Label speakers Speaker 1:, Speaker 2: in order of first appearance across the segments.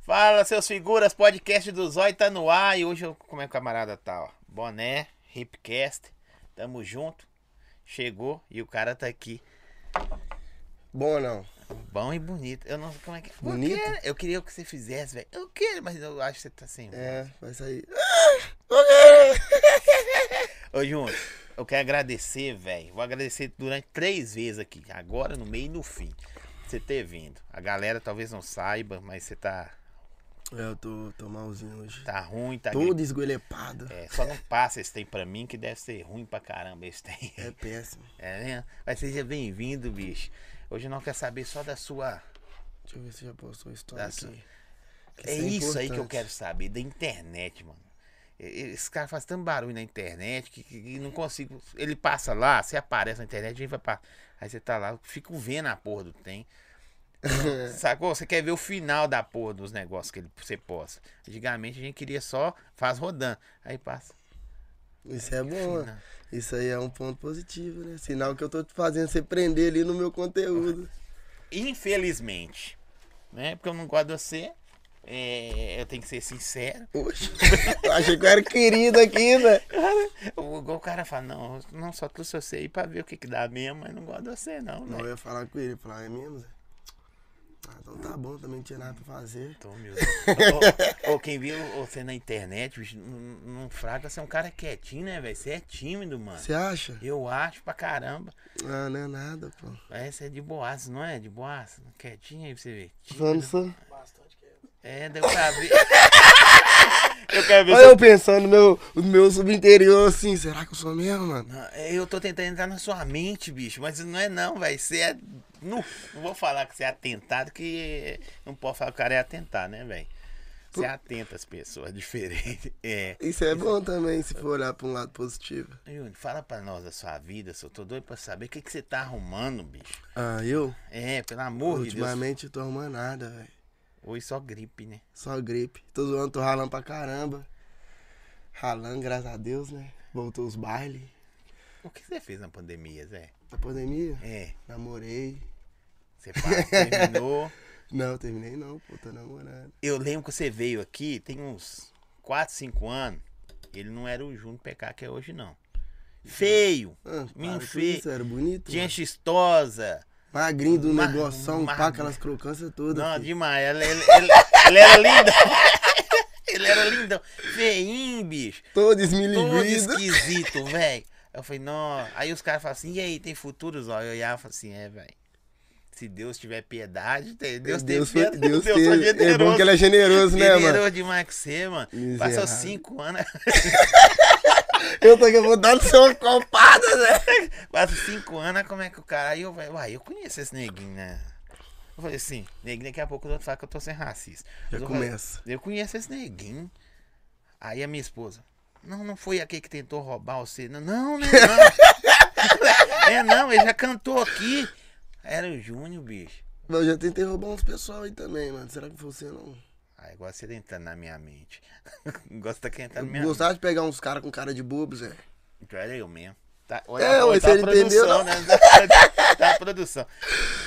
Speaker 1: Fala, seus figuras, podcast do Zói tá no ar. E hoje, eu- como é que o camarada tá, ó? Boné, Hipcast, tamo junto. Chegou e o cara tá aqui.
Speaker 2: Bom ou não?
Speaker 1: Bom e bonito. Eu não sei como é que é.
Speaker 2: Bonito?
Speaker 1: Eu queria que você fizesse, velho. Eu queria, mas eu acho que você tá sem.
Speaker 2: É, vai sair.
Speaker 1: Ô, Júnior, eu quero agradecer, velho. Vou agradecer durante três vezes aqui. Agora, no meio e no fim. Você ter vindo. A galera talvez não saiba, mas você tá,
Speaker 2: É, eu tô, tô malzinho hoje.
Speaker 1: tá ruim, tá
Speaker 2: Todo esgoelepado.
Speaker 1: É, só não passa esse tem pra mim, que deve ser ruim pra caramba esse tem.
Speaker 2: É péssimo.
Speaker 1: É mesmo? Mas seja bem-vindo, bicho. Hoje nós quer saber só da sua.
Speaker 2: Deixa eu ver se já postou a história
Speaker 1: Tá
Speaker 2: aqui.
Speaker 1: certo.
Speaker 2: Que
Speaker 1: É
Speaker 2: isso
Speaker 1: isso aí que eu
Speaker 2: importante.
Speaker 1: quero saber, da internet, mano. E- e- Esse cara faz tanto barulho na internet que, que- que não consigo. Ele passa lá, você aparece na internet, a gente vai pra... Aí você tá lá, eu fico vendo a porra do tem. Sacou? Você quer ver o final da porra dos negócios que ele, você posta. Antigamente a gente queria só faz rodando. Aí passa.
Speaker 2: Isso é bom,
Speaker 1: Final.
Speaker 2: né? Isso aí é um ponto positivo, né? Sinal que eu tô te fazendo você prender ali no meu conteúdo.
Speaker 1: Infelizmente. Né? Porque eu não gosto de você. é, eu tenho que ser sincero.
Speaker 2: Oxe, eu achei que eu era querido aqui, né?
Speaker 1: O, igual o cara fala, não, eu não só trouxe você aí pra ver o que, que dá mesmo, mas não gosto de você, não,
Speaker 2: Não,
Speaker 1: né?
Speaker 2: eu ia falar com ele, eu ia falar, é mesmo, Zé? Ah, então tá bom, também não tinha nada pra fazer.
Speaker 1: Tô, Então, meu Deus. Ô, ô, quem viu você na internet, bicho, não- não não fraga, você é um cara quietinho, né, velho? Você é tímido, mano.
Speaker 2: Você acha?
Speaker 1: Eu acho pra caramba.
Speaker 2: Ah, não é nada, pô.
Speaker 1: É, você é de boaço, não é? De boaço? Quietinho aí pra você ver.
Speaker 2: Falando só.
Speaker 1: É, deu pra ver. eu quero ver
Speaker 2: Olha eu pensando no meu, no meu subinterior assim, será que eu sou mesmo, mano?
Speaker 1: Não, Ah, Eu tô tentando entrar na sua mente, bicho, mas não é não, velho. Você é. Não, não vou falar que você é atentado, que não pode falar que o cara é atentado, né, velho? Você atenta às pessoas, é diferente. É.
Speaker 2: Isso é bom também, se for olhar pra um lado positivo.
Speaker 1: Yuri, fala pra nós da sua vida, só tô doido pra saber o que, que você tá arrumando, bicho.
Speaker 2: Ah, eu?
Speaker 1: É, pelo amor de Deus.
Speaker 2: Ultimamente eu tô arrumando nada, velho.
Speaker 1: Hoje só gripe, né?
Speaker 2: Só gripe. Tô zoando, tô ralando pra caramba. Ralando, graças a Deus, né? Voltou os bailes.
Speaker 1: O que você fez na pandemia, Zé?
Speaker 2: Na pandemia,
Speaker 1: É,
Speaker 2: namorei.
Speaker 1: você fala, terminou.
Speaker 2: Não, terminei não, pô, tô namorando.
Speaker 1: Eu lembro que você veio aqui, tem uns 4, 5 anos. Ele não era o Júnior PK que é hoje, não. Feio.
Speaker 2: Ah,
Speaker 1: menino
Speaker 2: para com
Speaker 1: feio.
Speaker 2: isso, era bonito.
Speaker 1: Tinha
Speaker 2: mano.
Speaker 1: chistosa.
Speaker 2: Magrinho do
Speaker 1: Mar-
Speaker 2: negoção,
Speaker 1: mar-
Speaker 2: pá, aquelas crocâncias todas.
Speaker 1: Não,
Speaker 2: filho.
Speaker 1: demais. Ele, ele- ele- ele era lindão. Ele era lindão. Feinho, bicho.
Speaker 2: Todo
Speaker 1: Todo
Speaker 2: esmilinguido.
Speaker 1: esquisito, velho. Eu falei, não. Aí os caras falam assim, e aí, tem futuros? Ó, eu olhava e falava assim, é, velho. Se Deus tiver piedade, tem- Deus,
Speaker 2: Deus,
Speaker 1: tem
Speaker 2: foi,
Speaker 1: piedade.
Speaker 2: Deus,
Speaker 1: foi
Speaker 2: teve. É bom que ele é generoso, né, mano?
Speaker 1: Generoso demais que você, mano. Passou
Speaker 2: Miserável.
Speaker 1: cinco anos.
Speaker 2: Eu tô aqui, eu vou dar no seu compada, né?
Speaker 1: Passa cinco anos, como é que o cara. Aí eu falei, uai, eu conheço esse neguinho, né? Eu falei assim, neguinho, daqui a pouco o outro fala que eu tô sendo racista.
Speaker 2: Já
Speaker 1: Mas eu falei,
Speaker 2: começa.
Speaker 1: Eu conheço esse neguinho. Aí a minha esposa, não, não foi aquele que tentou roubar você. Não, não, né? Não. é não, ele já cantou aqui. Era o Júnior, bicho.
Speaker 2: Mas Eu já tentei roubar uns pessoal aí também, mano. Será que você não?
Speaker 1: Aí agora você tá entrando na minha mente. Gosta de entrar na minha
Speaker 2: Eu
Speaker 1: mente.
Speaker 2: gostava de pegar uns caras com cara de bobo, Zé.
Speaker 1: Então era eu mesmo. Tá, olha,
Speaker 2: É,
Speaker 1: tá-
Speaker 2: ué,
Speaker 1: tá
Speaker 2: você
Speaker 1: a
Speaker 2: não
Speaker 1: produção,
Speaker 2: entendeu,
Speaker 1: né? Tá a produção.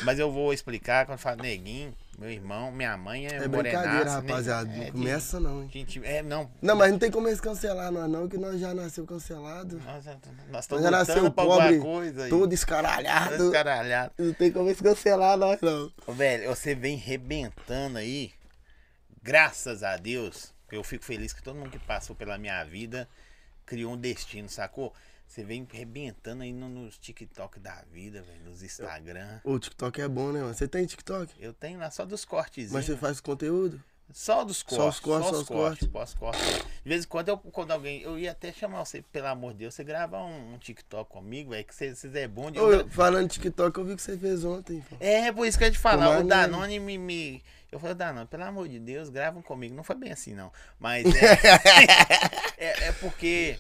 Speaker 1: Mas eu vou explicar quando fala neguinho, meu irmão, minha mãe é,
Speaker 2: É,
Speaker 1: morenaça,
Speaker 2: brincadeira,
Speaker 1: né?
Speaker 2: rapaziada. Não
Speaker 1: de-
Speaker 2: começa não, hein?
Speaker 1: de intim- é, não.
Speaker 2: Não, mas não tem como eles cancelar nós não, que nós já nasceu cancelado.
Speaker 1: Nós nós
Speaker 2: Nós
Speaker 1: estamos
Speaker 2: já
Speaker 1: lutando
Speaker 2: nasceu
Speaker 1: pra alguma
Speaker 2: pobre,
Speaker 1: coisa aí.
Speaker 2: todo escaralhado.
Speaker 1: Caralhado.
Speaker 2: Não tem como eles cancelar nós não.
Speaker 1: Ô, Velho, você vem rebentando aí. Graças a Deus, eu fico feliz que todo mundo que passou pela minha vida criou um destino, sacou? Você vem rebentando aí no- nos TikTok da vida, velho, nos Instagram.
Speaker 2: O TikTok é bom, né, mano? Você tem TikTok?
Speaker 1: Eu tenho lá só dos cortezinhos.
Speaker 2: Mas você faz conteúdo?
Speaker 1: Só dos cortes. Só os cortes, só, os cortes.
Speaker 2: cortes.
Speaker 1: pós cortes. De vez em quando, eu, quando alguém. Eu ia até chamar você, pelo amor de Deus, você gravar um, um TikTok comigo, velho, que você, vocês é bom de.
Speaker 2: Ô, eu- falando de TikTok, eu vi o que você fez ontem, pô.
Speaker 1: É, por isso que eu ia te falar.
Speaker 2: Tomara
Speaker 1: O
Speaker 2: que-
Speaker 1: Danone me. me- Eu falei, Danone, pelo amor de Deus, gravam comigo. Não foi bem assim, não. Mas é. é, é porque.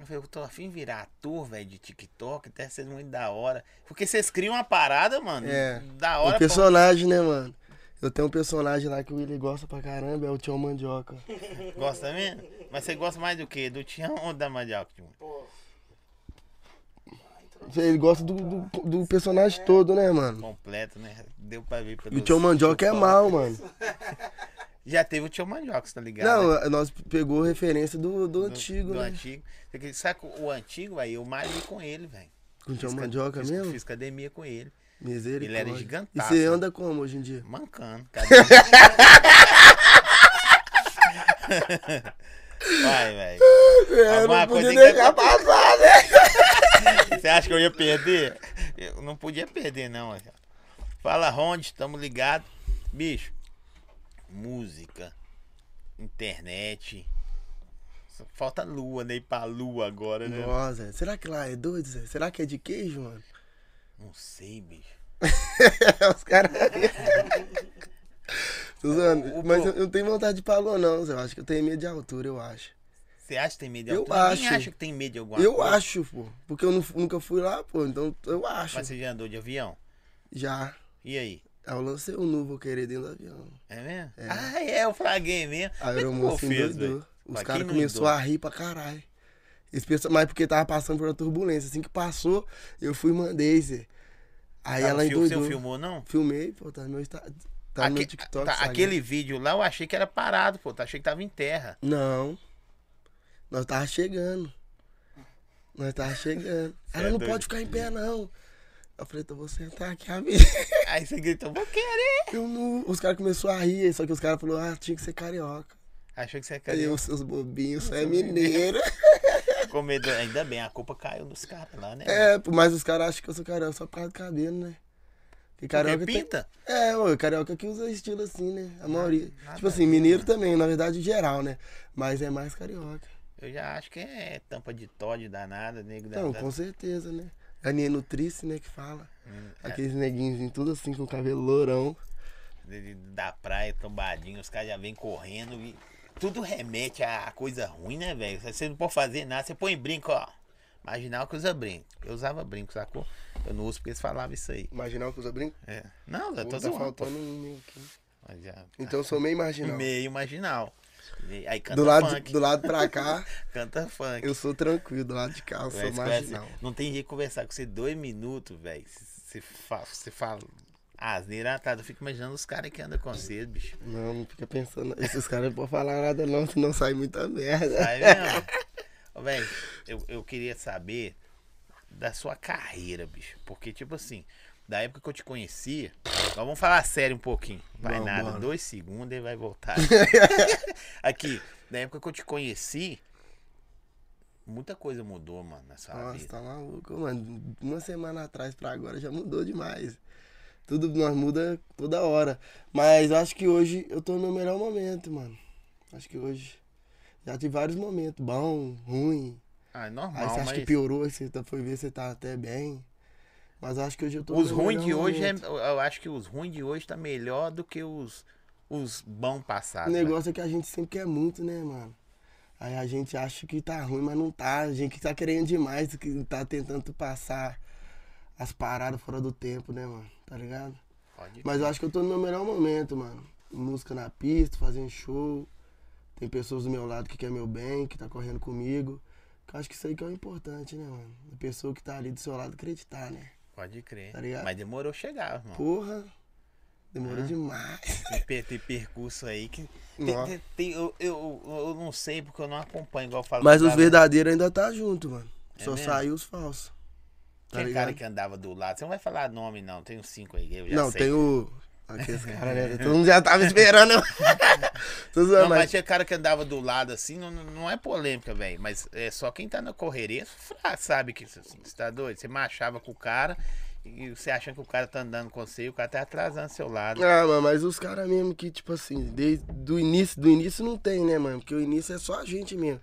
Speaker 1: Eu falei, eu tô afim de virar ator, velho, de TikTok, até sendo muito da hora. Porque vocês criam uma parada, mano.
Speaker 2: É.
Speaker 1: Da
Speaker 2: O
Speaker 1: hora. pra-
Speaker 2: personagem, né, mano? Eu tenho um personagem lá que o Willy gosta pra caramba, é o Tião Mandioca.
Speaker 1: Gosta mesmo? Mas você gosta mais do quê? Do Tião ou da Mandioca? Timão?
Speaker 2: Ele gosta do, do, do personagem todo, né, mano?
Speaker 1: Completo, né? Deu pra ver pelo.
Speaker 2: E o Tião Mandioca é
Speaker 1: pelo-
Speaker 2: mal, mano.
Speaker 1: Já teve o Tio Mandioca, você tá ligado? né?
Speaker 2: Não, a- nós pegou referência do, do, antigo,
Speaker 1: do
Speaker 2: né?
Speaker 1: antigo. Você que- Sabe que o antigo, velho? Eu malhei com ele, velho.
Speaker 2: Com o Tio
Speaker 1: Fiz ca-
Speaker 2: Mandioca
Speaker 1: fiz-
Speaker 2: mesmo?
Speaker 1: Fiz academia com ele.
Speaker 2: Misericórdia.
Speaker 1: Ele era
Speaker 2: E
Speaker 1: gigantaço,
Speaker 2: você
Speaker 1: né?
Speaker 2: anda como hoje em dia?
Speaker 1: Mancando. Cadê? Vai, velho.
Speaker 2: É,
Speaker 1: Alguma
Speaker 2: não
Speaker 1: coisa
Speaker 2: podia
Speaker 1: tem que
Speaker 2: deixar passar, né?
Speaker 1: Você acha que eu ia perder? Eu não podia perder, não. velho. Fala, Ronde, tamo ligado. Bicho, música, internet. Só Falta lua, né? Ir pra lua agora, né?
Speaker 2: Nossa, será que lá é doido, Zé? Será que é de queijo, mano?
Speaker 1: Não sei, bicho.
Speaker 2: Os caras. Tô zoando.
Speaker 1: O- o-
Speaker 2: Mas eu eu não tenho vontade de palô, não, Zé. Eu acho que eu tenho medo de altura, eu acho.
Speaker 1: Você acha que tem medo de
Speaker 2: Eu
Speaker 1: altura? Ninguém
Speaker 2: acho.
Speaker 1: acha que tem medo de alguma
Speaker 2: eu
Speaker 1: coisa.
Speaker 2: acho, pô. Porque eu não fu- nunca fui lá, pô. Então eu acho.
Speaker 1: Mas você já andou de avião?
Speaker 2: Já.
Speaker 1: E aí?
Speaker 2: É o lance eu não vou querer dentro do avião.
Speaker 1: É mesmo? Ah, é, eu flaguei mesmo.
Speaker 2: A
Speaker 1: Mas como eu
Speaker 2: aeromoça
Speaker 1: fiz,
Speaker 2: endoidou.
Speaker 1: velho?
Speaker 2: Os
Speaker 1: Mas
Speaker 2: caras
Speaker 1: quem não
Speaker 2: começaram a rir pra caralho. Eles pensam, mas porque tava passando por uma turbulência. Assim que passou, eu fui e mandei, Zé. Aí
Speaker 1: Tá no
Speaker 2: ela
Speaker 1: filme,
Speaker 2: endoidou.
Speaker 1: Você não filmou, não?
Speaker 2: Filmei, pô, tá no meu, Insta- tá no meu
Speaker 1: Aque-
Speaker 2: TikTok.
Speaker 1: tá,
Speaker 2: Instagram.
Speaker 1: aquele vídeo lá eu achei que era parado, pô. tá? Achei que tava em terra.
Speaker 2: Não. Nós tava chegando. Nós tava chegando.
Speaker 1: Cê
Speaker 2: Ela
Speaker 1: é
Speaker 2: não
Speaker 1: doido.
Speaker 2: pode ficar em pé, não. Eu falei, então vou sentar aqui, amigo.
Speaker 1: Aí você gritou, vou querer.
Speaker 2: Eu não... Os caras começaram a rir, só que os caras falaram, ah, tinha que ser carioca.
Speaker 1: Achou que você
Speaker 2: Aí
Speaker 1: caiu.
Speaker 2: É, né? eu, seus bobinhos, você é mineiro.
Speaker 1: Comedor. Ainda bem, a culpa caiu nos caras lá, né?
Speaker 2: É, pô, mas os caras acham que eu sou carioca só por causa do cabelo, né? Porque carioca
Speaker 1: Porque
Speaker 2: tem-
Speaker 1: pinta?
Speaker 2: É, o carioca que usa estilo assim, né? A maioria.
Speaker 1: nada
Speaker 2: tipo assim, mineiro também, na verdade, geral, né? Mas é mais carioca.
Speaker 1: Eu já acho que é tampa de Todd danada, nego da.
Speaker 2: Não,
Speaker 1: da-
Speaker 2: Então, com certeza, né? A Nutrice, né, que fala.
Speaker 1: Hum,
Speaker 2: Aqueles neguinhos assim, tudo assim, com o cabelo lourão.
Speaker 1: de- da praia, tombadinho, os caras já vêm correndo e tudo remete a coisa ruim, né, velho? Você não pode fazer nada, você põe brinco, ó. Marginal que usa brinco. Eu usava brinco, sacou? Eu não uso porque eles falavam isso aí.
Speaker 2: Marginal que usa brinco?
Speaker 1: É. Não, eu
Speaker 2: Pô,
Speaker 1: tô
Speaker 2: tá
Speaker 1: zoando. pô.
Speaker 2: faltando um meio aqui.
Speaker 1: Mas já-
Speaker 2: Então eu sou meio marginal.
Speaker 1: Meio marginal. E Aí canta
Speaker 2: Do lado,
Speaker 1: funk.
Speaker 2: do lado pra cá,
Speaker 1: Canta funk.
Speaker 2: eu sou tranquilo. Do lado de cá, eu sou
Speaker 1: Mas conhece-
Speaker 2: marginal.
Speaker 1: Não tem jeito de conversar com você dois minutos, velho. Você fala, você fala asneira atrás. Eu fico imaginando os caras que andam com você, bicho.
Speaker 2: Não, não fica pensando. Esses caras não podem falar nada não, senão sai muita merda.
Speaker 1: Aí mesmo. Tá Ô, velho, eu, eu queria saber da sua carreira, bicho. Porque, tipo assim, da época que eu te conhecia. Nós vamos falar sério um pouquinho. Vai
Speaker 2: Vamos,
Speaker 1: nada,
Speaker 2: bora.
Speaker 1: dois segundos e vai voltar. Aqui, na época que eu te conheci. Muita coisa mudou, mano, na sua
Speaker 2: Nossa,
Speaker 1: vida.
Speaker 2: tá maluco, mano. Uma semana atrás pra agora já mudou demais. Tudo nós muda toda hora. Mas eu acho que hoje eu tô no meu melhor momento, mano. Acho que hoje já tive vários momentos, bom, ruim.
Speaker 1: Ah, é
Speaker 2: Aí
Speaker 1: normal,
Speaker 2: você acha
Speaker 1: mas...
Speaker 2: que piorou, aí você tá- foi ver você tá até bem. Mas eu acho que hoje eu tô no
Speaker 1: Os
Speaker 2: meu
Speaker 1: ruins
Speaker 2: melhor
Speaker 1: de hoje, é,
Speaker 2: momento.
Speaker 1: eu eu acho que os ruins de hoje tá melhor do que os, os bons
Speaker 2: O
Speaker 1: passados. né?
Speaker 2: negócio é que a gente sempre quer muito, né, mano? Aí a gente acha que tá ruim, mas não tá. A gente que tá querendo demais, que tá tentando passar as paradas fora do tempo, né, mano? Tá ligado?
Speaker 1: Pode-
Speaker 2: Mas eu acho que eu tô no meu melhor momento, mano. Música na pista, fazendo show. Tem pessoas do meu lado que quer meu bem, que tá correndo comigo. Eu acho que isso aí que é o importante, né, mano? A pessoa que tá ali do seu lado acreditar, né?
Speaker 1: Pode crer.
Speaker 2: Tá ligado?
Speaker 1: Mas demorou chegar, irmão.
Speaker 2: Porra, demorou demais.
Speaker 1: Tem, per- tem percurso aí que. tem-
Speaker 2: Nossa.
Speaker 1: tem- tem- eu, eu, eu não sei porque eu não acompanho, igual eu falo.
Speaker 2: Mas
Speaker 1: com o
Speaker 2: os
Speaker 1: cara,
Speaker 2: verdadeiros ainda tá junto, mano.
Speaker 1: É
Speaker 2: Só
Speaker 1: mesmo?
Speaker 2: saiu os falsos. Tá
Speaker 1: Aquele
Speaker 2: ligado?
Speaker 1: cara que andava do lado. Você não vai falar nome, não. Tem uns cinco aí. Eu já
Speaker 2: Não,
Speaker 1: sei.
Speaker 2: tem um o. Aqueles caras, né? Todo mundo já tava esperando. eu- Tô zoando,
Speaker 1: Não, mas
Speaker 2: mas.
Speaker 1: tinha cara que andava do lado assim, não, não- não é polêmica, velho. Mas é só quem tá na correria fra- sabe que você você tá doido. Você machava com o cara e você achando que o cara tá andando com você e o cara tá atrasando seu lado.
Speaker 2: Ah, mano, mas os caras mesmo que, tipo assim, desde do início, do início não tem, né, mano? Porque o início é só a gente mesmo.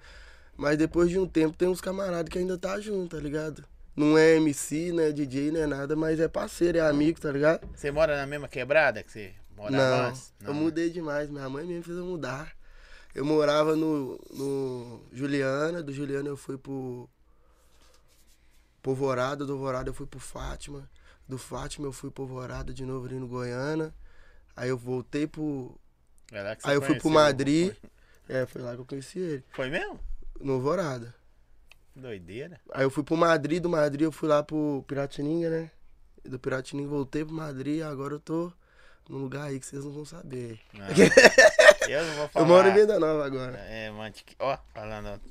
Speaker 2: Mas depois de um tempo tem uns camaradas que ainda tá junto, tá ligado? Não é MC, não é DJ, não é nada, mas é parceiro, é amigo, tá ligado?
Speaker 1: Você mora na mesma quebrada que você morava
Speaker 2: Não,
Speaker 1: antes?
Speaker 2: eu mudei demais. Minha mãe mesmo fez eu mudar. Eu morava no, no Juliana, do Juliana eu fui pro Povorada, do Povorada eu fui pro Fátima, do Fátima eu fui pro Povorada de novo ali no Goiânia. Aí eu voltei pro.
Speaker 1: É lá que você
Speaker 2: Aí eu fui pro
Speaker 1: conheceu o-
Speaker 2: Madrid. É, foi lá que eu conheci ele,
Speaker 1: Foi mesmo?
Speaker 2: no Alvorada.
Speaker 1: Doideira.
Speaker 2: Aí eu fui pro Madrid, do Madrid eu fui lá pro Piratininga, né? E do Piratininga voltei pro Madrid, agora eu tô num lugar aí que vocês não vão saber.
Speaker 1: Não. eu não vou falar.
Speaker 2: Eu moro em Venda Nova agora.
Speaker 1: É, Mantic. Ó, falando alto.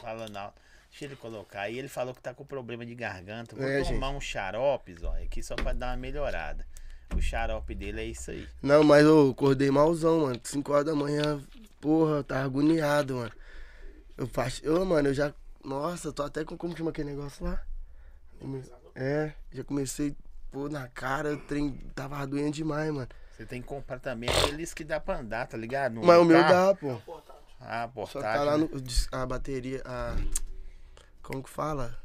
Speaker 1: Falando alto. Deixa ele colocar. aí ele falou que tá com problema de garganta. Vou
Speaker 2: É,
Speaker 1: tomar um xarope, ó, aqui só pra dar uma melhorada. O xarope dele é isso aí.
Speaker 2: Não, mas eu acordei malzão, mano. 5 horas da manhã, porra, eu tava agoniado, mano. Eu faço. Eu, mano, eu já. Nossa, tô até com. Como chama aquele negócio lá? Come- É, já comecei, pô, na cara, o trem tava doendo demais, mano.
Speaker 1: Você tem que comprar também aqueles que dá pra andar, tá ligado? No
Speaker 2: Mas o meu
Speaker 1: carro.
Speaker 2: dá, pô.
Speaker 1: Ah,
Speaker 2: Só
Speaker 1: portátil.
Speaker 2: que tá lá no. A bateria. A. Como que fala?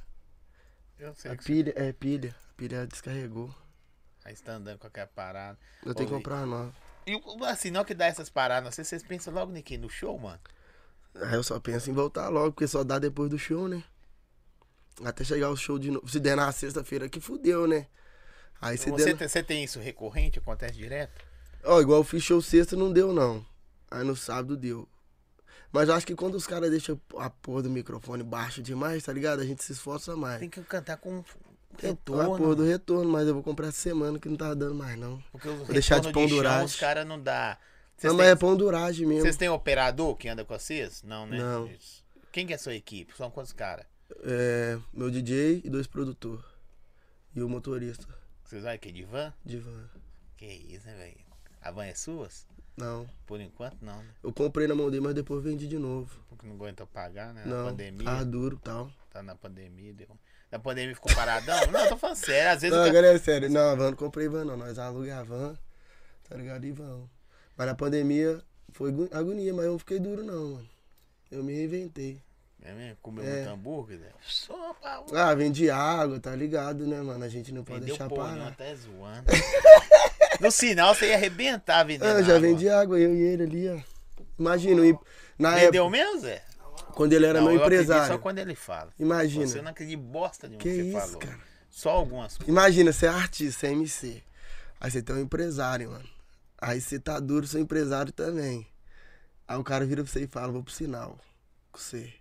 Speaker 1: Eu sei
Speaker 2: A
Speaker 1: que
Speaker 2: pilha. É, pilha. A pilha descarregou.
Speaker 1: Aí você tá andando com aquela parada.
Speaker 2: Eu tenho que
Speaker 1: Ô,
Speaker 2: comprar uma nova.
Speaker 1: E o- assim, não que dá essas paradas, não sei, vocês pensam logo em quem? No show, mano?
Speaker 2: Aí eu só penso em voltar logo, porque só dá depois do show, né? Até chegar o show de novo. Se der na sexta-feira que fudeu, né? Aí se
Speaker 1: Então Você, tá-
Speaker 2: der.
Speaker 1: tem- você tem isso recorrente? Acontece direto?
Speaker 2: Ó, igual eu fiz show sexta, não deu, não. Aí no sábado deu. Mas eu acho que quando os caras deixam a porra do microfone baixo demais, tá ligado? A gente se esforça mais.
Speaker 1: Tem que cantar com um
Speaker 2: a porra
Speaker 1: retorno. né?
Speaker 2: do retorno, mas eu vou comprar essa semana que não tá dando mais, não.
Speaker 1: Porque os
Speaker 2: Vou deixar de
Speaker 1: retorno
Speaker 2: pão
Speaker 1: chão,
Speaker 2: duragem.
Speaker 1: Os caras não dá. Vocês
Speaker 2: Não,
Speaker 1: têm,
Speaker 2: mas é pão duragem mesmo.
Speaker 1: vocês têm operador que anda com vocês? Não, né?
Speaker 2: Não.
Speaker 1: Isso. Quem que é a sua equipe? São quantos caras?
Speaker 2: É, meu DJ e dois produtores. E o motorista
Speaker 1: Vocês vai que é de van?
Speaker 2: de van.
Speaker 1: Que isso, né, velho? A van é suas?
Speaker 2: Não.
Speaker 1: Por enquanto, não, né?
Speaker 2: Eu comprei na mão dele, mas depois vendi de novo.
Speaker 1: Porque não aguenta pagar, né?
Speaker 2: Não, Ah.
Speaker 1: Na pandemia.
Speaker 2: tava duro e tal.
Speaker 1: Tá na pandemia, deu. Na pandemia ficou paradão? não, eu tô falando sério. Às vezes.
Speaker 2: Não,
Speaker 1: o cara-
Speaker 2: agora é sério. Não, a van não comprei van, não. Nós alugamos a van, tá ligado? E vamos. Mas na pandemia foi ago- agonia, mas eu não fiquei duro, não, mano. Eu me reinventei.
Speaker 1: É mesmo? Comeu
Speaker 2: É.
Speaker 1: muito hambúrguer? Né? Só pra
Speaker 2: Ah, vendi água, tá ligado, né, mano? A gente não pode
Speaker 1: Vendeu né?
Speaker 2: deixar
Speaker 1: porra nenhuma,
Speaker 2: parar.
Speaker 1: até zoando. no sinal você ia arrebentar vendendo.
Speaker 2: Ah, eu já
Speaker 1: água.
Speaker 2: vendi água, eu e ele ali, ó. Imagina, e na
Speaker 1: Vendeu
Speaker 2: época,
Speaker 1: mesmo, Zé?
Speaker 2: quando ele era
Speaker 1: Não,
Speaker 2: meu
Speaker 1: eu acredito Só
Speaker 2: empresário.
Speaker 1: quando ele fala.
Speaker 2: Imagina.
Speaker 1: Você não acredita em bosta nenhuma
Speaker 2: Que
Speaker 1: que você
Speaker 2: isso,
Speaker 1: falou.
Speaker 2: cara.
Speaker 1: Só algumas coisas.
Speaker 2: Imagina, você é artista, é MC. Aí você tem um empresário, mano. Aí você tá duro, seu empresário também. Aí o cara vira pra você e fala, vou pro sinal com você.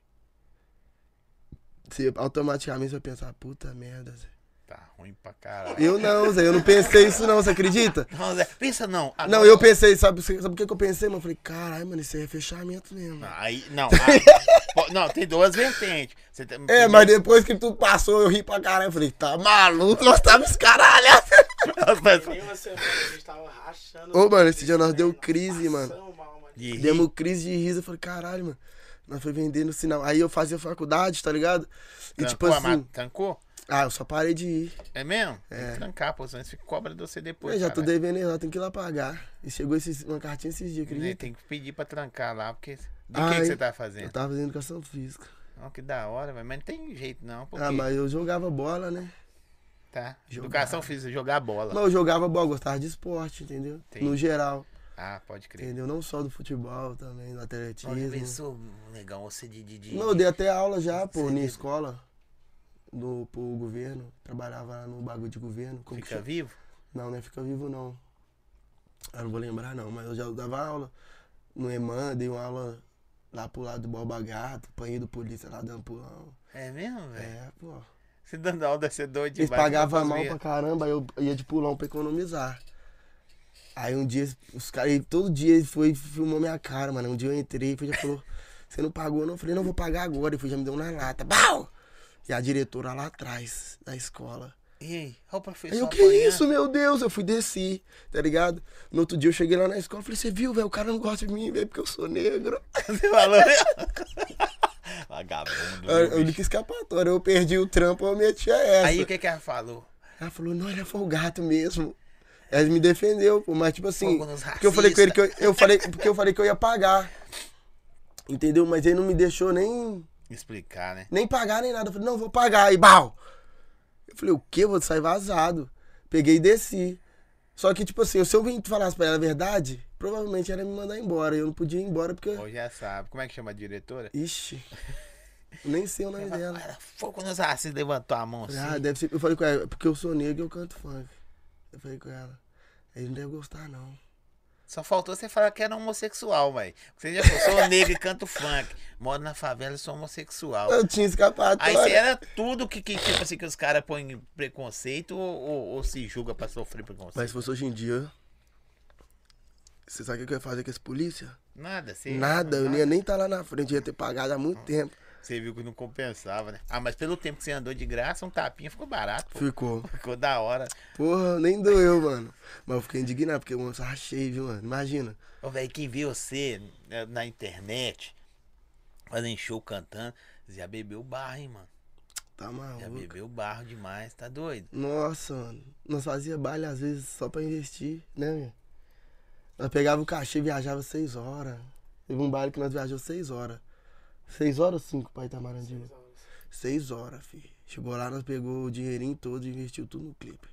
Speaker 2: Você automaticamente vai pensar, puta merda. Zé.
Speaker 1: Tá ruim pra caralho.
Speaker 2: Eu não, Zé, eu não pensei isso não, você acredita?
Speaker 1: Não, Zé, pensa não. Ah,
Speaker 2: Não, eu pensei, sabe, sabe o que que eu pensei, mano? Eu falei, caralho, mano, isso aí é fechamento mesmo.
Speaker 1: Não, aí, não. ah, pô, não, tem duas vertentes. Você tem-
Speaker 2: É, mas depois que tudo passou, eu ri pra caralho. Eu falei, tá maluco, nós tava escaralhados.
Speaker 3: Tem uma semana a gente tava rachando.
Speaker 2: Ô, mano, esse dia nós deu crise, mano.
Speaker 3: Passamos mal, mano.
Speaker 1: De rir.
Speaker 2: Demos crise de riso. Eu falei, caralho, mano. Nós foi vendendo sinal. Aí eu fazia faculdade, tá ligado? E
Speaker 1: Trancou
Speaker 2: tipo
Speaker 1: a ma-
Speaker 2: assim,
Speaker 1: Trancou?
Speaker 2: ah, eu só parei de ir.
Speaker 1: É mesmo? Tem que trancar, pô, senão você cobra de você depois.
Speaker 2: eu já tô
Speaker 1: caralho.
Speaker 2: devendo, eu tenho que ir lá pagar. E chegou esses, uma cartinha esses dias,
Speaker 1: Né,
Speaker 2: acredita?
Speaker 1: Tem que pedir pra trancar lá, porque. De que,
Speaker 2: Ai.
Speaker 1: que você tá
Speaker 2: Eu
Speaker 1: fazendo?
Speaker 2: tava fazendo educação física.
Speaker 1: Não, que da hora, velho. Mas não tem jeito não, porque.
Speaker 2: Ah, mas eu jogava bola, né?
Speaker 1: Tá.
Speaker 2: Jogar.
Speaker 1: Educação física, jogar bola.
Speaker 2: Mas eu jogava bola, gostava de esporte, entendeu?
Speaker 1: Entendi.
Speaker 2: No geral,
Speaker 1: Ah, pode crer.
Speaker 2: entendeu? Não só do futebol também, do atletismo.
Speaker 1: Olha, pensou, negão, você de. de, de-
Speaker 2: Não, eu dei até aula já, pô,
Speaker 1: Você
Speaker 2: na
Speaker 1: deu-
Speaker 2: escola. Do, pro governo. Trabalhava lá no bagulho de governo. Como que
Speaker 1: Fica
Speaker 2: chama?
Speaker 1: vivo?
Speaker 2: Não, não é Fica Vivo, não. Eu não vou lembrar, não, mas eu já dava aula no EMAN, dei uma aula lá pro lado do Boba Gato, apanhei do polícia lá do Ampulão.
Speaker 1: É mesmo, velho?
Speaker 2: É, pô.
Speaker 1: Você dando aula deve ser doido
Speaker 2: Eles
Speaker 1: demais. né,
Speaker 2: pagavam
Speaker 1: não
Speaker 2: mal
Speaker 1: fazia.
Speaker 2: pra caramba, eu ia de pulão pra economizar. Aí um dia, os caras, ele- todo dia ele foi e filmou minha cara, mano. Um dia eu entrei, foi e já falou, você não pagou, não? Eu falei, não, vou pagar agora. E foi, já me deu na lata. Bau! E a diretora lá atrás, da escola.
Speaker 1: E aí? Olha o professor.
Speaker 2: Aí eu, que
Speaker 1: apanhando.
Speaker 2: isso, meu Deus? Eu fui desci, tá ligado? No outro dia eu cheguei lá na escola e falei, você viu, velho? O cara não gosta de mim, velho, porque eu sou negro.
Speaker 1: Você falou. né? Vagabundo.
Speaker 2: Eu, eu li que escapatória, eu perdi o trampo, eu meti a essa.
Speaker 1: Aí o que, que ela falou?
Speaker 2: Ela falou, não, ele é folgado mesmo. Ela me defendeu, pô, mas tipo assim.
Speaker 1: Fogo nos
Speaker 2: Porque eu falei com ele que eu, eu falei, porque eu falei que eu ia pagar. Entendeu? Mas ele não me deixou nem,
Speaker 1: Explicar, né?
Speaker 2: nem pagar nem nada. Eu falei, não, vou pagar. E bau! Eu falei, o quê? Eu vou sair vazado. Peguei e desci. Só que, tipo assim, se eu vim falasse pra ela a verdade, provavelmente ela ia me mandar embora. Eu não podia ir embora porque.
Speaker 1: Hoje já sabe. Como é que chama a diretora?
Speaker 2: Ixi. eu Nem sei o nome dela.
Speaker 1: Ela fogo nos racistas, levantou a mão assim.
Speaker 2: Ah, deve ser. Eu falei com ela, porque eu sou negro e eu canto funk. Eu falei com ela. Ele não deve gostar, não.
Speaker 1: Só faltou você falar que era homossexual, velho. Você já falou, sou negro e canto funk. Moro na favela e sou homossexual.
Speaker 2: Eu tinha escapado.
Speaker 1: Aí você é- era tudo que, que, tipo assim, que os caras põem preconceito ou, ou- ou se julga pra sofrer preconceito?
Speaker 2: Mas se fosse hoje em dia, Você sabe o que eu ia fazer com esse polícia?
Speaker 1: Nada, você.
Speaker 2: Nada, eu não ia nem estar lá na frente, eu ia ter pagado há muito tempo.
Speaker 1: Você viu que não compensava, né? Ah, mas pelo tempo que você andou de graça, um tapinha ficou barato, pô.
Speaker 2: Ficou.
Speaker 1: Ficou da hora.
Speaker 2: Porra, nem doeu, mano. Mas eu fiquei indignado, porque, mano, eu rachei, viu, mano? Imagina.
Speaker 1: Ô, velho, quem vê você né, na internet, fazendo show cantando, já bebeu barro, hein, mano?
Speaker 2: Tá
Speaker 1: Já
Speaker 2: maluco.
Speaker 1: bebeu barro demais, tá doido?
Speaker 2: Nossa, mano. Nós fazia baile às vezes só pra investir, né, meu? Nós pegava o cachê e viajava seis horas. Teve um baile que nós viajamos seis horas. Seis horas ou cinco pra Itamarandi? Seis horas, filho. Chegou lá, nós pegou o dinheirinho todo e investiu tudo no clipe.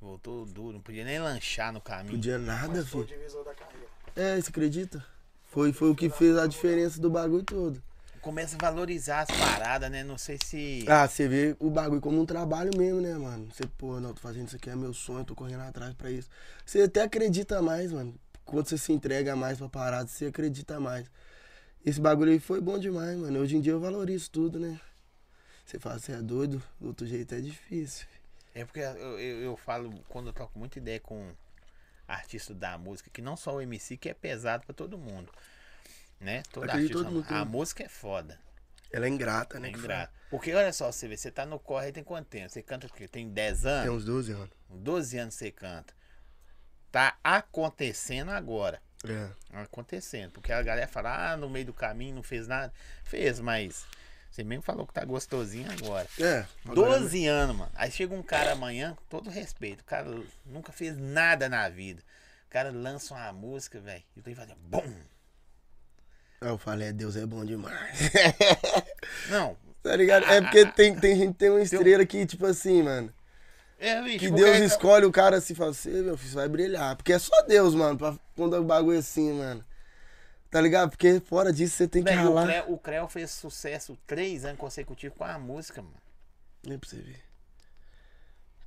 Speaker 1: Voltou duro, não podia nem lanchar no caminho.
Speaker 2: Podia nada,
Speaker 3: Foi
Speaker 2: filho.
Speaker 3: o divisor da carreira.
Speaker 2: É, você acredita? Foi, foi o que fez a diferença do bagulho todo.
Speaker 1: Começa a valorizar as paradas, né? Não sei se.
Speaker 2: Ah, você vê o bagulho como um trabalho mesmo, né, mano? Você, pô, não, tô fazendo isso aqui, é meu sonho, tô correndo atrás pra isso. Você até acredita mais, mano. Quando você se entrega mais pra parada, você acredita mais. Esse bagulho aí foi bom demais, mano. Hoje em dia eu valorizo tudo, né? Você fala, você é doido, do outro jeito é difícil.
Speaker 1: É porque eu, eu, eu falo, quando eu troco muita ideia com artista da música, que não só o MC, que é pesado pra todo mundo. Né? Todo artista.
Speaker 2: Acredito todo mundo, um todo
Speaker 1: a
Speaker 2: mundo.
Speaker 1: música é foda.
Speaker 2: Ela é ingrata, né?
Speaker 1: É
Speaker 2: que
Speaker 1: ingrato. Porque olha só, você vê, você tá no corre aí tem quanto tempo? Você canta o quê? Tem 10
Speaker 2: fala. Tem um
Speaker 1: anos?
Speaker 2: uns 12 anos.
Speaker 1: 12 anos você canta. Tá acontecendo agora.
Speaker 2: É.
Speaker 1: Acontecendo. Porque a galera fala, ah, no meio do caminho não fez nada. Fez, mas você mesmo falou que tá gostosinho agora.
Speaker 2: É. agora-
Speaker 1: 12 anos, mano. Aí chega um cara amanhã, com todo respeito, o cara nunca fez nada na vida. O cara lança uma música, velho, e tem fazendo BUM!
Speaker 2: Aí eu falei, é, Deus é bom demais.
Speaker 1: Não,
Speaker 2: tá ligado? É porque tem, tem gente que tem uma estrela que, tipo assim, mano.
Speaker 1: é, bicho.
Speaker 2: Que
Speaker 1: porque
Speaker 2: Deus
Speaker 1: aí-
Speaker 2: escolhe o cara assim, fala assim, "Ei, meu filho, você vai brilhar. Porque é só Deus, mano, pra quando é um bagulho assim, mano. Tá ligado? Porque fora disso você tem que
Speaker 1: Véi, o,
Speaker 2: ralar.
Speaker 1: Creu, o Creu fez sucesso três anos consecutivos com a música, mano.
Speaker 2: Nem é pra você ver.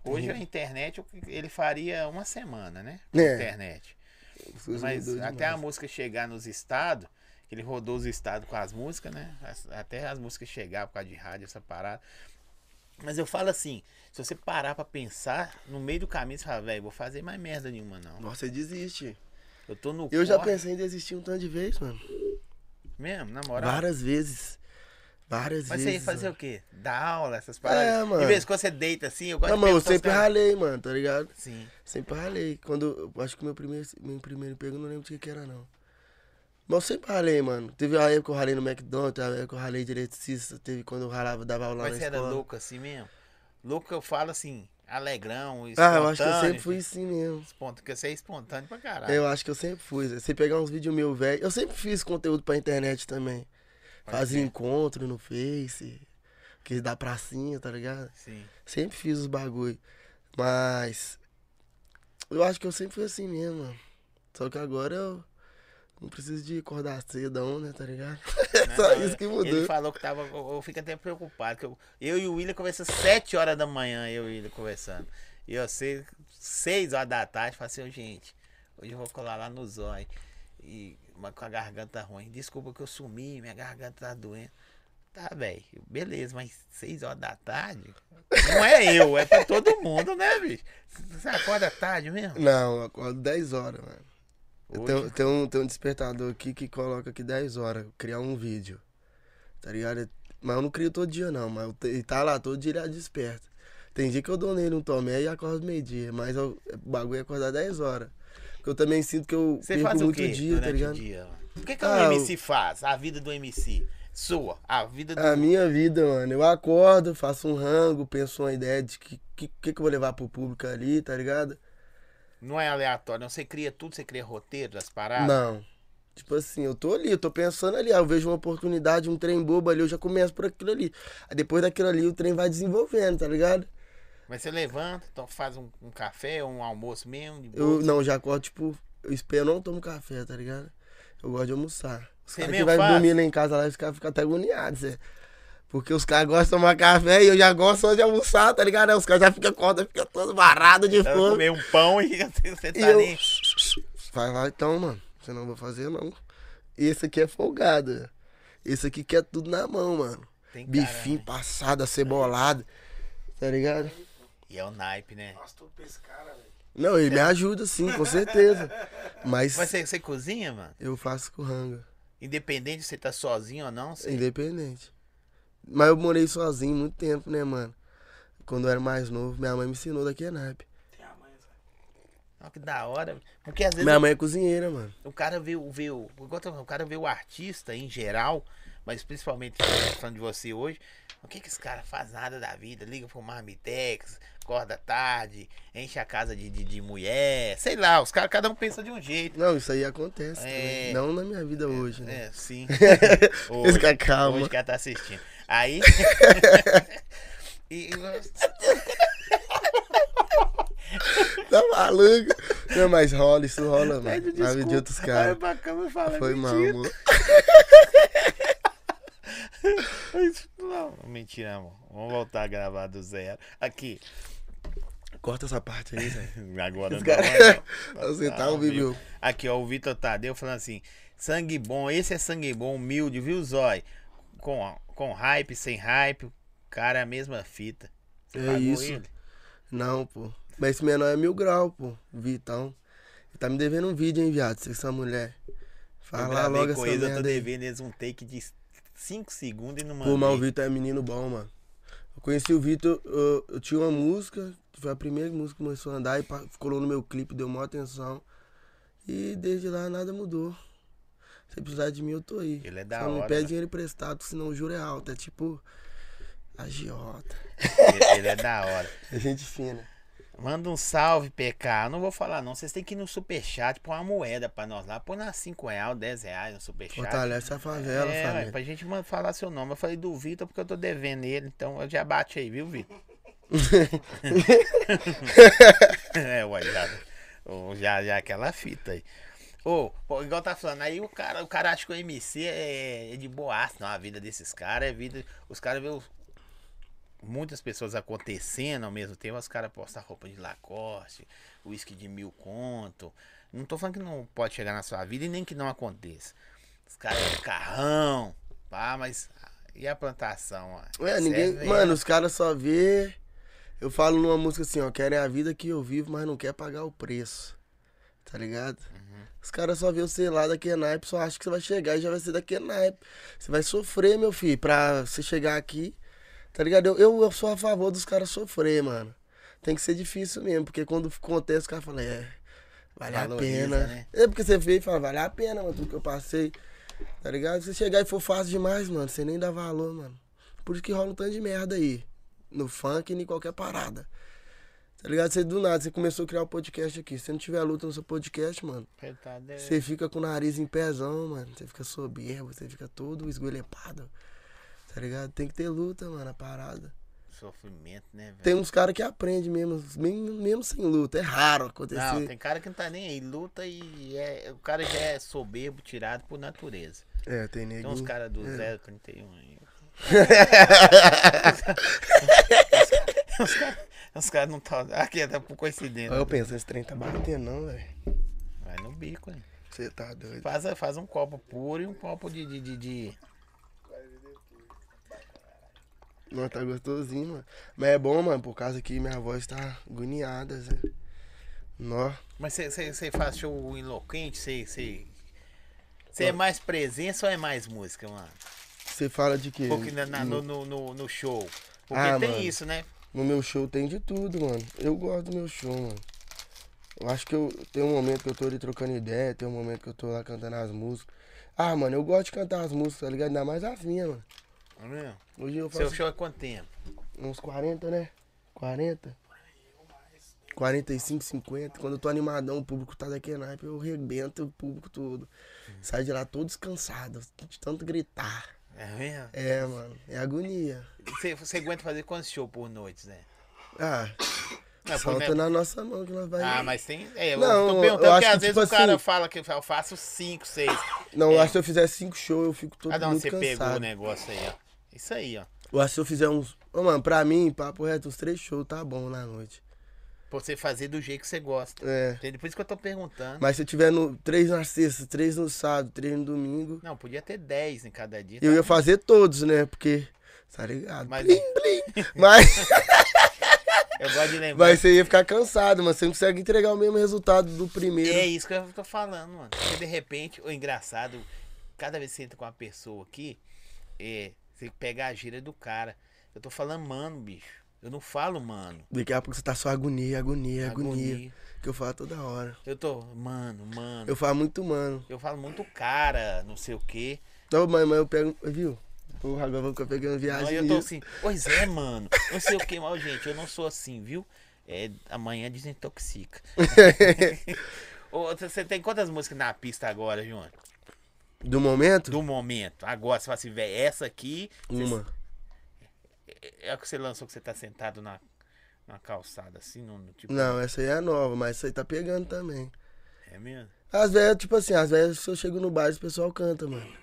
Speaker 1: Hoje a internet, o que ele faria uma semana, né? Com
Speaker 2: Uhum. É.
Speaker 1: internet.
Speaker 2: As coisas
Speaker 1: Mas
Speaker 2: mudou
Speaker 1: até a
Speaker 2: demais.
Speaker 1: música chegar nos estados, que ele rodou os estados com as músicas, né? As- até as músicas chegar por causa de rádio, essa parada. Mas eu falo assim, se você parar pra pensar, no meio do caminho você fala, velho, vou fazer mais merda nenhuma não.
Speaker 2: Nossa, você desiste.
Speaker 1: Eu tô no
Speaker 2: Eu já
Speaker 1: corre
Speaker 2: pensei em desistir um tanto de vez, mano.
Speaker 1: mesmo, na moral.
Speaker 2: Várias vezes. Várias
Speaker 1: Mas você ia
Speaker 2: vezes.
Speaker 1: fazer
Speaker 2: mano. É,
Speaker 1: o quê? Dar aula, essas paradas.
Speaker 2: mano.
Speaker 1: De vez em quando você deita assim, eu gosto
Speaker 2: Não,
Speaker 1: de
Speaker 2: mano, eu
Speaker 1: perguntar aos
Speaker 2: sempre
Speaker 1: caras-
Speaker 2: ralei, mano, tá ligado?
Speaker 1: Sim.
Speaker 2: Sempre ralei. Quando eu acho que meu primeiro, meu primeiro emprego eu não lembro de que que era, não. Mas eu sempre ralei, mano. Teve a época que eu ralei no McDonald's, teve a época que eu ralei de eletricista, teve quando eu ralava, dava aula
Speaker 1: Mas
Speaker 2: na
Speaker 1: você
Speaker 2: escola.
Speaker 1: era louco assim mesmo? Louco eu falo assim, alegrão,
Speaker 2: Ah,
Speaker 1: espontâneo.
Speaker 2: eu acho que eu sempre fui assim mesmo.
Speaker 1: espontâneo, Porque você é espontâneo pra caralho.
Speaker 2: Eu acho que eu sempre fui. Zé. Você pegar uns vídeos meus velho, eu sempre fiz conteúdo pra internet também. Fazia encontro no Face, que dá pracinha, tá ligado?
Speaker 1: Sim.
Speaker 2: Sempre fiz os bagulho. Mas eu acho que eu sempre fui assim mesmo, mano. Só que agora eu não preciso de acordar cedo, não, né, tá ligado?
Speaker 1: né?
Speaker 2: Só
Speaker 1: Não,
Speaker 2: isso que
Speaker 1: Ele
Speaker 2: mudou.
Speaker 1: falou que tava. Eu, eu fico até preocupado. Que eu, eu e o William conversamos 7 horas da manhã, eu e o William conversando. E eu sei, 6 horas da tarde, falei assim, "Ô, gente, hoje eu vou colar lá no zóio. E, mas com a garganta ruim. Desculpa que eu sumi, minha garganta tá doendo. Tá, velho. Beleza, mas 6 horas da tarde? Não é eu, é pra todo mundo, né, bicho? Você acorda tarde mesmo?
Speaker 2: Não, eu acordo 10 horas, mano. Eu
Speaker 1: Hoje-
Speaker 2: tenho, tenho um, tenho um despertador aqui que coloca aqui 10 horas, criar um vídeo. Tá ligado? Mas eu não crio todo dia, não. Mas eu te- ele tá lá todo dia ele desperta. Tem dia que eu dou nele um tomé e acordo meio-dia. Mas eu- o bagulho é acordar 10 horas. Porque eu também sinto que eu
Speaker 1: Você
Speaker 2: perco
Speaker 1: faz o
Speaker 2: muito
Speaker 1: quê
Speaker 2: dia, tá
Speaker 1: durante o
Speaker 2: ligado?
Speaker 1: dia? mano? O que, que
Speaker 2: Ah,
Speaker 1: um
Speaker 2: eu-
Speaker 1: MC faz? A vida do MC? Sua. A vida do...
Speaker 2: A minha vida, mano. Eu acordo, faço um rango, penso uma ideia de que, que, que que eu vou levar pro público ali, tá ligado?
Speaker 1: Não é aleatório. não. Você cria tudo, você cria roteiro das paradas.
Speaker 2: Não. Tipo assim, eu tô ali, eu tô pensando ali, aí eu vejo uma oportunidade, um trem bobo ali, eu já começo por aquilo ali. Aí depois daquilo ali o trem vai desenvolvendo, tá ligado?
Speaker 1: Mas você levanta, to- faz um, um café, um almoço mesmo. de
Speaker 2: Eu
Speaker 1: boa.
Speaker 2: não, já acordo, tipo, eu espero, eu não tomo café, tá ligado? Eu gosto de almoçar. Os
Speaker 1: Você
Speaker 2: caras que
Speaker 1: mesmo
Speaker 2: vai
Speaker 1: faz?
Speaker 2: dormir lá em casa lá, os caras ficam até agoniados, é. Porque os caras gostam de tomar café e eu já gosto só de almoçar, tá ligado? Aí Os caras já ficam acordam, ficam todos varados de
Speaker 1: Eu
Speaker 2: fome.
Speaker 1: comer um pão e você tá
Speaker 2: E eu-
Speaker 1: nem.
Speaker 2: Vai lá então, mano. Você não vai fazer, não. Esse aqui é folgado. Esse aqui quer tudo na mão, mano.
Speaker 1: Tem cara,
Speaker 2: Bifinho, passada, cebolada. Tá ligado?
Speaker 1: E é o naipe, né?
Speaker 3: Nossa, tudo pra esse cara, velho.
Speaker 2: Não, ele me ajuda sim, com certeza. Mas
Speaker 1: É. Mas você, você cozinha, mano?
Speaker 2: eu faço com ranga,
Speaker 1: Independente se você tá sozinho ou não, você...
Speaker 2: independente. Mas eu morei sozinho muito tempo, né, mano? Quando eu era mais novo, minha mãe me ensinou da Kenap.
Speaker 3: Tem a mãe, sabe?
Speaker 1: Ó, que da hora. Porque às vezes
Speaker 2: Minha mãe é cozinheira, mano.
Speaker 1: o cara vê, o- vê o. igual eu tô falando, O cara vê o artista em geral, mas principalmente tá falando de você hoje. O que, que esse cara faz nada da vida? Liga pro Marmitex, acorda tarde, enche a casa de, de, de mulher, sei lá, os caras, cada um pensa de um jeito.
Speaker 2: Não, isso aí acontece.
Speaker 1: É.
Speaker 2: também. Não na minha vida hoje, né?
Speaker 1: É, sim.
Speaker 2: Hoje,
Speaker 1: Hoje,
Speaker 2: Fica calma.
Speaker 1: hoje o cara tá assistindo. Aí. E- e-
Speaker 2: Tá maluco? Não, mas rola, isso rola,
Speaker 1: Pede
Speaker 2: mano. Na vida
Speaker 1: desculpa.
Speaker 2: Tá, de outros
Speaker 1: Aí
Speaker 2: caras.
Speaker 1: pra câmera fala,
Speaker 2: Foi mal,
Speaker 1: "Mentira".
Speaker 2: amor.
Speaker 1: Não, mentira, amor. Vamos voltar a gravar do zero. Aqui.
Speaker 2: Corta essa parte aí, Zé.
Speaker 1: Agora não.
Speaker 2: cara-
Speaker 1: é, não.
Speaker 2: Você tá ao vivo.
Speaker 1: Aqui, ó, o Vitor Tadeu falando assim: sangue bom, esse é sangue bom, humilde, viu, Zói? Com, com hype, sem hype, o cara é a mesma fita. Você
Speaker 2: É
Speaker 1: pagou
Speaker 2: isso.
Speaker 1: ele?
Speaker 2: Não, pô. Mas esse menor é mil grau, pô. Vitão. Ele tá me devendo um vídeo, hein, viado? Você que essa mulher.
Speaker 1: Eu
Speaker 2: Fala
Speaker 1: gravei
Speaker 2: logo
Speaker 1: com
Speaker 2: essa
Speaker 1: eles, eu tô
Speaker 2: merda aí.
Speaker 1: devendo eles um take de 5 segundos e não mandei.
Speaker 2: Pô, mas o Vitor é menino bom, mano. Eu conheci o Vitor, eu, eu tinha uma música, foi a primeira música que começou a andar e pa- colou no meu clipe, deu maior atenção. E desde lá nada mudou. Se precisar de mim, eu tô aí.
Speaker 1: Ele é da
Speaker 2: Só não
Speaker 1: hora,
Speaker 2: pede
Speaker 1: né?
Speaker 2: dinheiro emprestado, senão o juro é alto. É tipo agiota.
Speaker 1: Ele- Ele é da hora.
Speaker 2: É gente fina.
Speaker 1: Manda um salve, PK. Eu Não vou falar, não. Vocês têm que ir no superchat, pôr uma moeda pra nós lá. é Põe lá 5 reais, 10 reais no superchat.
Speaker 2: Fortalece a favela,
Speaker 1: é, ué,
Speaker 2: família.
Speaker 1: pra gente man- falar seu nome. Eu falei do Vitor porque eu tô devendo ele, então eu já bate aí, viu, Vitor? é, ué, já, ô, já, já aquela fita aí. Ô, pô, igual tá falando, aí o cara, o cara acha que o MC é, é de boaça, não. A vida desses caras é vida. Os caras vê os- muitas pessoas acontecendo ao mesmo tempo, os caras postam roupa de Lacoste, uísque de mil conto. Não tô falando que não pode chegar na sua vida e nem que não aconteça. Os caras de carrão, pá, mas. E a plantação, ó?
Speaker 2: É, ninguém.
Speaker 1: Serve,
Speaker 2: Mano, os caras só vê. Eu falo numa música assim, ó, querem a vida que eu vivo, mas não quer pagar o preço. Tá ligado? Os caras só vê você lá da Kenaipe, só acha que você vai chegar e já vai ser da Kenaipe. Você vai sofrer, meu filho, pra você chegar aqui. Tá ligado? Eu, eu, eu sou a favor dos caras sofrer, mano. Tem que ser difícil mesmo, porque quando acontece, o cara fala, é, vale
Speaker 1: Valoriza,
Speaker 2: a pena.
Speaker 1: né?
Speaker 2: É porque você vê e fala, vale a pena, mano, tudo que eu passei. Tá ligado? Se chegar e for fácil demais, mano, você nem dá valor, mano. Por isso que rola um tanto de merda aí. No funk e em qualquer parada. Tá ligado? Você do nada, você começou a criar o podcast aqui. Se você não tiver luta no seu podcast, mano,
Speaker 1: Ele tá de-
Speaker 2: você fica com o nariz em pezão, mano. Você fica soberbo, você fica todo esgoelepado. Tá ligado? Tem que ter luta, mano, a parada.
Speaker 1: Sofrimento, né, velho?
Speaker 2: Tem uns caras que aprendem mesmo, mesmo, mesmo sem luta. É raro acontecer.
Speaker 1: Não, tem cara que não tá nem aí, luta e é, o cara já é soberbo, tirado por natureza.
Speaker 2: É, tem
Speaker 1: Tem
Speaker 2: nego.
Speaker 1: uns caras
Speaker 2: É.
Speaker 1: do 031 aí. os caras cara não tá. Aqui tá por coincidência.
Speaker 2: Eu penso, esse trem tá batendo, não, velho.
Speaker 1: Vai no bico, hein?
Speaker 2: Você tá doido.
Speaker 1: Faz, faz um copo puro e um copo de. de, de, de-
Speaker 2: Não, tá gostosinho, mano. Mas é bom, mano, por causa que minha voz tá agoniada, Zé. Nó.
Speaker 1: Mas você faz show eloquente? Você. Você é mais presença ou é mais música, mano?
Speaker 2: Você fala de quê?
Speaker 1: Porque na- na- no, no,
Speaker 2: no...
Speaker 1: no, no show. Porque
Speaker 2: Ah,
Speaker 1: tem
Speaker 2: mano.
Speaker 1: isso, né?
Speaker 2: no meu show tem de tudo, mano. Eu gosto do meu show, mano. Eu acho que eu tem um momento que eu tô ali trocando ideia, tem um momento que eu tô lá cantando as músicas. Ah, mano, eu gosto de cantar as músicas, tá ligado? Ainda mais as minhas, mano.
Speaker 1: Não é mesmo?
Speaker 2: Hoje eu faço
Speaker 1: Seu show é quanto tempo?
Speaker 2: uns 40, né? 40? 45, 50. Quando eu tô animadão, o público tá daqui naipe, eu rebento o público todo. Sai de lá todo descansado, de tanto gritar.
Speaker 1: É mesmo?
Speaker 2: É, mano, é agonia.
Speaker 1: Você, você aguenta fazer quantos shows por noite, né?
Speaker 2: Ah,
Speaker 1: Não, por
Speaker 2: solta
Speaker 1: me-
Speaker 2: na nossa mão que nós vai.
Speaker 1: Ah, mas tem. É,
Speaker 2: Não,
Speaker 1: eu tô
Speaker 2: eu
Speaker 1: perguntando
Speaker 2: acho
Speaker 1: porque às
Speaker 2: que,
Speaker 1: vezes
Speaker 2: tipo
Speaker 1: o cara
Speaker 2: assim-
Speaker 1: fala que eu faço cinco, seis.
Speaker 2: Não,
Speaker 1: é.
Speaker 2: acho que se eu fizer cinco shows, eu fico todo
Speaker 1: Ah, não,
Speaker 2: muito
Speaker 1: você pegou
Speaker 2: cansado.
Speaker 1: o negócio aí, ó. Isso aí, ó.
Speaker 2: Eu acho que se eu fizer uns. Ô, mano, pra mim, papo reto, uns três shows tá bom na noite.
Speaker 1: Pra você fazer do jeito que você gosta.
Speaker 2: É.
Speaker 1: Entendeu? Por isso que eu tô perguntando.
Speaker 2: Mas se eu tiver no, três na sexta, três no sábado, três no domingo,
Speaker 1: Não, podia ter dez em cada dia.
Speaker 2: eu
Speaker 1: tá?
Speaker 2: ia fazer todos, né? Porque. Tá ligado?
Speaker 1: é. Mas- é.
Speaker 2: Blim, blim. Mas.
Speaker 1: Eu gosto de lembrar.
Speaker 2: Mas você ia ficar cansado, mas você não consegue entregar o mesmo resultado do primeiro.
Speaker 1: É isso que eu tô falando, mano. Porque de repente, o engraçado, cada vez que você entra com uma pessoa aqui, é, você pega a gíria do cara. Eu tô falando, mano, bicho. Eu não falo, mano.
Speaker 2: Daqui a pouco você tá só agonia, agonia, agonia. Que eu falo toda hora.
Speaker 1: Eu tô, mano, mano. Eu...
Speaker 2: Eu falo muito, mano.
Speaker 1: falo muito cara, não sei o quê.
Speaker 2: Então, mãe, mas eu pego. Viu? Porra, agora eu vou ficar pegando viagem.
Speaker 1: Aí eu tô
Speaker 2: nisso.
Speaker 1: assim, pois é, mano. Não sei o que, mas, gente, eu não sou assim, viu? É, amanhã desintoxica. Ô, Você tem quantas músicas na pista agora, João?
Speaker 2: Do momento?
Speaker 1: Do momento. Agora, você fala assim, velho, essa aqui
Speaker 2: Uma.
Speaker 1: é a que você lançou que você tá sentado na, na calçada, assim, no, no tipo.
Speaker 2: Não, essa aí é nova, mas essa aí tá pegando também.
Speaker 1: É mesmo?
Speaker 2: As velhas, tipo assim, as velhas, se eu chego no bar, o pessoal canta, mano.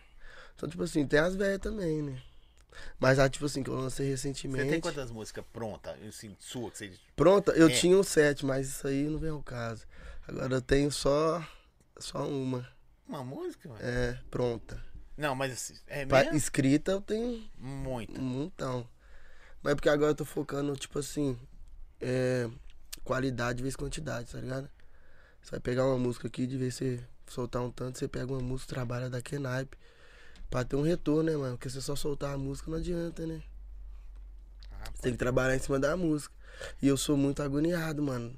Speaker 2: Então, tipo assim, tem as velhas também, né? Mas a, tipo assim, que eu lancei recentemente.
Speaker 1: Você tem quantas músicas prontas, assim, sua, que você.
Speaker 2: Pronta? Eu
Speaker 1: É.
Speaker 2: tinha um set, mas isso aí não vem ao caso. Agora eu tenho só. Só uma.
Speaker 1: Uma música, mano?
Speaker 2: É, pronta.
Speaker 1: Não, mas assim, é
Speaker 2: Pra-
Speaker 1: mesmo?
Speaker 2: escrita eu tenho
Speaker 1: Muito.
Speaker 2: um montão. Mas é porque agora eu tô focando, tipo assim, é, qualidade vezes quantidade, tá ligado? Você vai pegar uma música aqui, de vez você soltar um tanto, você pega uma música, trabalha daqui naipe. Pra ter um retorno, né, mano? Porque se você só soltar a música não adianta, né?
Speaker 1: Ah,
Speaker 2: Você tem que trabalhar em cima da música. E eu sou muito agoniado, mano.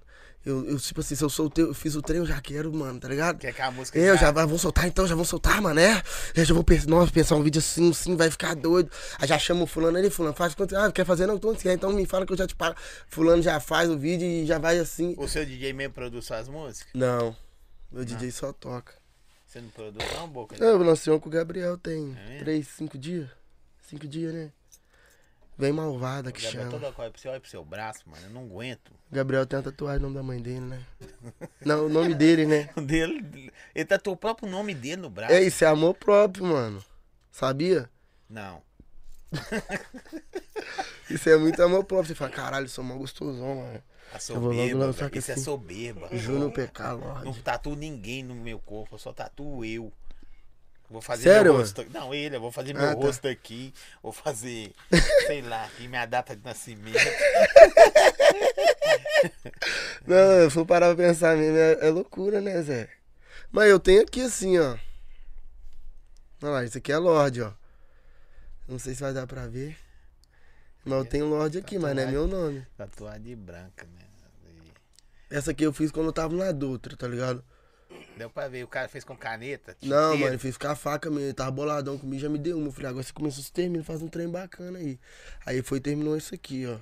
Speaker 2: Eu, eu, tipo assim, se eu soltei, eu fiz o trem, eu já quero, mano, tá ligado?
Speaker 1: Quer que a música.
Speaker 2: Eu já vai- vão soltar então, já vão soltar, mané. Eu já vou pensar, nossa, pensar um vídeo assim, sim, vai ficar doido. Aí já chama o fulano ali, fulano, faz quanto. Ah, quer fazer? Não, então, se quer, então me fala que eu já te pago. Fulano já faz o vídeo e já vai assim.
Speaker 1: O seu DJ mesmo produz suas músicas?
Speaker 2: Não, meu
Speaker 1: Ah.
Speaker 2: DJ só toca.
Speaker 1: Você não produz, não, boca?
Speaker 2: Eu lancei um com o Gabriel tem
Speaker 1: É mesmo?
Speaker 2: três, cinco dias. Cinco dias, né? Vem malvada que
Speaker 1: Gabriel,
Speaker 2: chama.
Speaker 1: toda hora você olha pro seu braço, mano. Eu não aguento.
Speaker 2: Gabriel tem uma tatuagem no nome da mãe dele, né? Não, o nome dele, né?
Speaker 1: O Dele, ele tatuou o próprio nome dele no braço.
Speaker 2: É isso, é amor próprio, mano. Sabia?
Speaker 1: Não.
Speaker 2: Isso é muito amor próprio. Você fala, caralho, sou mó gostosão, mano.
Speaker 1: A
Speaker 2: Eu vou logo
Speaker 1: soberba.
Speaker 2: lançar
Speaker 1: velho.
Speaker 2: que
Speaker 1: Isso é
Speaker 2: assim.
Speaker 1: soberba.
Speaker 2: Júnior PK,
Speaker 1: Não
Speaker 2: Lorde.
Speaker 1: tatuo ninguém no meu corpo, eu só tatuo eu. Vou fazer
Speaker 2: Sério,
Speaker 1: meu rosto. Não, ele, eu vou fazer meu
Speaker 2: Ah, tá.
Speaker 1: rosto aqui, vou fazer, sei lá, aqui, minha data de nascimento.
Speaker 2: Não, eu for parar pra pensar mesmo, é, é loucura, né, Zé? Mas eu tenho aqui assim, ó. Olha lá, isso aqui é Lorde, ó. Não sei se vai dar pra ver. Mas eu tenho Lorde aqui, mas não é meu nome.
Speaker 1: Tatuagem de branca, né? E
Speaker 2: Essa aqui eu fiz quando eu tava na Dutra, tá ligado?
Speaker 1: Deu pra ver, o cara fez com caneta.
Speaker 2: Não,
Speaker 1: tinteiro.
Speaker 2: mano, eu fiz com a faca mesmo. Ele tava boladão comigo, já me deu uma. Eu falei, "Ah, agora você começou, você termina, faz um trem bacana aí. Aí foi, terminou isso aqui, ó.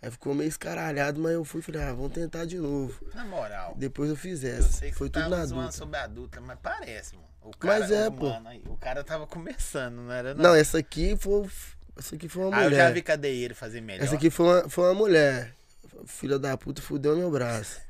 Speaker 2: Aí ficou meio escaralhado, mas eu fui, falei, ah, vamos tentar de novo.
Speaker 1: Na moral,
Speaker 2: Depois eu fiz
Speaker 1: eu
Speaker 2: essa.
Speaker 1: sei que
Speaker 2: Foi
Speaker 1: você
Speaker 2: tudo
Speaker 1: tava
Speaker 2: na
Speaker 1: zoando
Speaker 2: Dutra.
Speaker 1: sobre a Dutra, mas parece, mano. O cara,
Speaker 2: Mas é,
Speaker 1: o
Speaker 2: pô.
Speaker 1: mano aí, o cara tava começando, não era
Speaker 2: Não, essa aqui foi. Essa aqui foi uma
Speaker 1: Ah, eu já
Speaker 2: mulher.
Speaker 1: vi cadeieiro fazer melhor.
Speaker 2: Essa aqui foi uma, foi uma mulher. Filha da puta, fudeu meu braço.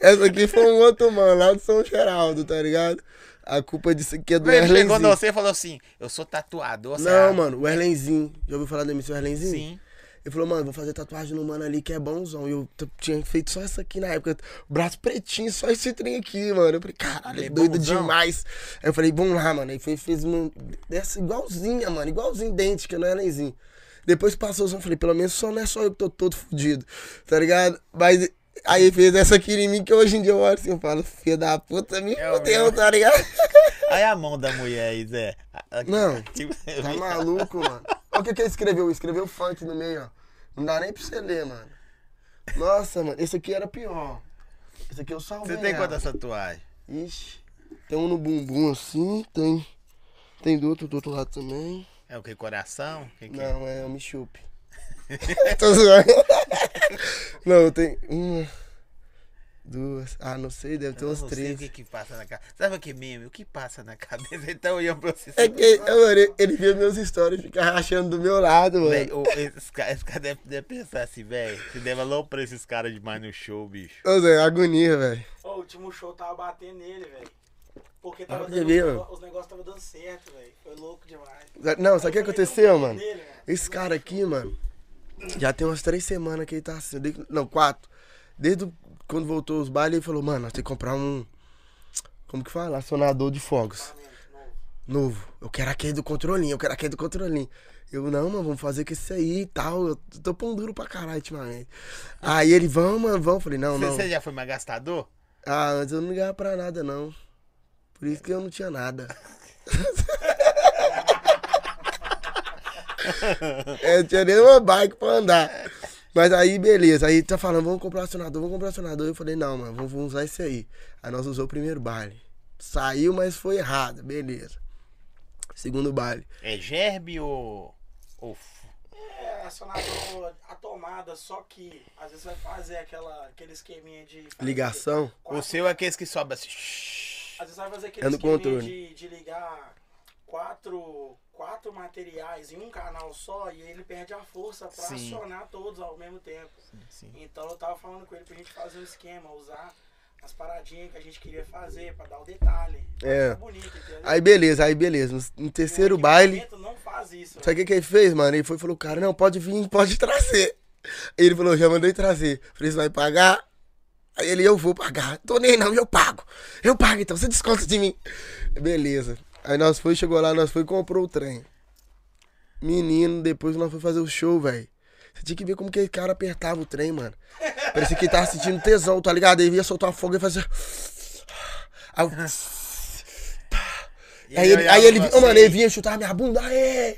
Speaker 2: essa aqui foi um outro mano lá do São Geraldo, tá ligado? A culpa disso aqui é do
Speaker 1: Ele chegou no
Speaker 2: Erlenzinho.
Speaker 1: você e falou assim, eu sou tatuador. você é
Speaker 2: Não,
Speaker 1: abre?"
Speaker 2: mano, o Erlenzinho. Já ouviu falar do MC Erlenzinho?
Speaker 1: Sim.
Speaker 2: Ele falou, mano, vou fazer tatuagem no mano ali que é bonzão. E eu t- tinha feito só essa aqui na época. o Braço pretinho, só esse trem aqui, mano. Eu falei, caralho,
Speaker 1: Ele é
Speaker 2: é doido
Speaker 1: bonzão?
Speaker 2: demais. Aí eu falei, vamos lá, mano. Aí fez, fez uma dessa igualzinha, mano. Igualzinha, idêntica, não é lenzinho. Depois passou o som, eu falei, pelo menos só não é só eu que tô todo fudido, tá ligado? Mas aí fez essa aqui em mim que hoje em dia eu olho assim, eu falo, filha da puta, me
Speaker 1: É o
Speaker 2: fudeu,
Speaker 1: mesmo.
Speaker 2: tá ligado?
Speaker 1: Aí a mão da mulher aí, Zé.
Speaker 2: Não.
Speaker 1: Tipo,
Speaker 2: Tá maluco, mano? Olha o que, que ele escreveu. Escreveu funk no meio, ó. Não dá nem pra você ler, mano. Nossa, mano, esse aqui era pior. Esse aqui eu salvei.
Speaker 1: Você tem
Speaker 2: ela.
Speaker 1: quantas tatuagens?
Speaker 2: Ixi. Tem um no bumbum assim, tem. Tem do outro, do outro lado também.
Speaker 1: É o que? Coração? O que que é?
Speaker 2: Não, é eu me chupe. Tô zoando. Não, tem uma. Duas. Ah, não sei, deve ter
Speaker 1: Eu
Speaker 2: uns
Speaker 1: não sei o
Speaker 2: três.
Speaker 1: que que passa na cabeça. Sabe o que meme? O que passa na cabeça? Ele tá olhando pra você.
Speaker 2: É que ele, mano, ele- ele vê meus stories e fica rachando do meu lado, mano.
Speaker 1: Véi, o- esses caras esse cara deve, deve pensar assim, velho. Você deve aloprar esses caras demais no show, bicho.
Speaker 2: Ô, Zé, agonia, velho.
Speaker 3: Ô, o último show tava batendo nele, velho. Porque tava
Speaker 2: Ah,
Speaker 3: dando,
Speaker 2: viu?
Speaker 3: os- os negócios tava dando certo, velho. Foi louco demais.
Speaker 2: Não, sabe o que
Speaker 3: Eu falei,
Speaker 2: aconteceu,
Speaker 3: "Não,
Speaker 2: mano?
Speaker 3: nele, mano."
Speaker 2: Esse cara aqui, mano, já tem umas três semanas que ele tá assim. desde- não, quatro. Desde o- quando voltou os bailes, ele falou, mano, nós temos que comprar um. Como que fala? Acionador de fogos.
Speaker 3: Novo.
Speaker 2: novo. Eu quero aquele do controlinho, eu quero aquele do controlinho. Eu, não, mano, vamos fazer com esse aí e tal. Eu tô pão duro pra caralho ultimamente. Aí ele, vamos, mano, vamos. Eu Falei, não, não.
Speaker 1: Você já foi mais gastador?
Speaker 2: Ah, antes eu não ligava pra nada, não. Por isso que eu não tinha nada. É, não tinha nem uma bike pra andar. Mas aí, beleza. Aí tá falando, vamos comprar acionador, vamos comprar um acionador. Eu falei, não, mano, vamos, vamos usar esse aí. Aí nós usamos o primeiro baile. Saiu, mas foi errado. Beleza. Segundo baile.
Speaker 1: É gerbe ou. ou f-
Speaker 3: É, acionador a tomada, só que às vezes vai fazer aquela, aquele esqueminha de. fazer
Speaker 2: Ligação.
Speaker 1: o
Speaker 3: quatro-
Speaker 1: seu é aqueles que sobra assim. shhh.
Speaker 3: Às vezes vai fazer aquele
Speaker 2: É no
Speaker 3: esqueminha
Speaker 2: controle.
Speaker 3: de, de ligar quatro, quatro materiais em um canal só e ele perde a força pra
Speaker 1: Sim.
Speaker 3: acionar todos ao mesmo tempo.
Speaker 1: Sim.
Speaker 3: Então eu tava falando com ele pra gente fazer um esquema, usar as paradinhas que a gente queria fazer pra dar o detalhe. Pra
Speaker 2: É.
Speaker 3: ficar Bonito, entendeu?
Speaker 2: Aí, beleza, aí, beleza. No- No terceiro baile.
Speaker 3: Equipamento Não faz isso.
Speaker 2: Sabe o que, que ele fez, mano? Ele foi e falou, cara, não, pode vir, pode trazer. Ele falou, já mandei trazer. Falei, você vai pagar? Aí ele, eu vou pagar. Tô nem aí, não, eu pago. Eu pago, então você desconta de mim. Beleza. Aí nós foi, chegou lá, nós foi e comprou o trem. Menino, depois nós foi fazer o show, velho. Você tinha que ver como que esse cara apertava o trem, mano. Parecia que ele tava sentindo tesão, tá ligado? Aí ele ia soltar uma folga e fazia... Aí eu...
Speaker 1: E
Speaker 2: Aí ele, aí
Speaker 1: olhava
Speaker 2: ele, assim.
Speaker 1: pra
Speaker 2: ô, mano,
Speaker 1: você.
Speaker 2: ele vinha chutar minha bunda, aê!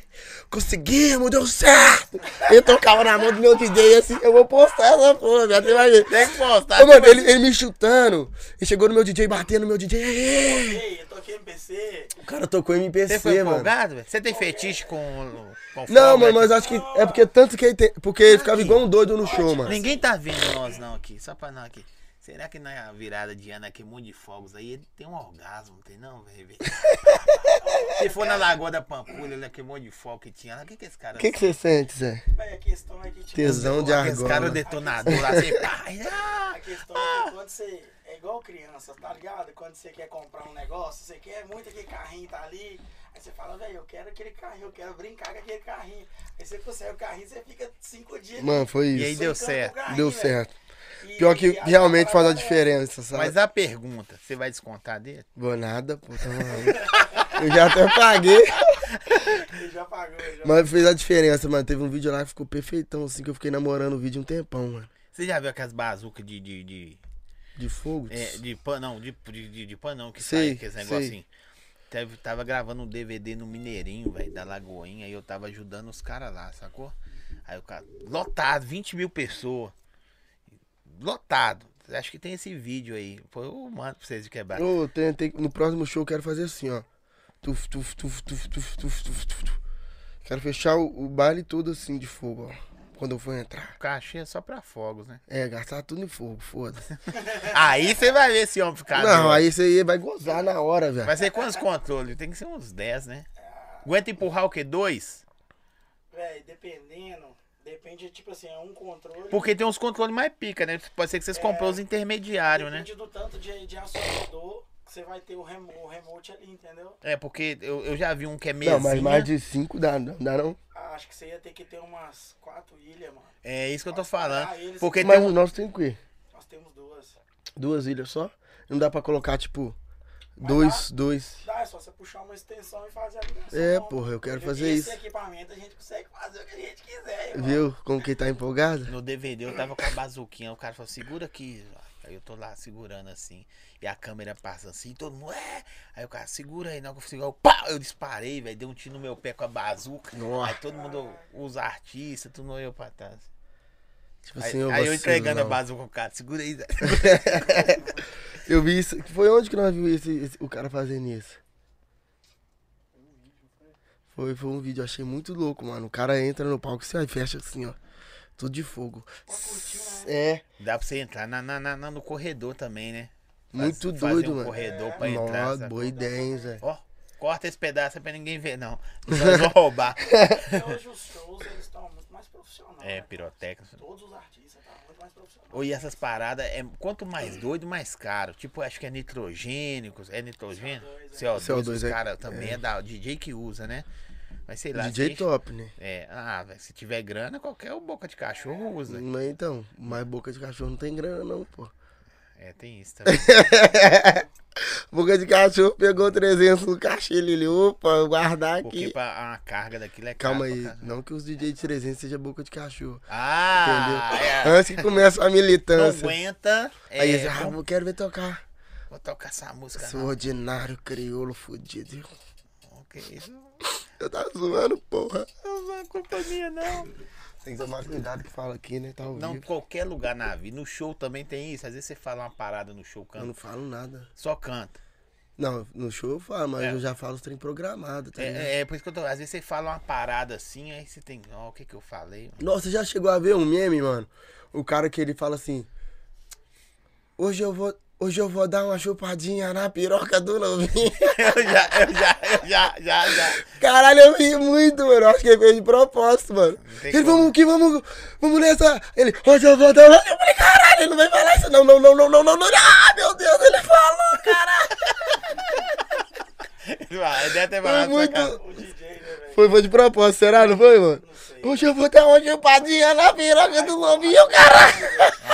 Speaker 2: Conseguimos, deu certo! Eu tocava na mão do meu DJ assim, eu vou postar essa porra, velho, você vai ver.
Speaker 1: Tem que postar.
Speaker 2: Ô, mano, ele, ele me chutando, ele chegou no meu DJ, batendo no meu DJ, aê!
Speaker 3: Ei, eu toquei MPC.
Speaker 2: O cara tocou
Speaker 1: Você foi
Speaker 2: MPC, mano.
Speaker 1: empolgado? velho? Você tem fetiche com. com né?
Speaker 2: Não,
Speaker 1: folga?
Speaker 2: mano, mas acho que é porque tanto que ele tem, porque ele ficava igual um doido no show, mano.
Speaker 1: Ninguém tá vendo nós não aqui, só pra não aqui. Será que na virada de ano aqui, um monte de fogos aí, ele tem um orgasmo, não tem não, velho? Se for na Lagoa da Pampulha, naquele monte de fogo que tinha lá, o que que esse cara...
Speaker 2: O que que você tá sente, Zé?
Speaker 3: Véi, a questão é que, tipo,
Speaker 2: Tesão de
Speaker 1: Esse cara é o
Speaker 2: argola.
Speaker 1: detonador lá, assim, pá, e- ah!
Speaker 3: a questão é que quando você. É igual criança, tá ligado? Quando você quer comprar um negócio, você quer muito aquele carrinho tá ali. Aí você fala, velho, eu quero aquele carrinho, eu quero brincar com aquele carrinho. Aí você consegue o carrinho, você fica cinco dias.
Speaker 2: Mano, foi
Speaker 1: E aí
Speaker 2: isso.
Speaker 1: deu
Speaker 3: brincando com o
Speaker 1: certo.
Speaker 3: carrinho,
Speaker 2: Deu
Speaker 3: velho.
Speaker 2: certo.
Speaker 3: E-
Speaker 2: Pior que
Speaker 3: e aí
Speaker 2: realmente faz
Speaker 3: parada
Speaker 2: a
Speaker 3: é-
Speaker 2: diferença, sabe?
Speaker 1: Mas a pergunta, você vai descontar dele?
Speaker 2: Vou nada, pô, tá maluco. Eu já até paguei.
Speaker 3: Ele já pagou, ele já
Speaker 2: Mas fez a diferença, mano. Teve um vídeo lá que ficou perfeitão, assim, que eu fiquei namorando o vídeo um tempão, mano.
Speaker 1: Você já viu aquelas bazucas de... de, de,
Speaker 2: De fogo.
Speaker 1: é,
Speaker 2: tss.
Speaker 1: de pan, não, de, de, de, de pan não, que
Speaker 2: Sei,
Speaker 1: sai aqueles
Speaker 2: sei.
Speaker 1: negocinho. Teve- Tava gravando um DVD no Mineirinho, velho, da Lagoinha, e eu tava ajudando os caras lá, sacou? Aí o cara, lotado, 20 mil pessoas. Lotado. Acho que tem esse vídeo aí. Pô, eu mando pra vocês de quebrar.
Speaker 2: Ô, tem- tem- no próximo show eu quero fazer assim, ó. Tuf, tuf, tuf, tuf, tuf, tuf, tuf, tuf, tuf. Quero fechar o, o baile todo assim de fogo, ó. Quando eu for entrar.
Speaker 1: Cachê é só pra fogos, né?
Speaker 2: É, gastar tudo em fogo, foda-se.
Speaker 1: Aí você vai ver esse homem ficar.
Speaker 2: Não,
Speaker 1: doido.
Speaker 2: aí você aí vai gozar na hora, velho.
Speaker 1: Vai ser quantos controles? Tem que ser uns 10, né? Aguenta empurrar o quê? Dois?
Speaker 3: Véi, dependendo, depende, tipo assim, é um controle.
Speaker 1: Porque tem uns controles mais pica, né? Pode ser que vocês comprou os intermediários, né?
Speaker 3: depende do tanto de, de acionador que você vai ter o remote, o remote ali, entendeu?
Speaker 1: É, porque eu, eu já vi um que é mesinha.
Speaker 2: Não, mas mais de cinco dá, não dá não.
Speaker 3: Ah, Acho que você ia ter que ter umas quatro ilhas, mano.
Speaker 1: É isso que eu tô
Speaker 3: Pode parar
Speaker 1: falando.
Speaker 3: eles.
Speaker 1: Porque tem
Speaker 2: Mas
Speaker 1: um...
Speaker 2: o nosso tem o quê?
Speaker 3: Nós temos duas.
Speaker 2: Duas ilhas só? Não dá pra colocar, tipo, dois, dois.
Speaker 3: Dá, é só você puxar uma extensão e fazer a ligação.
Speaker 2: É, porra, eu quero
Speaker 3: Porque
Speaker 2: fazer
Speaker 3: esse
Speaker 2: isso.
Speaker 3: Esse equipamento a gente consegue fazer o que a gente quiser, irmão.
Speaker 2: Viu como que tá empolgado?
Speaker 1: um- No DVD eu tava com a bazuquinha, o cara falou, segura aqui. Aí eu tô lá segurando assim, e a câmera passa assim, todo mundo, é! Aí o cara, segura aí, não consigo. Eu, pá, eu disparei, velho, dei um tiro no meu pé com a bazuca.
Speaker 2: Nossa.
Speaker 1: Aí todo mundo, os artistas, todo mundo olhou pra trás.
Speaker 2: Tipo
Speaker 1: Aí,
Speaker 2: assim, eu
Speaker 1: aí eu
Speaker 2: vacilo,
Speaker 1: entregando
Speaker 2: não.
Speaker 1: a bazuca pro cara, segura aí. Zé."
Speaker 2: Eu vi isso. Foi onde que nós vimos esse, esse- o cara fazendo isso? Foi, foi um vídeo, eu achei muito louco, mano. O cara entra no palco e fecha assim, ó. Tudo de fogo. É,
Speaker 1: Dá pra você entrar na, na, na- na- no corredor também, né? Faz-
Speaker 2: muito
Speaker 1: fazer
Speaker 2: doido,
Speaker 1: um
Speaker 2: mano.
Speaker 1: corredor pra entrar.
Speaker 2: Nossa,
Speaker 1: sabe?
Speaker 2: boa ideia, hein, Zé.
Speaker 1: Ó, corta esse pedaço aí pra ninguém ver, não. Nós vamos roubar.
Speaker 3: Porque hoje os shows, eles estão muito mais profissionais.
Speaker 1: É,
Speaker 3: né?
Speaker 1: pirotécnico.
Speaker 3: Todos os artistas estão muito mais profissionais.
Speaker 1: Ou e essas paradas, é, quanto mais doido, mais caro. Tipo, acho que é nitrogênicos. É nitrogênio? CO2.
Speaker 2: CO2,
Speaker 1: os
Speaker 2: é.
Speaker 1: cara também é. da DJ que usa, né? Mas sei lá. se
Speaker 2: DJ
Speaker 1: enche-
Speaker 2: top, né?
Speaker 1: É, ah, velho, se tiver grana, qualquer boca de cachorro usa.
Speaker 2: Mas então, mais boca de cachorro não tem grana não, pô.
Speaker 1: É, tem isso também.
Speaker 2: Boca de cachorro pegou 300 no cachê, ele, opa, vou guardar
Speaker 1: Porque
Speaker 2: aqui.
Speaker 1: pra, a carga daquilo é
Speaker 2: Calma
Speaker 1: cara
Speaker 2: aí,
Speaker 1: pra caralho.
Speaker 2: não que os DJ de 300 seja boca de cachorro.
Speaker 1: Ah,
Speaker 2: entendeu?
Speaker 1: é.
Speaker 2: Antes que comece a
Speaker 1: Não
Speaker 2: militância.
Speaker 1: aguenta. É, Tá.
Speaker 2: aí eles, ah,
Speaker 1: vamos-
Speaker 2: eu quero ver tocar.
Speaker 1: Vou tocar essa música.
Speaker 2: Seu ordinário crioulo fudido.
Speaker 1: Não. Que isso?
Speaker 2: Eu tava zoando, porra.
Speaker 1: Não é companhia, não.
Speaker 2: Tem que tomar cuidado que fala aqui, né? Tá ao
Speaker 1: Não,
Speaker 2: vivo.
Speaker 1: qualquer lugar na vida. No show também tem isso. Às vezes você fala uma parada no show,
Speaker 2: Eu não
Speaker 1: canta.
Speaker 2: falo nada.
Speaker 1: Só canta.
Speaker 2: Não, no show eu falo, mas
Speaker 1: É.
Speaker 2: eu já falo os trem programados, tá ligado?
Speaker 1: É, é, por isso que eu tô. Às vezes você fala uma parada assim, aí você tem. Ó, o que que eu falei?
Speaker 2: Nossa, já chegou a ver um meme, mano? O cara que ele fala assim: Hoje eu vou, hoje eu vou dar uma chupadinha na piroca do novinho.
Speaker 1: Eu já, eu já, eu já, já, já.
Speaker 2: Caralho, eu ri muito, mano. Eu Acho que ele fez de propósito, mano.
Speaker 1: tem
Speaker 2: Ele,
Speaker 1: como.
Speaker 2: vamos que vamos, vamos nessa. Ele, hoje eu vou dar uma. Eu falei, caralho, ele não vai falar isso. Não, não, não, não, não, não, não. Ah, meu Deus, ele falou, caralho.
Speaker 1: Vai, Deve ter
Speaker 2: Foi
Speaker 1: falado pra
Speaker 2: muito.
Speaker 1: caralho.
Speaker 3: O DJ, né, velho?
Speaker 2: Foi, foi de propósito, será? Não foi, mano?
Speaker 3: Não sei.
Speaker 2: Hoje eu vou dar uma chupadinha na piroca do novinho, caralho.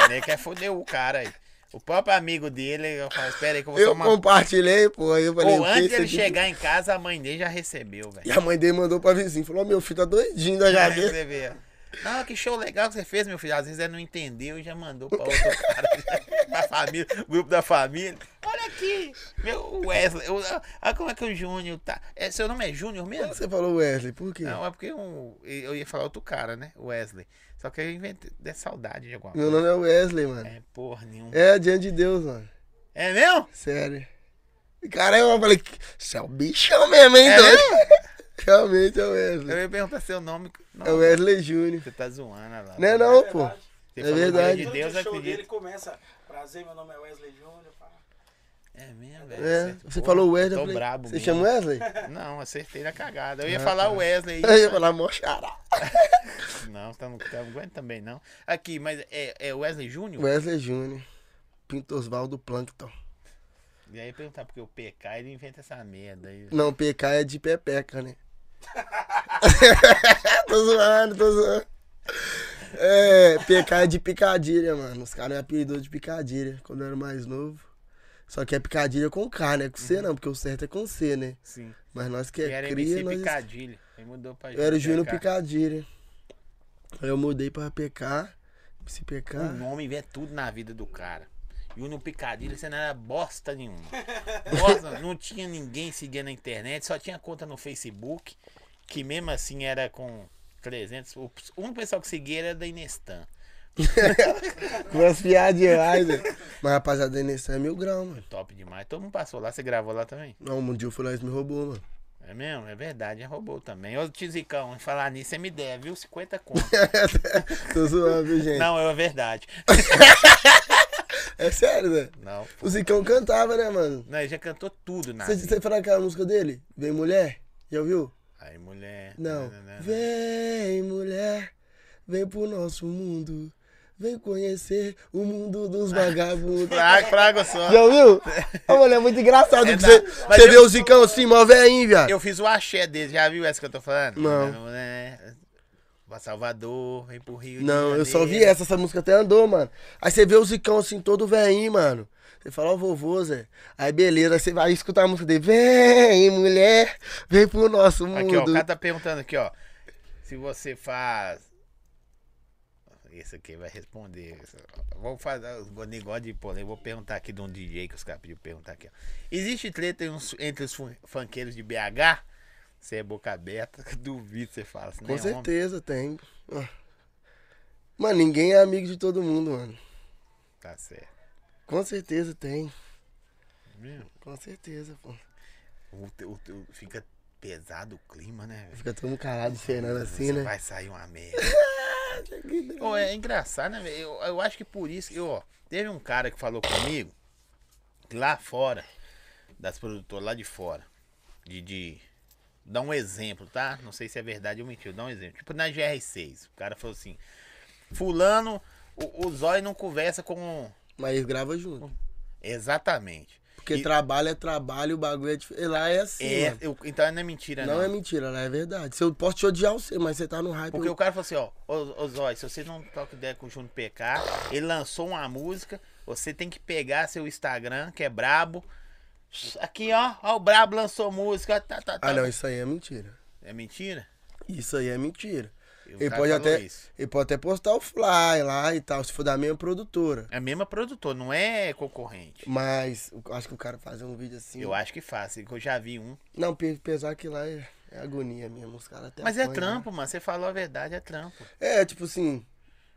Speaker 1: O Ney Ah, quer foder o cara aí. O próprio amigo dele, eu falo, espera aí que eu vou
Speaker 2: Eu
Speaker 1: tomar.
Speaker 2: compartilhei, pô. aí Eu falei,
Speaker 1: Ou antes
Speaker 2: "Pensa
Speaker 1: dele
Speaker 2: de-
Speaker 1: chegar em casa, a mãe dele já recebeu, velho.
Speaker 2: E a mãe dele mandou pra vizinho. Falou, "Ó, meu filho tá doidinho da
Speaker 1: Já
Speaker 2: cabeça.
Speaker 1: recebeu. Não, que show legal que você fez, meu filho. Às vezes ele não entendeu e já mandou pra outro cara da família, grupo da família. Olha aqui, meu Wesley. o- Olha como é que o Júnior tá. É, seu nome é Júnior mesmo?
Speaker 2: Você falou Wesley, por quê?
Speaker 1: Não, é porque um- eu ia falar outro cara, né? Wesley. Só que eu inventei. É saudade de alguma
Speaker 2: Meu
Speaker 1: coisa.
Speaker 2: nome é Wesley, mano.
Speaker 1: É porra nenhuma.
Speaker 2: É, diante de Deus, mano.
Speaker 1: É mesmo?
Speaker 2: Sério. Caralho, eu falei, você é o bichão mesmo, hein,
Speaker 1: É
Speaker 2: doido? Realmente é o
Speaker 1: Eu
Speaker 2: Wesley.
Speaker 1: ia perguntar seu nome. Não,
Speaker 2: É o Wesley Júnior.
Speaker 1: Você tá zoando olha lá.
Speaker 2: Né,
Speaker 3: É
Speaker 2: não, pô?
Speaker 3: verdade.
Speaker 1: Você
Speaker 2: é
Speaker 1: falou
Speaker 2: verdade.
Speaker 1: De
Speaker 3: Todo
Speaker 1: Deus
Speaker 3: show dele
Speaker 1: acredita.
Speaker 3: começa. Prazer, meu nome é Wesley Júnior. pá.
Speaker 1: É mesmo, velho.
Speaker 2: É,
Speaker 1: Acertou.
Speaker 2: você falou Wesley.
Speaker 1: Tô
Speaker 2: eu falei,
Speaker 1: brabo
Speaker 2: Você
Speaker 1: mesmo.
Speaker 2: chama Wesley?
Speaker 1: Não, acertei na cagada. Eu
Speaker 2: Ah,
Speaker 1: ia falar
Speaker 2: tá.
Speaker 1: o Wesley.
Speaker 2: Aí eu ia falar, mó xará.
Speaker 1: Não, tá no, tá no aguento também, não. Aqui, mas é, é Wesley Júnior?
Speaker 2: Wesley Júnior. Pinto Osvaldo Plankton.
Speaker 1: E aí perguntar porque o PK, ele inventa essa merda aí.
Speaker 2: Não, PK é de pepeca, né? tô zoando, tô zoando. É, PK é de picadilha, mano. Os caras me apelidou de picadilha quando eu era mais novo. Só que é picadilha com K, né? Com C não, porque o certo é com C, né?
Speaker 1: Sim.
Speaker 2: Mas nós que
Speaker 1: Que
Speaker 2: é
Speaker 1: era
Speaker 2: cria,
Speaker 1: MC
Speaker 2: nós...
Speaker 1: Picadilho. Ele mudou pra
Speaker 2: Eu era o Júnior
Speaker 1: PK.
Speaker 2: Picadilha. Aí eu mudei pra PK, esse PK.
Speaker 1: O Um nome vê tudo na vida do cara. Júnior Picadilho, você não era bosta nenhuma. Bosta, não tinha ninguém seguindo na internet, só tinha conta no Facebook, que mesmo assim era com 300. O único pessoal que seguia era da Inestan.
Speaker 2: Com as piadinhas lá, né? Mas rapaziada, da Inestan é mil grau, mano.
Speaker 1: Top demais. Todo mundo passou lá, você gravou lá também.
Speaker 2: Não, um dia eu fui lá e eles me roubou, mano.
Speaker 1: É mesmo? É verdade, é roubou também. Ô, Tizicão, em falar nisso, você me deve, viu? 50 conto.
Speaker 2: Tô zoando, viu, gente?
Speaker 1: não, é verdade.
Speaker 2: É sério, né?
Speaker 1: Não.
Speaker 2: O Zicão cantava, né, mano?
Speaker 1: Não, ele já cantou tudo na vida.
Speaker 2: Você falou aquela música dele? Vem mulher? Já ouviu?
Speaker 1: Aí, mulher.
Speaker 2: Não.
Speaker 1: nananana.
Speaker 2: Vem mulher, vem pro nosso mundo. Vem conhecer o mundo
Speaker 1: Ah,
Speaker 2: dos vagabundos.
Speaker 1: Frago, frago só.
Speaker 2: Já ouviu? Ô, mano, é muito engraçado
Speaker 1: É
Speaker 2: que você,
Speaker 1: da- mas
Speaker 2: você
Speaker 1: eu-
Speaker 2: vê o Zicão assim, mó velhinho, viado.
Speaker 1: Eu fiz o axé dele, já viu essa que eu tô falando?
Speaker 2: Não.
Speaker 1: É, Pra Salvador, vem pro Rio. de
Speaker 2: Não, eu só vi
Speaker 1: Janeiro.
Speaker 2: essa, essa música até andou, mano. Aí você vê o Zicão assim, todo velhinho, mano. Você fala, ó, vovô, Zé. Aí beleza, aí você vai escutar a música dele. Vem, mulher, vem pro nosso mundo.
Speaker 1: Aqui, ó, o cara tá perguntando aqui, ó. Se você faz. Esse aqui vai responder. Vamos fazer o negócio de polêmica. Vou perguntar aqui de um DJ que os caras pediram perguntar aqui. Ó. Existe treta em uns- entre os fun- funkeiros de BH? Você é boca aberta, duvido que você fala. Você
Speaker 2: Com
Speaker 1: nem é homem.
Speaker 2: certeza tem. Ah. Mano, ninguém é amigo de todo mundo, mano.
Speaker 1: Tá certo.
Speaker 2: Com certeza tem.
Speaker 1: Viu?
Speaker 2: Com certeza, pô.
Speaker 1: O te- o te- o- fica pesado o clima, né? velho?
Speaker 2: Fica todo mundo calado, Fernando, assim,
Speaker 1: Você
Speaker 2: né?
Speaker 1: Vai sair uma merda. Ô, é engraçado, né? velho? Eu, eu acho que por isso que, eu, ó, teve um cara que falou comigo, que lá fora, das produtoras lá de fora, de, de dar um exemplo, tá? Não sei se é verdade ou mentira, dá um exemplo. Tipo na GR6, o cara falou assim, fulano, o, o Zóio não conversa com... um-"
Speaker 2: Mas eles gravam junto.
Speaker 1: Exatamente.
Speaker 2: Porque
Speaker 1: E-
Speaker 2: trabalho é trabalho, o bagulho é diferente. Lá é assim,
Speaker 1: É,
Speaker 2: mano.
Speaker 1: eu- então não é mentira, não.
Speaker 2: Não é mentira, lá é verdade. Se eu posso te odiar, você, mas você tá no hype.
Speaker 1: Porque
Speaker 2: eu-
Speaker 1: o cara falou assim, ó, ô, ô Zói, se você não toca ideia com o Júnior PK, ele lançou uma música, você tem que pegar seu Instagram, que é brabo, Aqui, ó. Ó, o Brabo lançou música. ó, Tá, tá, tá.
Speaker 2: Ah, não, isso aí é mentira.
Speaker 1: É mentira?
Speaker 2: Isso aí é mentira.
Speaker 1: E o
Speaker 2: Ele
Speaker 1: cara
Speaker 2: pode,
Speaker 1: falou
Speaker 2: até,
Speaker 1: isso.
Speaker 2: ele pode até postar o fly lá e tal, se for da mesma produtora.
Speaker 1: É a mesma produtora, não é concorrente.
Speaker 2: Mas eu acho que o cara fazer um vídeo assim.
Speaker 1: Eu acho que faz, eu já vi um.
Speaker 2: Não, pe- apesar que lá é, é agonia mesmo, os caras até.
Speaker 1: Mas é
Speaker 2: apanham, né?
Speaker 1: trampo, mano. Você falou a verdade, é trampo.
Speaker 2: É, tipo assim.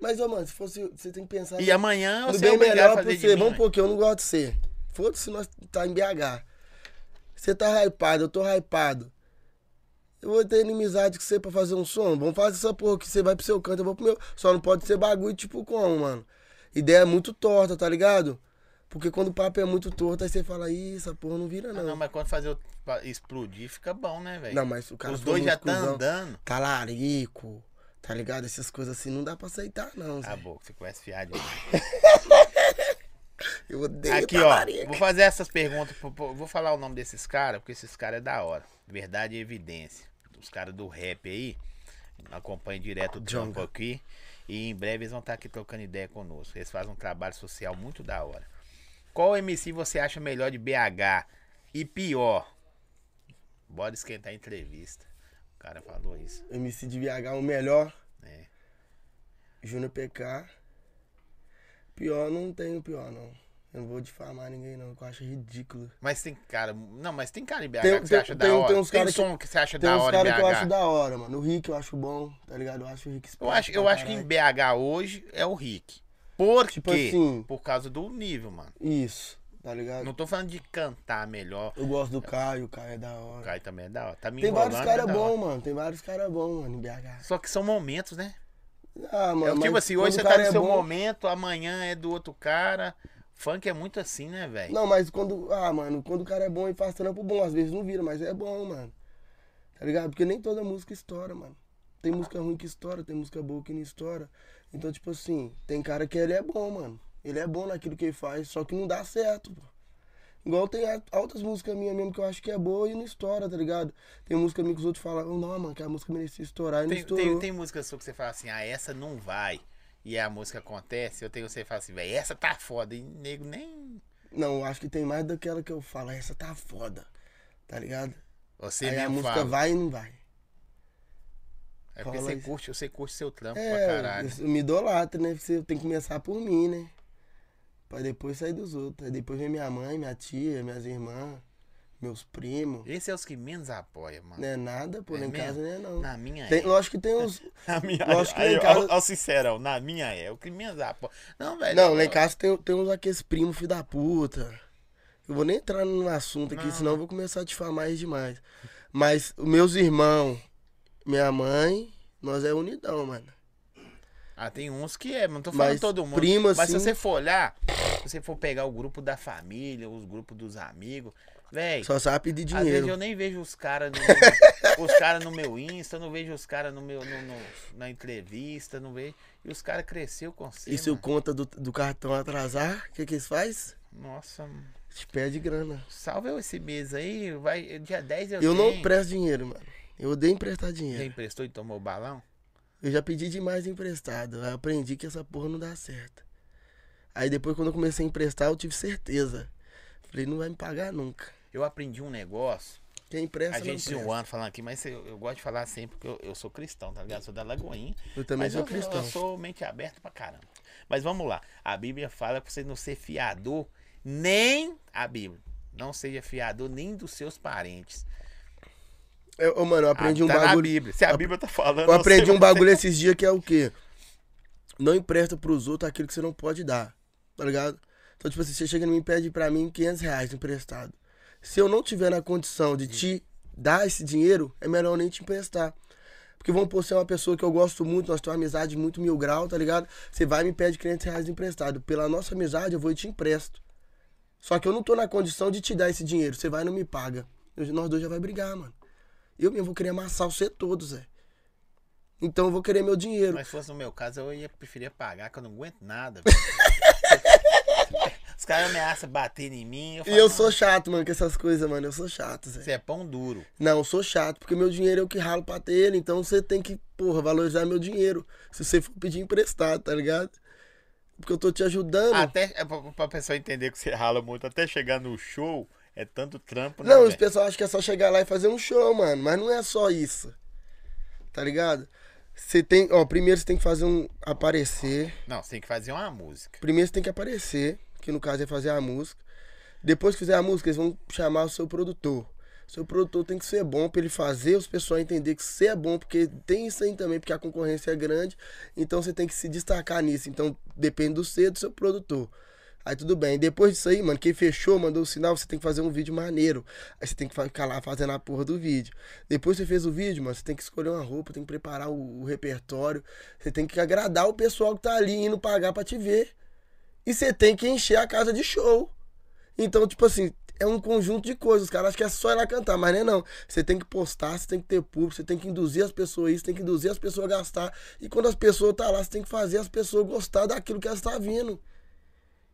Speaker 2: Mas, ô, mano, se fosse. Você tem que pensar.
Speaker 1: E amanhã
Speaker 2: no
Speaker 1: você é
Speaker 2: bem
Speaker 1: obrigado
Speaker 2: melhor
Speaker 1: a
Speaker 2: pra
Speaker 1: fazer de
Speaker 2: você.
Speaker 1: mim, né?
Speaker 2: Vamos
Speaker 1: mãe.
Speaker 2: pôr que eu não gosto de você. Foda-se, nós tá em BH. Você tá hypado, eu tô hypado. Eu vou ter inimizade com você pra fazer um som. Vamos fazer essa porra que você vai pro seu canto, eu vou pro meu. Só não pode ser bagulho tipo como, mano. Ideia muito torta, tá ligado? Porque quando o papo é muito torto, aí você fala, ih, essa porra não vira,
Speaker 1: Ah,
Speaker 2: não.
Speaker 1: não, mas quando fazer o- pra explodir, fica bom, né, velho?
Speaker 2: Não, mas o cara
Speaker 1: Os
Speaker 2: foi
Speaker 1: dois
Speaker 2: muito
Speaker 1: já tá
Speaker 2: cuzão.
Speaker 1: andando.
Speaker 2: Talarico, tá ligado? Essas coisas assim não dá pra aceitar, não.
Speaker 1: Tá
Speaker 2: Zé.
Speaker 1: bom, você conhece fiado. né?
Speaker 2: Eu odeio
Speaker 1: Aqui, ó.
Speaker 2: talarico.
Speaker 1: Vou fazer essas perguntas. pro- pro- Vou falar o nome desses caras, porque esses caras é da hora. Verdade e evidência. Os caras do rap aí. Acompanha direto o trampo aqui. E em breve eles vão estar aqui trocando ideia conosco. Eles fazem um trabalho social muito da hora. Qual MC você acha melhor de BH? E pior? Bora esquentar a entrevista. O cara falou isso.
Speaker 2: MC de BH, o melhor.
Speaker 1: É.
Speaker 2: Júnior PK. Pior não tenho pior, não. Eu não vou difamar ninguém, não, que eu acho ridículo.
Speaker 1: Mas tem cara. Não, mas tem cara em BH
Speaker 2: Tem-
Speaker 1: que você
Speaker 2: tem-
Speaker 1: acha
Speaker 2: tem-
Speaker 1: da hora.
Speaker 2: tem
Speaker 1: Tem,
Speaker 2: uns cara que-
Speaker 1: som que você acha
Speaker 2: Tem
Speaker 1: É da
Speaker 2: uns
Speaker 1: hora
Speaker 2: caras que eu
Speaker 1: em BH.
Speaker 2: acho da hora, mano. O Rick eu acho bom, tá ligado? Eu acho o Rick
Speaker 1: Eu
Speaker 2: esperto
Speaker 1: acho, eu
Speaker 2: pra
Speaker 1: acho que em
Speaker 2: caralho.
Speaker 1: BH hoje é o Rick. Por
Speaker 2: Tipo
Speaker 1: quê?
Speaker 2: assim.
Speaker 1: Por causa do nível, mano.
Speaker 2: Isso, tá ligado?
Speaker 1: Não tô falando de cantar melhor.
Speaker 2: Eu gosto do Caio, o Caio é da
Speaker 1: O
Speaker 2: hora.
Speaker 1: Caio também é da hora. Tá me
Speaker 2: Tem vários
Speaker 1: enrolando,
Speaker 2: caras
Speaker 1: é da hora.
Speaker 2: bons, mano. Tem vários caras bons, mano, em BH.
Speaker 1: Só que são momentos, né?
Speaker 2: Ah, mano.
Speaker 1: É o tipo
Speaker 2: mas
Speaker 1: assim,
Speaker 2: quando
Speaker 1: hoje
Speaker 2: o
Speaker 1: você tá
Speaker 2: cara
Speaker 1: no
Speaker 2: é
Speaker 1: seu
Speaker 2: bom-
Speaker 1: momento, amanhã é do outro cara. Funk é muito assim, né, velho?
Speaker 2: Não, mas quando. Ah, mano, quando o cara é bom e faz trampo bom, às vezes não vira, mas é bom, mano. Tá ligado? Porque nem toda música estoura, mano. Tem música ruim que estoura, tem música boa que não estoura. Então, tipo assim, tem cara que ele é bom, mano. Ele é bom naquilo que ele faz, só que não dá certo, pô. Igual tem a- altas músicas minhas mesmo que eu acho que é boa e não estoura, tá ligado? Tem música minha que os outros falam, "Oh, não, mano, que a música merecia estourar e não
Speaker 1: Tem,
Speaker 2: estourou.
Speaker 1: tem, tem música sua que você fala assim, ah, essa não vai. E a música acontece, eu tenho você que fala assim, velho, essa tá foda. E nego nem.
Speaker 2: Não, eu acho que tem mais daquela que eu falo, essa tá foda, tá ligado?
Speaker 1: Você
Speaker 2: Aí a
Speaker 1: mesmo
Speaker 2: música
Speaker 1: fala.
Speaker 2: vai e não vai.
Speaker 1: É porque
Speaker 2: rola
Speaker 1: você
Speaker 2: isso.
Speaker 1: curte, você curte seu trampo pra
Speaker 2: É,
Speaker 1: caralho.
Speaker 2: eu me idolatra, né? Você tem que começar por mim, né? Pra depois sair dos outros. Aí depois vem minha mãe, minha tia, minhas irmãs, meus primos.
Speaker 1: Esse é os que menos apoia, mano.
Speaker 2: Não é nada, pô,
Speaker 1: É
Speaker 2: lá em
Speaker 1: mesmo?
Speaker 2: casa não é não.
Speaker 1: Na minha
Speaker 2: Tem,
Speaker 1: é.
Speaker 2: lógico que tem uns.
Speaker 1: Na minha
Speaker 2: Eu acho que
Speaker 1: é.
Speaker 2: em casa-
Speaker 1: Ao, ao sincerão, na minha é. O que menos apoia. Não, velho.
Speaker 2: Não, lá
Speaker 1: eu-
Speaker 2: em casa tem, tem uns aqueles primos, filho da puta. Eu vou nem entrar no assunto aqui,
Speaker 1: Não.
Speaker 2: senão eu vou começar a difamar eles demais. Mas os meus irmãos, minha mãe, nós é unidão, mano.
Speaker 1: Ah, tem uns que é, mas não tô falando
Speaker 2: Mas
Speaker 1: todo mundo.
Speaker 2: primo,
Speaker 1: mas se
Speaker 2: assim-
Speaker 1: você for olhar, se você for pegar o grupo da família, os grupos dos amigos, velho.
Speaker 2: Só sabe pedir
Speaker 1: Às vezes eu
Speaker 2: dinheiro.
Speaker 1: nem vejo os caras no, meu- os cara no meu Insta, eu não vejo os caras no meu no- no- na entrevista, não vejo. E os caras cresceu com você.
Speaker 2: E se o
Speaker 1: mano.
Speaker 2: conta do, do cartão atrasar, o que, que eles fazem?
Speaker 1: Nossa, mano.
Speaker 2: Te pede grana.
Speaker 1: salve eu esse mês aí, vai dia 10 eu,
Speaker 2: Eu não
Speaker 1: tenho.
Speaker 2: empresto dinheiro, mano. Eu odeio emprestar dinheiro.
Speaker 1: Já emprestou e tomou o balão?
Speaker 2: Eu já pedi demais emprestado. Aí eu aprendi que essa porra não dá certo. Aí depois, quando eu comecei a emprestar, eu tive certeza. Falei, não vai me pagar nunca.
Speaker 1: Eu aprendi um negócio
Speaker 2: Quem empresta,
Speaker 1: A gente
Speaker 2: não empresta.
Speaker 1: zoando, falando aqui, mas eu, eu gosto de falar sempre porque eu, eu sou cristão, tá ligado? Sou da Lagoinha.
Speaker 2: Eu também
Speaker 1: mas
Speaker 2: sou
Speaker 1: eu,
Speaker 2: cristão.
Speaker 1: Eu sou mente aberta pra caramba. Mas vamos lá. A Bíblia fala pra você não ser fiador, nem a Bíblia. Não seja fiador nem dos seus parentes.
Speaker 2: Eu, ô, mano, eu aprendi
Speaker 1: Ah,
Speaker 2: um
Speaker 1: tá na
Speaker 2: bagulho.
Speaker 1: Bíblia. Se a Bíblia tá falando.
Speaker 2: Eu aprendi
Speaker 1: você
Speaker 2: um
Speaker 1: vai-
Speaker 2: bagulho esses dias que é o quê? Não empresta pros outros aquilo que você não pode dar. Tá ligado? Então, tipo assim, você chega e me pede pra mim 500 reais emprestado. Se eu não tiver na condição de te dar esse dinheiro, é melhor eu nem te emprestar. Porque vamos por ser uma pessoa que eu gosto muito, nós temos uma amizade muito mil grau, tá ligado? Você vai e me pede 500 reais emprestado. Pela nossa amizade, eu vou e te empresto. Só que eu não tô na condição de te dar esse dinheiro. Você vai e não me paga. Eu- nós dois já vai brigar, mano. Eu mesmo vou querer amassar você todos, Zé. Então eu vou querer meu dinheiro.
Speaker 1: Mas se fosse no meu caso, eu ia preferir pagar, que eu não aguento nada. velho. Os caras ameaçam bater em mim.
Speaker 2: E
Speaker 1: falo,
Speaker 2: eu
Speaker 1: "Não,
Speaker 2: sou chato, mano, com essas coisas, mano. Eu sou chato, Zé.
Speaker 1: Você é pão duro.
Speaker 2: Não, eu sou chato, porque meu dinheiro eu que ralo pra ter ele, então você tem que, porra, valorizar meu dinheiro. Se você for pedir emprestado, tá ligado? Porque eu tô te ajudando.
Speaker 1: Ah, Até é pra, pra pessoa entender que você rala muito, até chegar no show, É tanto trampo, né?
Speaker 2: Não,
Speaker 1: velho?
Speaker 2: os pessoal acham que é só chegar lá e fazer um show, mano. Mas não é só isso. Tá ligado? Você tem. Ó, primeiro você tem que fazer um. Aparecer.
Speaker 1: Não, você tem que fazer uma música.
Speaker 2: Primeiro você tem que aparecer, que no caso é fazer a música. Depois que fizer a música, eles vão chamar o seu produtor. Seu produtor tem que ser bom pra ele fazer os pessoal entender que você é bom, porque tem isso aí também, porque a concorrência é grande, então você tem que se destacar nisso. Então depende do ser do seu produtor. Aí tudo bem. Depois disso aí, mano, quem fechou, mandou o sinal, você tem que fazer um vídeo maneiro. Aí você tem que fa- ficar lá fazendo a porra do vídeo. Depois que você fez o vídeo, mano, você tem que escolher uma roupa, tem que preparar o, o repertório, você tem que agradar o pessoal que tá ali indo pagar pra te ver. E você tem que encher a casa de show. Então, tipo assim, é um conjunto de coisas. Os caras acham que é só ir lá cantar, mas não é não. Você tem que postar, você tem que ter público, você tem que induzir as pessoas a isso, você tem que induzir as pessoas a gastar. E quando as pessoas tá lá, você tem que fazer as pessoas gostar daquilo que elas estão vindo.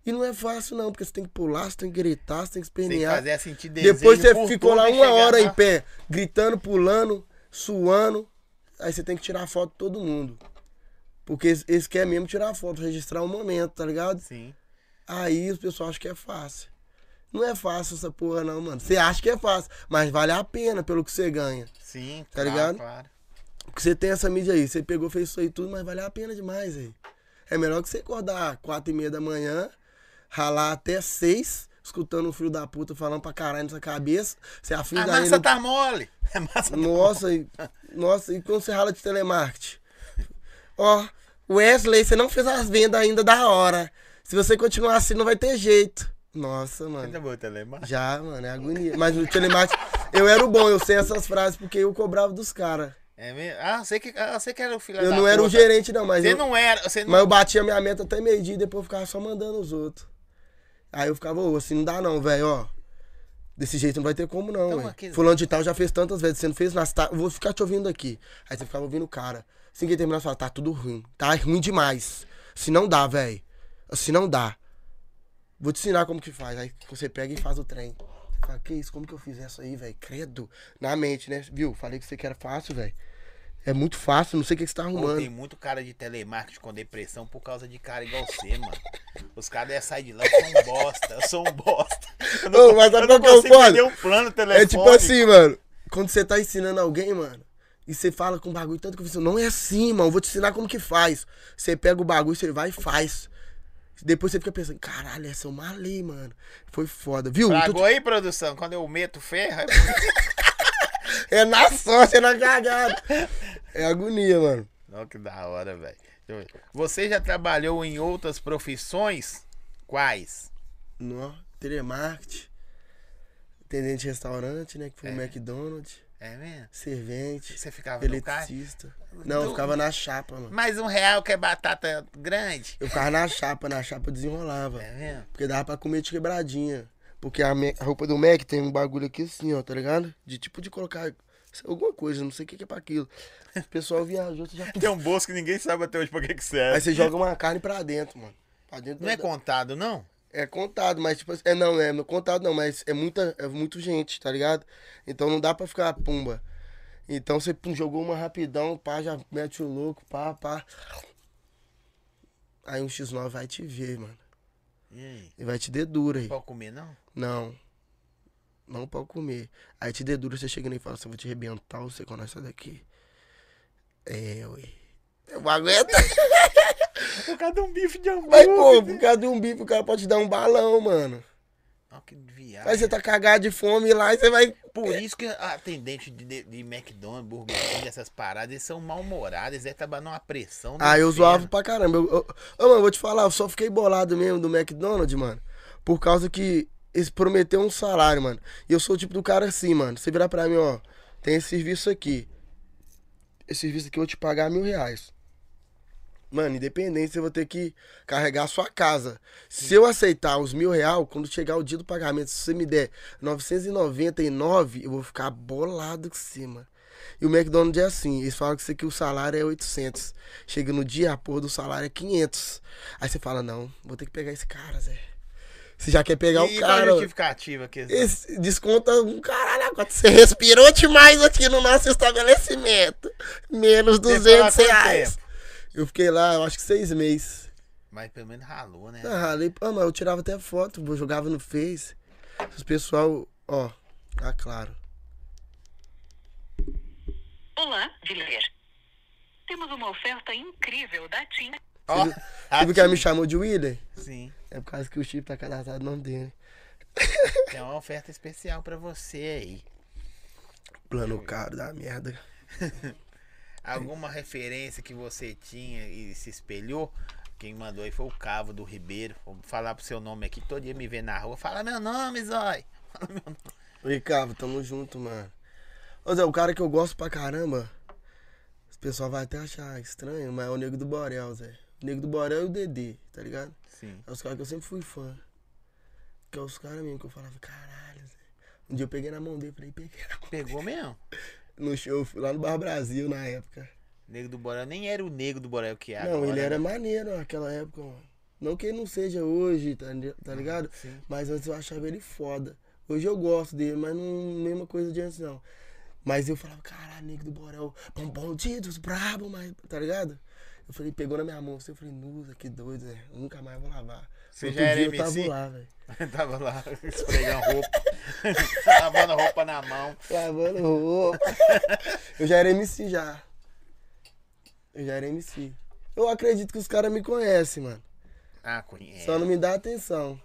Speaker 2: E não é fácil não, porque você tem que pular, você tem que gritar, você tem que
Speaker 1: Você tem que
Speaker 2: espernear.
Speaker 1: fazer assim, te desejo
Speaker 2: Depois você
Speaker 1: por
Speaker 2: ficou
Speaker 1: tudo
Speaker 2: lá
Speaker 1: e
Speaker 2: uma
Speaker 1: chegar
Speaker 2: hora em
Speaker 1: lá.
Speaker 2: pé, gritando, pulando, suando. Aí você tem que tirar foto de todo mundo. Porque eles- eles querem é mesmo tirar foto, registrar o momento, tá ligado?
Speaker 1: Sim.
Speaker 2: Aí o pessoal acha que é fácil. Não é fácil essa porra, não, mano. Você acha que é fácil, mas vale a pena pelo que você ganha.
Speaker 1: Sim,
Speaker 2: Tá
Speaker 1: claro,
Speaker 2: ligado?
Speaker 1: Claro.
Speaker 2: Porque você tem essa mídia aí, você pegou, fez isso aí tudo, mas vale a pena demais aí. É melhor que você acordar quatro e meia da manhã, ralar até seis, escutando um filho da puta falando pra caralho na sua cabeça. Você é
Speaker 1: A
Speaker 2: afunda
Speaker 1: massa
Speaker 2: ele. Hum.
Speaker 1: tá mole. A massa tá
Speaker 2: Nossa, e, nossa, e quando você rala de telemarketing? Ó, Wesley, você não fez as vendas ainda da hora. Se você continuar assim, não vai ter jeito. Nossa,
Speaker 1: tá
Speaker 2: mano.
Speaker 1: mole. Boa, Telemar.
Speaker 2: Já, mano, é agonia. Mas no telemarketing, eu era o bom, eu sei essas frases porque eu cobrava dos caras.
Speaker 1: É mesmo? Ah, você que, ah, você que era o filho
Speaker 2: Eu
Speaker 1: da
Speaker 2: não era o
Speaker 1: puta.
Speaker 2: gerente, não, mas
Speaker 1: Você
Speaker 2: eu,
Speaker 1: não era. Você não...
Speaker 2: mas eu batia minha meta até meio-dia e depois eu ficava só mandando os outros. Aí eu ficava, ô, assim não dá não, velho, ó. Desse jeito não vai ter como não,
Speaker 1: Então,
Speaker 2: ué.
Speaker 1: aqui-
Speaker 2: Fulano de tal já fez tantas vezes, você não fez nas tá, eu vou ficar te ouvindo aqui. Aí você ficava ouvindo o cara. Assim que ele terminar, você fala, tá tudo ruim. Tá ruim demais. Se não dá, velho. Se não dá. Vou te ensinar como que faz. Aí você pega e faz o trem. Você fala, que isso? Como que eu fiz essa aí, velho? Credo. Na mente, né? Viu? Falei que você que era fácil, velho. É muito fácil, não sei o que que você tá
Speaker 1: Pô,
Speaker 2: arrumando.
Speaker 1: tem muito cara de telemarketing com depressão por causa de cara igual você, mano. Os caras iam sair de lá, eu sou um bosta, eu sou um bosta. Eu não,
Speaker 2: Ô, mas sabe
Speaker 1: eu não
Speaker 2: qual que é o
Speaker 1: consigo
Speaker 2: foda?
Speaker 1: entender um plano telefônico.
Speaker 2: É tipo assim, mano. Quando você tá ensinando alguém, mano, e você fala com o bagulho tanto que você não é assim, mano. Vou te ensinar como que faz. Você pega o bagulho, você vai e faz. Depois você fica pensando, caralho, essa eu malei, mano. Foi foda, viu? Tu-
Speaker 1: Tragou aí, produção, quando eu meto ferro,
Speaker 2: É na sorte, é na cagada. É agonia, mano.
Speaker 1: Olha que da hora, velho. Deixa eu ver. Você já trabalhou em outras profissões? Quais?
Speaker 2: Nó, telemarketing. Atendente de restaurante, né? Que foi o
Speaker 1: É.
Speaker 2: McDonald's.
Speaker 1: É mesmo?
Speaker 2: Servente.
Speaker 1: Você ficava no então caixa?
Speaker 2: eletricista. Não, eu
Speaker 1: Do-
Speaker 2: ficava na chapa, mano.
Speaker 1: Mais um real que é batata grande?
Speaker 2: Eu ficava na chapa, na chapa eu desenrolava.
Speaker 1: É mesmo?
Speaker 2: Porque dava pra comer de quebradinha. Porque a, me- a roupa do Mac tem um bagulho aqui assim, ó, tá ligado? De tipo de colocar alguma coisa, não sei o que, que é pra aquilo. O pessoal viajou, você já.
Speaker 1: Tem um bolso que ninguém sabe até hoje pra que que serve.
Speaker 2: Aí você joga uma carne pra dentro, mano. Pra dentro
Speaker 1: Não é
Speaker 2: da-
Speaker 1: contado, não?
Speaker 2: é contado, mas tipo assim, é não, é no contado não, mas é muita, é muito gente, tá ligado? Então não dá pra ficar pumba. Então você pum, jogou uma rapidão, pá, já mete o louco, pá, pá. Aí um X9 vai te ver, mano.
Speaker 1: E aí?
Speaker 2: E vai te der dura aí.
Speaker 1: Não pode comer, não?
Speaker 2: Não. Não pode comer. Aí te dedura, você chega nele e fala assim, eu vou te arrebentar, você quando nós sai daqui. É, ué. Eu aguento.
Speaker 1: Por causa de um bife de
Speaker 2: Mas, pô, por causa de um bife, o cara pode te dar um balão, mano.
Speaker 1: Olha que
Speaker 2: Aí
Speaker 1: viagem.
Speaker 2: você tá cagado de fome lá e você vai...
Speaker 1: Por isso que a atendente de, de, de McDonald's, Burger King, essas paradas, eles são mal-humorados, eles devem estar numa pressão. do
Speaker 2: Ah, eu
Speaker 1: inferno.
Speaker 2: zoava pra caramba. Eu, eu- Ô, mano, vou te falar, eu só fiquei bolado mesmo do McDonald's, mano. Por causa que eles prometeram um salário, mano. E eu sou o tipo do cara assim, mano. Você virar pra mim, ó, tem esse serviço aqui. Esse serviço aqui eu vou te pagar mil reais. Mano, independente, eu vou ter que carregar a sua casa. Se eu aceitar os mil reais, quando chegar o dia do pagamento, se você me der 999, eu vou ficar bolado com você, mano. E o McDonald's é assim, eles falam que isso aqui, o salário é 800. Chega no dia, a porra do salário é 500. Aí você fala, não, vou ter que pegar esse cara, Zé. Você já quer pegar
Speaker 1: e
Speaker 2: o
Speaker 1: qual é a
Speaker 2: cara.
Speaker 1: justificativa que eles
Speaker 2: Esse desconta um caralho, agora você respirou demais aqui no nosso estabelecimento. Menos
Speaker 1: Você ficou lá
Speaker 2: 200
Speaker 1: quanto
Speaker 2: reais.
Speaker 1: tempo?
Speaker 2: Eu fiquei lá, eu acho que seis meses.
Speaker 1: Mas pelo menos ralou, né?
Speaker 2: Ah, ralei. Ah, mas eu tirava até foto, eu jogava no Face. Se o pessoal, ó, tá claro.
Speaker 4: Olá, Willer. Temos uma oferta incrível da TIM.
Speaker 2: Ah,
Speaker 1: Ó, ah,
Speaker 2: Sabe por que ela me chamou de Willer?
Speaker 1: Sim.
Speaker 2: É por causa que o chip tá cadastrado no nome dele.
Speaker 1: Tem uma oferta especial pra você aí.
Speaker 2: Plano caro da merda.
Speaker 1: Alguma referência que você tinha e se espelhou? Quem mandou aí foi o Cavo do Ribeiro. Vou falar pro seu nome aqui, todo dia me vê na rua. Fala meu nome, Zói. Fala meu nome.
Speaker 2: Ricardo, tamo junto, mano. Ô Zé, o cara que eu gosto pra caramba, o pessoal vai até achar estranho, mas é o Nego do Borel, Zé. O Nego do Borel e o Dedê, tá ligado?
Speaker 1: Sim.
Speaker 2: É os caras que eu sempre fui fã. Que é os caras mesmo que eu falava, caralho, Zé. Um dia eu peguei na mão dele, falei, peguei na mão.
Speaker 1: Pegou mesmo?
Speaker 2: No show, eu fui lá no Bar Brasil na época.
Speaker 1: Negro do Borel nem era o negro do Borel que é
Speaker 2: não,
Speaker 1: agora,
Speaker 2: ele era
Speaker 1: né?
Speaker 2: maneiro naquela época, mano. Não que ele não seja hoje, tá, li- tá ligado?
Speaker 1: Ah, sim.
Speaker 2: Mas antes eu achava ele foda. Hoje eu gosto dele, mas não mesma coisa de antes, não. Mas eu falava, caralho, nego do Borel, bombom dos brabo, mas, tá ligado? Eu falei, pegou na minha mão, assim, eu falei, nossa, que doido, Zé. Eu nunca mais vou lavar.
Speaker 1: Você
Speaker 2: Outro
Speaker 1: já era
Speaker 2: dia eu
Speaker 1: MC?
Speaker 2: tava lá, velho.
Speaker 1: Tava lá esfregando roupa, lavando roupa na mão.
Speaker 2: Lavando roupa. eu já era MC já. Eu já era MC. Eu acredito que os caras me conhecem, mano.
Speaker 1: Ah, conhece.
Speaker 2: Só não me dá atenção.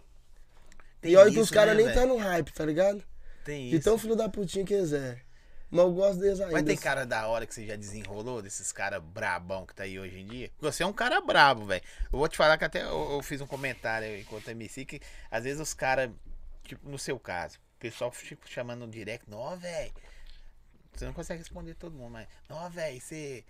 Speaker 1: Tem
Speaker 2: e olha que
Speaker 1: isso,
Speaker 2: os caras
Speaker 1: né,
Speaker 2: nem tá
Speaker 1: velho?
Speaker 2: no hype, tá ligado?
Speaker 1: Tem
Speaker 2: De
Speaker 1: isso.
Speaker 2: tão filho da putinha que eles é. Mas eu gosto deles ainda. assim.
Speaker 1: Mas tem cara da hora que você já desenrolou desses caras brabão que tá aí hoje em dia? Você é um cara brabo, velho. Eu vou te falar que até eu, eu fiz um comentário aí enquanto MC que às vezes os caras, tipo, no seu caso, o pessoal tipo, chamando no direct, ó, velho. Você não consegue responder todo mundo, mas, ó, velho, você.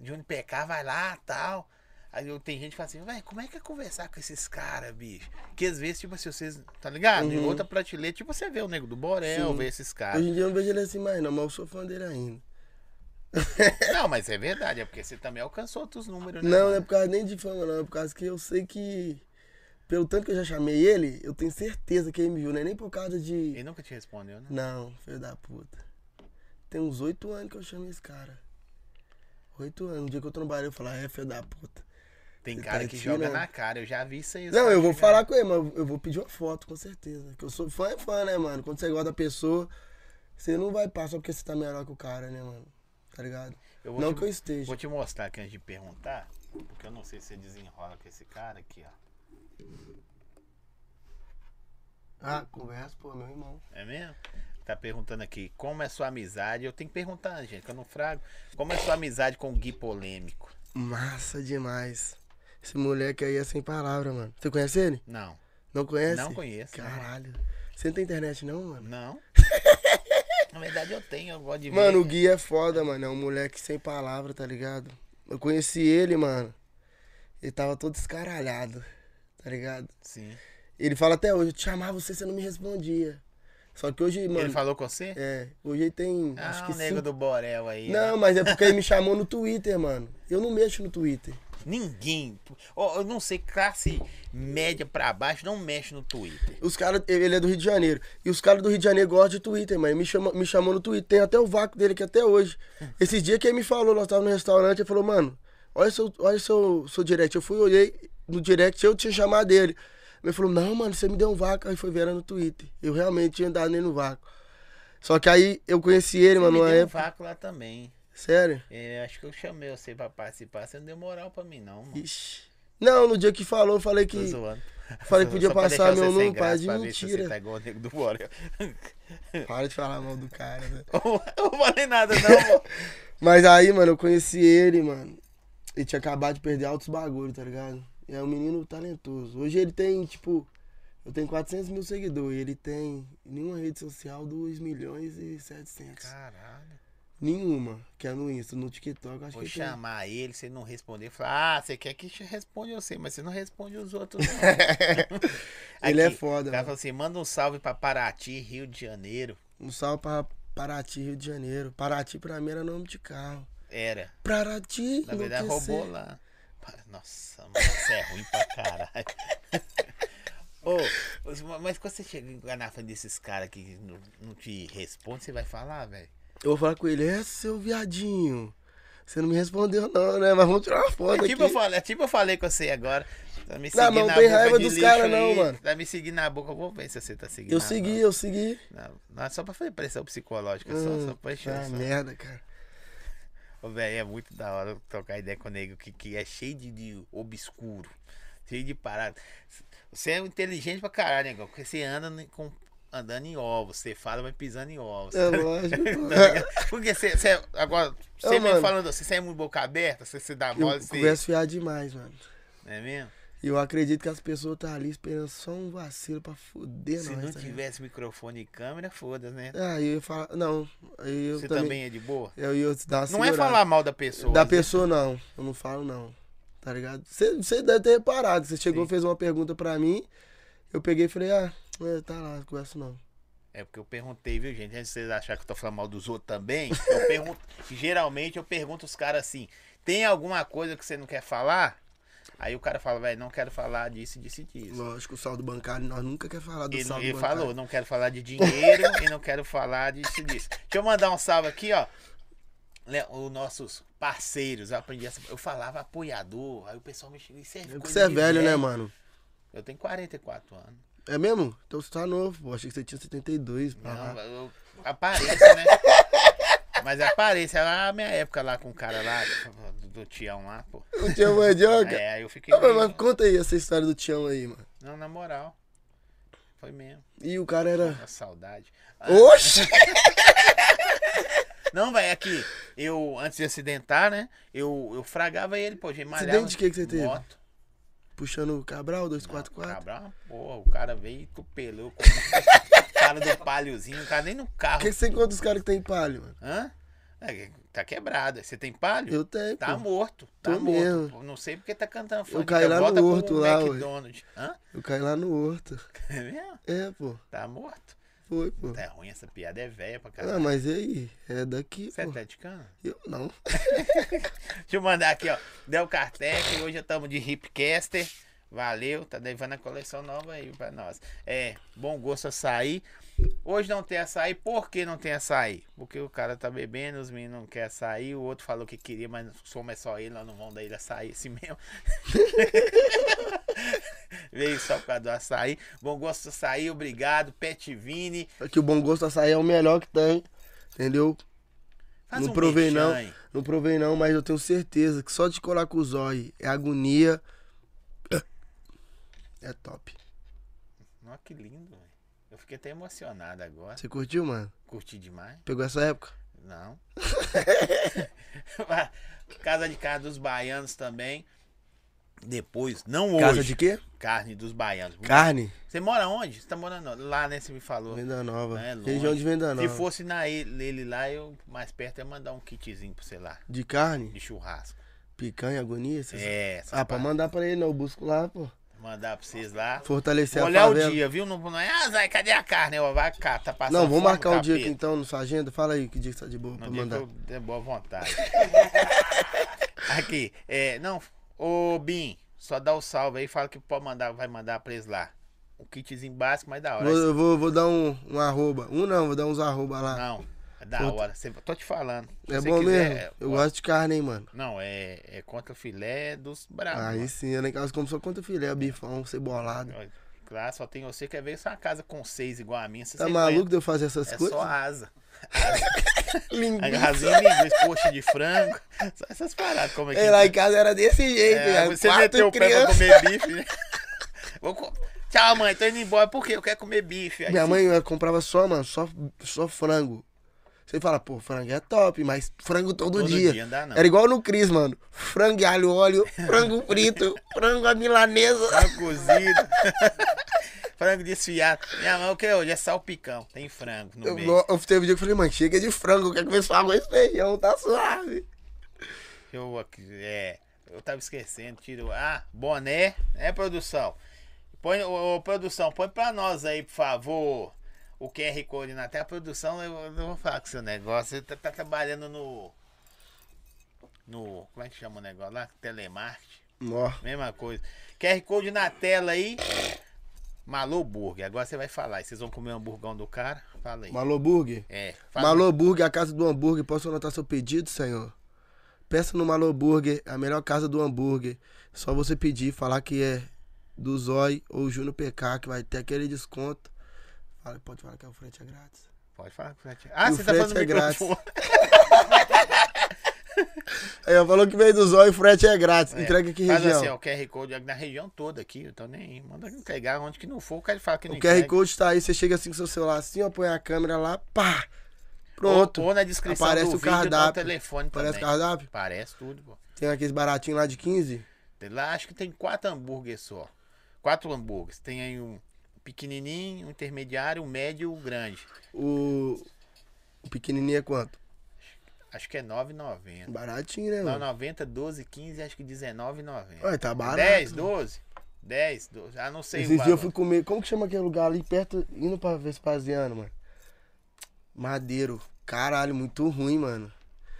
Speaker 1: Júnior PK vai lá tal. Aí eu, tem gente que fala assim, velho, como é que é conversar com esses caras, bicho? Que às vezes, tipo assim, vocês, tá ligado? Em
Speaker 2: Uhum.
Speaker 1: outra prateleira, tipo, você vê o nego do Borel,
Speaker 2: Sim.
Speaker 1: vê esses caras.
Speaker 2: Hoje em dia eu não vejo ele assim mais não, mas eu sou fã dele ainda.
Speaker 1: Não, mas é verdade, é porque você também alcançou outros números, né?
Speaker 2: Não, não é
Speaker 1: mano?
Speaker 2: por causa nem de fama, não. É por causa que eu sei que... Pelo tanto que eu já chamei ele, eu tenho certeza que ele me viu. Não é nem por causa
Speaker 1: Ele
Speaker 2: de...
Speaker 1: nunca te respondeu, né?
Speaker 2: Não, filho da puta. Tem uns oito anos que eu chamo esse cara. Oito anos. No dia que eu tô no bar, eu falo, é, filho da puta.
Speaker 1: Tem
Speaker 2: Ele
Speaker 1: cara
Speaker 2: tá
Speaker 1: que
Speaker 2: te
Speaker 1: joga
Speaker 2: tirando.
Speaker 1: na cara, eu já vi isso é aí. os
Speaker 2: Não,
Speaker 1: caras
Speaker 2: eu vou
Speaker 1: jogando.
Speaker 2: falar com ele, mas eu vou pedir uma foto, com certeza. Que eu sou fã, é fã, né, mano? Quando você gosta da pessoa, você não vai passar porque você tá melhor que o cara, né, mano? Tá ligado?
Speaker 1: Eu vou
Speaker 2: não
Speaker 1: te-
Speaker 2: que eu esteja.
Speaker 1: Vou te mostrar aqui antes de perguntar, porque eu não sei se você desenrola com esse cara aqui, ó.
Speaker 2: Ah, conversa, pô, meu irmão.
Speaker 1: É mesmo? Tá perguntando aqui, como é sua amizade? Eu tenho que perguntar, gente, que eu não frago. Como é sua amizade com o Gui Polêmico?
Speaker 2: Massa demais. Esse moleque aí é sem palavra, mano. Você conhece ele?
Speaker 1: Não,
Speaker 2: Não conhece?
Speaker 1: Não conheço, né? não.
Speaker 2: Caralho. Você não tem internet, não, mano?
Speaker 1: não. na verdade eu tenho, eu gosto de ver.
Speaker 2: Mano, o Gui é foda, mano. É um moleque sem palavra, tá ligado? Eu conheci ele, mano. Ele tava todo escaralhado, tá ligado?
Speaker 1: Sim.
Speaker 2: Ele fala até hoje, eu te chamava você, você não me respondia. Só que hoje, mano.
Speaker 1: Ele falou com você?
Speaker 2: É, hoje ele tem. acho
Speaker 1: ah,
Speaker 2: que
Speaker 1: o nego
Speaker 2: cinco-
Speaker 1: do Borel aí. né?
Speaker 2: Não, mas é porque ele me chamou no Twitter, mano. Eu não mexo no Twitter.
Speaker 1: Ninguém. Ó, eu não sei, classe média pra baixo não mexe no Twitter.
Speaker 2: Os caras, ele é do Rio de Janeiro. E os caras do Rio de Janeiro gostam de Twitter, mano. Ele Me, chama, me chamou no Twitter. Tem até o vácuo dele aqui até hoje. Esses dias que ele me falou, nós tava no restaurante, ele falou, mano, olha seu, olha seu, seu direct. Eu fui, olhei no direct, eu tinha chamado dele. Ele falou, não, mano, você me deu um vácuo. Aí foi ver era no Twitter. Eu realmente tinha dado nele no vácuo. Só que aí eu conheci
Speaker 1: Você
Speaker 2: ele, mano,
Speaker 1: me
Speaker 2: numa
Speaker 1: deu um
Speaker 2: época.
Speaker 1: vácuo lá também.
Speaker 2: Sério?
Speaker 1: É, acho que eu chamei você pra participar, você não deu moral pra mim, não, mano.
Speaker 2: Ixi. Não, no dia que falou, eu falei
Speaker 1: Tô
Speaker 2: que.
Speaker 1: zoando.
Speaker 2: Falei que
Speaker 1: Só-
Speaker 2: podia
Speaker 1: só pra
Speaker 2: passar
Speaker 1: deixar você
Speaker 2: meu
Speaker 1: sem
Speaker 2: número,
Speaker 1: graça,
Speaker 2: pai, de
Speaker 1: pra ver se Você
Speaker 2: mentira.
Speaker 1: tá igual o nego do Borel.
Speaker 2: Para de falar mal do cara, né? velho.
Speaker 1: eu não falei nada, não, pô.
Speaker 2: Mas aí, mano, eu conheci ele, mano. Ele tinha acabado de perder altos bagulho, tá ligado? E é um menino talentoso. Hoje ele tem, tipo. Eu tenho 400 mil seguidores. Ele tem nenhuma rede social, 2 milhões e 700.
Speaker 1: Caralho.
Speaker 2: Nenhuma. Que é no Insta, no TikTok, eu acho
Speaker 1: Vou
Speaker 2: que tem.
Speaker 1: chamar ele, você não responder. Falar, ah, você quer que te responda você, mas você não responde os outros, não.
Speaker 2: Ele é
Speaker 1: Aqui,
Speaker 2: foda,
Speaker 1: O cara
Speaker 2: mano.
Speaker 1: falou assim: manda um salve pra Paraty, Rio de Janeiro.
Speaker 2: Um salve pra Paraty, Rio de Janeiro. Paraty pra mim era nome de carro.
Speaker 1: Era.
Speaker 2: Paraty,
Speaker 1: Na verdade,
Speaker 2: enlouquecer.
Speaker 1: roubou lá. Pa- Nossa, mano, isso é ruim pra caralho. Ô, os- mas quando você chegar na frente desses caras que não, não te respondem, você vai falar, velho?
Speaker 2: Eu vou falar com ele, é seu viadinho. Você não me respondeu, não, né? Mas vamos tirar uma foto
Speaker 1: É
Speaker 2: aqui.
Speaker 1: tipo, eu falei, é tipo eu falei com você agora. Tá me
Speaker 2: Não,
Speaker 1: seguindo
Speaker 2: mas não
Speaker 1: na
Speaker 2: tem
Speaker 1: boca
Speaker 2: raiva
Speaker 1: de
Speaker 2: dos
Speaker 1: lixo
Speaker 2: cara, não,
Speaker 1: aí,
Speaker 2: mano.
Speaker 1: Tá me seguindo na boca. Eu vou ver se você tá seguindo
Speaker 2: Eu
Speaker 1: na
Speaker 2: segui,
Speaker 1: boca.
Speaker 2: eu segui.
Speaker 1: Não, não, é só pra fazer pressão psicológica, só, né? só paixão.
Speaker 2: Ah,
Speaker 1: só.
Speaker 2: merda, cara.
Speaker 1: Ô, velho, é muito da hora trocar ideia com o nego que, que é cheio de, de obscuro, cheio de parada. Você é inteligente pra caralho, negão, porque você anda ne- com- andando em ovos, você fala, mas pisando em ovos.
Speaker 2: É lógico. pô.
Speaker 1: Tá ligado? Porque você, você- agora, você mesmo
Speaker 2: mano.
Speaker 1: falando, você é muito boca aberta, você, você dá mole,
Speaker 2: Eu
Speaker 1: você.
Speaker 2: converso fiado demais, mano.
Speaker 1: Não é mesmo?
Speaker 2: E eu acredito que as pessoas tá ali esperando só um vacilo pra foder
Speaker 1: Se
Speaker 2: nós.
Speaker 1: não
Speaker 2: tá ligado?
Speaker 1: tivesse microfone e câmera, foda-se, né?
Speaker 2: Ah, eu ia falar. Não, aí eu
Speaker 1: Você
Speaker 2: também.
Speaker 1: também é de boa?
Speaker 2: Eu ia dar uma
Speaker 1: Não é
Speaker 2: segurada.
Speaker 1: falar mal da pessoa. né?
Speaker 2: Da
Speaker 1: às vezes-
Speaker 2: pessoa, não. Eu não falo, não. Tá ligado? Você deve ter reparado. Você chegou fez uma pergunta pra mim. Eu peguei e falei, ah, é, tá lá, não converso não.
Speaker 1: É porque eu perguntei, viu, gente? Antes de vocês acharem que eu tô falando mal dos outros também, eu pergunto. geralmente eu pergunto os caras assim: tem alguma coisa que você não quer falar? Aí o cara fala, velho, não quero falar disso, disso e disso.
Speaker 2: Lógico, o saldo bancário, nós nunca quer falar do né? É.
Speaker 1: Ele,
Speaker 2: saldo
Speaker 1: ele
Speaker 2: bancário.
Speaker 1: falou, não quero falar de dinheiro e não quero falar disso e disso. Deixa eu mandar um salve aqui, ó. Le- Os nossos parceiros, eu aprendi essa. Eu falava apoiador, aí o pessoal me chegou. Isso é, coisa
Speaker 2: Você é
Speaker 1: de
Speaker 2: velho, né, mano?
Speaker 1: Eu tenho 44 anos.
Speaker 2: É mesmo? Então você tá novo, pô. Achei que você tinha 72. pá.
Speaker 1: Não, eu apareça, né? Mas apareça lá a minha época lá com o cara lá, do, do Tião lá, pô.
Speaker 2: O Tião Mandioca?
Speaker 1: É, aí eu fiquei.
Speaker 2: Ah, mas,
Speaker 1: meio-
Speaker 2: mas conta aí essa história do Tião aí, mano.
Speaker 1: Não, na moral. Foi mesmo.
Speaker 2: E o cara era.
Speaker 1: Uma saudade. Ah,
Speaker 2: Oxi!
Speaker 1: Não, velho, aqui. Eu, antes de acidentar, né? Eu, eu fragava ele, pô, gente malhava.
Speaker 2: Acidente que que você teve?
Speaker 1: Moto.
Speaker 2: Puxando o Cabral, 244.
Speaker 1: Cabral, porra, o cara veio e tupelou. com o cara do palhozinho, o cara nem no
Speaker 2: O
Speaker 1: carro.
Speaker 2: que, que você conta dos caras que tem palho, mano?
Speaker 1: Hã? É, tá quebrado. Você tem palho?
Speaker 2: Eu tenho.
Speaker 1: Tá
Speaker 2: pô.
Speaker 1: morto. Tá
Speaker 2: Tô
Speaker 1: morto.
Speaker 2: mesmo.
Speaker 1: pô. Não sei porque tá cantando funk.
Speaker 2: caí
Speaker 1: então
Speaker 2: lá
Speaker 1: volta
Speaker 2: no
Speaker 1: pro
Speaker 2: horto lá, ué.
Speaker 1: McDonald's. Hã?
Speaker 2: Eu caí lá no horto.
Speaker 1: É mesmo?
Speaker 2: É, pô.
Speaker 1: Tá morto.
Speaker 2: Foi, pô.
Speaker 1: Tá ruim, essa piada é velha pra
Speaker 2: Ah,
Speaker 1: caralho.
Speaker 2: mas e aí? É daqui,
Speaker 1: Você é
Speaker 2: pô.
Speaker 1: atleticano?
Speaker 2: Eu não.
Speaker 1: Deixa eu mandar aqui, ó. Del Cartec, hoje estamos de hipcaster. Valeu, tá levando a coleção nova aí pra nós. É, bom gosto açaí. Hoje não tem açaí, por que não tem açaí? Porque o cara tá bebendo, os meninos não querem açaí, o outro falou que queria, mas soma é só ele, nós não vamos dar ele açaí assim mesmo. Veio só por causa do açaí. Bom gosto açaí, obrigado. Pet Vini.
Speaker 2: É que o bom gosto açaí é o melhor que tem. Entendeu?
Speaker 1: Faz
Speaker 2: não
Speaker 1: um
Speaker 2: provei
Speaker 1: merchan
Speaker 2: não.
Speaker 1: aí.
Speaker 2: Não provei não, mas eu tenho certeza que só de colar com o zóio é agonia. É top.
Speaker 1: Nossa, que lindo, velho. Eu fiquei até emocionado agora.
Speaker 2: Você curtiu, mano?
Speaker 1: Curti demais.
Speaker 2: Pegou essa época?
Speaker 1: Não. Casa de carne dos baianos também. Depois, não hoje.
Speaker 2: Casa de quê?
Speaker 1: Carne dos baianos.
Speaker 2: Carne.
Speaker 1: Você mora onde? Você tá morando onde? lá, né? Você me falou.
Speaker 2: Venda Nova.
Speaker 1: É longe.
Speaker 2: Região de Venda Nova.
Speaker 1: Se fosse na ele, ele lá, eu mais perto ia mandar um kitzinho pra você lá.
Speaker 2: De carne?
Speaker 1: De churrasco.
Speaker 2: Picanha, agonia? essas-
Speaker 1: É, essas
Speaker 2: Ah, pra
Speaker 1: paradas.
Speaker 2: mandar pra ele não. Eu busco lá, pô.
Speaker 1: mandar pra vocês lá.
Speaker 2: Fortalecer
Speaker 1: Vou
Speaker 2: a
Speaker 1: olhar
Speaker 2: favela.
Speaker 1: é o dia, viu? Não, não é, ah, Zay, cadê a carne? Ó, vai cá, tá passando.
Speaker 2: Não, vamos
Speaker 1: fome,
Speaker 2: marcar o dia aqui
Speaker 1: capeta.
Speaker 2: então na sua agenda. Fala aí que dia que tá de boa pra
Speaker 1: No dia que
Speaker 2: mandar.
Speaker 1: eu der boa vontade. Aqui, é, não, ô Bim, só dá o salve aí, fala que pode mandar, vai mandar pra eles lá. O kitzinho básico, mas da hora.
Speaker 2: Vou, eu vou, vou dar um, um arroba. Um não, vou dar uns arroba lá.
Speaker 1: Não, é da
Speaker 2: Outro.
Speaker 1: hora. Cê- tô te falando. Se
Speaker 2: é
Speaker 1: você
Speaker 2: bom
Speaker 1: quiser,
Speaker 2: mesmo?
Speaker 1: é,
Speaker 2: eu
Speaker 1: ó,
Speaker 2: gosto de carne, hein, mano.
Speaker 1: Não, é, é contra o filé dos bravos.
Speaker 2: Aí
Speaker 1: Ah, mano.
Speaker 2: sim, é eu nem caso como só contra filé, é bifão, cebolado.
Speaker 1: Ó, Claro, só tem você que veio só uma casa com seis igual a minha. você
Speaker 2: Tá
Speaker 1: sempre
Speaker 2: maluco de eu fazer essas
Speaker 1: É é
Speaker 2: coisas?
Speaker 1: só asa.
Speaker 2: Linguiça.
Speaker 1: Rasinha, linguiça, coxa de frango. Só essas paradas como é que
Speaker 2: Ei, lá em casa era desse jeito,
Speaker 1: É,
Speaker 2: velho.
Speaker 1: você
Speaker 2: Quatro
Speaker 1: meteu o pé pra
Speaker 2: crianças.
Speaker 1: comer bife, né? Vou co- Tchau, mãe, tô indo embora. Por quê? Eu quero comer bife. Aí
Speaker 2: Minha
Speaker 1: você-
Speaker 2: mãe ela comprava só, mano, só, só frango. Você fala, pô, frango é top, mas frango todo,
Speaker 1: Todo
Speaker 2: dia.
Speaker 1: dia não dá, não.
Speaker 2: Era igual no Cris, mano. Frango e alho óleo, frango frito, frango à milanesa.
Speaker 1: Frango cozido. frango desfiado. Minha mãe, o que é hoje? É salpicão. Tem frango no
Speaker 2: Eu,
Speaker 1: meio.
Speaker 2: eu, teve um dia que eu falei, mãe, chega de frango, eu quero comer só arroz e feijão, tá suave.
Speaker 1: Eu, aqui- é, eu tava esquecendo. Tiro. Ah, boné. É, produção. Põe, ô, ô, produção, põe pra nós aí, por favor. O QR Code na tela. Produção, eu eu não vou falar com seu negócio. Você tá, tá trabalhando no. No. Como é que chama o negócio lá? Telemarketing.
Speaker 2: Nó.
Speaker 1: Mesma coisa. QR Code na tela aí. Malô Burger. Agora você vai falar. aí. Vocês vão comer o hamburgão do cara? Fala aí.
Speaker 2: Malô Burger.
Speaker 1: É. Fala.
Speaker 2: Malô Burger, a casa do hambúrguer, posso anotar seu pedido, senhor? Peça no Malo Burger, a melhor casa do hambúrguer. Só você pedir, falar que é do Zói ou Júnior PK, que vai ter aquele desconto. Fala, pode falar que é o frete é grátis.
Speaker 1: Pode falar com o frete. Ah,
Speaker 2: E o
Speaker 1: você tá falando
Speaker 2: frete
Speaker 1: do
Speaker 2: é
Speaker 1: microfone.
Speaker 2: Aí ela falou que veio do Zói e frete é grátis. Entrega que
Speaker 1: Faz
Speaker 2: região?
Speaker 1: assim, ó, o QR Code na região toda aqui, eu tô nem aí. Manda entregar onde que não for, o cara fala que não
Speaker 2: o QR
Speaker 1: entrega.
Speaker 2: Code tá aí, você chega assim com seu celular assim, ó, põe a câmera lá, pá. Pronto.
Speaker 1: Ou, ou na descrição
Speaker 2: Aparece
Speaker 1: do
Speaker 2: o
Speaker 1: vídeo, tá o
Speaker 2: cardápio.
Speaker 1: telefone
Speaker 2: Aparece o
Speaker 1: também.
Speaker 2: cardápio?
Speaker 1: Aparece tudo, pô.
Speaker 2: Tem aqueles baratinhos lá de 15.
Speaker 1: Tem Lá acho que tem quatro hambúrgueres só. Quatro hambúrgueres. Tem aí um pequenininho, um intermediário, um médio e um grande.
Speaker 2: O, o pequenininho é quanto?
Speaker 1: Acho que é 9,90.
Speaker 2: Baratinho, né, mano?
Speaker 1: 9,90, 12, 15, acho que 19,90.
Speaker 2: Ué, tá barato.
Speaker 1: 10, 12? 10, 12. Ah, não sei
Speaker 2: Esses
Speaker 1: o
Speaker 2: dias eu
Speaker 1: valor.
Speaker 2: fui comer. Como que chama aquele lugar ali perto, indo pra Vespasiano, mano? Madeiro. Caralho, muito ruim, mano.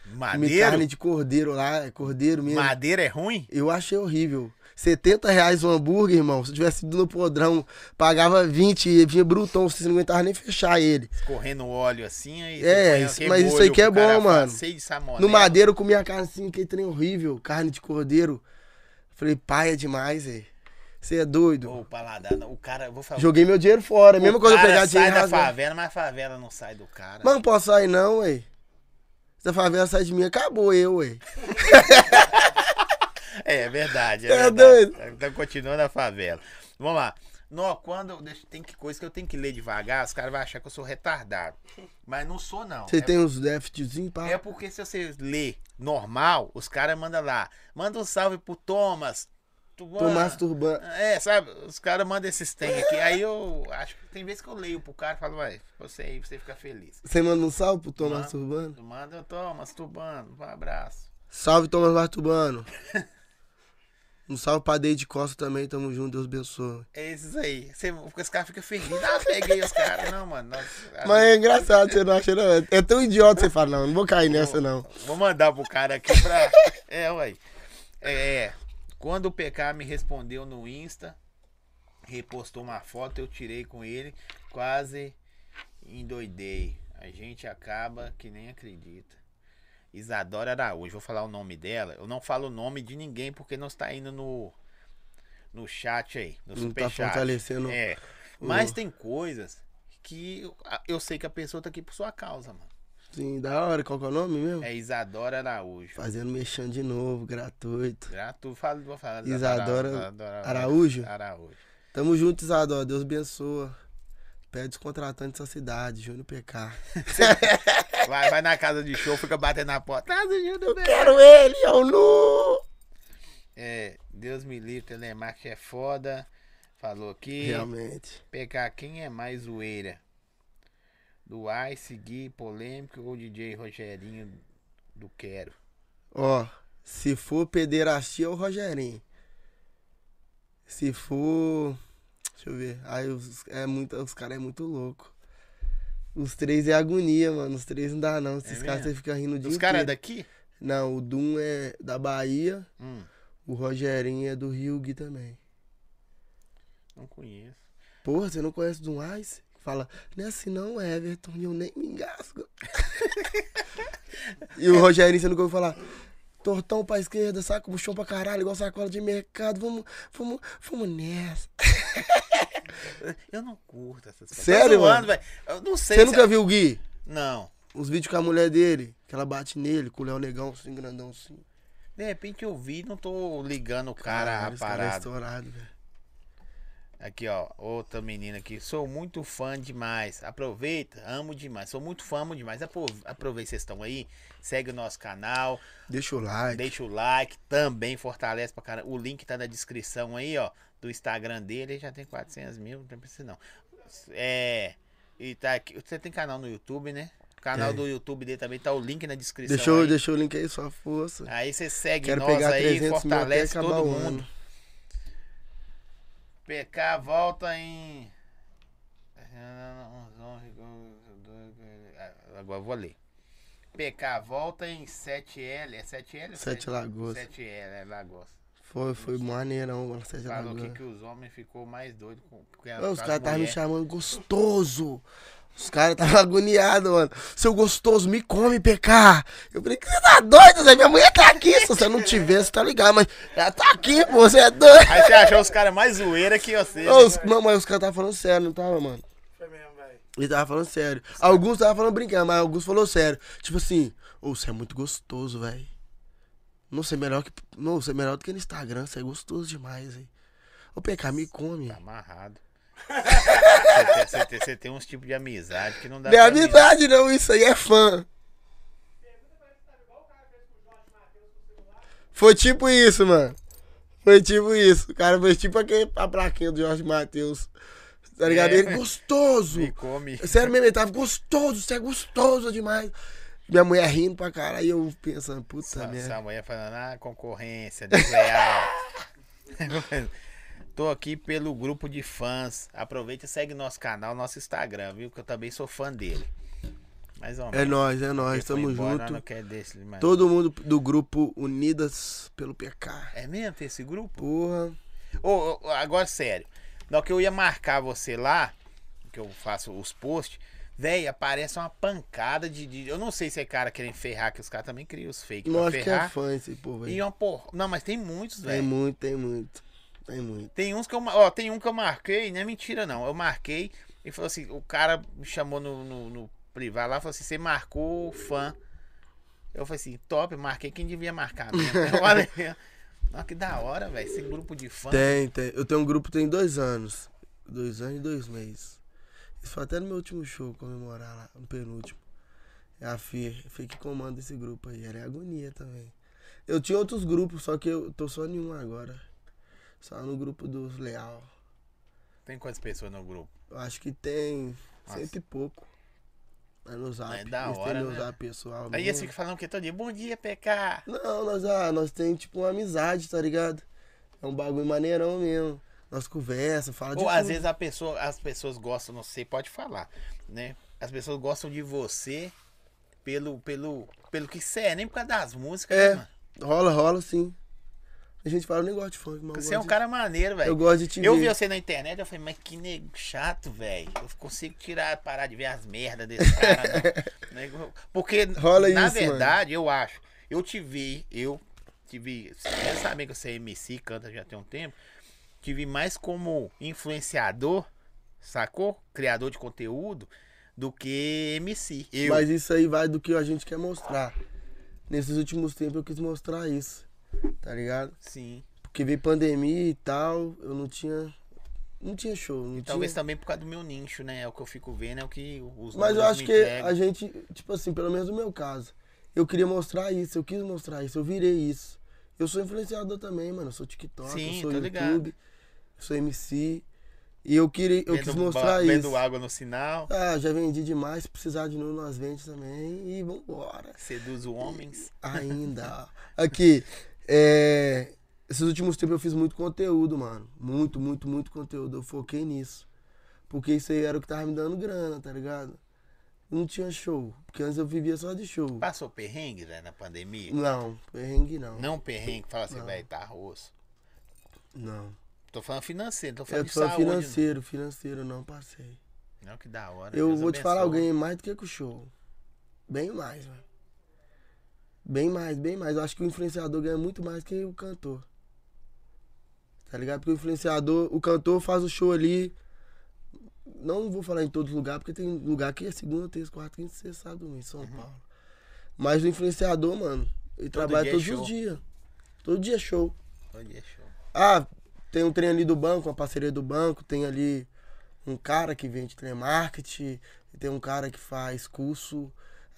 Speaker 2: Comi
Speaker 1: Madeiro?
Speaker 2: carne de cordeiro lá, é cordeiro mesmo.
Speaker 1: Madeira é ruim?
Speaker 2: Eu achei horrível. 70 reais o hambúrguer, irmão. Se eu tivesse ido no podrão, pagava 20 e vinha brutão, vocês não aguentavam nem fechar ele.
Speaker 1: Correndo óleo assim aí. você
Speaker 2: É,
Speaker 1: põe
Speaker 2: isso-
Speaker 1: aquele
Speaker 2: mas isso
Speaker 1: molho
Speaker 2: aí que é
Speaker 1: pro cara
Speaker 2: bom, mano.
Speaker 1: faz, Cheio de né? salmonela.
Speaker 2: No madeiro eu comia carne assim, que trem horrível, carne de cordeiro. Falei, pai, é demais, velho. Você é doido.
Speaker 1: Ô, paladar, não, o cara, eu vou falar.
Speaker 2: Joguei meu dinheiro fora. É a
Speaker 1: o
Speaker 2: mesma coisa eu
Speaker 1: cara
Speaker 2: pegar dinheiro. e
Speaker 1: sai da
Speaker 2: rasgar.
Speaker 1: favela, mas a favela não sai do cara.
Speaker 2: Mas não posso sair não, ué. Se a favela sai de mim, acabou eu, ué.
Speaker 1: É, é verdade. É,
Speaker 2: É
Speaker 1: verdade. Então continua na favela. Vamos lá. Não, quando. Deixa, tem que coisa que eu tenho que ler devagar, os caras vão achar que eu sou retardado. Mas não sou, não.
Speaker 2: Você
Speaker 1: é,
Speaker 2: tem uns déficitzinhos, pá.
Speaker 1: é porque se você lê normal, os caras mandam lá. Manda um salve pro Thomas. Tu-
Speaker 2: Tô masturbando.
Speaker 1: É, sabe? Os caras mandam esses tem aqui. Aí eu acho que tem vezes que eu leio pro cara e falo, ué, você aí, você fica feliz.
Speaker 2: Você manda um salve pro Tom
Speaker 1: Mano.
Speaker 2: Masturbano?
Speaker 1: Manda eu tô masturbando. Um abraço.
Speaker 2: Salve, Thomas Bartubano. Um salve pra Deide Costa também, tamo junto, Deus abençoe.
Speaker 1: É esses aí. Você, os caras ficam felizes. Ah, peguei os caras. Não, mano. nós-
Speaker 2: Mas é engraçado, você não acha, não? É- É tão idiota que você fala, não, não vou cair nessa, não.
Speaker 1: Vou mandar pro cara aqui pra. É, ué. É. Quando o PK me respondeu no Insta, repostou uma foto, eu tirei com ele, quase endoidei. A gente acaba que nem acredita. Isadora Araújo, vou falar o nome dela. Eu não falo o nome de ninguém porque não está indo no no chat aí, no
Speaker 2: Não tá
Speaker 1: superchat.
Speaker 2: fortalecendo
Speaker 1: É. Mas tem coisas que eu- eu sei que a pessoa tá aqui por sua causa, mano.
Speaker 2: Sim, da hora, qual que é o nome mesmo?
Speaker 1: É Isadora Araújo.
Speaker 2: Fazendo mexendo de novo, gratuito.
Speaker 1: Grato, fala, vou falar.
Speaker 2: Isadora Araújo?
Speaker 1: Araújo.
Speaker 2: Tamo junto, Isadora, Deus abençoa. Pede os contratantes da cidade, Júnior PK.
Speaker 1: Vai, vai na casa de show, fica batendo na porta. Tá, Traz o Júnior Belo.
Speaker 2: Quero ele, eu nu!
Speaker 1: É, Deus me livre, telemarketing é foda. Falou aqui.
Speaker 2: Realmente.
Speaker 1: PK, quem é mais zoeira? Do Ice, Gui, Polêmico ou DJ Rogerinho do Quero?
Speaker 2: Ó, se for pederastia, é o Rogerinho. Se for. Deixa eu ver. Aí os, é muito, os caras é muito louco. Os três é agonia, mano. Os três não dá, não. Esses
Speaker 1: É
Speaker 2: caras
Speaker 1: mesmo?
Speaker 2: você fica rindo de.
Speaker 1: Os caras é daqui?
Speaker 2: Não, o Dum é da Bahia.
Speaker 1: Hum,
Speaker 2: O Rogerinho é do Rio o Gui também.
Speaker 1: não conheço.
Speaker 2: Porra, você não conhece o Dum Ice? Fala, não é assim não, Everton, e eu nem me engasgo. e o Rogerinho, você nunca ouviu falar, tortão pra esquerda, saco buchão pra caralho, igual sacola de mercado, vamos, vamos, vamos nessa.
Speaker 1: Eu não curto essas coisas.
Speaker 2: Sério,
Speaker 1: Tô zoando,
Speaker 2: mano?
Speaker 1: velho. Eu não sei.
Speaker 2: Você
Speaker 1: se- é-
Speaker 2: nunca viu o Gui?
Speaker 1: Não.
Speaker 2: Os vídeos com a mulher dele, que ela bate nele, com o Léo Negão, assim, grandão, assim.
Speaker 1: De repente eu vi, não tô ligando o cara
Speaker 2: Caralho,
Speaker 1: a
Speaker 2: esse cara é
Speaker 1: parada.
Speaker 2: estourado, velho.
Speaker 1: Aqui, ó, outra menina aqui. Sou muito fã demais. Aproveita, amo demais. Sou muito fã, amo demais. Apro- Aproveita, vocês estão aí. Segue o nosso canal,
Speaker 2: Deixa o like.
Speaker 1: deixa o like, também fortalece pra caramba. O link tá na descrição aí, ó, do Instagram dele. Ele já tem 400 mil, não tem precisa não. É, e tá aqui. Você tem canal no YouTube, né? O canal
Speaker 2: Tem.
Speaker 1: do YouTube dele também tá o link na descrição.
Speaker 2: Deixa, o-
Speaker 1: aí.
Speaker 2: deixa o link aí, sua força.
Speaker 1: Aí você segue
Speaker 2: Quero
Speaker 1: nós
Speaker 2: pegar
Speaker 1: aí,
Speaker 2: 300 mil até
Speaker 1: fortalece
Speaker 2: acabar
Speaker 1: todo
Speaker 2: o
Speaker 1: mundo.
Speaker 2: ano.
Speaker 1: PK volta em. Agora eu vou ler. PK volta em 7L. É 7L? ou
Speaker 2: Sete Lagoas.
Speaker 1: 7L, é Lagoas.
Speaker 2: Foi, foi maneirão, mano. tá Sérgio
Speaker 1: Falou que,
Speaker 2: Alagoas.
Speaker 1: que os homens ficou mais doidos com, com
Speaker 2: Não, É os
Speaker 1: com as
Speaker 2: caras estavam me
Speaker 1: mulher.
Speaker 2: chamando gostoso. Os caras estavam agoniados, mano. Seu gostoso, me come, PK. Eu falei, que você tá doido, Zé? Minha mulher tá aqui. Se você não tiver, você tá ligado. Mas ela tá aqui, pô, você é doido.
Speaker 1: Aí você achou os caras mais zoeira que você. né?
Speaker 2: Não, os- não, mas os caras estavam falando sério, não tava, mano?
Speaker 3: Foi mesmo, velho.
Speaker 2: Ele tava falando sério. Alguns tava falando brincando, mas alguns falou sério. Tipo assim, ô, você é muito gostoso, velho. Não, você é melhor que. Não, você é melhor do que no Instagram, você é gostoso demais, hein? Ô, PK, me come.
Speaker 1: Tá amarrado. Você tem- Você tem, você tem uns tipos de amizade que não dá
Speaker 2: Não é
Speaker 1: pra mim, não.
Speaker 2: amizade, não, isso aí é fã. Foi tipo isso, mano. Foi tipo isso. O cara foi tipo aquele, a plaquinha do Jorge Matheus. Tá ligado?
Speaker 1: É.
Speaker 2: Ele gostoso. É
Speaker 1: Me come.
Speaker 2: Sério mesmo, ele tava gostoso, você é gostoso demais. Minha mulher rindo pra caralho. E eu pensando, puta
Speaker 1: Essa,
Speaker 2: merda.
Speaker 1: essa mulher falando, ah, concorrência, desleal. Tô aqui pelo grupo de fãs. Aproveita e segue nosso canal, nosso Instagram, viu? Que eu também sou fã dele. Mais ou
Speaker 2: É
Speaker 1: menos.
Speaker 2: nóis, é
Speaker 1: Ele
Speaker 2: nóis,
Speaker 1: foi
Speaker 2: tamo
Speaker 1: embora, né? nós
Speaker 2: junto.
Speaker 1: não quer desse, mas-
Speaker 2: Todo mundo do grupo Unidas pelo PK.
Speaker 1: É mesmo tem esse grupo?
Speaker 2: Porra.
Speaker 1: Ô, ô, agora sério. Na hora que eu ia marcar você lá, que eu faço os posts, velho, aparece uma pancada de, de- Eu não sei se é cara querendo ferrar, que os caras também criam os fake pra
Speaker 2: Nós que é
Speaker 1: ferrar.
Speaker 2: fã esse povo aí.
Speaker 1: e uma porra. Não, mas tem muitos,
Speaker 2: Tem
Speaker 1: velho.
Speaker 2: muito, tem muito. Tem muito.
Speaker 1: Tem uns que eu. ma- Ó, tem um que eu marquei, não é mentira, não. Eu marquei e falou assim: o cara me chamou no, no, no privado lá falou assim: você marcou fã. Eu falei assim, top, marquei quem devia marcar mesmo. Olha, aí, ó. Ó, que da hora, velho. Esse grupo de fã.
Speaker 2: Tem, tem. Eu tenho um grupo tem dois anos. Dois anos e dois meses. Isso foi até no meu último show comemorar lá, no penúltimo. É A Fê, Fê que comanda esse grupo aí. Ela é agonia também. Eu tinha outros grupos, só que eu tô só em um agora. Só no grupo dos Leal.
Speaker 1: Tem quantas pessoas no grupo?
Speaker 2: Eu acho que tem
Speaker 1: Nossa.
Speaker 2: cento e pouco. É no zap.
Speaker 1: É da
Speaker 2: Eles têm
Speaker 1: hora,
Speaker 2: meu
Speaker 1: né?
Speaker 2: zap pessoal.
Speaker 1: Aí
Speaker 2: mesmo.
Speaker 1: eles ficam falando que todo dia, bom dia, PK.
Speaker 2: Não, nós, ah, nós temos tipo uma amizade, tá ligado? É um bagulho maneirão mesmo. Nós conversa, fala de
Speaker 1: Ou às
Speaker 2: tudo.
Speaker 1: vezes a pessoa, as pessoas gostam, não sei, pode falar, né? As pessoas gostam de você pelo, pelo, pelo que você é, nem por causa das músicas, né,
Speaker 2: É,
Speaker 1: mano?
Speaker 2: rola, rola sim. A gente fala, eu nem gosto de funk, mas eu
Speaker 1: Você é um
Speaker 2: gosto
Speaker 1: cara maneiro,
Speaker 2: de... Eu
Speaker 1: velho.
Speaker 2: gosto de te
Speaker 1: Eu vi assim,
Speaker 2: ver.
Speaker 1: você na internet, eu falei, mas que nego chato, velho. Eu consigo tirar, parar de ver as merdas desse cara, não. Nego- Porque,
Speaker 2: Rola
Speaker 1: na
Speaker 2: isso,
Speaker 1: verdade, eu acho, eu te vi, eu te vi, você sabe que você é MC, canta já tem um tempo, te vi mais como influenciador, sacou? Criador de conteúdo, do que MC. Eu,
Speaker 2: Mas isso aí vai do que a gente quer mostrar. Nesses últimos tempos eu quis mostrar isso, tá ligado?
Speaker 1: sim.
Speaker 2: Porque veio pandemia e tal, eu não tinha... Não tinha show, não
Speaker 1: Talvez
Speaker 2: tinha...
Speaker 1: também por causa do meu nicho, né? É o que eu fico vendo, é o que os
Speaker 2: Mas eu
Speaker 1: números
Speaker 2: acho
Speaker 1: me
Speaker 2: que
Speaker 1: entregam.
Speaker 2: a gente, tipo assim, pelo menos no meu caso, eu queria mostrar isso, eu quis mostrar isso, eu virei isso. Eu sou influenciador também, mano. Eu sou TikTok,
Speaker 1: Sim,
Speaker 2: eu sou
Speaker 1: tô
Speaker 2: YouTube,
Speaker 1: ligado.
Speaker 2: eu sou MC. E eu queria, eu quis
Speaker 1: Vendo
Speaker 2: mostrar
Speaker 1: ba-
Speaker 2: isso.
Speaker 1: Vendo água no sinal.
Speaker 2: Ah, já vendi demais, se precisar de novo, nós vende também. E vambora.
Speaker 1: Seduz os homens.
Speaker 2: Ainda. Aqui, é, esses últimos tempos eu fiz muito conteúdo, mano. Muito, muito, muito conteúdo. Eu foquei nisso. Porque isso aí era o que tava me dando grana, tá ligado? Não tinha show. Porque antes eu vivia só de show.
Speaker 1: Passou perrengue, né, na pandemia?
Speaker 2: Não, perrengue não.
Speaker 1: Não perrengue, fala assim, velho, tá rosto.
Speaker 2: Não.
Speaker 1: Tô falando financeiro, tô falando
Speaker 2: Eu
Speaker 1: de
Speaker 2: sou
Speaker 1: saúde. né?
Speaker 2: financeiro, financeiro, não passei.
Speaker 1: Não, que da hora.
Speaker 2: Eu
Speaker 1: Deus
Speaker 2: vou te falar, eu
Speaker 1: abençoe.
Speaker 2: ganhei mais do que com o show. Bem mais, mano. Bem mais, bem mais. Eu acho que o influenciador ganha muito mais que o cantor. Tá ligado? Porque o influenciador, o cantor faz o show ali. Não vou falar em todo lugar, porque tem lugar que é segunda, terça, quarta, quinta, sexta, sábado, domingo, em São
Speaker 1: Uhum.
Speaker 2: Paulo. Mas o influenciador, mano, ele trabalha
Speaker 1: dia é
Speaker 2: todos
Speaker 1: show.
Speaker 2: os dias. Todo dia é show.
Speaker 1: Olha, é show.
Speaker 2: Ah, tem um trem ali do banco, uma parceria do banco, tem ali um cara que vende telemarketing, tem um cara que faz curso,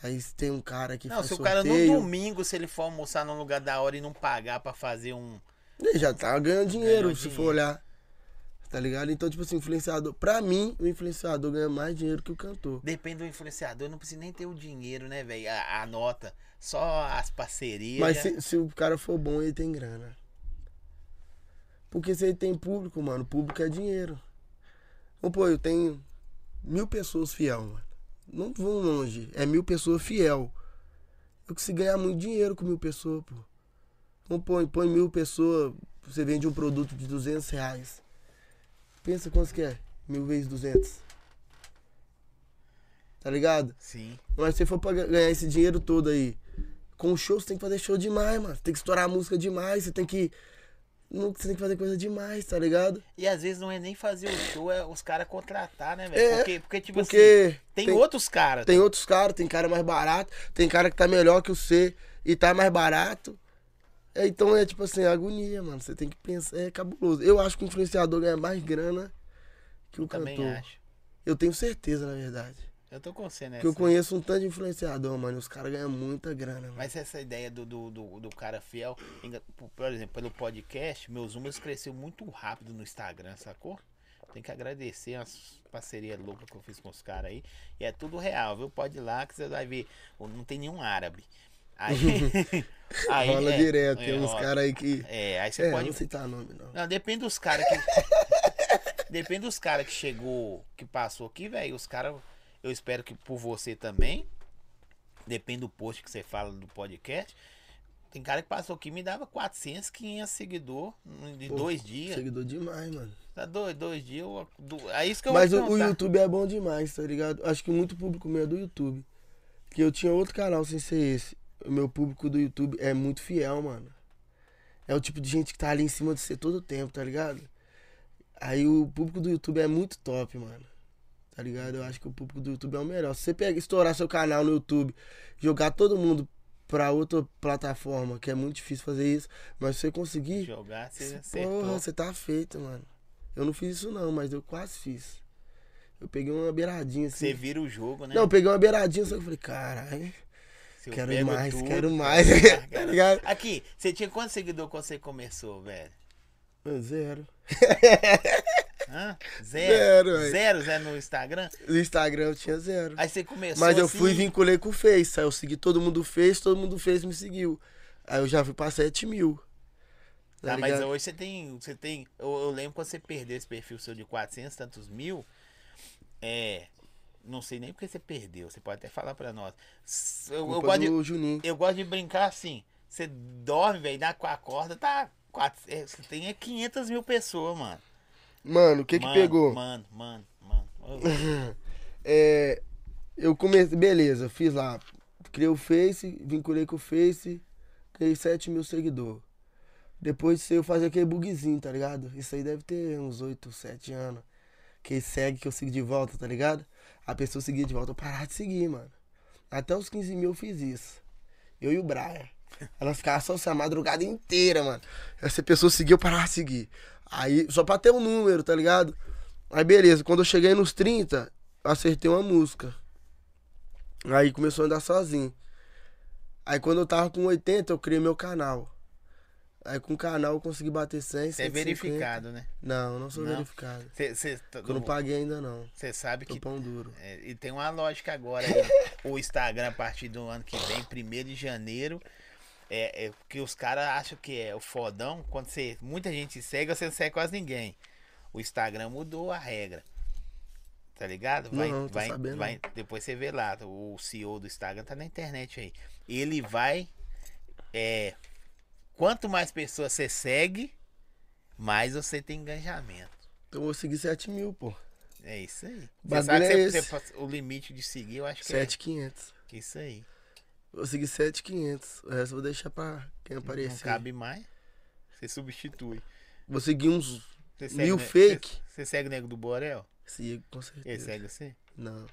Speaker 2: aí tem um cara que
Speaker 1: Não,
Speaker 2: faz
Speaker 1: se o
Speaker 2: sorteio.
Speaker 1: cara no domingo, se ele for almoçar num lugar da hora e não pagar pra fazer um.
Speaker 2: Ele já tá ganhando dinheiro,
Speaker 1: Ganhou
Speaker 2: se
Speaker 1: dinheiro.
Speaker 2: for olhar. Tá ligado? Então, tipo assim, influenciador. Pra mim, o influenciador ganha mais dinheiro que o cantor.
Speaker 1: Depende do influenciador, não precisa nem ter o dinheiro, né, velho? A, a nota. Só as parcerias.
Speaker 2: Mas
Speaker 1: né?
Speaker 2: se, se o cara for bom, ele tem grana. Porque se ele tem público, mano, público é dinheiro. Vamos pô, eu tenho mil pessoas fiel, mano. Não vão longe. É mil pessoas fiel. Eu consigo ganhar muito dinheiro com mil pessoas, pô. Vamos pô, põe mil pessoas, você vende um produto de 200 reais. Pensa quanto que é? Mil vezes 200. Tá ligado?
Speaker 1: Sim.
Speaker 2: Mas se você for pra ga- ganhar esse dinheiro todo aí, com show, você tem que fazer show demais, mano. Você tem que estourar a música demais, você tem que. Não, Você tem que fazer coisa demais, tá ligado?
Speaker 1: E às vezes não é nem fazer o show, é os caras contratar, né, velho?
Speaker 2: É,
Speaker 1: porque, porque, tipo
Speaker 2: porque
Speaker 1: assim, tem,
Speaker 2: tem-
Speaker 1: outros caras.
Speaker 2: Tem outros caras, tem cara mais barato, tem cara que tá melhor que o C e tá mais barato. É, então é tipo assim, agonia, mano. Você tem que pensar, é cabuloso. Eu acho que o influenciador ganha mais grana que o
Speaker 1: também
Speaker 2: cantor.
Speaker 1: acho. É,
Speaker 2: Eu tenho certeza, na verdade.
Speaker 1: Eu tô com você nessa.
Speaker 2: Porque eu conheço um tanto de influenciador, mano. e Os caras ganham muita grana, mano.
Speaker 1: Mas essa ideia do, do, do, do cara fiel, enga- por exemplo, pelo podcast, meus números cresceu muito rápido no Instagram, sacou? Tem que agradecer as parcerias loucas que eu fiz com os caras aí. E é tudo real, viu? Pode ir lá que você vai ver. Ô, Não tem nenhum árabe. Aí, aí
Speaker 2: Rola
Speaker 1: é,
Speaker 2: direto. Tem
Speaker 1: é,
Speaker 2: uns
Speaker 1: ó,
Speaker 2: caras aí que.
Speaker 1: É, aí você
Speaker 2: É,
Speaker 1: pode
Speaker 2: não citar nome, não.
Speaker 1: Não, depende dos caras que. depende dos caras que chegou, que passou aqui, velho. Os caras, eu espero que por você também. Depende do post que você fala do podcast. Tem cara que passou aqui e me dava 400, 500 seguidor em
Speaker 2: Pô,
Speaker 1: dois dias.
Speaker 2: Seguidor demais, mano.
Speaker 1: Tá dois, dois dias. eu- do- é isso que eu
Speaker 2: Mas
Speaker 1: vou
Speaker 2: o,
Speaker 1: te
Speaker 2: o
Speaker 1: contar.
Speaker 2: YouTube é bom demais, tá ligado? Acho que muito público meu é do YouTube. Que eu tinha outro canal sem ser esse. O meu público do YouTube é muito fiel, mano. É o tipo de gente que tá ali em cima de você todo o tempo, tá ligado? Aí o público do YouTube é muito top, mano. Tá ligado? Eu acho que o público do YouTube é o melhor. Se você pegar, estourar seu canal no YouTube, jogar todo mundo pra outra plataforma, que é muito difícil fazer isso, mas se você conseguir,
Speaker 1: Jogar, você acertou.
Speaker 2: Porra, você tá feito, mano. Eu não fiz isso não, mas eu quase fiz. Eu peguei uma beiradinha assim.
Speaker 1: Você vira o jogo, né?
Speaker 2: Não, eu peguei uma beiradinha, só que eu falei, caralho,
Speaker 1: Se eu
Speaker 2: quero
Speaker 1: pego
Speaker 2: mais,
Speaker 1: tudo,
Speaker 2: quero mais.
Speaker 1: quero
Speaker 2: tá
Speaker 1: mais.
Speaker 2: ligado?
Speaker 1: Aqui, você tinha quantos seguidores quando você começou, velho?
Speaker 2: Mano, Zero.
Speaker 1: Hã?
Speaker 2: Zero,
Speaker 1: Zero.
Speaker 2: velho.
Speaker 1: Zero, Zé, no Instagram?
Speaker 2: No Instagram eu tinha zero.
Speaker 1: Aí você começou
Speaker 2: Mas eu
Speaker 1: assim,
Speaker 2: fui e vinculei com o Face. Aí eu segui todo mundo fez, todo mundo fez me seguiu. Aí eu já fui pra 7 mil.
Speaker 1: Ah,
Speaker 2: Tá
Speaker 1: mas
Speaker 2: ligado?
Speaker 1: hoje você tem. Você tem eu, eu lembro quando você perdeu esse perfil seu de 400 tantos mil. É. Não sei nem porque você perdeu. Você pode até falar pra nós. S- Eu, eu
Speaker 2: Culpa
Speaker 1: gosto, de,
Speaker 2: do Juninho.
Speaker 1: eu gosto de brincar assim. Você dorme, velho, dá com a corda, tá. quatro- é, Você tem é 500 mil pessoas, mano.
Speaker 2: Mano, o que
Speaker 1: Mano,
Speaker 2: que pegou?
Speaker 1: Mano, mano, mano. Ô,
Speaker 2: É, eu comecei, beleza, fiz lá, criei o Face, vinculei com o Face, criei 7 mil seguidores. Depois disso eu fazia aquele bugzinho, tá ligado? Isso aí deve ter uns 8, 7 anos. Que segue, que eu sigo de volta, tá ligado? A pessoa seguia de volta, eu parava de seguir, mano. Até os 15 mil eu fiz isso. Eu e o Brian. Ela ficava só assim, a madrugada inteira, mano. Essa pessoa seguia, eu parava de seguir. Aí, só pra ter um número, tá ligado? Aí, beleza. Quando eu cheguei nos 30, acertei uma música. Aí começou a andar sozinho. Aí, quando eu tava com 80, eu criei meu canal. Aí, com o canal, eu consegui bater 100,
Speaker 1: Você é
Speaker 2: 150.
Speaker 1: verificado, né?
Speaker 2: Não, não sou
Speaker 1: Não.
Speaker 2: verificado.
Speaker 1: Você- Você tá-
Speaker 2: Eu não paguei ainda, não.
Speaker 1: você sabe
Speaker 2: Tô
Speaker 1: que
Speaker 2: pão duro.
Speaker 1: É, e tem uma lógica agora aí. o Instagram, a partir do ano que vem, 1 de janeiro, é, é que os caras acham que é o fodão. Quando você, muita gente segue, você não segue quase ninguém. O Instagram mudou a regra. Tá ligado? Vai,
Speaker 2: Não, tô
Speaker 1: vai,
Speaker 2: sabendo.
Speaker 1: vai- depois você vê lá. O CEO do Instagram tá na internet aí. Ele vai. É, quanto mais pessoas você segue, mais você tem engajamento.
Speaker 2: Então eu vou seguir 7 mil, pô.
Speaker 1: É isso aí. Você
Speaker 2: bagulho
Speaker 1: sabe que
Speaker 2: é
Speaker 1: você-
Speaker 2: esse.
Speaker 1: você- o limite de seguir, eu acho que é
Speaker 2: 7,500.
Speaker 1: que Isso aí.
Speaker 2: Vou seguir 7,500. O resto eu vou deixar pra quem
Speaker 1: Não
Speaker 2: aparecer.
Speaker 1: cabe mais. Você substitui.
Speaker 2: Vou seguir uns.
Speaker 1: Você
Speaker 2: Mil
Speaker 1: ne-
Speaker 2: fake?
Speaker 1: Você, você segue o nego do Borel?
Speaker 2: Sigo, com
Speaker 1: Ele
Speaker 2: certeza.
Speaker 1: segue você?
Speaker 2: Não.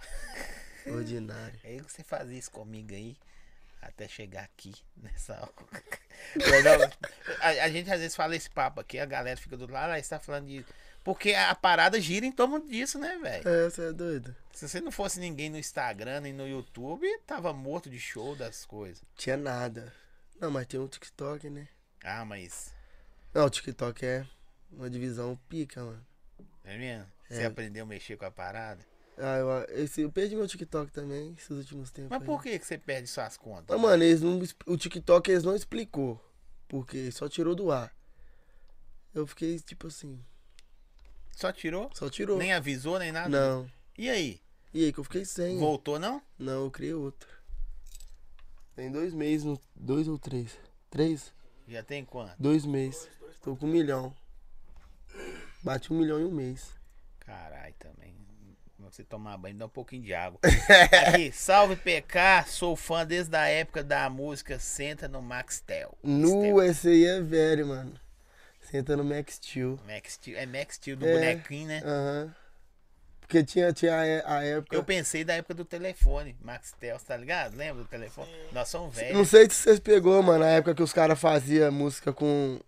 Speaker 2: Ordinário.
Speaker 1: É que você fazia isso comigo aí. Até chegar aqui nessa hora. Mas não, a, a gente às vezes fala esse papo aqui, a galera fica do lado, ah, você tá falando de. Porque a parada gira em torno disso, né, velho?
Speaker 2: É, você é doido.
Speaker 1: Se você não fosse ninguém no Instagram nem no YouTube, tava morto de show das coisas.
Speaker 2: Tinha nada. Não, mas tem um TikTok, né?
Speaker 1: Ah, mas.
Speaker 2: Não, o TikTok é uma divisão pica, mano.
Speaker 1: É mesmo? Você
Speaker 2: É.
Speaker 1: aprendeu a mexer com a parada?
Speaker 2: Ah, eu, esse, eu perdi meu TikTok também esses últimos tempos.
Speaker 1: Mas
Speaker 2: aí.
Speaker 1: por que, que você perde suas contas?
Speaker 2: Mas, mano, eles não, o TikTok eles não explicou. Porque só tirou do ar. Eu fiquei tipo assim.
Speaker 1: Só tirou?
Speaker 2: Só tirou.
Speaker 1: Nem avisou, nem nada?
Speaker 2: Não.
Speaker 1: E aí?
Speaker 2: E aí que eu fiquei sem.
Speaker 1: Voltou não?
Speaker 2: Não, eu criei outro. Tem dois meses, no- dois ou três. Três?
Speaker 1: Já tem quanto?
Speaker 2: Dois meses. Tô com um milhão. Bati um milhão em um mês.
Speaker 1: Caralho, também. Quando você tomar banho, dá um pouquinho de água. Aqui, salve PK, sou fã desde a época da música Senta no Max Tel.
Speaker 2: Nu, esse aí é velho, mano. Senta no Max Steel.
Speaker 1: Max Steel, é Max Steel do
Speaker 2: É.
Speaker 1: bonequinho, né?
Speaker 2: Aham. Porque tinha, tinha a, é- a época.
Speaker 1: Eu pensei da época do telefone, Max Tel, tá ligado? Lembra do telefone? Nós somos
Speaker 2: Não
Speaker 1: velhos.
Speaker 2: sei se vocês pegou, mano, a época que os caras faziam música com.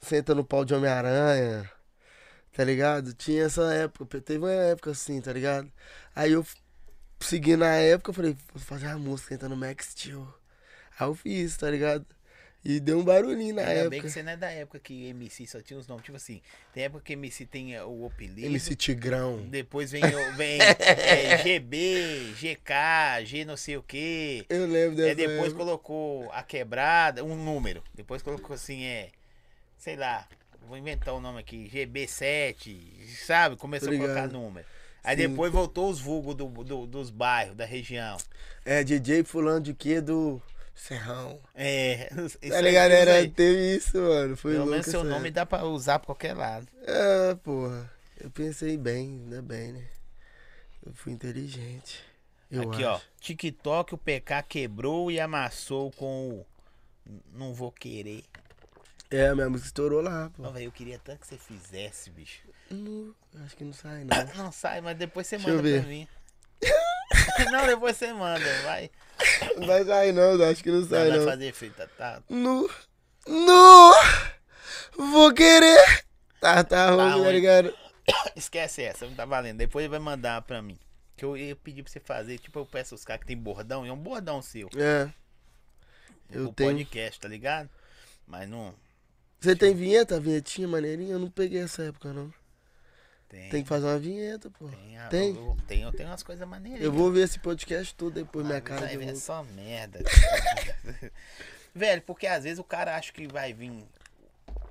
Speaker 2: Senta no pau de Homem-Aranha. Tá ligado? Tinha essa época. Teve uma época assim, tá ligado? Aí eu, seguindo a época, eu falei, vou fazer uma música, senta no Max Steel. Aí eu fiz, tá ligado? E deu um barulhinho na
Speaker 1: Ainda
Speaker 2: época.
Speaker 1: bem que você não é da época que MC só tinha os nomes. Tipo assim, tem época que MC tem eh, o apelido.
Speaker 2: MC Tigrão.
Speaker 1: Depois vem, o- vem eh, GB, GK, G não sei o quê.
Speaker 2: Eu lembro dessa
Speaker 1: É, depois
Speaker 2: época.
Speaker 1: colocou a quebrada, um número. Depois colocou assim, é. Sei lá, vou inventar um nome aqui, GB7, sabe? Começou
Speaker 2: Tô
Speaker 1: a colocar
Speaker 2: ligado.
Speaker 1: número. Aí
Speaker 2: Sim.
Speaker 1: depois voltou os vulgos do, do- dos bairros, da região.
Speaker 2: É, DJ fulano de quê do Serrão.
Speaker 1: É, isso
Speaker 2: Tá
Speaker 1: aí,
Speaker 2: ligado? Era-
Speaker 1: isso aí.
Speaker 2: teve isso, mano. Foi
Speaker 1: Pelo
Speaker 2: louco
Speaker 1: menos seu
Speaker 2: essa
Speaker 1: nome dá pra usar pra qualquer lado.
Speaker 2: É, porra. Eu pensei bem, ainda bem, né? Eu fui inteligente. Eu
Speaker 1: aqui,
Speaker 2: acho.
Speaker 1: ó. TikTok, o PK quebrou e amassou com o. Não vou querer.
Speaker 2: É, a minha música estourou lá, pô.
Speaker 1: Não, velho, eu queria tanto que você fizesse, bicho.
Speaker 2: Não, acho que não sai, não.
Speaker 1: Não sai, mas depois você
Speaker 2: Deixa eu
Speaker 1: manda pra
Speaker 2: ver.
Speaker 1: mim. não, depois você manda, vai.
Speaker 2: Não vai sair, não. Acho que não
Speaker 1: Não,
Speaker 2: sai,
Speaker 1: vai
Speaker 2: não.
Speaker 1: fazer feita, tá?
Speaker 2: Nu. Nu! Vou querer! Tá, tá, ruim, tá
Speaker 1: ruim.
Speaker 2: ligado?
Speaker 1: Esquece essa, não tá valendo. Depois ele vai mandar pra mim. Que eu ia pedir pra você fazer, tipo, eu peço os caras que tem bordão, e é um bordão seu.
Speaker 2: É. Eu
Speaker 1: o
Speaker 2: tenho.
Speaker 1: podcast, tá ligado? Mas não
Speaker 2: Você tem vinheta? Vinhetinha maneirinha? Eu não peguei essa época, não.
Speaker 1: tem.
Speaker 2: Tem que fazer uma vinheta, pô.
Speaker 1: Tem, ah, a-
Speaker 2: Tem?
Speaker 1: Eu, tem, eu tenho umas coisas maneiras.
Speaker 2: Eu vou ver esse podcast todo depois, minha cara de um
Speaker 1: Velho, é
Speaker 2: louco.
Speaker 1: só merda. Velho, porque às vezes o cara acha que vai vir,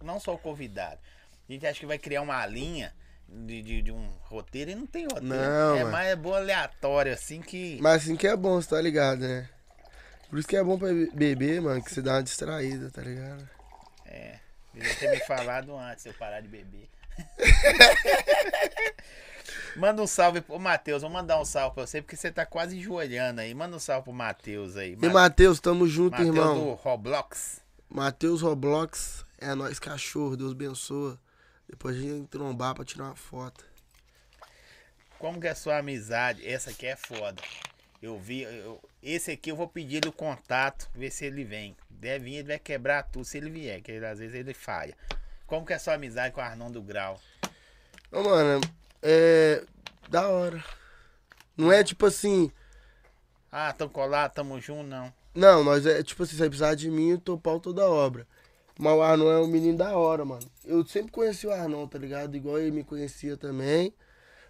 Speaker 1: não só o convidado, a gente acha que vai criar uma linha de, de, de um roteiro e não tem roteiro.
Speaker 2: Não,
Speaker 1: é
Speaker 2: mano.
Speaker 1: mais é bom aleatório, assim que.
Speaker 2: Mas assim que é bom, você tá ligado, né? Por isso que é bom pra be- beber, mano, que você dá uma distraída, tá ligado?
Speaker 1: É, devia ter me falado antes de eu parar de beber. Manda um salve pro Matheus, vou mandar um salve pra você, porque você tá quase joelhando aí. Manda um salve pro Matheus aí.
Speaker 2: E Matheus, tamo junto,
Speaker 1: Matheus
Speaker 2: irmão.
Speaker 1: do Roblox.
Speaker 2: Matheus Roblox, é nós cachorro, Deus abençoa. Depois a gente trombar pra tirar uma foto.
Speaker 1: Como que é a sua amizade? Essa aqui é foda. Eu vi. eu- esse aqui eu vou pedir ele o contato, ver se ele vem. Deve vir, ele vai quebrar tudo se ele vier, que ele- às vezes ele falha. Como que é a sua amizade com o Arnon do Grau?
Speaker 2: Ô, mano, é. Da hora. Não é tipo assim.
Speaker 1: Ah, tamo colado, tamo junto, não.
Speaker 2: Não, mas é tipo assim, se você precisar de mim, eu tô pau toda obra. Mas o Arnon é um menino da hora, mano. Eu sempre conheci o Arnon, tá ligado? Igual ele me conhecia também.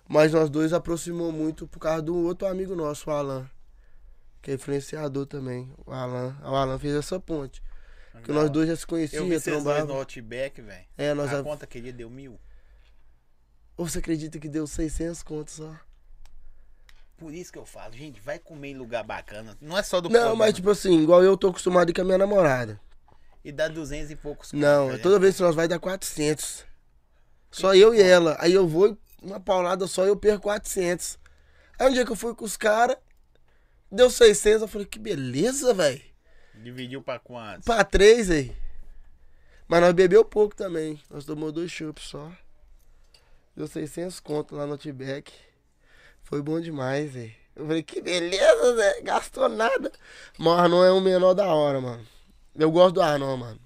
Speaker 2: Mas nós dois aproximou muito por causa do outro amigo nosso, o Alan. Que é influenciador também. O Alan. O Alan fez essa ponte. Porque nós dois já se
Speaker 1: Eu vi
Speaker 2: conhecíamos,
Speaker 1: vocês dois no
Speaker 2: trombava.
Speaker 1: Outback, velho.
Speaker 2: É, nós
Speaker 1: a
Speaker 2: já-
Speaker 1: conta que ele deu mil.
Speaker 2: Ou você acredita que deu 600 contos só?
Speaker 1: Por isso que eu falo, gente, vai comer em lugar bacana. Não é só do
Speaker 2: Não,
Speaker 1: povo,
Speaker 2: mas tipo assim, igual eu tô acostumado com a minha namorada.
Speaker 1: E dá duzentos e poucos.
Speaker 2: Não,
Speaker 1: conto,
Speaker 2: é
Speaker 1: né?
Speaker 2: toda vez que nós vai dar 400. Só eu e ela. Aí eu vou, uma paulada só, eu perco 400. Aí um dia que eu fui com os caras, deu 600. Eu falei, que beleza, velho.
Speaker 1: Dividiu pra quantos?
Speaker 2: Pra três aí. Mas nós bebeu pouco também. Nós tomou dois chupes só. Deu 600 conto lá no Outback. Foi bom demais, velho. Eu falei, que beleza, Zé. Gastou nada. Mas o Arnon é um menor da hora, mano. Eu gosto do Arnon, mano.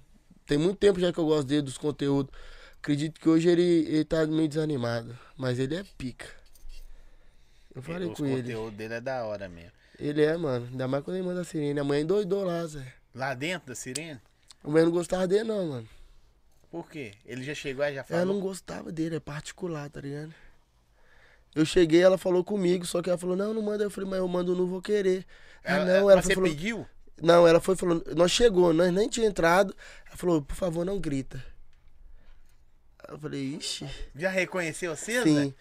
Speaker 2: Tem muito tempo já que eu gosto dele, dos conteúdos. Acredito que hoje ele, ele tá meio desanimado. Mas ele é pica. Eu falei
Speaker 1: Os
Speaker 2: com ele.
Speaker 1: conteúdos dele é da hora mesmo.
Speaker 2: Ele é, mano. Ainda mais quando ele manda a sirene. A mãe doidou lá, Zé.
Speaker 1: Lá dentro da sirene?
Speaker 2: A mãe não gostava dele, não, mano.
Speaker 1: Por quê? Ele já chegou e já
Speaker 2: Ela É, não
Speaker 1: falou.
Speaker 2: gostava dele, é particular, tá ligado? Eu cheguei, ela falou comigo, só que ela falou, não, não manda. Eu falei, mas eu mando, não vou querer. ah, não, ela
Speaker 1: mas
Speaker 2: foi,
Speaker 1: É, você
Speaker 2: falou,
Speaker 1: pediu?
Speaker 2: não, ela foi falando, nós chegou, nós nem tinha entrado. Ela falou, por favor, não grita. Eu falei, ixi,
Speaker 1: Já reconheceu vocês?
Speaker 2: sim,
Speaker 1: né?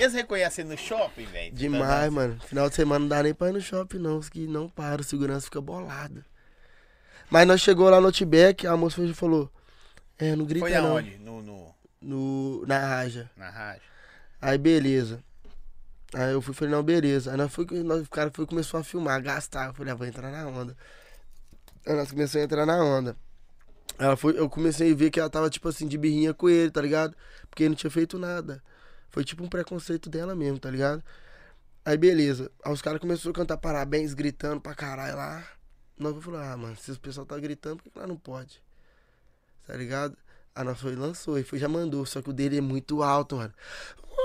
Speaker 1: Eles reconhecem no shopping, velho?
Speaker 2: demais, mano. Final de semana não dá nem pra ir no shopping, não, os que não param, o segurança fica bolado. Mas nós chegou lá no Outback, a moça foi e falou, É, não grita
Speaker 1: Foi
Speaker 2: não.
Speaker 1: aonde? No, no,
Speaker 2: No, na Raja.
Speaker 1: na rádio.
Speaker 2: Aí beleza. Aí eu fui falei, não, beleza. Aí nós foi, nós, o cara foi começou a filmar, gastar. Eu falei, ah, vou entrar na onda. Aí nós começamos a entrar na onda. Ela foi, eu comecei a ver que ela tava, tipo assim, de birrinha com ele, tá ligado? Porque ele não tinha feito nada. Foi tipo um preconceito dela mesmo, tá ligado? Aí beleza. Aí os caras começaram a cantar parabéns, gritando pra caralho lá. Nós eu falei, ah, mano, se o pessoal tá gritando, por que que nós não pode? Tá ligado? Aí nós foi, lançou e foi, já mandou. Só que o dele é muito alto, mano.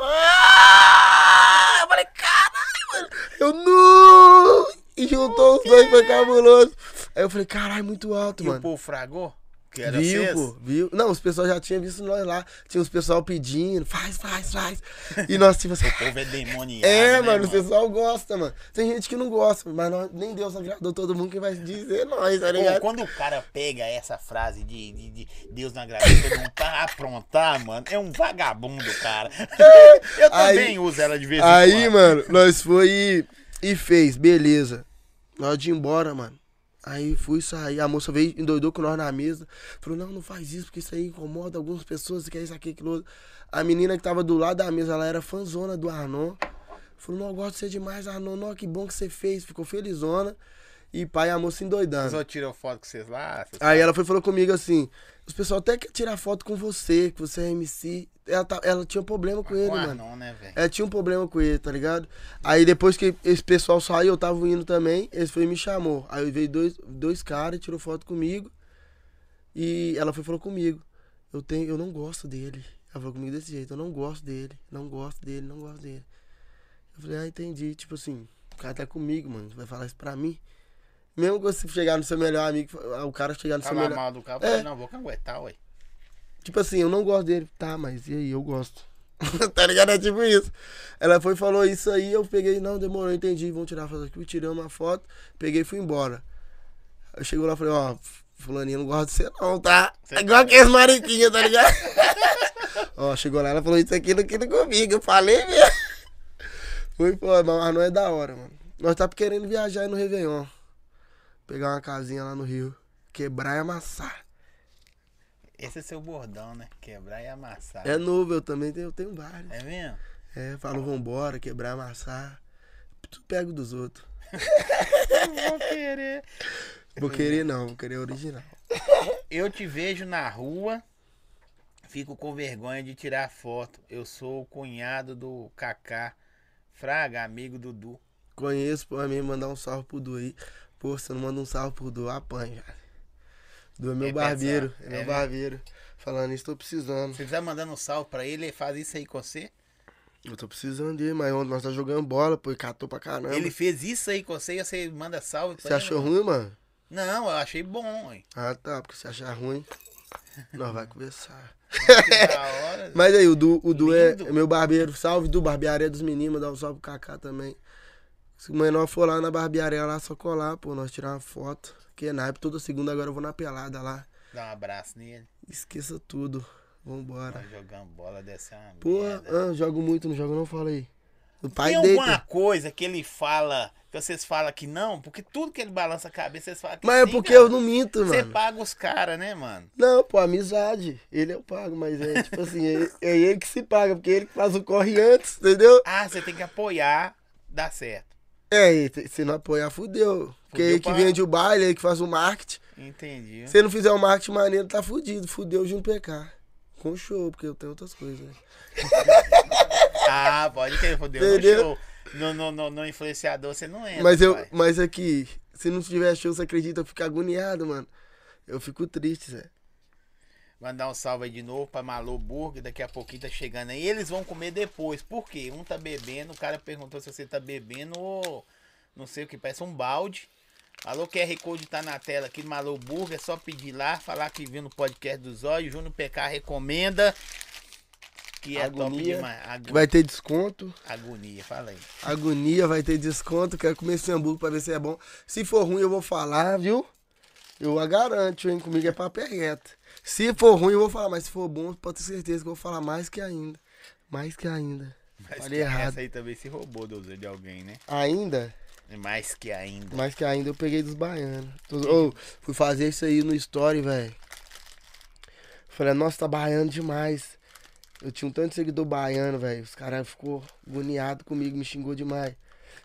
Speaker 2: Ah, Eu falei, caralho, mano. Eu não! E juntou os dois, foi cabuloso. Aí eu falei, caralho, é muito alto,
Speaker 1: E
Speaker 2: mano.
Speaker 1: o povo fragou? Que era
Speaker 2: viu,
Speaker 1: vocês?
Speaker 2: pô, viu? Não, os pessoal já tinham visto nós lá. Tinha os pessoal pedindo, faz, faz, faz. E nós, tipo assim.
Speaker 1: O povo é demoniado.
Speaker 2: É,
Speaker 1: né,
Speaker 2: mano, o pessoal gosta, mano. Tem gente que não gosta, mas nós- nem Deus agradou todo mundo que vai dizer nós, tá
Speaker 1: Pô,
Speaker 2: ligado?
Speaker 1: quando o cara pega essa frase de, de- de Deus não agradece todo mundo pra aprontar, mano, é um vagabundo, cara. Eu
Speaker 2: Aí-
Speaker 1: também uso ela de vez em
Speaker 2: Aí,
Speaker 1: quando.
Speaker 2: mano, nós foi e, e fez, beleza. Na hora de ir embora, mano. Aí fui sair, a moça veio, endoidou com nós na mesa. Falou, não, não faz isso, porque isso aí incomoda algumas pessoas, que é isso aqui, aquilo outro. A menina que tava do lado da mesa, ela era fanzona do Arnon. Falou, não, eu gosto de você demais, Arnon. Não, que bom que você fez. Ficou felizona. E pai, a moça
Speaker 1: Os
Speaker 2: endoidando.
Speaker 1: outros tiram foto com vocês lá. essas-
Speaker 2: Aí ela foi e falou comigo assim: os pessoal até quer tirar foto com você, que você é MC. Ela, tá- ela tinha um problema com ele,
Speaker 1: com
Speaker 2: mano.
Speaker 1: Arnon, né, velho?
Speaker 2: É, tinha um problema com ele, tá ligado? Aí depois que esse pessoal saiu, eu tava indo também, eles foi e me chamou. Aí veio dois, dois caras, tirou foto comigo. E ela foi e falou comigo. Eu tenho, eu não gosto dele. Ela falou comigo desse jeito, eu não gosto dele, não gosto dele, não gosto dele. Eu falei, ah, entendi. Tipo assim, o cara tá comigo, mano. Vai falar isso pra mim. Mesmo que você chegar no seu melhor amigo, o cara chegar no seu
Speaker 1: Falar
Speaker 2: melhor.
Speaker 1: mal do cara,
Speaker 2: É.
Speaker 1: é. não, vou caguetar, ué.
Speaker 2: Tipo assim, eu não gosto dele. Tá, mas e aí? Eu gosto. tá ligado? É tipo isso. Ela foi e falou isso aí, eu peguei, não, demorou, entendi, vamos tirar a foto aqui. Tiramos uma foto, peguei e fui embora. Eu chegou lá e falei, ó, fulaninho não gosta de você não, tá?
Speaker 1: Você
Speaker 2: É igual aqueles mariquinhos, tá ligado? ó, chegou lá, ela falou isso aqui, não aquilo comigo, eu falei mesmo. Foi, pô, mas não é da hora, mano. Nós tá querendo viajar aí no Réveillon. Pegar uma casinha lá no Rio. Quebrar e amassar.
Speaker 1: Esse é seu bordão, né? Quebrar e amassar.
Speaker 2: É novo, eu também tenho, eu tenho vários.
Speaker 1: É mesmo?
Speaker 2: É, falou, vambora, quebrar, amassar. Tu pega o dos outros.
Speaker 1: Não vou querer. É
Speaker 2: Vou querer não, vou querer original.
Speaker 1: Eu te vejo na rua, fico com vergonha de tirar foto. Eu sou o cunhado do Kaká Fraga, amigo do Du.
Speaker 2: Conheço pra mim, mandar um salve pro Du aí. Pô, se eu não manda um salve pro Du, apanha, cara. Du é meu
Speaker 1: É
Speaker 2: barbeiro,
Speaker 1: pesado,
Speaker 2: é
Speaker 1: é
Speaker 2: meu
Speaker 1: mesmo?
Speaker 2: barbeiro. Falando isso, tô precisando.
Speaker 1: Se você tá mandando um salve pra ele, ele faz isso aí com você?
Speaker 2: Eu tô precisando dele, mas ontem nós tá jogando bola, pô, e catou pra caramba.
Speaker 1: Ele né? fez isso aí com você e você manda salve pra
Speaker 2: Você
Speaker 1: ele?
Speaker 2: achou
Speaker 1: mano?
Speaker 2: ruim, mano?
Speaker 1: Não, eu achei bom, hein?
Speaker 2: Ah, tá, porque se achar ruim, nós vai conversar.
Speaker 1: Que da hora.
Speaker 2: Mas aí, o Du, o du é,
Speaker 1: Lindo.
Speaker 2: é meu barbeiro. Salve, Du, barbearia dos meninos. Dá um salve pro Kaká também. Se o menor for lá na barbearia, lá só colar, pô. Nós tirar uma foto. Que é naipe. Toda segunda agora eu vou na pelada lá.
Speaker 1: Dá um abraço nele.
Speaker 2: Esqueça tudo. Vambora.
Speaker 1: Nós jogando bola, desce uma
Speaker 2: Porra,
Speaker 1: merda.
Speaker 2: ah, jogo muito, não jogo não, fala aí. O pai
Speaker 1: Tem
Speaker 2: dele.
Speaker 1: alguma coisa que ele fala, que vocês falam que não? Porque tudo que ele balança a cabeça, vocês falam que
Speaker 2: Mas é
Speaker 1: sim,
Speaker 2: porque
Speaker 1: cara.
Speaker 2: eu não minto,
Speaker 1: Você
Speaker 2: mano.
Speaker 1: paga os caras, né, mano?
Speaker 2: Não, pô, amizade. Ele eu pago, mas é tipo assim, é, é ele que se paga, porque ele que faz o corre antes, entendeu?
Speaker 1: Ah, você tem que apoiar, dá certo.
Speaker 2: É, e te- se não apoiar, fudeu. Porque
Speaker 1: Fudeu
Speaker 2: ele que
Speaker 1: pra-
Speaker 2: vende o baile, ele que faz o marketing.
Speaker 1: Entendi.
Speaker 2: Se ele não fizer um marketing maneiro, tá fudido. Fudeu junto PK. Com show, porque eu tenho outras coisas. né?
Speaker 1: Ah, pode que ele fodeu no
Speaker 2: é Entendeu?
Speaker 1: show. No, no, no, no influenciador você não entra.
Speaker 2: Mas eu.
Speaker 1: pai.
Speaker 2: Mas aqui, se não tiver show, você acredita, eu fico agoniado, mano. Eu fico triste, Zé.
Speaker 1: Mandar um salve aí de novo pra Malu Burger, daqui a pouquinho tá chegando aí. Eles vão comer depois. Por quê? Um tá bebendo, o cara perguntou se você tá bebendo ou não sei o que, parece um balde. Alô, QR Code tá na tela aqui do Malu Burger, é só pedir lá, falar que viu no podcast do Zóio. Júnior PK recomenda. Que é top
Speaker 2: Agonia.
Speaker 1: demais. Ago-
Speaker 2: Vai ter desconto.
Speaker 1: Agonia, falei.
Speaker 2: Agonia, vai ter desconto. Quero comer esse hambúrguer pra ver se é bom. Se for ruim, eu vou falar, viu? Eu a garanto, hein? Comigo é papo é reto. Se for ruim, eu vou falar, mas se for bom, pode ter certeza que eu vou falar mais que ainda. Mais que ainda.
Speaker 1: Mas
Speaker 2: Falei
Speaker 1: que
Speaker 2: errado.
Speaker 1: Essa aí também se roubou do de alguém, né?
Speaker 2: Ainda?
Speaker 1: Mais que ainda.
Speaker 2: Mais que ainda eu peguei dos baianos. Tô- Ô, fui fazer isso aí no story, velho. Falei, nossa, tá baiano demais. Eu tinha um tanto de seguidor baiano, velho. Os caras ficou agoniado comigo, me xingou demais.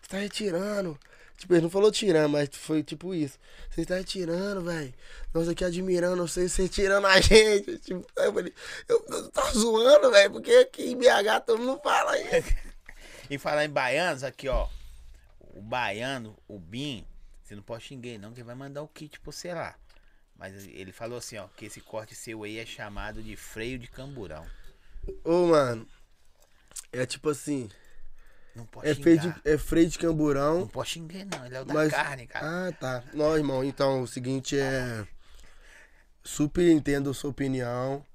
Speaker 2: Você tá retirando. Tipo, ele não falou tirando, mas foi tipo isso. Você tá retirando, velho. Nós aqui admirando vocês, você tirando a gente. Tipo, eu falei, eu, eu tá zoando, velho, porque aqui em BH todo mundo fala isso.
Speaker 1: E falar em baianos, aqui, ó. O baiano, o Bim, você não pode xingar ele, não, que ele vai mandar o kit pra você lá. Mas ele falou assim, ó, que esse corte seu aí é chamado de freio de camburão.
Speaker 2: Ô, mano. É tipo assim,
Speaker 1: Não pode
Speaker 2: é freio,
Speaker 1: xingar.
Speaker 2: de, é freio de camburão.
Speaker 1: Não pode xingar, não. Ele é o da
Speaker 2: Mas-
Speaker 1: carne, cara.
Speaker 2: Ah, tá. Não, irmão, então o seguinte é. Super entendo a sua opinião.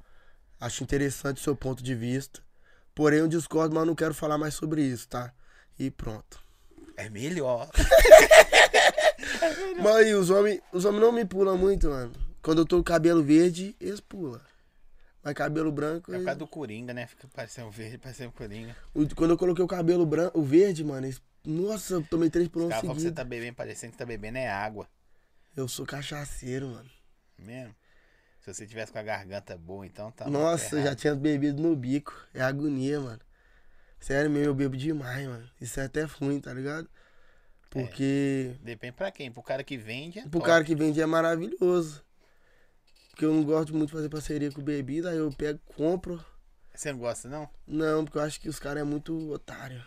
Speaker 2: Acho interessante o seu ponto de vista. Porém, eu discordo, mas não quero falar mais sobre isso, tá? E pronto.
Speaker 1: É melhor.
Speaker 2: Mas e os homens, os homens não me pulam muito, mano. Quando eu tô com cabelo verde, eles pulam. Mas cabelo
Speaker 1: É
Speaker 2: branco.
Speaker 1: por
Speaker 2: eles-
Speaker 1: causa do Coringa, né? Fica parecendo verde, parecendo Coringa.
Speaker 2: o- Quando eu coloquei o cabelo branco, o verde, mano, eles... nossa, eu tomei três um
Speaker 1: Os
Speaker 2: pulão
Speaker 1: caras falam que você
Speaker 2: seguidos.
Speaker 1: tá bebendo, parecendo que tá bebendo é água.
Speaker 2: Eu sou cachaceiro, mano.
Speaker 1: Mesmo? Se você tivesse com a garganta boa, então tá.
Speaker 2: Nossa,
Speaker 1: tá
Speaker 2: já
Speaker 1: errado.
Speaker 2: tinha bebido no bico. É agonia, mano. Sério mesmo, eu bebo demais, mano. Isso é até ruim, tá ligado? Porque
Speaker 1: Depende pra quem. Pro cara que vende. É
Speaker 2: pro
Speaker 1: top.
Speaker 2: cara que vende é maravilhoso. Porque eu não gosto muito de fazer parceria com bebida, aí eu pego, compro.
Speaker 1: Você não gosta, não?
Speaker 2: Não, porque eu acho que os caras é muito otário.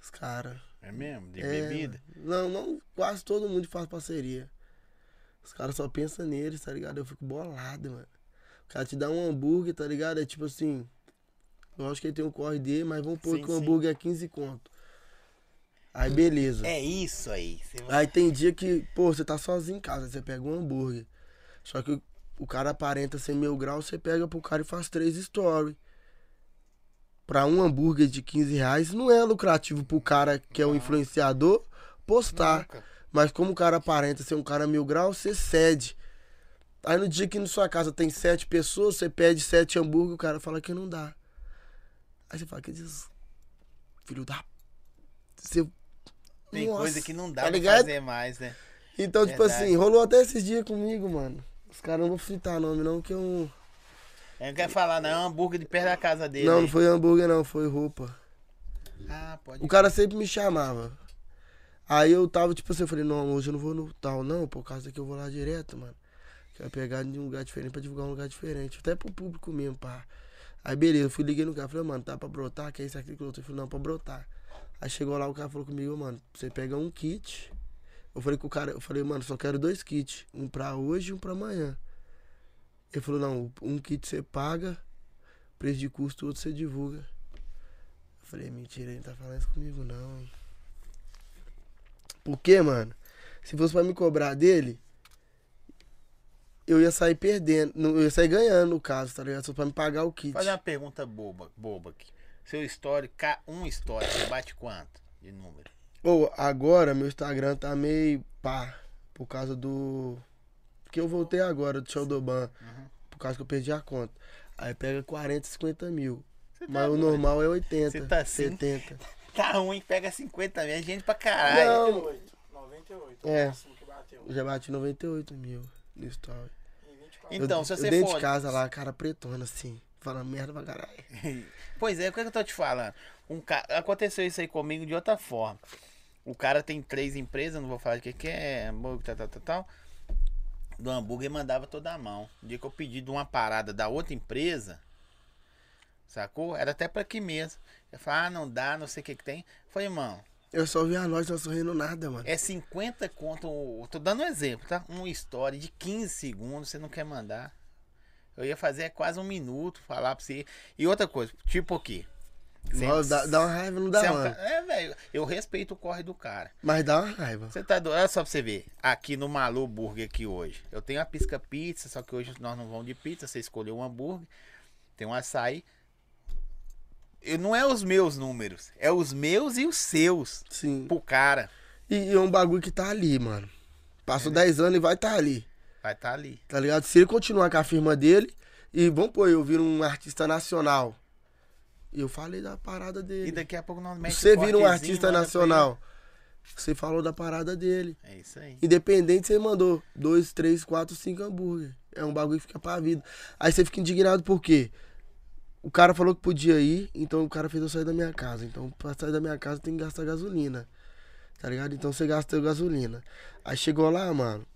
Speaker 2: Os caras.
Speaker 1: É mesmo? De
Speaker 2: É,
Speaker 1: bebida?
Speaker 2: Não, não, quase todo mundo faz parceria. Os caras só pensam neles, tá ligado? Eu fico bolado, mano. O cara te dá um hambúrguer, tá ligado? É tipo assim. Eu acho que ele tem um corre dele, mas vamos pôr
Speaker 1: Sim,
Speaker 2: que o
Speaker 1: sim.
Speaker 2: hambúrguer é 15 conto. Aí beleza.
Speaker 1: É isso aí. Você vai-
Speaker 2: Aí tem dia que, pô, você tá sozinho em casa, você pega um hambúrguer. Só que o- o cara aparenta ser mil graus, você pega pro cara e faz três stories. Pra um hambúrguer de 15 reais, não é lucrativo pro cara que é um influenciador postar.
Speaker 1: Nunca.
Speaker 2: Mas como o cara aparenta ser um cara mil graus, você cede. Aí no dia que na sua casa tem sete pessoas, você pede sete hambúrguer, o cara fala que não dá. Aí você fala que diz. Filho da. Você.
Speaker 1: Tem
Speaker 2: Nossa,
Speaker 1: coisa que não dá
Speaker 2: tá
Speaker 1: pra
Speaker 2: ligado?
Speaker 1: fazer mais, né?
Speaker 2: Então, tipo
Speaker 1: Verdade.
Speaker 2: assim, rolou até esses dias comigo, mano. Os caras não vão fritar nome, não, que eu.
Speaker 1: Eu não quero falar, não. É um hambúrguer de perto da casa dele.
Speaker 2: Não,
Speaker 1: hein?
Speaker 2: não foi hambúrguer, não, foi roupa.
Speaker 1: Ah, pode.
Speaker 2: O cara sempre me chamava. Aí eu tava, tipo assim, eu falei, não, hoje eu não vou no tal, não, por causa que eu vou lá direto, mano. Quero pegar em um lugar diferente pra divulgar um lugar diferente. Até pro público mesmo, pá. Aí beleza, eu fui liguei no cara, falei, mano, tá pra brotar? Que é isso aqui que eu tô? Eu falei, não, pra brotar. Aí chegou lá, o cara falou comigo, mano, você pega um kit. Eu falei com o cara, eu falei, mano, só quero dois kits. Um pra hoje e um pra amanhã. Ele falou, não, um kit você paga, preço de custo, o outro você divulga. Eu falei, mentira, ele não tá falando isso comigo, não. Por quê, mano? Se fosse pra me cobrar dele, eu ia sair perdendo. não, Eu ia sair ganhando, no caso, tá ligado? Só pra me pagar o kit.
Speaker 1: Fazer uma pergunta boba, boba aqui. Seu histórico, ca- um histórico, você bate quanto de número?
Speaker 2: Ou agora meu Instagram tá meio pá. Por causa do. Porque eu voltei agora do Shodoban. Por causa que eu perdi a conta. Aí pega 40, 50 mil. Mas o normal é
Speaker 1: tá
Speaker 2: 80,
Speaker 1: Você tá assim?
Speaker 2: 70.
Speaker 1: Tá ruim, pega 50 mil, é gente pra caralho.
Speaker 2: Não,
Speaker 3: 98. 98.
Speaker 2: É.
Speaker 3: O máximo que bateu.
Speaker 2: já bati 98 mil no story.
Speaker 3: Em 24
Speaker 2: Eu-
Speaker 1: Então, se
Speaker 2: eu
Speaker 1: você
Speaker 2: dentro
Speaker 1: for.
Speaker 2: de casa lá, cara pretona assim. Fala merda pra caralho.
Speaker 1: Pois é, o que, é que eu tô te falando? Um ca... Aconteceu isso aí comigo de outra forma. O cara tem três empresas, não vou falar de que, que é, hambúrguer, tal, tal, tal, tal. Do hambúrguer mandava toda a mão. O dia que eu pedi de uma parada da outra empresa, sacou? Era até pra aqui mesmo. Eu falei, ah, não dá, não sei o que que tem. Eu falei, irmão,
Speaker 2: Eu só vi a nós, não sorrindo nada, mano.
Speaker 1: É 50 conto. o- Tô dando um exemplo, tá? Um story de 15 segundos, você não quer mandar. Eu ia fazer é quase um minuto, falar pra você. E outra coisa, tipo o quê? É, Cê-
Speaker 2: Nó, dá, dá uma raiva, não dá,
Speaker 1: cê é, um
Speaker 2: mano.
Speaker 1: ca- é, velho, eu respeito o corre do cara.
Speaker 2: Mas dá uma raiva.
Speaker 1: Você tá doido? Olha só pra você ver. Aqui no Malu Burger aqui hoje. Eu tenho a pisca pizza, só que hoje nós não vamos de pizza. Você escolheu um hambúrguer. Tem um açaí. E não é os meus números. É os meus e os seus.
Speaker 2: Sim.
Speaker 1: Pro cara.
Speaker 2: E, e é um bagulho que tá ali, mano.
Speaker 1: É,
Speaker 2: Passou
Speaker 1: né?
Speaker 2: 10 anos e vai tá ali.
Speaker 1: Vai estar tá ali.
Speaker 2: Tá ligado? Se ele continuar com a firma dele, e vamos pôr, eu viro um artista nacional. E eu falei da parada
Speaker 1: E
Speaker 2: dele.
Speaker 1: daqui a pouco nós metemos
Speaker 2: Você vira um
Speaker 1: cortezinho,
Speaker 2: artista
Speaker 1: manda pra
Speaker 2: nacional. Você falou da parada dele.
Speaker 1: ele. É isso aí.
Speaker 2: Independente, você mandou dois, três, quatro, cinco hambúrguer. É um bagulho que fica pra vida. Aí você fica indignado por quê? O cara falou que podia ir, então o cara fez eu sair da minha casa. Então, pra sair da minha casa, tem que gastar gasolina. Tá ligado? Então você gastou gasolina. Aí chegou lá, mano.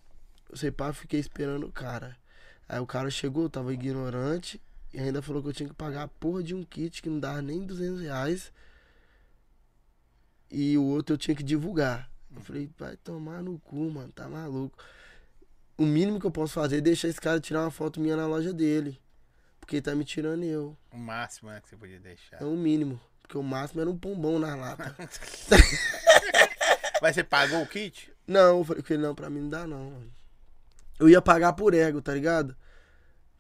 Speaker 2: Eu sei pá, fiquei esperando o cara. Aí o cara chegou, eu tava ignorante. E ainda falou que eu tinha que pagar a porra de um kit que não dava nem 200 reais. E o outro eu tinha que divulgar. Eu falei, vai tomar no cu, mano, tá maluco. O mínimo que eu posso fazer é deixar esse cara tirar uma foto minha na loja dele. Porque ele tá me tirando eu.
Speaker 1: O máximo né, que você podia deixar.
Speaker 2: É o mínimo. Porque o máximo era um pombom na lata.
Speaker 1: Mas você pagou o kit?
Speaker 2: Não, eu falei com ele, não, pra mim não dá não, mano. Eu ia pagar por ego, tá ligado?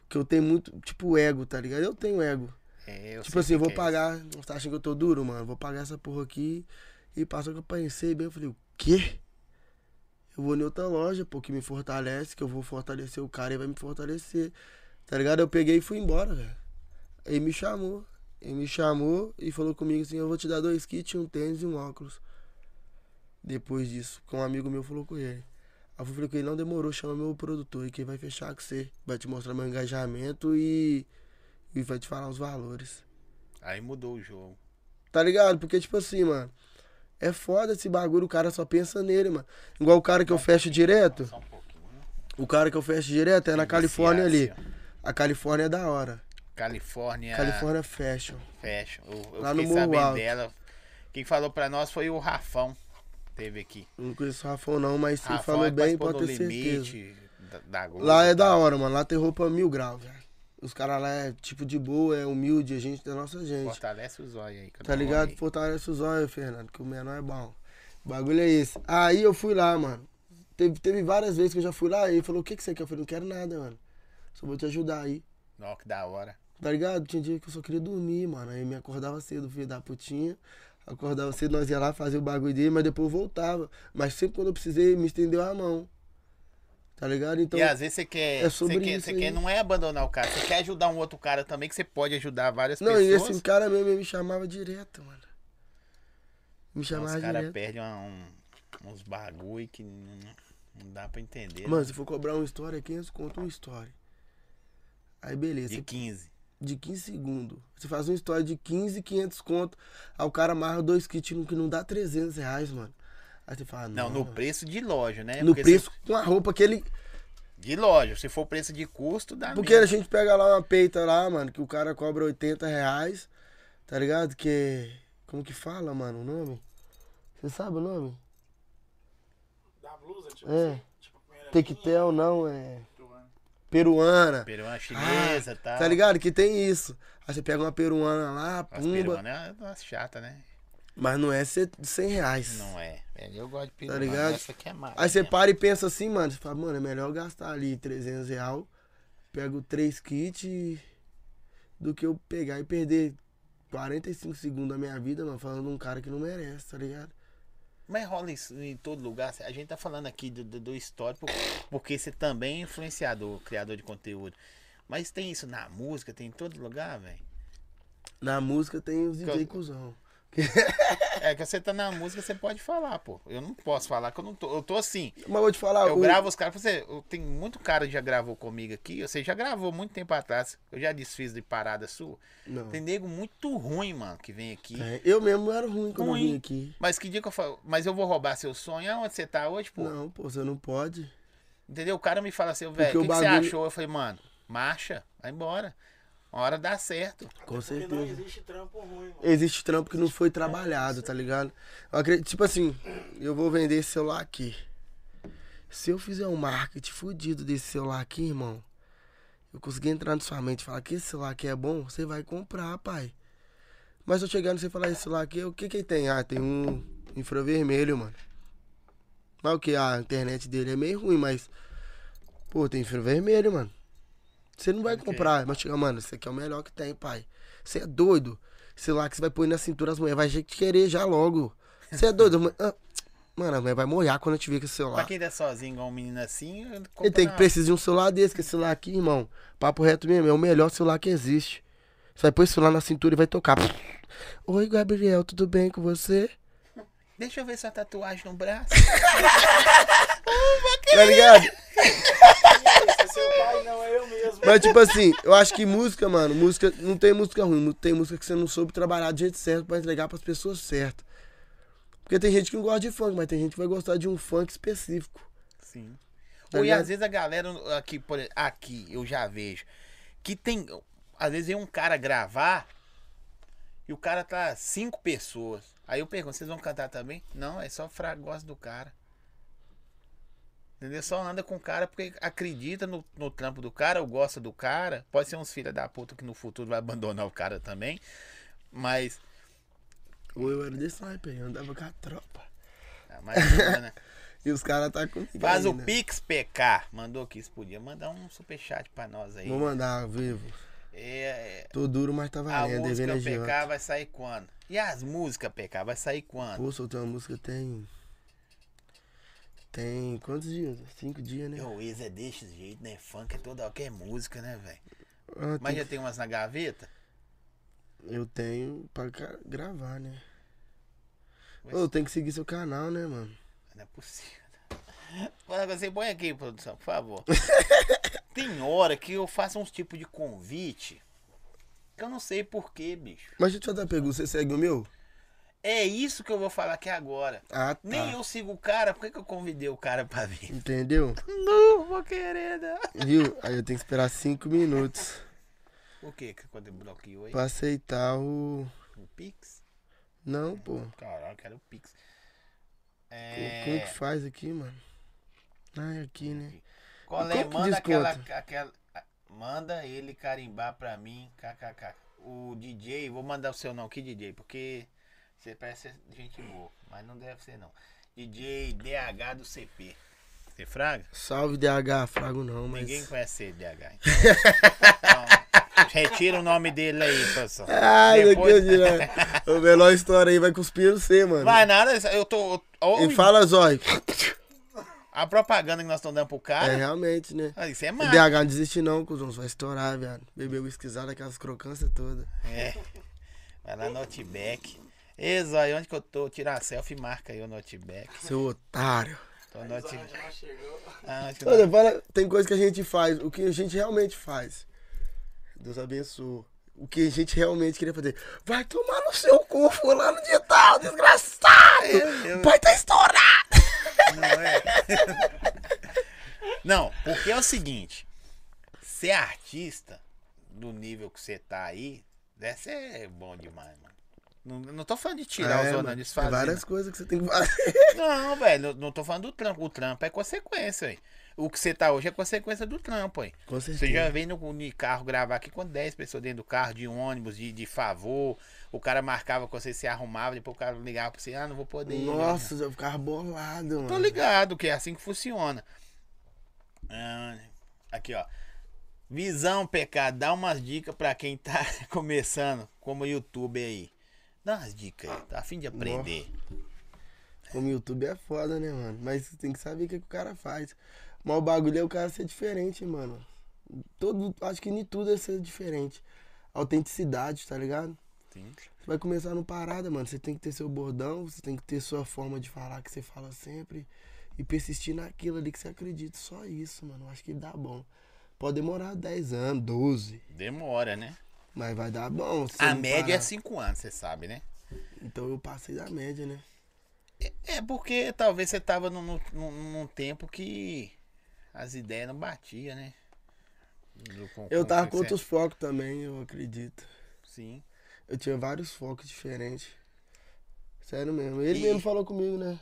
Speaker 2: Porque eu tenho muito, tipo, ego, tá ligado? Eu tenho ego.
Speaker 1: É,
Speaker 2: tipo assim,
Speaker 1: eu
Speaker 2: eu vou
Speaker 1: sei que é isso.
Speaker 2: pagar. Você tá achando que eu tô duro, mano? Vou pagar essa porra aqui. E passou que eu pensei bem, eu falei, o quê? Eu vou em outra loja, pô, que me fortalece, que eu vou fortalecer o cara e vai me fortalecer. Tá ligado? Eu peguei e fui embora, velho. Ele me chamou. Ele me chamou e falou comigo assim, eu vou te dar dois kits, um tênis e um óculos. Depois disso, porque um amigo meu falou com ele. Aí eu falei com ele, não demorou, chama meu produtor e quem vai fechar com você. Vai te mostrar meu engajamento e. E vai te falar os valores.
Speaker 1: Aí mudou o jogo.
Speaker 2: Tá ligado? Porque, tipo assim, mano. É foda esse bagulho, o cara só pensa nele, mano. Igual o cara que eu fecho direto.
Speaker 1: É, Só um pouquinho.
Speaker 2: O cara que eu fecho direto é na
Speaker 1: Iniciar,
Speaker 2: Califórnia ali.
Speaker 1: assim,
Speaker 2: A Califórnia é da hora.
Speaker 1: Califórnia.
Speaker 2: Califórnia Fashion.
Speaker 1: Fashion. Eu, eu
Speaker 2: Lá no
Speaker 1: fiquei
Speaker 2: Morro
Speaker 1: sabendo
Speaker 2: Alto.
Speaker 1: dela. Quem falou pra nós foi o Rafão. Teve aqui.
Speaker 2: Eu não conheço o Rafão não, mas se
Speaker 1: Rafão
Speaker 2: falou
Speaker 1: é que
Speaker 2: bem,
Speaker 1: participou
Speaker 2: pode ter
Speaker 1: do
Speaker 2: certeza.
Speaker 1: da, da Globo.
Speaker 2: Lá é da hora, mano. Lá tem roupa mil graus, velho. Os caras lá é tipo de boa, é humilde, a gente da nossa gente.
Speaker 1: Fortalece os olhos aí. que eu
Speaker 2: Tá
Speaker 1: não
Speaker 2: ligado?
Speaker 1: olhei.
Speaker 2: Fortalece os olhos, Fernando, que o menor é bom. O bagulho é esse. Aí eu fui lá, mano. Teve, teve várias vezes que eu já fui lá e ele falou, o que, que você quer? Eu falei, não quero nada, mano. Só vou te ajudar aí.
Speaker 1: Ó, que da hora.
Speaker 2: Tá ligado? Tinha dia que eu só queria dormir, mano. Aí eu me acordava cedo, filho da putinha. Acordava cedo, nós ia lá fazer o bagulho dele, mas depois eu voltava. Mas sempre quando eu precisei, ele me estendeu a mão. Tá ligado? Então.
Speaker 1: e às vezes você quer,
Speaker 2: é sobre
Speaker 1: você quer,
Speaker 2: isso
Speaker 1: você
Speaker 2: aí.
Speaker 1: quer não é abandonar o cara, você quer ajudar um outro cara também, que você pode ajudar várias
Speaker 2: Não, e
Speaker 1: pessoas.
Speaker 2: esse cara mesmo ele me chamava direto, mano.
Speaker 1: Então,
Speaker 2: Me chamava
Speaker 1: os caras
Speaker 2: direto.
Speaker 1: perdem uma- um- uns bagulho que não, não- não dá pra entender. né?
Speaker 2: Mano, se for cobrar uma história, 500 conto uma história. Aí beleza,
Speaker 1: de
Speaker 2: de,
Speaker 1: 15.
Speaker 2: 15 segundos. Você faz uma história de 15, 500 conto. Aí o cara amarra dois kits no que não dá 300 reais, mano. Aí você fala,
Speaker 1: Não,
Speaker 2: não.
Speaker 1: no preço de loja, né?
Speaker 2: no
Speaker 1: Porque
Speaker 2: preço
Speaker 1: se-
Speaker 2: com a roupa que ele.
Speaker 1: de loja. Se for preço de custo, dá
Speaker 2: Porque a
Speaker 1: mesmo.
Speaker 2: gente pega lá uma peita lá, mano, que o cara cobra 80 reais, tá ligado? Que é. Como que fala, mano, o nome? Você sabe o nome?
Speaker 3: Da blusa, tipo
Speaker 2: É.
Speaker 3: assim. Tipo, primeira né? linha,
Speaker 2: Tequetel não, é.
Speaker 3: do ano.
Speaker 2: Peruana.
Speaker 1: Peruana
Speaker 2: Ah,
Speaker 1: chinesa e tal.
Speaker 2: tá ligado? Que tem isso. Aí você pega uma peruana lá,
Speaker 1: As
Speaker 2: pumba.
Speaker 1: peruanas é uma chata, né?
Speaker 2: Mas não é cê- 100 reais.
Speaker 1: Não é. Velho, Eu gosto de peruana.
Speaker 2: Tá ligado?
Speaker 1: Essa aqui é massa.
Speaker 2: Aí você
Speaker 1: né?
Speaker 2: para e pensa assim, mano. Você fala, mano, é melhor eu gastar ali 300 reais, pego três kits e- do que eu pegar e perder 45 segundos da minha vida, mano, falando de um cara que não merece, tá ligado?
Speaker 1: Mas rola isso em todo lugar. A gente tá falando aqui do, do, do histórico, porque você também é influenciador, criador de conteúdo. Mas tem isso na música, tem em todo lugar, velho.
Speaker 2: Na música tem os DJ
Speaker 1: Que eu-
Speaker 2: cuzão.
Speaker 1: É que você tá na música, você pode falar, pô. Eu não posso falar que eu não tô. Eu tô assim.
Speaker 2: Mas vou te falar,
Speaker 1: eu
Speaker 2: Ah, o-
Speaker 1: gravo os caras. Você, eu, tem muito cara que já gravou comigo aqui. Você já gravou muito tempo atrás. Eu já desfiz de parada sua.
Speaker 2: Não.
Speaker 1: Tem nego muito ruim, mano, que vem aqui.
Speaker 2: É, eu mesmo era ruim quando eu
Speaker 1: Ruim.
Speaker 2: vim aqui.
Speaker 1: Mas que dia que eu falo? Mas eu vou roubar seu sonho? Aonde você tá hoje, pô?
Speaker 2: Não, pô, você não pode.
Speaker 1: Entendeu? O cara me fala assim, velho, o
Speaker 2: Porque
Speaker 1: que,
Speaker 2: o
Speaker 1: que você
Speaker 2: bagulho-
Speaker 1: achou? Eu falei, mano, marcha, vai embora. Uma hora dá certo.
Speaker 2: Com
Speaker 3: Porque não
Speaker 2: certeza.
Speaker 3: existe trampo ruim, mano.
Speaker 2: Existe trampo que não foi trabalhado, tá ligado? Eu acredito, tipo assim, eu vou vender esse celular aqui. Se eu fizer um marketing fudido desse celular aqui, irmão, eu conseguir entrar na sua mente e falar que esse celular aqui é bom, você vai comprar, pai. Mas se eu chegar no você e falar esse celular aqui, o que que ele tem? Ah, tem um infravermelho, mano. Mas o que? Ah, a internet dele é meio ruim, mas. Pô, tem infravermelho, mano. Você não vai comprar, mas chega, mano, esse aqui é o melhor que tem, pai. Você é doido. Sei lá que você vai pôr na cintura as mulheres, vai te querer já logo. Você é doido, mano. Ah, Mano, a mulher vai molhar quando eu te ver com esse
Speaker 1: Pra
Speaker 2: celular.
Speaker 1: quem tá sozinho igual um menino assim, compra
Speaker 2: Ele tem que
Speaker 1: na-
Speaker 2: precisar de um celular desse, que esse celular aqui, irmão. Papo reto mesmo, é o melhor celular que existe. Você vai pôr esse celular na cintura e vai tocar. Oi, Gabriel, tudo bem com você?
Speaker 1: Deixa eu ver sua tatuagem no braço.
Speaker 2: Tá ligado?
Speaker 3: E aí, você seu pai, não, é eu mesmo.
Speaker 2: Mas, tipo assim, eu acho que música, mano, música. Não tem música ruim, mu- tem música que você não soube trabalhar do jeito certo pra entregar pras pessoas certas. Porque tem gente que não gosta de funk, mas tem gente que vai gostar de um funk específico.
Speaker 1: Sim.
Speaker 2: Tá
Speaker 1: Ou e
Speaker 2: ligado?
Speaker 1: às vezes a galera aqui, por exemplo, aqui eu já vejo que tem. Às vezes vem um cara gravar e o cara tá cinco pessoas. Aí eu pergunto, vocês vão cantar também? Não, é só fra gosta do cara. Entendeu? Só anda com o cara porque acredita no, no trampo do cara, ou gosta do cara. Pode ser uns filha da puta que no futuro vai abandonar o cara também. Mas.
Speaker 2: Ou eu era de sniper, eu andava com a tropa.
Speaker 1: mas né?
Speaker 2: E os caras tá comigo.
Speaker 1: Faz o
Speaker 2: ainda.
Speaker 1: Pix PK. Mandou aqui, se podia. Mandar um superchat pra nós aí.
Speaker 2: Vou mandar ao vivo.
Speaker 1: É, é,
Speaker 2: Tô duro, mas tá
Speaker 1: a
Speaker 2: valendo.
Speaker 1: música
Speaker 2: Devendo
Speaker 1: PK
Speaker 2: adiante.
Speaker 1: vai sair quando? E as músicas PK vai sair quando?
Speaker 2: Pô, soltei uma música tem. Tem quantos dias? Cinco dias, né?
Speaker 1: O Wiz é desse jeito, né? Funk é toda qualquer música, né, velho?
Speaker 2: Ah,
Speaker 1: Mas
Speaker 2: tem-
Speaker 1: já tem umas na gaveta?
Speaker 2: Eu tenho pra ca- gravar, né?
Speaker 1: Mas-
Speaker 2: Ô, tem que seguir seu canal, né, mano?
Speaker 1: Não é possível. Fala, Você põe aqui, produção, por favor. tem hora que eu faço uns tipos de convite que eu não sei porquê, bicho.
Speaker 2: Mas deixa eu te fazer uma pergunta, você segue o meu?
Speaker 1: É isso que eu vou falar aqui agora.
Speaker 2: Ah, tá.
Speaker 1: Nem eu sigo o cara, por que, que eu convidei o cara pra vir?
Speaker 2: Entendeu?
Speaker 1: Não, vou querer, não.
Speaker 2: Viu? Aí eu tenho que esperar cinco minutos
Speaker 1: O que que quando bloqueou aí?
Speaker 2: pra aceitar o.
Speaker 1: O Pix?
Speaker 2: Não, pô.
Speaker 1: Caralho, quero o Pix.
Speaker 2: Co- Como
Speaker 1: É.
Speaker 2: que faz aqui, mano? Ah, é aqui, né?
Speaker 1: Colé,
Speaker 2: Qual que
Speaker 1: é? manda
Speaker 2: desconto?
Speaker 1: aquela, aquela. Manda ele carimbar pra mim, kkk. O DJ, vou mandar o seu não, que DJ? Porque você parece ser gente boa, mas não deve ser não. DJ DH do CP. Você fraga?
Speaker 2: Salve DH, Frago não, mas.
Speaker 1: Ninguém conhece ele, DH. Então, então, retira o nome dele aí, pessoal.
Speaker 2: Ai, não
Speaker 1: Depois-
Speaker 2: acredito. né? o melhor história aí vai cuspir no C, mano.
Speaker 1: Vai nada, eu tô. ó,
Speaker 2: E fala, Zói.
Speaker 1: A propaganda que nós estamos dando pro
Speaker 2: É,
Speaker 1: cara.
Speaker 2: realmente, né?
Speaker 1: ah, Isso é
Speaker 2: O
Speaker 1: massa.
Speaker 2: DH não desiste não, cuzão. Você vai estourar, viado. Beber o esquisado, aquelas crocâncias todas.
Speaker 1: É. Vai lá no Outback. Ei, Zói, onde que eu tô? Tirar a selfie, marca aí o Outback.
Speaker 2: Seu otário.
Speaker 1: Tô no
Speaker 3: Mas
Speaker 1: Outback.
Speaker 3: já chegou.
Speaker 1: Ah, onde que
Speaker 2: Olha,
Speaker 1: nós-
Speaker 2: fala, tem coisa que a gente faz, o que a gente realmente faz. Deus abençoe. O que a gente realmente queria fazer. Vai tomar no seu cu, fulano de tal, desgraçado!
Speaker 1: É, eu-
Speaker 2: Vai tá estourado!
Speaker 1: Não, é. Não, porque é o seguinte. Ser artista do nível que você tá aí, deve ser bom demais, mano. Não, não tô falando de tirar
Speaker 2: É,
Speaker 1: os
Speaker 2: mano,
Speaker 1: olhos
Speaker 2: tem
Speaker 1: desfazer.
Speaker 2: várias coisas que você tem que fazer.
Speaker 1: Não, velho, eu não tô falando do trampo. O trampo é consequência, aí. O que você tá hoje é consequência do trampo, aí.
Speaker 2: Com certeza.
Speaker 1: Você já vem no, no carro gravar aqui com 10 pessoas dentro do carro, de ônibus, de, de favor. O cara marcava com você, se arrumava, depois o cara ligava pra você, ah, não vou poder. ir.
Speaker 2: Nossa, eu ficava bolado, mano.
Speaker 1: Tô ligado que é assim que funciona. Ah, Aqui, ó. Visão, PK, dá umas dicas pra quem tá começando como youtuber aí. Dá umas dicas aí, tá a fim de aprender.
Speaker 2: Como YouTube é foda, né, mano? Mas você tem que saber o que, que o cara faz. Mas o bagulho é o cara ser diferente, mano. Todo, acho que em tudo é ser diferente. Autenticidade, tá ligado?
Speaker 1: Sim.
Speaker 2: Você vai começar no parada, mano. Você tem que ter seu bordão, você tem que ter sua forma de falar que você fala sempre. E persistir naquilo ali que você acredita. Só isso, mano. Eu Acho que dá bom. Pode demorar 10 anos, 12.
Speaker 1: Demora, né?
Speaker 2: Mas vai dar bom. se
Speaker 1: A
Speaker 2: não
Speaker 1: média é
Speaker 2: parar.
Speaker 1: 5 anos, você sabe, né?
Speaker 2: Então eu passei da média, né?
Speaker 1: É porque talvez você tava num, num- num- num tempo que as ideias não batiam, né? Do- com-
Speaker 2: Eu
Speaker 1: com-
Speaker 2: tava
Speaker 1: com
Speaker 2: com outros focos também, eu acredito.
Speaker 1: Sim.
Speaker 2: Eu tinha vários focos diferentes. Sério mesmo. Ele
Speaker 1: E-
Speaker 2: mesmo falou comigo, né?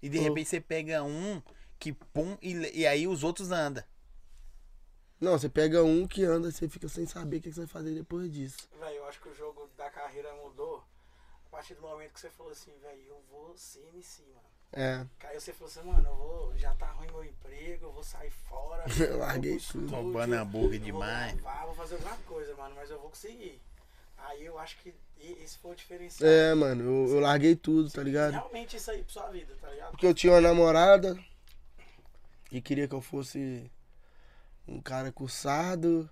Speaker 1: E de
Speaker 2: Pô.
Speaker 1: repente você pega um que pum e, le- e aí os outros andam.
Speaker 2: Não, você pega um que anda, você fica sem saber o que que você vai fazer depois disso.
Speaker 3: Velho, eu acho que o jogo da carreira mudou a partir do momento que você falou assim, velho, eu vou ser MC, mano.
Speaker 2: É,
Speaker 3: Caiu você falou assim, mano, eu vou, já tá ruim meu emprego, eu vou sair fora.
Speaker 2: Eu larguei
Speaker 3: vou pro
Speaker 2: tudo.
Speaker 3: estúdio,
Speaker 1: Roubando hambúrguer
Speaker 3: eu
Speaker 1: demais.
Speaker 3: Vou, gravar, vou fazer alguma coisa, mano, mas eu vou conseguir. Aí eu acho que e- esse foi o diferencial.
Speaker 2: é mano, eu, eu larguei tudo, tá ligado?
Speaker 3: Realmente isso aí pra sua vida, tá ligado?
Speaker 2: Porque eu tinha uma namorada que queria que eu fosse um cara cursado,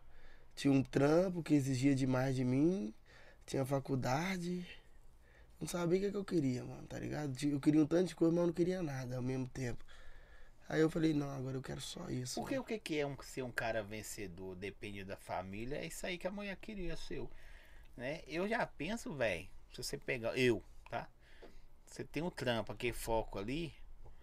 Speaker 2: tinha um trampo que exigia demais de mim, tinha faculdade. é Não sabia o que, que eu queria, mano, tá ligado? Tinha- Eu queria um tanto de coisa, mas eu não queria nada ao mesmo tempo. Aí eu falei, não, agora eu quero só isso.
Speaker 1: Porque
Speaker 2: mano.
Speaker 1: o que que é um, ser um cara vencedor, depende da família, é isso aí que a mulher queria seu. Né? Eu já penso, velho, se você pegar. Eu, tá? Você tem um trampo, aquele foco ali,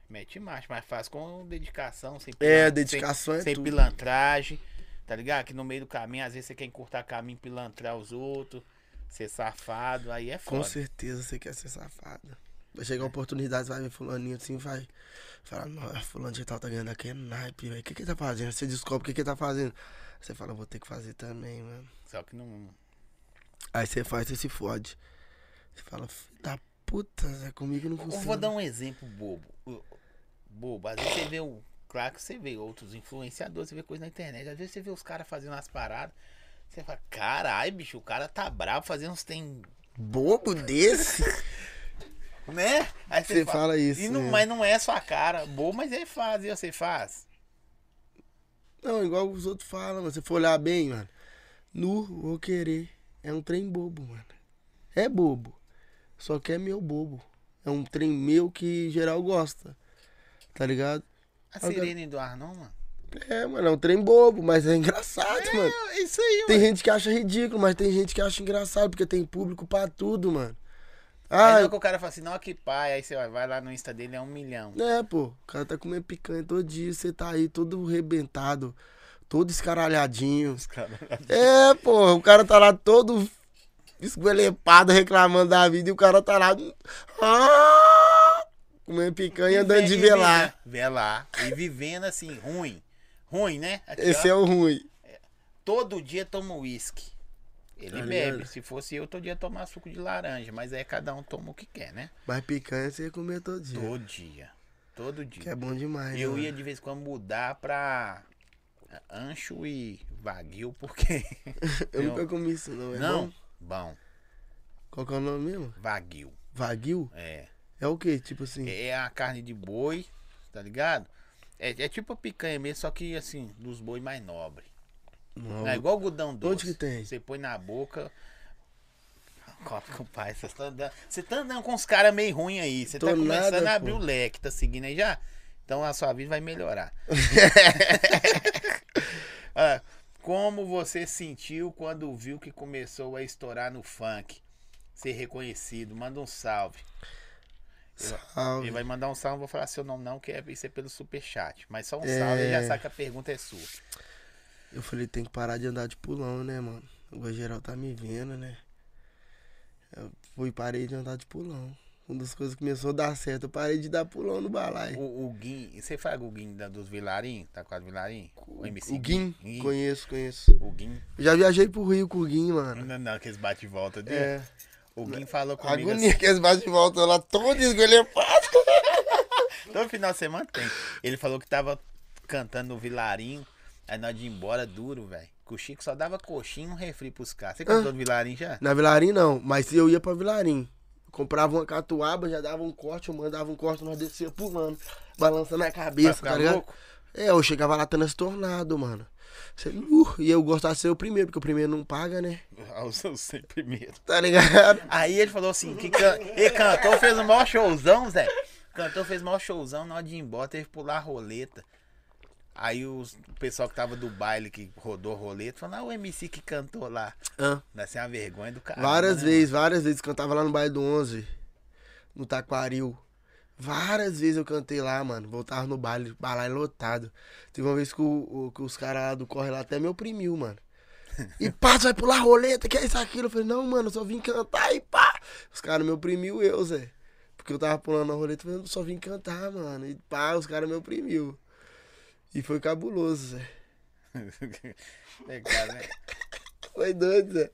Speaker 1: mete marcha, mas faz com dedicação, sem
Speaker 2: É,
Speaker 1: pilan-
Speaker 2: dedicação
Speaker 1: sem,
Speaker 2: é
Speaker 1: sem
Speaker 2: tudo.
Speaker 1: pilantragem, tá ligado? Que no meio do caminho, às vezes você quer encurtar caminho, pilantrar os outros, ser safado, aí é
Speaker 2: Com
Speaker 1: foda.
Speaker 2: certeza você quer ser safada. Vai chegar a oportunidade, você vai ver fulaninho assim, vai falar, nossa, fulano de tal tá ganhando aqui é naipe, velho. O que que ele tá fazendo? Você descobre o que que ele tá fazendo. Você fala, vou ter que fazer também, mano.
Speaker 1: Só que não.
Speaker 2: Aí você faz, você se fode. Você fala, filho da puta, Zé, comigo não
Speaker 1: Eu
Speaker 2: funciona.
Speaker 1: vou dar um exemplo bobo. Eu- Bobo, às vezes você vê o. Claro que você vê outros influenciadores, você vê coisa na internet. Às vezes você vê os caras fazendo umas paradas. Você fala, caralho, bicho, o cara tá bravo fazendo uns tem.
Speaker 2: bobo desse?
Speaker 1: Né? Aí
Speaker 2: Você fala isso,
Speaker 1: E não,
Speaker 2: né?
Speaker 1: Mas não é sua cara. Bobo, mas ele faz, e você faz.
Speaker 2: não, igual os outros falam, mano. Se for olhar bem, mano. Nu, vou querer. É um trem bobo, mano. É bobo. Só que é meu bobo. É um trem meu que geral gosta. Tá ligado?
Speaker 1: A
Speaker 2: Agora-
Speaker 1: sirene do ar, não, mano?
Speaker 2: É, mano, é um trem bobo, mas é engraçado, mano.
Speaker 1: É isso aí,
Speaker 2: Tem gente que acha ridículo, mas tem gente que acha engraçado, porque tem público pra tudo, mano.
Speaker 1: mano. Aí
Speaker 2: Ah,
Speaker 1: não que o cara fala assim, não, que pai. Aí você vai- vai lá no Insta dele, é um milhão.
Speaker 2: é, pô, o cara tá comendo picanha todo dia, você tá aí todo rebentado, todo escaralhadinho. É, pô, o cara tá lá todo esguelepado, reclamando da vida, e o cara tá lá. Ah, comendo picanha andando de
Speaker 1: E vive-
Speaker 2: velar.
Speaker 1: Velar. E vivendo assim, ruim. Ruim, né? Aqui, ó.
Speaker 2: Esse é o ruim.
Speaker 1: todo dia toma uísque. Ele
Speaker 2: Tá
Speaker 1: bebe.
Speaker 2: ligado?
Speaker 1: Se fosse eu, todo dia tomar suco de laranja. Mas aí cada um toma o que quer, né?
Speaker 2: Mas picanha você ia comer todo dia.
Speaker 1: Todo dia. Todo
Speaker 2: Que é
Speaker 1: dia.
Speaker 2: bom demais, né,
Speaker 1: Eu
Speaker 2: mano?
Speaker 1: ia de vez em quando mudar pra ancho e vaguio, porque.
Speaker 2: Eu
Speaker 1: Eu-
Speaker 2: nunca comi isso, não. É
Speaker 1: Não?
Speaker 2: bom?
Speaker 1: Bom,
Speaker 2: Qual que é o nome mesmo?
Speaker 1: vaguio.
Speaker 2: Vaguio?
Speaker 1: É.
Speaker 2: É o quê? Tipo assim.
Speaker 1: É a carne de boi, tá ligado? É, é tipo a picanha mesmo, só que assim, dos boi mais nobre.
Speaker 2: Não.
Speaker 1: É igual algodão doce.
Speaker 2: que tem?
Speaker 1: Você põe na boca. Copa com o pai, você tá andando. Você tá andando com uns caras meio ruins aí. Você tá
Speaker 2: Tô
Speaker 1: começando
Speaker 2: nada,
Speaker 1: a abrir
Speaker 2: pô.
Speaker 1: o leque, tá seguindo aí já? Então a sua vida vai melhorar. Ah, como você sentiu quando viu que começou a estourar no funk? Ser reconhecido, manda um salve.
Speaker 2: Salve.
Speaker 1: Ele vai mandar um salve, não vou falar seu nome não, que é, isso é pelo superchat. Mas só um
Speaker 2: É.
Speaker 1: salve, ele já sabe que a pergunta é sua.
Speaker 2: Eu falei, tem que parar de andar de pulão, né, mano? O geral tá me vendo, né? Eu fui e parei de andar de pulão. Uma das coisas que começou a dar certo, eu parei de dar pulão no balai.
Speaker 1: O, o Guim, você fala o Guim da, dos Vilarim? Tá quase Vilarim? O MC
Speaker 2: o Guim,
Speaker 1: Guim.
Speaker 2: conheço, conheço.
Speaker 1: O Guim.
Speaker 2: Já viajei pro Rio com o Guim, mano.
Speaker 1: Não, não, que eles bate e volta dele.
Speaker 2: É.
Speaker 1: O Guim falou comigo
Speaker 2: Agonia que eles batem de volta lá, todo esgolepado.
Speaker 1: assim, todo final de semana tem. Ele falou que tava cantando no Vilarim, aí nós de ir embora duro, velho. Que o Chico só dava coxinha e um refri pros caras. Você
Speaker 2: Ah.
Speaker 1: cantou no Vilarim já?
Speaker 2: Na Vilarim não, mas eu ia pra Vilarim. Comprava uma catuaba, já dava um corte, eu mandava um corte, nós descia pulando, balançando a
Speaker 1: Pra
Speaker 2: cabeça,
Speaker 1: ficar
Speaker 2: tá ligado?
Speaker 1: louco?
Speaker 2: É, eu chegava lá transtornado, mano. Cê- uh, e eu gostava de ser o primeiro, porque o primeiro não paga, né?
Speaker 1: Ah, Eu sou sempre primeiro.
Speaker 2: Tá ligado?
Speaker 1: Aí ele falou assim, que can... ele cantou, fez o maior showzão, Zé. Cantou, fez o maior showzão, na hora de ir embora, teve que pular a roleta. Aí os- o pessoal que tava do baile, que rodou a roleta, falou, ah, o MC que cantou lá.
Speaker 2: Hã?
Speaker 1: Deve é uma vergonha do né? cara.
Speaker 2: várias vezes, várias vezes. Cantava lá no bairro do 11, no Taquaril. Várias vezes eu cantei lá, mano. Voltava no baile, balai lotado. Teve uma vez que, o- o- que os caras lá do Corre lá até me oprimiu, mano. E pá, tu vai pular roleta, que é isso, aquilo. Eu falei, não, mano, eu só vim cantar e pá. Os caras me oprimiu, eu, Zé. Porque eu tava pulando a roleta, eu falei, eu só vim cantar, mano. E pá, os caras me oprimiu. E foi cabuloso, Zé.
Speaker 1: é, cara, né?
Speaker 2: Foi doido, Zé.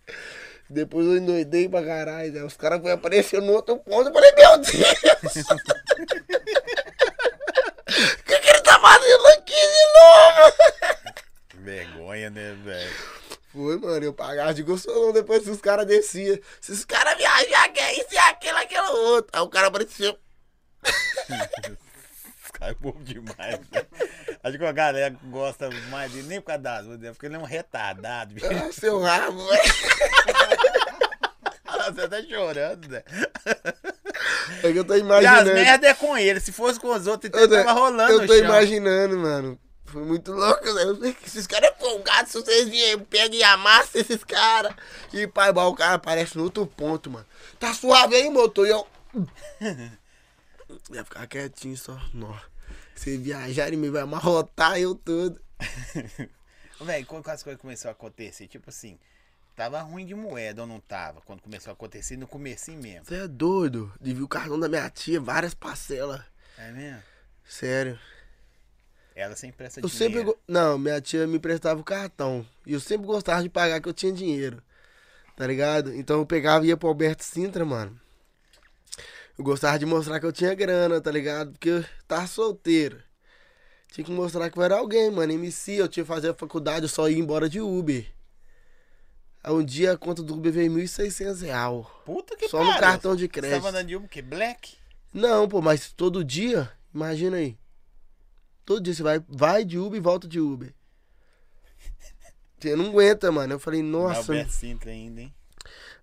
Speaker 2: Depois eu endoidei pra caralho, Zé. Os caras foram aparecendo no outro ponto. Eu falei, meu Deus! O que, que ele tá fazendo aqui de novo?
Speaker 1: Vergonha, né, velho?
Speaker 2: Foi, mano, eu pagava de gostosão depois que os caras desciam. Se os caras viajar, que é isso e aquilo, aquilo outro. Aí o cara apareceu.
Speaker 1: Esse cara é bobo demais, velho. Acho que a galera gosta mais dele, nem por causa das músicas, porque ele é um retardado, bicho.
Speaker 2: Ah, seu rabo, velho.
Speaker 1: Você tá chorando, Zé.
Speaker 2: É que eu tô
Speaker 1: E as
Speaker 2: imaginando.
Speaker 1: merda é com ele. Se fosse com os outros, então
Speaker 2: Eu tô-
Speaker 1: tava rolando
Speaker 2: Eu
Speaker 1: no
Speaker 2: tô
Speaker 1: chão.
Speaker 2: imaginando, mano. Foi muito louco, né? Eu falei, Esses caras é folgado, se vocês vierem, pega e amassa esses caras. E pai, o cara aparece no outro ponto, mano. Tá suave aí, motor? E eu. Ia ficar quietinho só. Nó. Você viajar e me vai amarrotar eu todo.
Speaker 1: Véi, quando as coisas começaram a acontecer, tipo assim, tava ruim de moeda ou não tava? Quando começou a acontecer, no comecinho mesmo.
Speaker 2: Você é doido. Devia o cartão da minha tia, várias parcelas.
Speaker 1: É mesmo?
Speaker 2: Sério.
Speaker 1: Ela sempre presta
Speaker 2: Eu sempre. go- Não, minha tia me emprestava o cartão. E eu sempre gostava de pagar que eu tinha dinheiro. Tá ligado? Então eu pegava e ia pro Alberto Sintra, mano. Eu gostava de mostrar que eu tinha grana, tá ligado? Porque eu tava solteiro. Tinha que mostrar que eu era alguém, mano. MC, eu tinha que fazer a faculdade, eu só ia embora de Uber. Aí um dia a conta do Uber veio R$ 1.600 real.
Speaker 1: Puta que
Speaker 2: Só
Speaker 1: pariu.
Speaker 2: no cartão de
Speaker 1: Você tava
Speaker 2: crédito.
Speaker 1: andando de Uber, o quê? Black?
Speaker 2: Não, pô, mas todo dia, imagina aí. Todo dia você vai, vai de Uber e volta de Uber. Você não aguenta, mano. Eu falei, nossa.
Speaker 1: Alberto Sintra ainda, hein?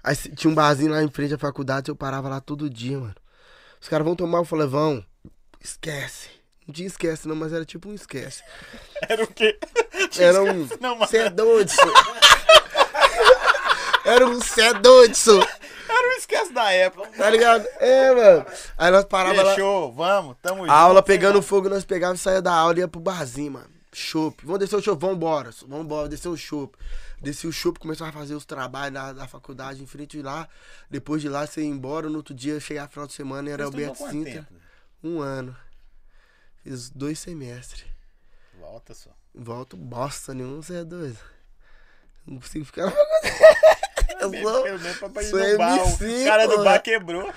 Speaker 2: Aí se- tinha um barzinho lá em frente à faculdade, eu parava lá todo dia, mano. Os caras vão tomar, eu falei, vão. Esquece. Não tinha esquece, não, mas era tipo um esquece.
Speaker 1: Era o quê?
Speaker 2: Era um.
Speaker 1: não, mano.
Speaker 2: Cê é doido, senhor. Era um cê é doido, senhor.
Speaker 1: Era o esquece da época.
Speaker 2: Tá ligado? É, mano. Aí nós parava lá.
Speaker 1: Fechou, vamos, tamo junto.
Speaker 2: A aula pegando fogo, nós pegava e saía da aula e ia pro barzinho, mano. Chope. Vamos descer o chope, vambora. Vambora, descer o chope. Desci o chope, começava a fazer os trabalhos na, na faculdade em frente de lá. Depois de lá, você ia embora. No outro dia, chegar final de semana,
Speaker 1: Vocês tá
Speaker 2: era
Speaker 1: estudou
Speaker 2: Alberto
Speaker 1: quanto
Speaker 2: Sintra.
Speaker 1: tempo?
Speaker 2: Um ano. Fiz dois semestres.
Speaker 1: Volta só.
Speaker 2: Volto bosta nenhum, você é doido. Não consigo ficar na faculdade. Eu sou-
Speaker 1: Pelo menos pra pra ir
Speaker 2: sou
Speaker 1: no bar.
Speaker 2: é MC,
Speaker 1: o cara do
Speaker 2: porra.
Speaker 1: bar quebrou.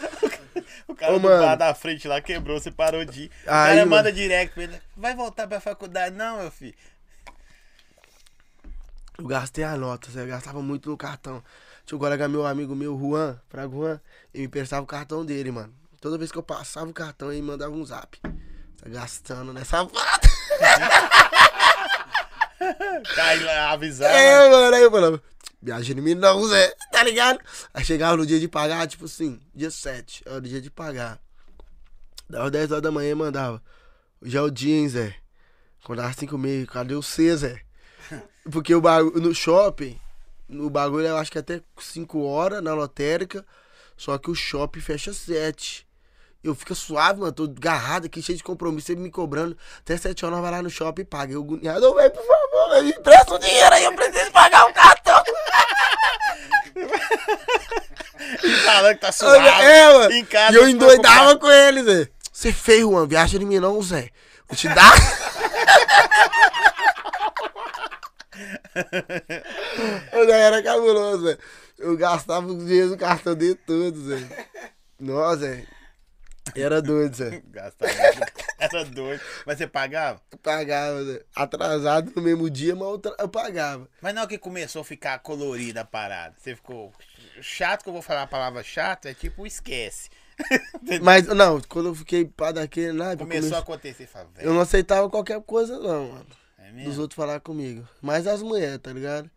Speaker 1: O cara
Speaker 2: Ô,
Speaker 1: do
Speaker 2: mano.
Speaker 1: bar da frente lá quebrou, você parou de ir. O
Speaker 2: Aí,
Speaker 1: cara
Speaker 2: mano.
Speaker 1: manda direct pra ele. Vai voltar pra faculdade, não, meu filho.
Speaker 2: Eu gastei a nota, Zé, eu gastava muito no cartão. Tinha um colega meu, amigo meu, Juan, Fraga Juan, ele me emprestava o cartão dele, mano. Toda vez que eu passava o cartão, ele me mandava um zap. Tá gastando nessa vada.
Speaker 1: Cai lá avisar.
Speaker 2: É, mano, aí eu falava, viagem em mim não, Zé, tá ligado? Aí chegava no dia de pagar, tipo assim, dia 7, era o dia de pagar. Dava 10 horas da manhã e mandava, hoje é o dia, hein, Zé? Quando dava 5 e meia, cadê o C, Zé? Porque o bagulho, no shopping, no bagulho eu acho que é até 5 horas na lotérica, só que o shopping fecha 7. Eu fico suave, mano, tô agarrado aqui, cheio de compromisso, sempre me cobrando. Até 7 horas nós vai lá no shopping e paga. Eu, agoniado, velho, por favor, me empresta o dinheiro aí, eu preciso pagar o cartão.
Speaker 1: Falando que tá suado.
Speaker 2: é, mano.
Speaker 1: Em casa,
Speaker 2: e eu
Speaker 1: preocupado.
Speaker 2: endoidava com ele, Zé. Você feio, Juan, viaja em mim não, Zé. Vou te dar. eu já era cabuloso, Zé. Eu gastava os dinheiro do cartão dele todo, Zé. Nossa, Zé. Era doido, Zé.
Speaker 1: Gastava muito. Era doido. Mas você pagava?
Speaker 2: pagava, né? Atrasado no mesmo dia, mas eu tra- eu pagava.
Speaker 1: Mas na hora que começou a ficar colorida a parada, você ficou chato, que eu vou falar a palavra chato, é tipo esquece.
Speaker 2: Mas, não, quando eu fiquei pá daquele nada,
Speaker 1: Começou a
Speaker 2: comece-
Speaker 1: acontecer, fala,
Speaker 2: eu
Speaker 1: velho.
Speaker 2: não aceitava qualquer coisa, não, mano.
Speaker 1: É
Speaker 2: Dos
Speaker 1: mesmo?
Speaker 2: outros falar comigo. Mas as mulheres, tá ligado?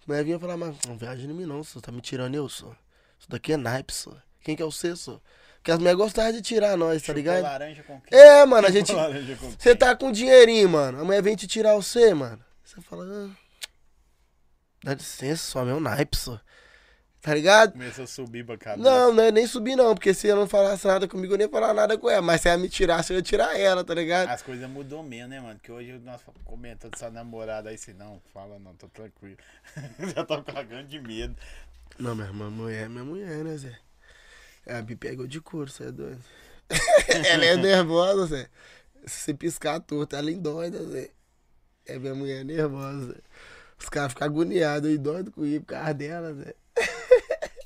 Speaker 2: As mulheres vinham falar, mas não viaja em mim, não, senhor. Tá me tirando eu, senhor. Isso daqui é naipe, senhor. Quem que é o seu, senhor? Porque as mulheres gostavam de tirar nós, tá
Speaker 1: Chupou
Speaker 2: ligado?
Speaker 1: laranja com quem?
Speaker 2: É, mano, a gente.
Speaker 1: Chupou laranja com
Speaker 2: Você
Speaker 1: quem?
Speaker 2: tá com um dinheirinho, mano. A mulher vem te tirar o C, mano. Você fala. "Ah, dá licença, só meu naipe, senhor. Tá ligado?
Speaker 1: Começou a subir né? pra cabeça.
Speaker 2: Não, não é nem subir não, porque se ela não falasse nada comigo, eu nem falar nada com ela. Mas se ela me tirasse, eu ia tirar ela, tá ligado?
Speaker 1: As coisas mudou mesmo, né, mano? Que hoje nós comentando sua namorada aí, se não, fala não, tô tranquilo. Já tô cagando de medo.
Speaker 2: Não, minha irmã, mulher é minha mulher, né, Zé? É, A Bi pegou de couro, você é doido. ela é nervosa, Zé. Se você piscar a torta, ela endoida, Zé. É minha mulher nervosa. Zé. Os caras ficam agoniados, eu endoido com ele por causa dela, Zé.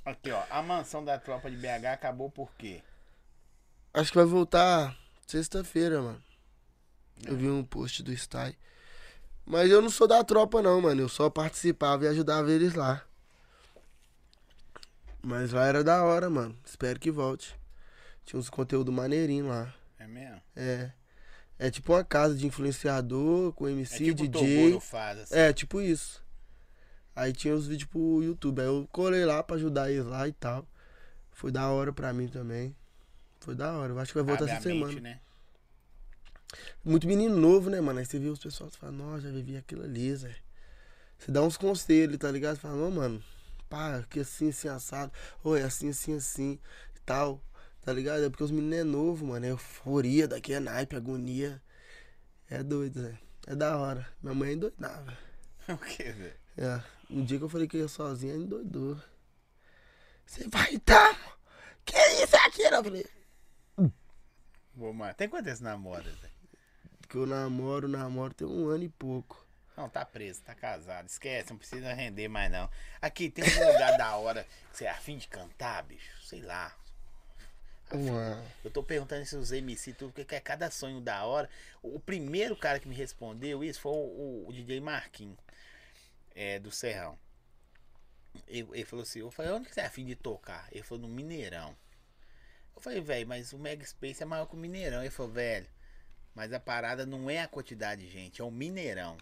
Speaker 1: Aqui, ó. A mansão da tropa de BH acabou por quê?
Speaker 2: Acho que vai voltar sexta-feira, mano. Eu vi um post do Stai. Mas eu não sou da tropa, não, mano. Eu só participava e ajudava eles lá. Mas lá era da hora, mano. Espero que volte. Tinha uns conteúdo maneirinho lá.
Speaker 1: É mesmo?
Speaker 2: É. É tipo uma casa de influenciador, com
Speaker 1: É
Speaker 2: MC,
Speaker 1: tipo o
Speaker 2: DJ.
Speaker 1: Toguro faz, assim.
Speaker 2: É, tipo isso. Aí tinha os vídeos pro YouTube. Aí eu colei lá pra ajudar eles lá e tal. Foi da hora pra mim também. Foi da hora. Eu acho que vai voltar
Speaker 1: Abre a
Speaker 2: tá essa semana.
Speaker 1: mente, né?
Speaker 2: Muito menino novo, né, mano? Aí você vê os pessoal, você fala, nossa, já vivi aquilo ali, Zé. Você dá uns conselhos, tá ligado? Você fala, não, mano, pá, que assim, assim, assado. Oi, assim, assim, assim, e tal. Tá ligado? É porque os meninos é novo, mano. É euforia, daqui é naipe, agonia. É doido, Zé. É da hora. Minha mãe endoidava.
Speaker 1: O que, velho?
Speaker 2: É. Um dia que eu falei que eu ia sozinha, ela endoidou. Você vai então? Que isso aqui? Eu falei,
Speaker 1: Vou matar. Tem quanto esse namoro, Zé?
Speaker 2: que eu namoro, namoro, tem um ano e pouco.
Speaker 1: Não, tá preso, tá casado. Esquece, não precisa render mais, não. Aqui, tem um lugar da hora. que Você é afim de cantar, bicho? Sei lá.
Speaker 2: Uma...
Speaker 1: Eu tô perguntando se os MC tudo, porque é cada sonho da hora. O primeiro cara que me respondeu isso foi o, o DJ Marquinhos, é, do Serrão. Ele, ele falou assim, eu falei, onde que você é afim de tocar? Ele falou, no Mineirão. Eu falei, velho, mas o Mega Space é maior que o Mineirão. Ele falou, velho, mas a parada não é a quantidade de gente, é o Mineirão.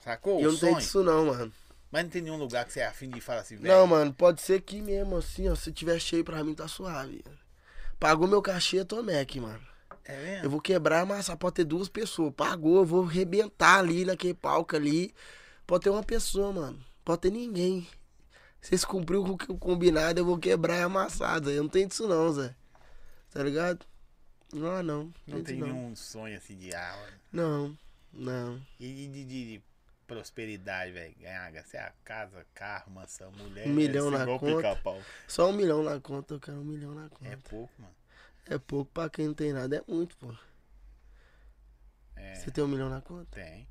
Speaker 1: Sacou?
Speaker 2: E
Speaker 1: o
Speaker 2: eu não
Speaker 1: sonho.
Speaker 2: tenho disso não, mano.
Speaker 1: Mas não tem nenhum lugar que você é afim de falar assim, velho.
Speaker 2: Não, mano, pode ser que mesmo assim, ó, se tiver cheio pra mim, tá suave. Pagou meu cachê, eu tô Mac, mano.
Speaker 1: É mesmo?
Speaker 2: Eu vou quebrar, mas só pode ter duas pessoas. Pagou, eu vou arrebentar ali naquele palco ali. Pode ter uma pessoa, mano. Pode ter ninguém. Vocês cumpriu com o que eu combinado, eu vou quebrar e amassar, Zé. Eu não tenho disso não, Zé. Tá ligado? Não, não.
Speaker 1: Não tem
Speaker 2: disso, não.
Speaker 1: nenhum sonho assim de aula.
Speaker 2: Não, não.
Speaker 1: E de, de- de prosperidade, velho. Ganhar, gastar casa, carro, mansão, mulher.
Speaker 2: Um milhão
Speaker 1: né? Se
Speaker 2: na
Speaker 1: igual
Speaker 2: conta.
Speaker 1: pica-pau.
Speaker 2: Só um milhão na conta, eu quero um milhão na
Speaker 1: É
Speaker 2: conta.
Speaker 1: pouco, mano.
Speaker 2: É, pouco pra quem não tem nada, é muito, pô.
Speaker 1: É,
Speaker 2: Você tem um milhão na conta?
Speaker 1: tem.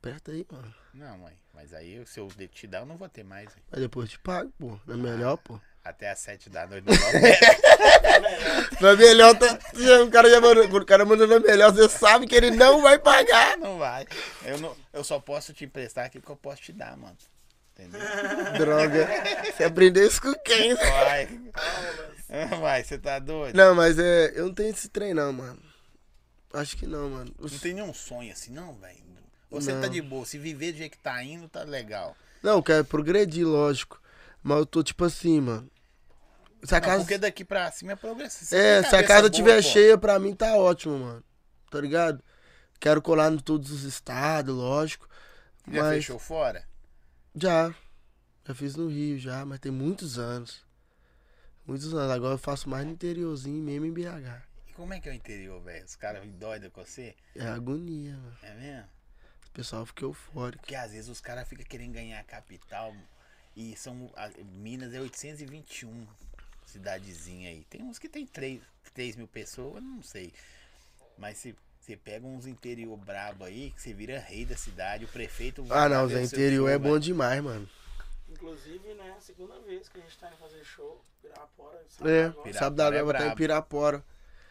Speaker 2: Aperta aí, mano.
Speaker 1: Não, mãe. Mas aí, se eu de- te dar, eu não vou ter mais, velho.
Speaker 2: Mas depois eu te pago, pô. Não é melhor, pô.
Speaker 1: Até às sete da noite não volta.
Speaker 2: Não é melhor, tá... o cara já mandou. Quando o cara mandou na melhor, você sabe que ele não vai pagar.
Speaker 1: não vai. Eu, não, eu só posso te emprestar aquilo que eu posso te dar, mano. Entendeu?
Speaker 2: Droga. Você aprendeu isso com quem? Zé?
Speaker 1: Vai. Vai, você tá doido?
Speaker 2: Não, mas é. Eu não tenho esse trem, não, mano. Acho que não, mano. Os-
Speaker 1: Não tem nenhum sonho assim, não, velho. Você
Speaker 2: Não.
Speaker 1: tá de boa. Se viver do jeito que tá indo, tá legal.
Speaker 2: Não, eu quero progredir, lógico. Mas eu tô tipo assim, mano. Se a
Speaker 1: Não,
Speaker 2: casa.
Speaker 1: Porque daqui pra cima é progresso. Você
Speaker 2: É,
Speaker 1: tem
Speaker 2: se a
Speaker 1: cabeça
Speaker 2: casa
Speaker 1: boa,
Speaker 2: tiver
Speaker 1: pô.
Speaker 2: cheia, pra mim tá ótimo, mano. Tá ligado? Quero colar em todos os estados, lógico.
Speaker 1: Já
Speaker 2: mas...
Speaker 1: fechou fora?
Speaker 2: Já. Já fiz no Rio, já, mas tem muitos anos. Muitos anos. Agora eu faço mais no interiorzinho, mesmo em BH.
Speaker 1: E como é que é o interior, velho? Os caras doidam com você?
Speaker 2: É agonia, mano.
Speaker 1: É mesmo?
Speaker 2: O pessoal fica eufórico.
Speaker 1: Porque às vezes os caras ficam querendo ganhar a capital. E são. a- Minas é 821. Cidadezinha aí. Tem uns que tem 3, mil pessoas, eu não sei. Mas se. Você pega uns interior brabo aí, que você vira rei da cidade, o prefeito... vai
Speaker 2: Ah, não,
Speaker 1: lá ver
Speaker 2: Zé,
Speaker 1: o seu
Speaker 2: interior
Speaker 1: show,
Speaker 2: é
Speaker 1: velho.
Speaker 2: bom demais, mano.
Speaker 3: Inclusive, né? Segunda vez que a gente tá indo fazer show. Pirapora. sabe
Speaker 2: É,
Speaker 3: agora?
Speaker 1: Pirapora
Speaker 2: sábado agora
Speaker 1: é
Speaker 2: eu vou estar em
Speaker 1: brabo.
Speaker 2: Pirapora.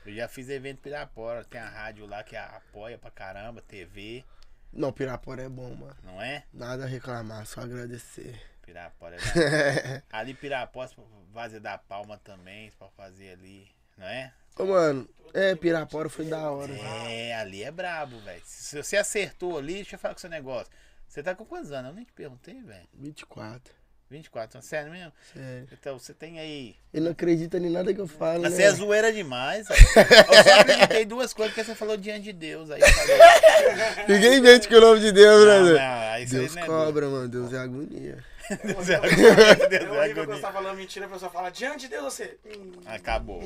Speaker 1: Eu já fiz evento em Pirapora, tem a rádio lá que apoia pra caramba, TV,
Speaker 2: Não, Pirapora é bom, mano.
Speaker 1: não é?
Speaker 2: Nada a reclamar, só agradecer.
Speaker 1: Pirapora é Ali Pirapora, Vazia da Palma também, pra fazer ali, não é?
Speaker 2: Ô, mano, é, Pirapora foi da hora.
Speaker 1: É, ali é brabo, velho. Se você acertou ali, deixa eu falar com o seu negócio. Você tá com quantos anos? Eu nem te perguntei, velho.
Speaker 2: 24,
Speaker 1: 24 anos, sério mesmo?
Speaker 2: sério.
Speaker 1: Então, você tem aí.
Speaker 2: Ele não acredita em nada que eu falo,
Speaker 1: Mas
Speaker 2: né?
Speaker 1: você é zoeira demais, velho. Eu só acreditei duas coisas que você falou diante de Deus. Aí eu falei.
Speaker 2: Ninguém invente que o nome de Deus,
Speaker 1: Não,
Speaker 2: né, Zé?
Speaker 1: não, aí isso aí
Speaker 2: Deus
Speaker 1: não é
Speaker 2: cobra, mano. Deus é agonia.
Speaker 1: doido. Deus é agonia,
Speaker 3: É
Speaker 1: Deus é
Speaker 3: horrível quando você
Speaker 1: agonia.
Speaker 3: tá falando mentira, a pessoa fala, diante de Deus você. Hum,
Speaker 1: Ah, Acabou.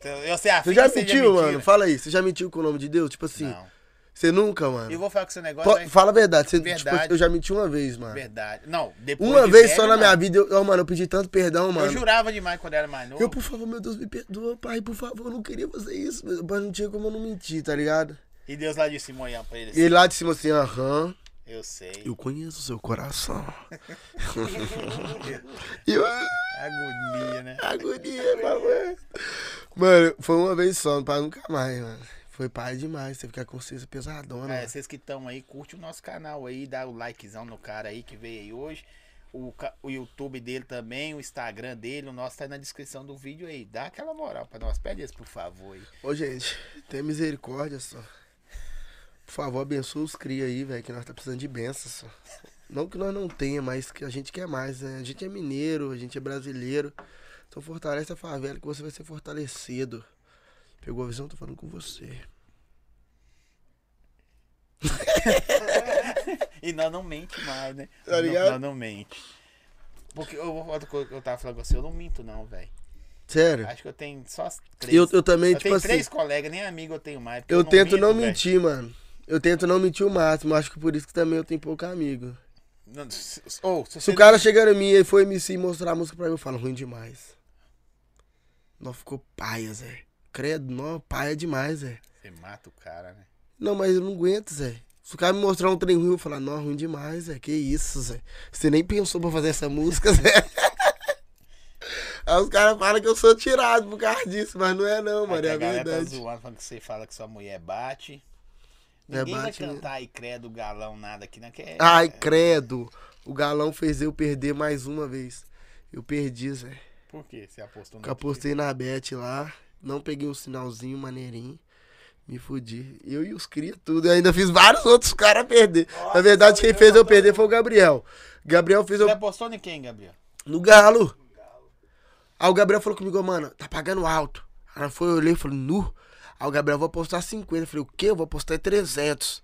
Speaker 1: Então, Eu sei a
Speaker 2: Você já
Speaker 1: fita, seja
Speaker 2: mentiu, mano?
Speaker 1: mentira.
Speaker 2: Fala aí. Você já mentiu com o nome de Deus? Tipo assim,
Speaker 1: Não.
Speaker 2: você nunca, mano.
Speaker 1: Eu vou falar com o seu negócio.
Speaker 2: Po-
Speaker 1: aí-
Speaker 2: Fala a verdade. Você,
Speaker 1: Verdade.
Speaker 2: tipo, eu já menti uma vez, mano.
Speaker 1: Verdade. Não, depois.
Speaker 2: Uma
Speaker 1: de
Speaker 2: vez
Speaker 1: velho,
Speaker 2: só na
Speaker 1: não.
Speaker 2: minha vida. Eu, oh, mano, eu pedi tanto perdão,
Speaker 1: Eu
Speaker 2: mano.
Speaker 1: jurava demais quando era mais novo.
Speaker 2: Eu, por favor, meu Deus, me perdoa, pai. Por favor, eu não queria fazer isso. Mas mas não tinha como eu não mentir, tá ligado?
Speaker 1: E Deus lá de cima olhando pra ele
Speaker 2: E
Speaker 1: assim.
Speaker 2: ele lá de cima assim, aham,
Speaker 1: Eu sei.
Speaker 2: eu conheço o seu coração. e eu, ah,
Speaker 1: Agonia, né?
Speaker 2: agonia, mamãe. Mano, foi uma vez só, não pai nunca mais, mano. Foi pai demais, você fica com a consciência pesadona.
Speaker 1: É,
Speaker 2: mano.
Speaker 1: vocês que estão aí, curte o nosso canal aí, dá o likezão no cara aí que veio aí hoje. O, ca- o YouTube dele também, o Instagram dele, o nosso tá aí na descrição do vídeo aí. Dá aquela moral pra nós. Pede esse, por favor. Aí.
Speaker 2: Ô, gente, tem misericórdia só. Por favor, abençoa os cria aí, velho, que nós tá precisando de benção só. Não que nós não tenha, mas que a gente quer mais, né? A gente é mineiro, a gente é brasileiro. Então fortalece a favela que você vai ser fortalecido. Pegou a visão? Tô falando com você.
Speaker 1: E nós não mente mais, né?
Speaker 2: Tá ligado?
Speaker 1: Nós, nós não mente. Porque eu, outra coisa que eu tava falando com você, eu não minto, não, velho.
Speaker 2: Sério?
Speaker 1: Acho que eu tenho só as três.
Speaker 2: Eu, eu também,
Speaker 1: Eu
Speaker 2: tipo
Speaker 1: tenho
Speaker 2: assim.
Speaker 1: três colegas, nem amigo eu tenho mais. porque
Speaker 2: Eu tento
Speaker 1: minto,
Speaker 2: não
Speaker 1: véi.
Speaker 2: mentir, mano. Eu tento não mentir o máximo. Acho que por isso que também eu tenho pouco amigo.
Speaker 1: Não, se- se- Ou, se
Speaker 2: Se
Speaker 1: você
Speaker 2: o cara chegar em mim e for MC e mostrar a música pra mim, eu falo, ruim demais. Não ficou paia, Zé. Credo, não, paia demais, Zé.
Speaker 1: Você mata o cara, né?
Speaker 2: Não, mas eu não aguento, Zé. Se o cara me mostrar um trem ruim, eu vou falar, não, ruim demais, Zé. Que isso, Zé. Você nem pensou pra fazer essa música, Zé. Aí os caras falam que eu sou tirado por causa disso, mas não é não, mano.
Speaker 1: Aí
Speaker 2: É
Speaker 1: a galera tá
Speaker 2: verdade.
Speaker 1: zoando, falando que você fala que sua mulher bate.
Speaker 2: É,
Speaker 1: Ninguém vai
Speaker 2: bate mesmo.
Speaker 1: cantar e credo galão, nada aqui, né? é- não quer.
Speaker 2: Ai, credo. O galão fez eu perder mais uma vez. Eu perdi, Zé.
Speaker 1: Por quê? Você apostou no
Speaker 2: Eu apostei na bet lá. Não peguei um sinalzinho maneirinho. Me fudi. Eu e os cria tudo. Eu ainda fiz vários outros caras perder. Na
Speaker 3: Nossa,
Speaker 2: verdade, quem
Speaker 3: Gabriel
Speaker 2: fez eu
Speaker 3: tá
Speaker 2: perder foi o Gabriel. Gabriel fez eu
Speaker 1: Você apostou em quem, Gabriel?
Speaker 2: no galo. Aí o Gabriel falou comigo, "Ô, mano, tá pagando alto. Aí foi, eu olhei e falei, nu. Aí o Gabriel, vou apostar 50. Eu falei, o quê? Eu vou apostar 300.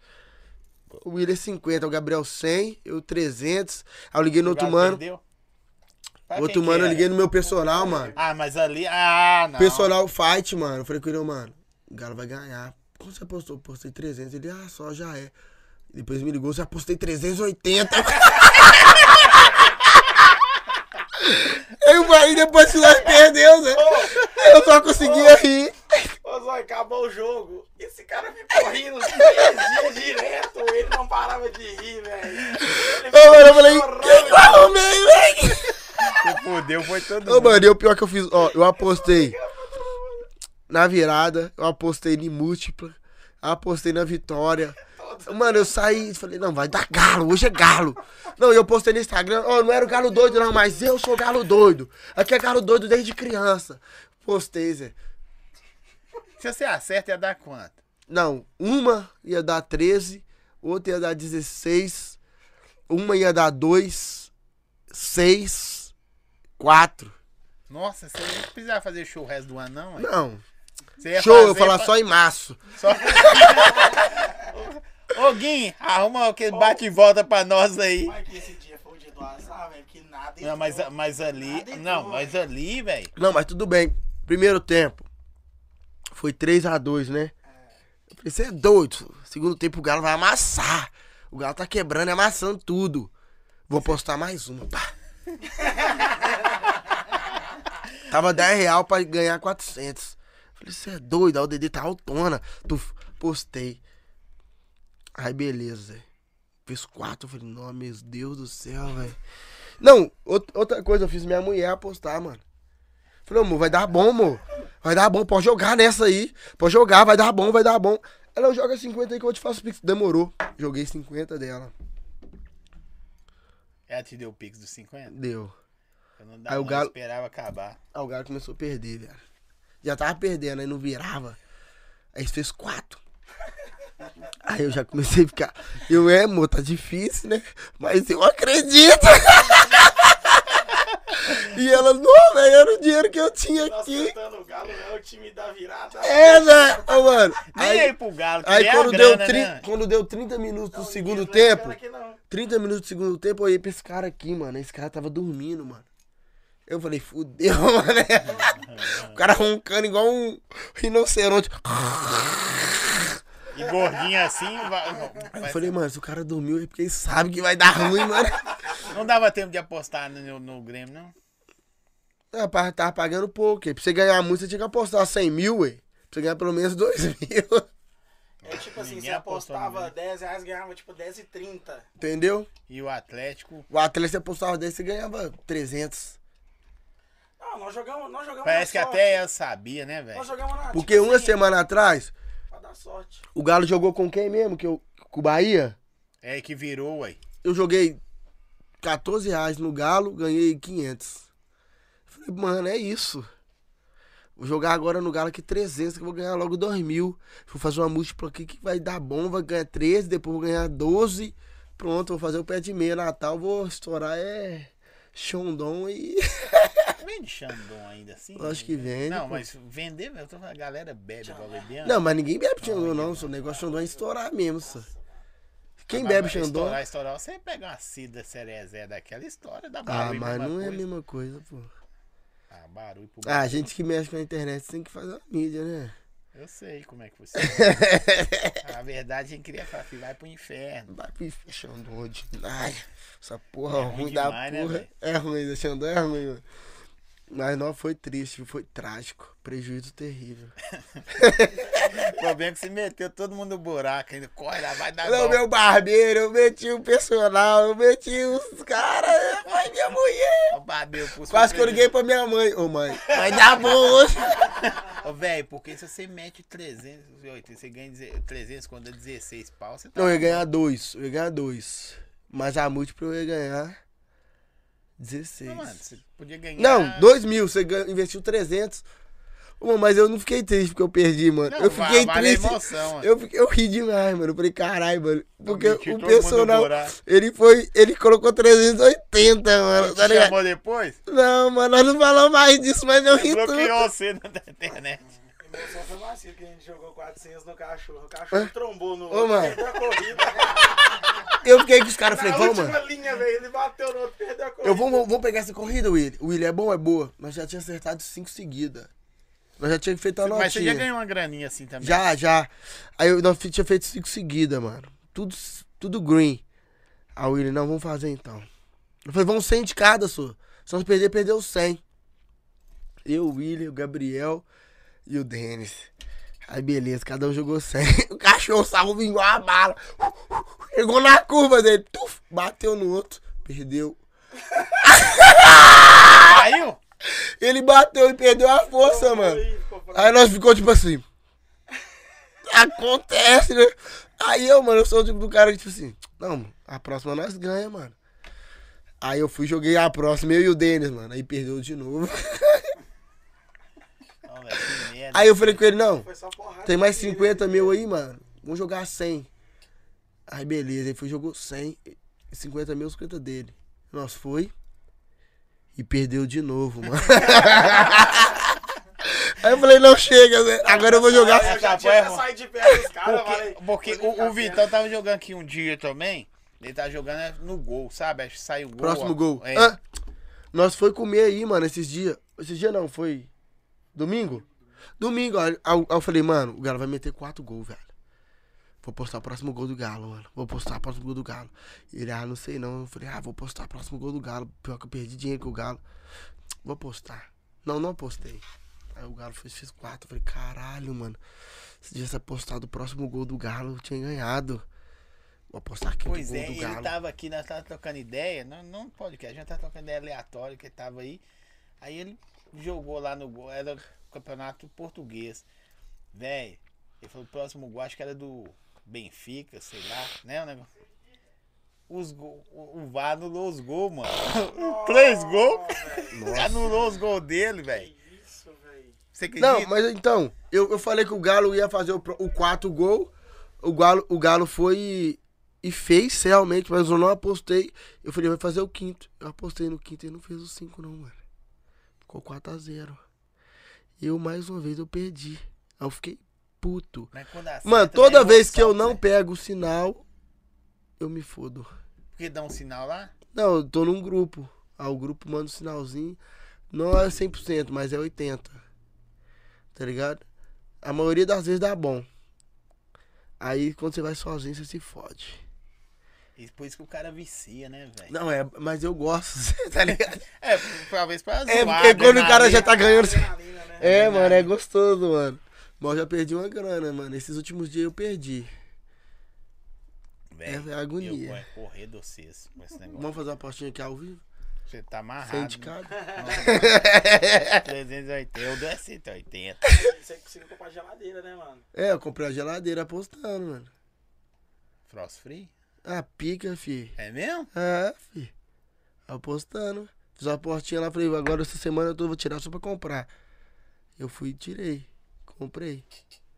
Speaker 2: O Willian 50, o Gabriel 100, eu 300. Aí eu liguei no outro
Speaker 1: Galo
Speaker 2: mano.
Speaker 1: perdeu? Pra
Speaker 2: Outro
Speaker 1: quem que
Speaker 2: mano, eu
Speaker 1: era?
Speaker 2: liguei no meu personal, mano.
Speaker 1: Ah, mas ali. Ah, não.
Speaker 2: Personal fight, mano. Eu falei com ele, mano, o Galo vai ganhar. Quando você apostou? Postei 300. Ele, ah, só já é. Depois me ligou, você apostei 380. eu falei, depois que nós perdeu, né? Eu só conseguia rir.
Speaker 3: Ô, Zói, acabou o jogo. Esse cara ficou rindo uns três dias direto. Ele não parava de rir, velho. Ele
Speaker 2: Ô, mano, eu
Speaker 3: ficou
Speaker 2: falei,
Speaker 3: chorando.
Speaker 2: que que eu arrumei, velho?
Speaker 1: Quem fudeu foi todo
Speaker 2: Ô,
Speaker 1: mundo.
Speaker 2: mano, e o pior que eu fiz, ó, eu apostei na virada, eu apostei em múltipla, apostei na vitória. Mano, eu saí e falei, não, vai dar galo, hoje é galo. Não, e eu postei no Instagram, ó, não era o galo doido não, mas eu sou galo doido. Aqui é galo doido desde criança. Postei, Zé.
Speaker 1: Se você acerta, ia dar quanto?
Speaker 2: Não, uma ia dar 13, outra ia dar 16, uma ia dar 2, 6, 4.
Speaker 1: Nossa, você não precisava fazer show o resto do ano, não, hein?
Speaker 2: Não,
Speaker 1: Você ia
Speaker 2: show, eu
Speaker 1: fazer
Speaker 2: falar
Speaker 1: pra-
Speaker 2: só em março.
Speaker 1: Só... Ô, Gui, arruma aquele bate e volta pra nós aí.
Speaker 3: Mas que esse dia foi o dia do azar, velho. Que nada.
Speaker 1: Não, mas,
Speaker 3: entrou.
Speaker 1: mas ali.
Speaker 3: Nada
Speaker 1: Não,
Speaker 3: entrou,
Speaker 1: mas ali, velho.
Speaker 2: Não, mas tudo bem. Primeiro tempo. Foi 3x2, né? Eu falei, você é doido. filho. Segundo tempo o Galo vai amassar. O Galo tá quebrando e amassando tudo. Vou postar mais uma, pá. Tava 10 real pra ganhar 400. Eu Falei, você é doido. Aí o Dedê tá autona. Tu postei. Aí beleza, Zé. Fiz quatro. Eu falei, não, meu Deus do céu, velho. Não, out- outra coisa, eu fiz minha mulher apostar, mano. Falei, amor, vai dar bom, amor. Vai dar bom, pode jogar nessa aí. Pode jogar, vai dar bom, vai dar bom. Ela, joga 50 aí que eu te faço pix. Demorou. Joguei 50 dela.
Speaker 1: Ela te deu o pix dos 50?
Speaker 2: Deu.
Speaker 1: Eu não,
Speaker 2: Aí
Speaker 1: dava,
Speaker 2: o
Speaker 1: não
Speaker 2: Galo-
Speaker 1: esperava acabar.
Speaker 2: Aí o Galo começou a perder, velho. Já tava perdendo, aí não virava. Aí fez quatro. Aí eu já comecei a ficar. Eu, é, amor, tá difícil, né? Mas eu acredito. e ela, não, velho, era o dinheiro que eu tinha
Speaker 3: Nós
Speaker 2: aqui.
Speaker 3: cantando o galo, é o time da virada.
Speaker 2: É, velho. Ô, mano.
Speaker 1: Nem aí, pro Galo, que
Speaker 2: Aí
Speaker 1: nem a
Speaker 2: quando,
Speaker 1: grana,
Speaker 2: deu tri-
Speaker 1: né?
Speaker 2: quando deu 30 minutos
Speaker 3: Não,
Speaker 2: do segundo
Speaker 3: ninguém tá
Speaker 2: tempo,
Speaker 1: é
Speaker 3: brincando Aqui, não.
Speaker 2: 30 minutos do segundo tempo, eu olhei pra esse cara aqui, mano. Esse cara tava dormindo, mano. Eu falei, fudeu, mano. o cara roncando igual um rinoceronte.
Speaker 1: E gordinho assim. vai- não,
Speaker 2: Eu
Speaker 1: vai-
Speaker 2: falei, mano, se o cara dormiu é porque ele sabe que vai dar ruim, mano.
Speaker 1: não dava tempo de apostar no, no Grêmio, não?
Speaker 2: Rapaz, tava pagando pouco. aí Pra você ganhar muito, você tinha que apostar 100 mil, ué. Pra você ganhar pelo menos 2 mil.
Speaker 3: É tipo assim,
Speaker 1: Ninguém
Speaker 3: você
Speaker 1: apostou
Speaker 3: apostava
Speaker 1: ninguém.
Speaker 3: 10 reais, ganhava tipo 10 e 30.
Speaker 2: Entendeu?
Speaker 1: E o Atlético.
Speaker 2: O atleta, você apostava 10, você ganhava 300.
Speaker 3: Não, nós jogamos, nós jogamos
Speaker 1: Parece que
Speaker 3: na sorte.
Speaker 1: até ela sabia, né, velho?
Speaker 3: Nós jogamos na
Speaker 2: Porque
Speaker 1: Tipo
Speaker 2: uma
Speaker 3: assim,
Speaker 2: semana atrás,
Speaker 3: Pra dar sorte.
Speaker 2: o Galo jogou com quem mesmo? Que eu, com o Bahia?
Speaker 1: É que virou, ué.
Speaker 2: eu joguei 14 reais no Galo, ganhei 500. Falei, mano, é isso. Vou jogar agora no Galo aqui 300, que eu vou ganhar logo 2 mil. Vou fazer uma múltipla aqui que vai dar bom, vai ganhar 13, depois vou ganhar 12. Pronto, vou fazer o pé de meia Natal, vou estourar é Xondon e...
Speaker 1: vende Xandão ainda assim?
Speaker 2: Eu acho que vende,
Speaker 1: Não,
Speaker 2: pô.
Speaker 1: mas vender, eu tô falando, a galera bebe igual bebendo.
Speaker 2: Não, mas ninguém bebe Xandão, não. O negócio Xandão é estourar mesmo, só. Quem
Speaker 1: Ah, Mas
Speaker 2: bebe
Speaker 1: vai
Speaker 2: Xandão.
Speaker 1: Estourar, é estourar, você pega uma cida cerezé daquela história, dá
Speaker 2: Ah,
Speaker 1: barulho.
Speaker 2: mas não é a
Speaker 1: coisa.
Speaker 2: mesma coisa, pô.
Speaker 1: Ah, barulho pro
Speaker 2: Ah, gente que mexe com a internet tem que fazer uma mídia, né?
Speaker 1: Eu sei como é que funciona.
Speaker 2: é.
Speaker 1: a verdade, a gente queria falar que vai pro inferno.
Speaker 2: assim, Vai pro inferno, Xandão ordinária. Essa porra
Speaker 1: ruim
Speaker 2: ruim, da
Speaker 1: demais, né,
Speaker 2: porra.
Speaker 1: velho?
Speaker 2: é ruim, né? Xandão é ruim, mano. Mas não foi triste, foi trágico. Prejuízo terrível.
Speaker 1: O problema é que se meteu todo mundo no buraco ainda. Corre lá, vai dar
Speaker 2: Não,
Speaker 1: É bom.
Speaker 2: meu barbeiro, eu meti o personal, eu meti os caras, foi minha mulher.
Speaker 1: Ó, Babeu, pulso
Speaker 2: Quase que eu liguei pra minha mãe. Ô mãe, vai dar bom hoje.
Speaker 1: Ô, velho, porque se você mete 308, você ganha deze- 300 quando é 16 pau, você tá.
Speaker 2: Não, eu ia ganhar dois, eu ia ganhar dois. Mas a múltipla eu ia ganhar 16.
Speaker 1: Não, mano, você podia ganhar.
Speaker 2: Não, dois mil, você gan- investiu 300. Ô, mas eu não fiquei triste porque eu perdi, mano.
Speaker 1: Não,
Speaker 2: eu
Speaker 1: va-
Speaker 2: fiquei
Speaker 1: vale a
Speaker 2: triste.
Speaker 1: emoção, mano.
Speaker 2: eu, fiquei- eu ri demais, mano. Eu falei, caralho, mano. Porque
Speaker 1: meti
Speaker 2: o
Speaker 1: todo mundo no
Speaker 2: personal,
Speaker 1: buraco.
Speaker 2: ele foi, ele colocou 380, mano. Tá
Speaker 1: Você
Speaker 2: ligado?
Speaker 1: chamou depois?
Speaker 2: Não, mano, nós não falamos mais disso, mas eu ri tudo.
Speaker 1: Bloqueou você na internet.
Speaker 3: E meu só foi vacilo que a gente jogou 400 no cachorro. O cachorro trombou no
Speaker 2: Ô, mano.
Speaker 3: perdeu a corrida.
Speaker 2: Eu fiquei com os caras,
Speaker 3: Na
Speaker 2: falei, vamos,
Speaker 3: última
Speaker 2: mano.
Speaker 3: linha, velho, ele bateu no outro, perdeu a corrida.
Speaker 2: Eu vou, vou- vou pegar essa corrida, Willy. Willy, é bom, é boa. Nós já tinha acertado cinco seguidas. Nós já tínhamos feito a
Speaker 1: Mas você já
Speaker 2: notinha.
Speaker 1: ganhou uma graninha assim também.
Speaker 2: Já, já. Aí eu, nós fi- tinha feito cinco seguidas, mano. Tudo, tudo green. Aí o Willy, não, vamos fazer então. Eu falei, vamos 100 de cada, sua. Se nós perder, perdeu 100. Eu, o Willy, o Gabriel e o Denis. Aí beleza, cada um jogou 100. O cachorro salvo igual a bala. Chegou na curva dele, tuf, bateu no outro, perdeu.
Speaker 1: Caiu?
Speaker 2: Ele bateu e perdeu a força, mano. Aí nós ficou tipo assim. Acontece, né? Aí eu, mano, eu sou o tipo do cara que, tipo assim, não, mano, a próxima nós ganha, mano. Aí eu fui, joguei a próxima, eu e o Denis, mano. Aí perdeu de novo.
Speaker 1: Não, velho, que merda.
Speaker 2: Aí eu falei com ele, não,
Speaker 3: Foi só porrada.
Speaker 2: tem mais
Speaker 3: nele.
Speaker 2: 50 mil aí, mano. Vamos jogar 100. Aí beleza, ele foi, jogou 100. e 50 mil, 50 dele. Nós foi. E perdeu de novo, mano. aí eu falei, não chega, né? agora eu vou jogar
Speaker 3: Eu já
Speaker 1: Essa
Speaker 3: tinha
Speaker 1: foi,
Speaker 3: até
Speaker 1: mano.
Speaker 3: saído de perto dos caras, falei.
Speaker 1: Porque, porque o,
Speaker 3: vou
Speaker 1: o
Speaker 3: brincar
Speaker 1: Vitão tava jogando aqui um dia também. Ele tava jogando é, no gol, sabe? Acho que saiu o gol.
Speaker 2: Próximo
Speaker 1: ó.
Speaker 2: gol.
Speaker 1: É.
Speaker 2: Hã? nós foi comer aí, mano, esses dias. Esses dias não, foi. Domingo? Domingo. Aí aí eu falei, mano, o Galo vai meter quatro gols, velho. Vou postar o próximo gol do Galo, mano. Vou postar o próximo gol do Galo. Ele, ah, não sei não. Eu falei, ah, vou postar o próximo gol do Galo. Pior que eu perdi dinheiro com o Galo. Vou postar. Não, não postei. Aí o Galo fez, fez quatro. Eu falei, caralho, mano. Se tivesse apostado o próximo gol do Galo, eu tinha ganhado. Vou apostar aqui
Speaker 1: Pois
Speaker 2: o gol
Speaker 1: é,
Speaker 2: do
Speaker 1: ele
Speaker 2: Galo.
Speaker 1: tava aqui, nós tava trocando ideia, não, não podcast, a gente tava trocando ideia aleatória que ele tava aí. Aí ele jogou lá no gol, era campeonato português. Véi, ele falou, o próximo gol acho que era do Benfica, sei lá, né? O negócio. Os gol, o o VAR anulou os gols, mano. Três gols. Anulou os gols dele, velho.
Speaker 3: Que isso, velho.
Speaker 1: Você acredita?
Speaker 2: Não, mas então, eu, eu falei que o Galo ia fazer o, pro- o quarto gol. O Galo, o Galo foi e, e fez realmente, mas eu não apostei. Eu falei, vai fazer o quinto. Eu apostei no quinto e não fez o cinco, não, mano. Ficou 4x0. Eu, mais uma vez, eu perdi. Aí eu fiquei puto.
Speaker 1: Mas quando acerta, né,
Speaker 2: Mano,
Speaker 1: dá
Speaker 2: toda vez que eu
Speaker 1: emoção,
Speaker 2: não
Speaker 1: né?
Speaker 2: pego o sinal, eu me fodo.
Speaker 1: Porque dá um sinal lá,
Speaker 2: Não, eu tô num grupo. Ah, o grupo manda um sinalzinho. Não é 100%, mas é 80%. Tá ligado? A maioria das vezes dá bom. Aí quando você vai sozinho, você se fode.
Speaker 1: e por isso que o cara vicia, né, velho?
Speaker 2: Não, é, mas eu gosto, tá ligado?
Speaker 1: É, talvez pra né, zoar.
Speaker 2: É, porque quando o cara já tá ganhando. você-
Speaker 3: Adrenalina, né?
Speaker 2: É, mano, é gostoso, mano. Mas eu já perdi uma grana, mano. Esses últimos dias eu perdi.
Speaker 1: Véi,
Speaker 2: Essa é a agonia.
Speaker 1: Eu vou é correr de vocês com esse negócio.
Speaker 2: Vamos fazer uma postinha aqui ao vivo?
Speaker 1: Você tá amarrado.
Speaker 2: Sem de cada.
Speaker 1: Nossa, 380. Eu dou é 180.
Speaker 3: Você conseguiu comprar geladeira, né, mano?
Speaker 2: É, eu comprei a geladeira apostando, mano.
Speaker 1: Frost free?
Speaker 2: Ah, pica, fi.
Speaker 1: É mesmo?
Speaker 2: É, fi. Apostando. Fiz uma portinha lá, falei, agora essa semana eu tô, vou tirar só pra comprar. Eu fui e tirei. Comprei.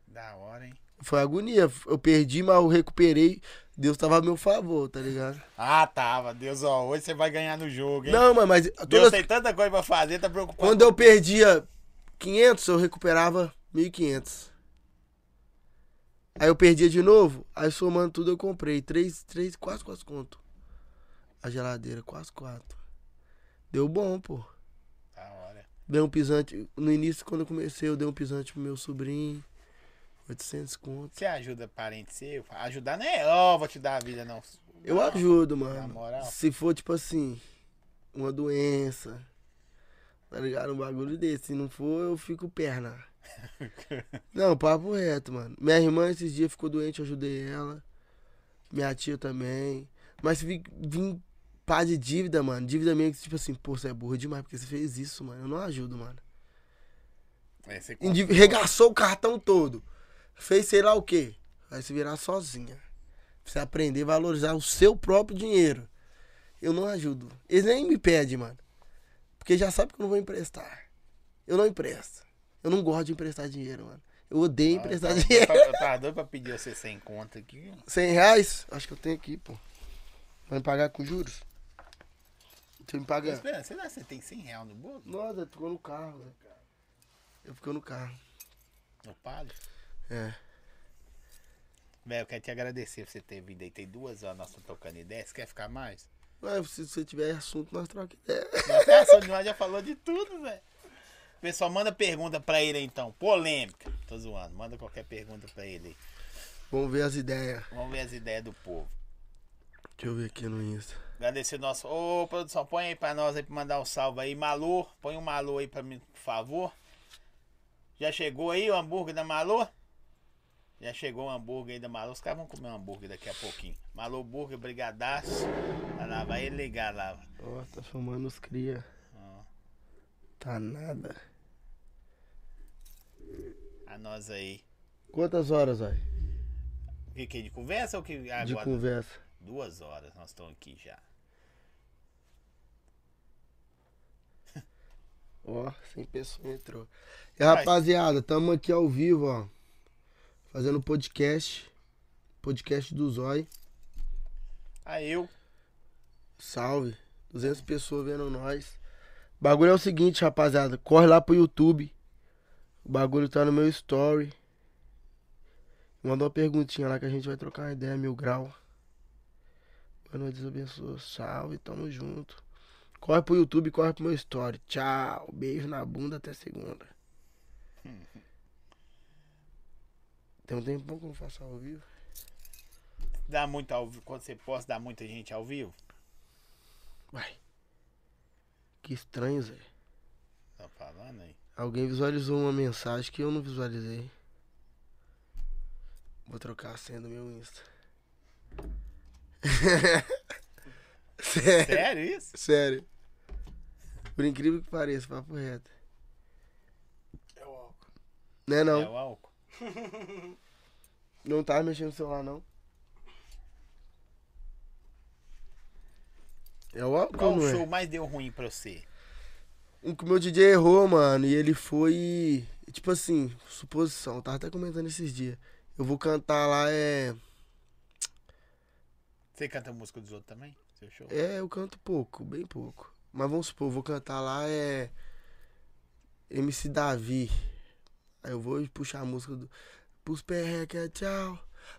Speaker 1: Da hora, hein?
Speaker 2: Foi agonia. Eu perdi, mas eu recuperei. Deus tava a meu favor, tá ligado?
Speaker 1: Ah, tava. Deus, ó, hoje você vai ganhar no jogo, hein?
Speaker 2: Não, mano, mas
Speaker 1: Deus
Speaker 2: todas-
Speaker 1: tem tanta coisa pra fazer, tá preocupado.
Speaker 2: quando eu perdia 500, eu recuperava 1.500. Aí eu perdia de novo, aí somando tudo eu comprei. três, três, quase quase conto. A geladeira, quase quatro. Deu bom, pô.
Speaker 1: Da hora.
Speaker 2: Dei um pisante. No início, quando eu comecei, eu dei um pisante pro meu sobrinho. 800 conto.
Speaker 1: Você ajuda parente seu? Ajudar não é, ó, vou te dar a vida, não. É,
Speaker 2: Eu
Speaker 1: Não.
Speaker 2: ajudo, mano.
Speaker 1: Ah, Na moral.
Speaker 2: Se for, tipo assim, uma doença, tá ligado? Um bagulho desse. Se não for, eu fico perna. não, papo reto, mano. Minha irmã esses dias ficou doente, eu ajudei ela. Minha tia também. Mas vim, vim pá de dívida, mano. Dívida minha que, tipo assim, pô, você é burro demais porque você fez isso, mano. Eu não ajudo, mano.
Speaker 1: É, você compra-
Speaker 2: Indiv- Regaçou o cartão todo. Fez sei lá o quê. Vai se virar sozinha. Precisa aprender a valorizar o seu próprio dinheiro. Eu não ajudo. Eles nem me pedem, mano. Porque já sabe que eu não vou emprestar. Eu não empresto. Eu não gosto de emprestar dinheiro, mano. Eu odeio
Speaker 1: Ah, eu
Speaker 2: emprestar
Speaker 1: tava-
Speaker 2: dinheiro.
Speaker 1: Eu tava, eu tava doido pra pedir você sem conta aqui.
Speaker 2: 100 reais? Acho que eu tenho aqui, pô. Vai me pagar com juros? Você me
Speaker 1: Mas,
Speaker 2: paga.
Speaker 1: Espera, será que você tem 100 reais no bolso?
Speaker 2: Nossa, ficou no carro, velho. Eu ficou no carro.
Speaker 1: No palho?
Speaker 2: É.
Speaker 1: Velho, eu quero te agradecer por você ter vindo aí. Tem duas horas nós estamos tocando ideia. Você quer ficar mais?
Speaker 2: Mas se você tiver assunto, nós trocamos ideia.
Speaker 1: Nossa, a Sônia Nós já falou de tudo, velho. Pessoal, manda pergunta pra ele aí, então. Polêmica. Tô zoando. Manda qualquer pergunta pra ele aí.
Speaker 2: Vamos ver as ideias.
Speaker 1: Vamos ver as ideias do povo.
Speaker 2: Deixa eu ver aqui no Insta.
Speaker 1: Agradecer o nosso. Ô, produção, põe aí pra nós aí pra mandar um salve aí. Malô, põe um Malô aí pra mim, por favor. Já chegou aí o hambúrguer da Malô? Já chegou o hambúrguer aí da Malô. Os caras vão comer um hambúrguer daqui a pouquinho. Malô Burger, brigadaço. Vai lá, vai ele ligar lá.
Speaker 2: Ó, tá chamando os cria.
Speaker 1: Ó,
Speaker 2: Tá nada.
Speaker 1: a nós aí.
Speaker 2: Quantas horas, vai?
Speaker 1: O que, que é de conversa ou que
Speaker 2: De
Speaker 1: agora?
Speaker 2: conversa.
Speaker 1: Duas horas nós estamos aqui já.
Speaker 2: Ó, sem pessoa entrou. E rapaziada, tamo aqui ao vivo, ó. Fazendo podcast. Podcast do Zói.
Speaker 1: Aí eu.
Speaker 2: Salve. 200 pessoas vendo nós. O bagulho é o seguinte, rapaziada. Corre lá pro YouTube. O bagulho tá no meu story. Manda uma perguntinha lá que a gente vai trocar uma ideia, mil grau. Boa noite, Deus abençoe. Salve, tamo junto. Corre pro YouTube, corre pro meu story. Tchau. Beijo na bunda até segunda. Tem um tempão que eu não faço ao vivo.
Speaker 1: Dá muito ao vivo. Quando você posta, dá muita gente ao vivo?
Speaker 2: Vai. Que estranho, Zé.
Speaker 1: Tá falando aí.
Speaker 2: Alguém visualizou uma mensagem que eu não visualizei. Vou trocar a senha do meu Insta. Sério.
Speaker 1: Sério isso?
Speaker 2: Sério. Por incrível que pareça, papo reto.
Speaker 3: É o álcool.
Speaker 2: Né não?
Speaker 1: É o álcool.
Speaker 2: Não tá mexendo no celular não. É o álcool,
Speaker 1: Qual
Speaker 2: não
Speaker 1: o
Speaker 2: é?
Speaker 1: show mais deu ruim pra você?
Speaker 2: Um que o meu DJ errou, mano, e ele foi. Tipo assim, suposição, eu tava até comentando esses dias. Eu vou cantar lá, é.
Speaker 1: Você canta música dos outros também? Seu show?
Speaker 2: É, eu canto pouco, bem pouco. Mas vamos supor, eu vou cantar lá é. MC Davi. Aí eu vou puxar a música do. Pros perreca, é tchau.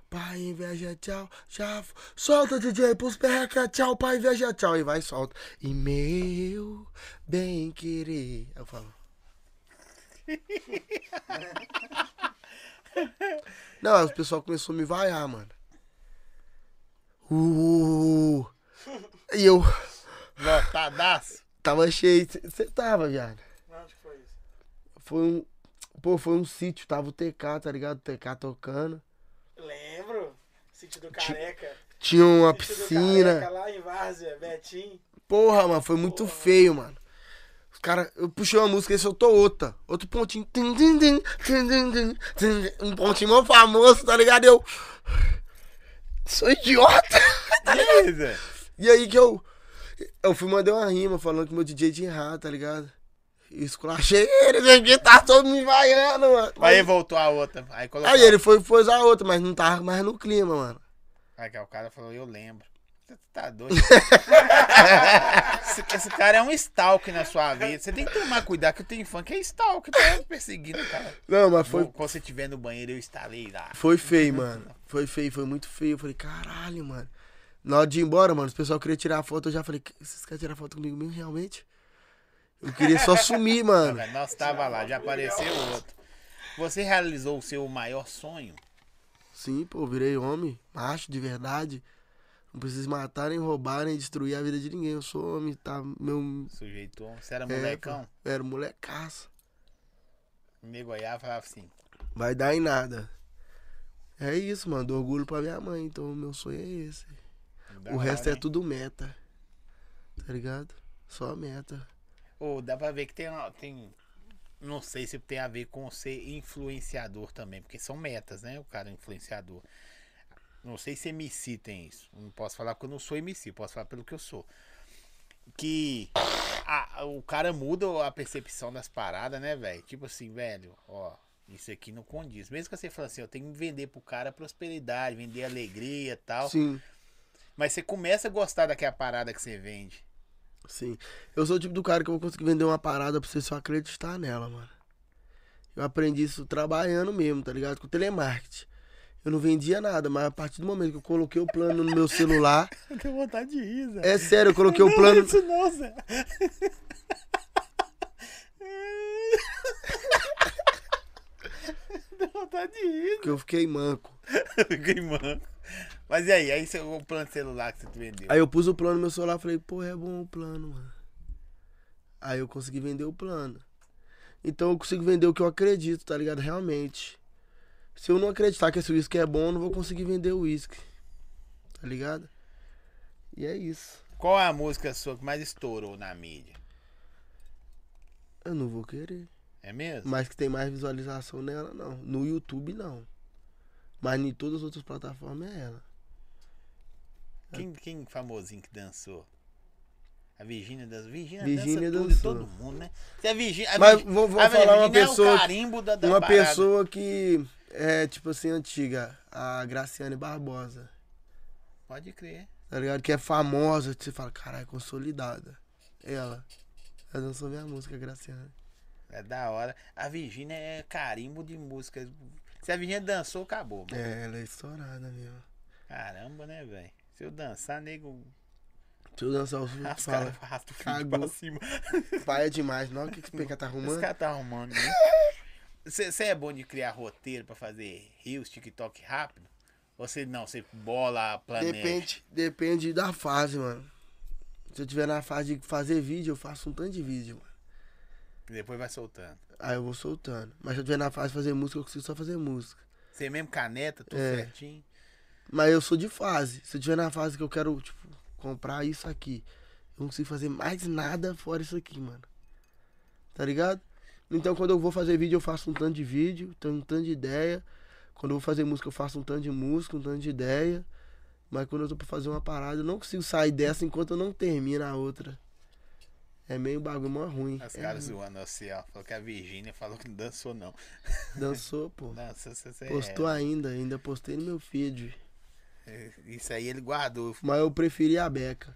Speaker 2: Pai inveja, é tchau. Já... Solta, DJ, pros perreca, é tchau. Pai inveja, tchau. E vai, solta. E meu bem querer. Aí eu falo. Não, aí o pessoal começou a me vaiar, mano. Uh, e eu
Speaker 1: Lotadaço.
Speaker 2: tava cheio. Você tava, viado.
Speaker 3: Não, Onde que foi isso?
Speaker 2: Foi um. Pô, foi um sítio, tava o TK, tá ligado? O TK tocando.
Speaker 3: Lembro. Sítio do Careca.
Speaker 2: Tinha Tipo, uma
Speaker 3: Do
Speaker 2: piscina.
Speaker 3: Careca, lá em Várzea, Betim.
Speaker 2: Porra, mano, foi muito feio, mano. Os caras, eu puxei uma música e soltou outra. Outro pontinho. Tim, tim, tim, tim, tim, tim, tim, tim. Um pontinho mó famoso, tá ligado? E Eu. Sou idiota! tá ligado?
Speaker 1: Beleza.
Speaker 2: E aí que eu. Eu fui mandei uma rima falando que meu DJ tinha errado, tá ligado? Eu esculachei ele, aqui tá todo me vaiando, mano.
Speaker 1: Aí voltou a outra. Aí colocou.
Speaker 2: Aí ele foi pôs a outra, mas não tava mais no clima, mano.
Speaker 1: Aí o cara falou, eu lembro. Você tá doido. esse, esse cara é um stalker na sua vida. Você tem que tomar cuidado que eu tenho fã que é stalker, tá perseguindo o cara.
Speaker 2: Não, mas foi,
Speaker 1: Foi... Quando você estiver no banheiro, eu instalei lá.
Speaker 2: foi feio, mano. Foi feio, foi muito feio. Eu falei, caralho, mano. Na hora de ir embora, mano, os pessoal queria tirar foto. Eu já falei, vocês querem tirar foto comigo mesmo, realmente? Eu queria só sumir, mano.
Speaker 1: Nós tava lá, já apareceu outro. Você realizou o seu maior sonho?
Speaker 2: Sim, pô, virei homem, macho de verdade. Não preciso matar, nem roubar, nem destruir a vida de ninguém. Eu sou homem, tá? Meu.
Speaker 1: Sujeito, você era
Speaker 2: é,
Speaker 1: molecão.
Speaker 2: pô, Era molecaço.
Speaker 1: Nego olhava e falava assim,
Speaker 2: Vai dar em nada. É isso, mano. Dou orgulho pra minha mãe. Então, meu sonho é esse.
Speaker 1: Da
Speaker 2: o
Speaker 1: hora,
Speaker 2: resto é
Speaker 1: hein?
Speaker 2: tudo meta. Tá ligado? Só meta.
Speaker 1: Ô, dá pra ver que tem, uma- tem. Não sei se tem a ver com ser influenciador também, porque são metas, né? O cara é influenciador. Não sei se MC tem isso. Não posso falar porque eu não sou MC, posso falar pelo que eu sou. Que a- o cara muda a percepção das paradas, né, velho? Tipo assim, velho, ó, isso aqui não condiz. Mesmo que você fale assim, eu tenho que vender pro cara prosperidade, vender alegria e tal.
Speaker 2: Sim,
Speaker 1: Mas você começa a gostar daquela parada que você vende.
Speaker 2: sim. Eu sou o tipo do cara que eu vou conseguir vender uma parada pra você só acreditar nela, mano. Eu aprendi isso trabalhando mesmo, tá ligado? Com telemarketing. Eu não vendia nada, mas a partir do momento que eu coloquei o plano no meu celular.
Speaker 1: Eu tenho vontade de rir, Zé.
Speaker 2: É sério, eu coloquei o plano.
Speaker 1: isso não, Zé. Deu vontade de ir.
Speaker 2: Que eu fiquei manco.
Speaker 1: Fiquei manco. Mas e aí? Aí você, o plano de celular que você vendeu?
Speaker 2: Aí eu pus o plano no meu celular e falei, pô, é bom o plano, mano. Aí eu consegui vender o plano. Então eu consigo vender o que eu acredito, tá ligado? Realmente. Se eu não acreditar que esse uísque é bom, eu não vou conseguir vender o uísque. Tá ligado? E é isso.
Speaker 1: Qual é a música sua que mais estourou na mídia?
Speaker 2: Eu não vou querer.
Speaker 1: É mesmo?
Speaker 2: Mas que tem mais visualização nela, não. No YouTube, não. Mas em todas as outras plataformas é ela.
Speaker 1: Quem, quem famosinho que dançou? A Virgínia dançou. Virgínia,
Speaker 2: Virgínia
Speaker 1: dança
Speaker 2: dançou.
Speaker 1: tudo, todo mundo, né? Se a Virgínia... a
Speaker 2: Mas
Speaker 1: Virgí-
Speaker 2: vou- vou
Speaker 1: a
Speaker 2: falar uma
Speaker 1: Virgínia É
Speaker 2: pessoa-
Speaker 1: o carimbo da, da
Speaker 2: Uma
Speaker 1: parada.
Speaker 2: pessoa que é, tipo assim, antiga. A Graciane Barbosa.
Speaker 1: Pode crer.
Speaker 2: tá ligado? Que é famosa, que você fala, caralho, consolidada. Ela. Ela dançou minha música, Graciana.
Speaker 1: É da hora. A Virgínia é carimbo de música. Se a Virgínia dançou, acabou. mano.
Speaker 2: É, ela é estourada mesmo.
Speaker 1: Caramba, né, velho? Se eu dançar, nego,
Speaker 2: Se eu dançar os
Speaker 1: as
Speaker 2: vídeos,
Speaker 1: caras
Speaker 2: fala,
Speaker 1: arrastam o filho
Speaker 2: Cagou.
Speaker 1: pra cima.
Speaker 2: pai é demais, não? O que que esse PK tá
Speaker 1: Os
Speaker 2: arrumando?
Speaker 1: caras tá arrumando, né? Você é bom de criar roteiro pra fazer rios, TikTok rápido? Ou você não, você bola, planeja?
Speaker 2: Depende, depende da fase, mano. Se eu tiver na fase de fazer vídeo, eu faço um tanto de vídeo, mano.
Speaker 1: e Depois vai soltando.
Speaker 2: Aí eu vou soltando. Mas se eu tiver na fase de fazer música, eu consigo só fazer música.
Speaker 1: Você mesmo caneta, tudo
Speaker 2: É.
Speaker 1: certinho.
Speaker 2: Mas eu sou de fase. Se eu tiver na fase que eu quero, tipo, comprar isso aqui, eu não consigo fazer mais nada fora isso aqui, mano. Tá ligado? Então quando eu vou fazer vídeo, eu faço um tanto de vídeo, tenho um tanto de ideia. Quando eu vou fazer música, eu faço um tanto de música, um tanto de ideia. Mas quando eu tô pra fazer uma parada, eu não consigo sair dessa enquanto eu não termino a outra. É meio bagulho mó ruim.
Speaker 1: Os
Speaker 2: É,
Speaker 1: caras zoando você, ó. Falou que a Virgínia falou que não dançou, não.
Speaker 2: Dançou, pô.
Speaker 1: Dança, você, é- você
Speaker 2: Postou ainda, ainda postei no meu feed.
Speaker 1: é. Isso aí ele guardou.
Speaker 2: Mas eu preferi a Beca.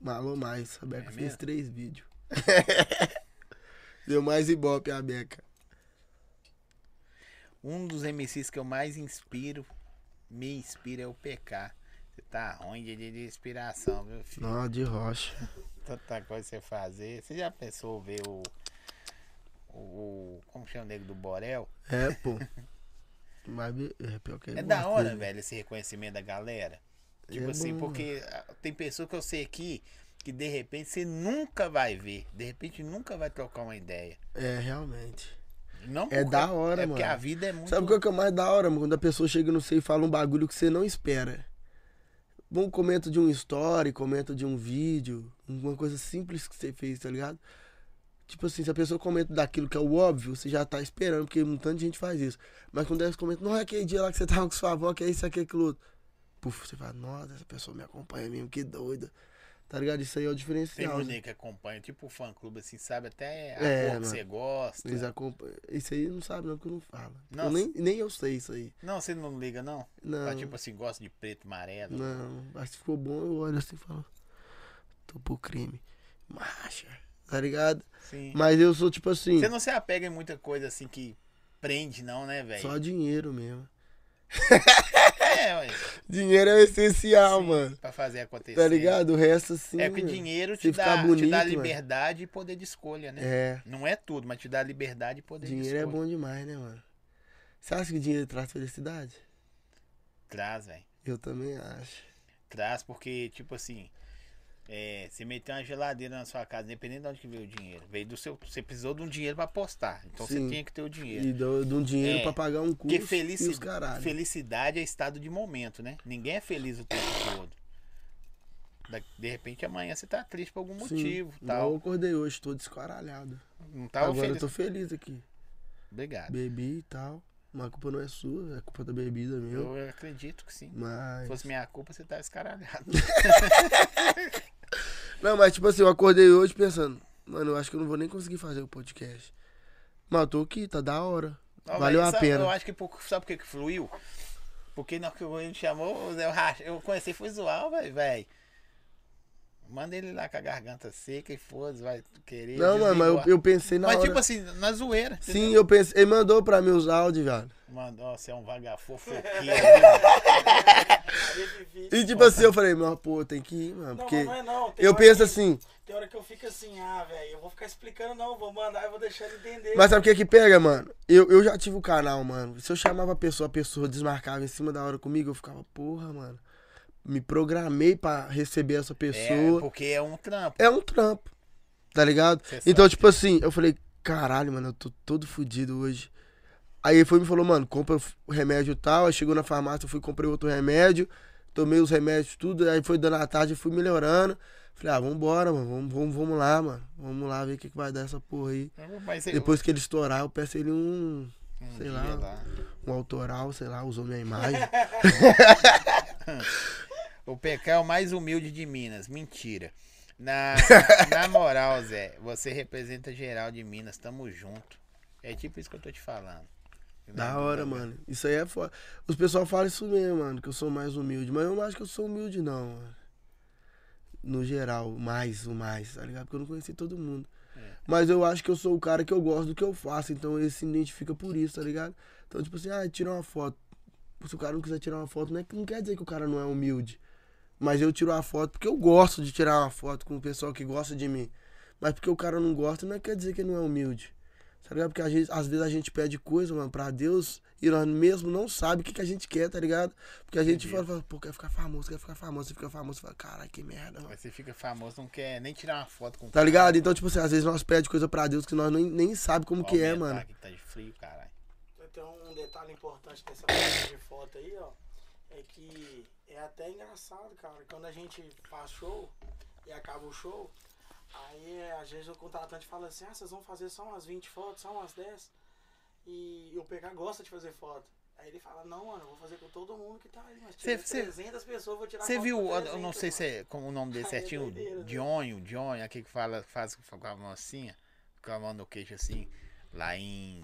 Speaker 2: Malou mais. A Beca
Speaker 1: É
Speaker 2: fez
Speaker 1: mesmo?
Speaker 2: três vídeos. Deu mais ibope a Beca.
Speaker 1: Um dos MCs que eu mais inspiro, me inspira é o PK. Você tá ruim de, de- de inspiração, viu, filho?
Speaker 2: Não, de rocha.
Speaker 1: Tanta coisa você fazer. Você já pensou ver o. o, o- como chama o nego do Borel?
Speaker 2: É, pô. Mas be- é pior que
Speaker 1: É da hora,
Speaker 2: bom,
Speaker 1: velho, esse reconhecimento da galera.
Speaker 2: É
Speaker 1: Tipo assim,
Speaker 2: bom,
Speaker 1: porque ah, tem pessoa que eu sei aqui que de repente você nunca vai ver. De repente nunca vai trocar uma ideia.
Speaker 2: É, realmente.
Speaker 1: Não
Speaker 2: É
Speaker 1: porque-
Speaker 2: da hora,
Speaker 1: é Porque
Speaker 2: mano.
Speaker 1: a vida é muito.
Speaker 2: Sabe qual que é o mais da hora, mano? Quando a pessoa chega no sei e fala um bagulho que você não espera. Bom, comenta de um story, comenta de um vídeo, uma coisa simples que você fez, tá ligado? Tipo assim, se a pessoa comenta daquilo que é o óbvio, você já tá esperando, porque um tanto de gente faz isso. Mas quando elas comentam, não é aquele dia lá que você tava com sua avó, que é isso, aqui, aquilo outro. Puf, você fala, nossa, essa pessoa me acompanha mesmo, que doida. Tá ligado? Isso aí é o
Speaker 1: Tem
Speaker 2: diferencial.
Speaker 1: muito nego que acompanha, tipo o fã clube, assim, sabe até a
Speaker 2: É,
Speaker 1: cor que
Speaker 2: mano.
Speaker 1: você gosta.
Speaker 2: Eles acompanham. Isso aí não sabe, não, porque eu não falo. Eu
Speaker 1: Nossa.
Speaker 2: nem, nem eu sei isso aí.
Speaker 1: Não, você não liga, não?
Speaker 2: Não.
Speaker 1: Mas, tipo assim, gosta de preto, amarelo.
Speaker 2: Não, mas se ficou bom, eu olho assim e falo. Tô pro crime. Marcha. Tá ligado?
Speaker 1: Sim.
Speaker 2: Mas eu sou tipo assim.
Speaker 1: Você não se apega em muita coisa assim que prende, não, né, velho?
Speaker 2: Só dinheiro mesmo.
Speaker 1: É, ué,
Speaker 2: Dinheiro é essencial, mano.
Speaker 1: pra fazer acontecer.
Speaker 2: Tá ligado? O resto assim.
Speaker 1: É que o
Speaker 2: mano.
Speaker 1: dinheiro
Speaker 2: Se
Speaker 1: te
Speaker 2: ficar
Speaker 1: dá,
Speaker 2: bonito,
Speaker 1: te dá
Speaker 2: mano.
Speaker 1: liberdade e poder de escolha, né?
Speaker 2: É.
Speaker 1: Não é tudo, mas te dá liberdade e poder de
Speaker 2: Dinheiro
Speaker 1: escolha.
Speaker 2: é bom demais, né, mano? Você acha que dinheiro traz felicidade?
Speaker 1: Traz, velho.
Speaker 2: Eu também acho.
Speaker 1: Traz, porque, tipo assim, é, você meteu uma geladeira na sua casa, independente de onde que veio o dinheiro. Veio do seu. Você precisou de um dinheiro pra apostar. Então
Speaker 2: Sim.
Speaker 1: você tinha que ter o dinheiro.
Speaker 2: E dou, dou um dinheiro
Speaker 1: É.
Speaker 2: pra pagar um curso
Speaker 1: Porque
Speaker 2: e os
Speaker 1: felici...
Speaker 2: caralho.
Speaker 1: felicidade é estado de momento, né? Ninguém é feliz o tempo todo. Da- De repente amanhã você tá triste por algum
Speaker 2: Sim.
Speaker 1: motivo,
Speaker 2: Igual Eu
Speaker 1: tal.
Speaker 2: acordei hoje, tô descaralhado.
Speaker 1: Não tava
Speaker 2: Agora
Speaker 1: feliz.
Speaker 2: eu tô Tá feliz aqui.
Speaker 1: Obrigado.
Speaker 2: Bebi e tal. Mas a culpa não é sua, é culpa da bebida mesmo.
Speaker 1: Eu acredito que sim. Se
Speaker 2: Mas.
Speaker 1: fosse minha culpa, você tava escaralhado.
Speaker 2: Não, mas tipo assim, eu acordei hoje pensando, mano, eu acho que eu não vou nem conseguir fazer o podcast. Mas eu tô aqui, tá da hora.
Speaker 1: Ó,
Speaker 2: Valeu
Speaker 1: mas
Speaker 2: a
Speaker 1: sabe-
Speaker 2: pena.
Speaker 1: Eu acho que por, sabe por que que fluiu? Porque na hora que o Goiânia me chamou, o Zé, eu, racha- eu comecei fui zoar, velho, velho. Manda ele lá com a garganta seca e foda-se, vai querer.
Speaker 2: Não, mano, mas eu,
Speaker 1: desligou.
Speaker 2: eu pensei na
Speaker 1: Mas
Speaker 2: hora.
Speaker 1: tipo assim, na zoeira.
Speaker 2: Sim, eu pensei. Ele mandou pra mim os áudios, velho.
Speaker 1: Mano, ó, você é um vagafofo aqui, né?
Speaker 3: Aí ele vive.
Speaker 2: E tipo assim, eu falei, mas pô, tem que ir, mano.
Speaker 3: Não,
Speaker 2: Porque
Speaker 3: mas não é não. Tem
Speaker 2: eu
Speaker 3: hora
Speaker 2: penso
Speaker 3: que-
Speaker 2: assim,
Speaker 3: Tem hora que eu fico assim, ah, velho, eu vou ficar explicando não, vou mandar e vou deixar ele entender.
Speaker 2: mas sabe o que que pega, mano? Eu, eu já tive o canal, mano. Se eu chamava a pessoa, a pessoa desmarcava em cima da hora comigo, eu ficava, porra, mano. Me programei pra receber essa
Speaker 1: É,
Speaker 2: pessoa.
Speaker 1: porque é um trampo.
Speaker 2: é um trampo, tá ligado?
Speaker 1: Cê
Speaker 2: então, tipo assim, eu falei, caralho, mano, eu tô todo fudido hoje. Aí ele foi e me falou, mano, compra o remédio tal. Aí chegou na farmácia, eu fui e comprei outro remédio. Tomei os remédios, tudo. Aí foi dando a tarde, eu fui melhorando. Falei, ah, vambora, mano, vamos, vamos, vamos lá, mano. Vamos lá ver o que, que vai dar essa porra aí.
Speaker 1: Mas eu-
Speaker 2: Depois que ele estourar, eu peço ele um,
Speaker 1: um
Speaker 2: sei
Speaker 1: dia
Speaker 2: lá. um autoral, sei lá, usou minha imagem.
Speaker 1: O PK é o mais humilde de Minas. Mentira. Na, na moral, Zé, você representa geral de Minas. Tamo junto. É tipo isso que eu tô te falando.
Speaker 2: Da hora, mano. Isso aí é foda. Os pessoal falam isso mesmo, mano, que eu sou mais humilde. Mas eu não acho que eu sou humilde, não, mano. No geral, mais, o mais, tá ligado? Porque eu não conheci todo mundo. Mas eu acho que eu sou o cara que eu gosto do que eu faço, então ele se identifica por isso, tá ligado? Então, tipo assim, ah, tira uma foto. Se o cara não quiser tirar uma foto, não, é, que- não quer dizer que o cara não é humilde. Mas eu tiro a foto porque eu gosto de tirar uma foto com o pessoal que gosta de mim. Mas porque o cara não gosta, não quer dizer que ele não é humilde. Tá ligado? Porque a gente- às vezes a gente pede coisa, mano, pra Deus e nós mesmo não sabe o que, que a gente quer, tá ligado? Porque a gente fala, fala, pô, quer ficar famoso, quer ficar famoso, você fica famoso, você fala, caralho, que merda, mano.
Speaker 1: Você fica famoso, não quer nem tirar uma foto com o
Speaker 2: Tá ligado? Então, tipo assim, às vezes nós pede coisa pra Deus que nós nem, nem sabe como
Speaker 1: Ó,
Speaker 2: que é,
Speaker 1: o
Speaker 2: mano.
Speaker 1: Metac Tá de frio, caralho.
Speaker 3: Tem um detalhe importante dessa parte de foto aí, ó. É que é até engraçado, cara. Quando a gente faz show e acaba o show, aí é, às vezes o contratante fala assim, ah, vocês vão fazer só umas 20 fotos, só umas 10. E o PK gosta de fazer foto. Aí ele fala, não, mano, eu vou fazer com todo mundo que tá aí, mas
Speaker 1: Cê-
Speaker 3: tira
Speaker 1: cê-
Speaker 3: 300 pessoas, eu vou tirar
Speaker 1: Você
Speaker 3: foto
Speaker 1: viu,
Speaker 3: com
Speaker 1: eu não
Speaker 3: 300,
Speaker 1: sei
Speaker 3: mano."
Speaker 1: se é como o nome dele
Speaker 3: É
Speaker 1: certinho,
Speaker 3: doideira, né?
Speaker 1: Dionho, Dionho, um aquele que fala, faz com a mão assim, ó, com a mão no queixo assim, lá em,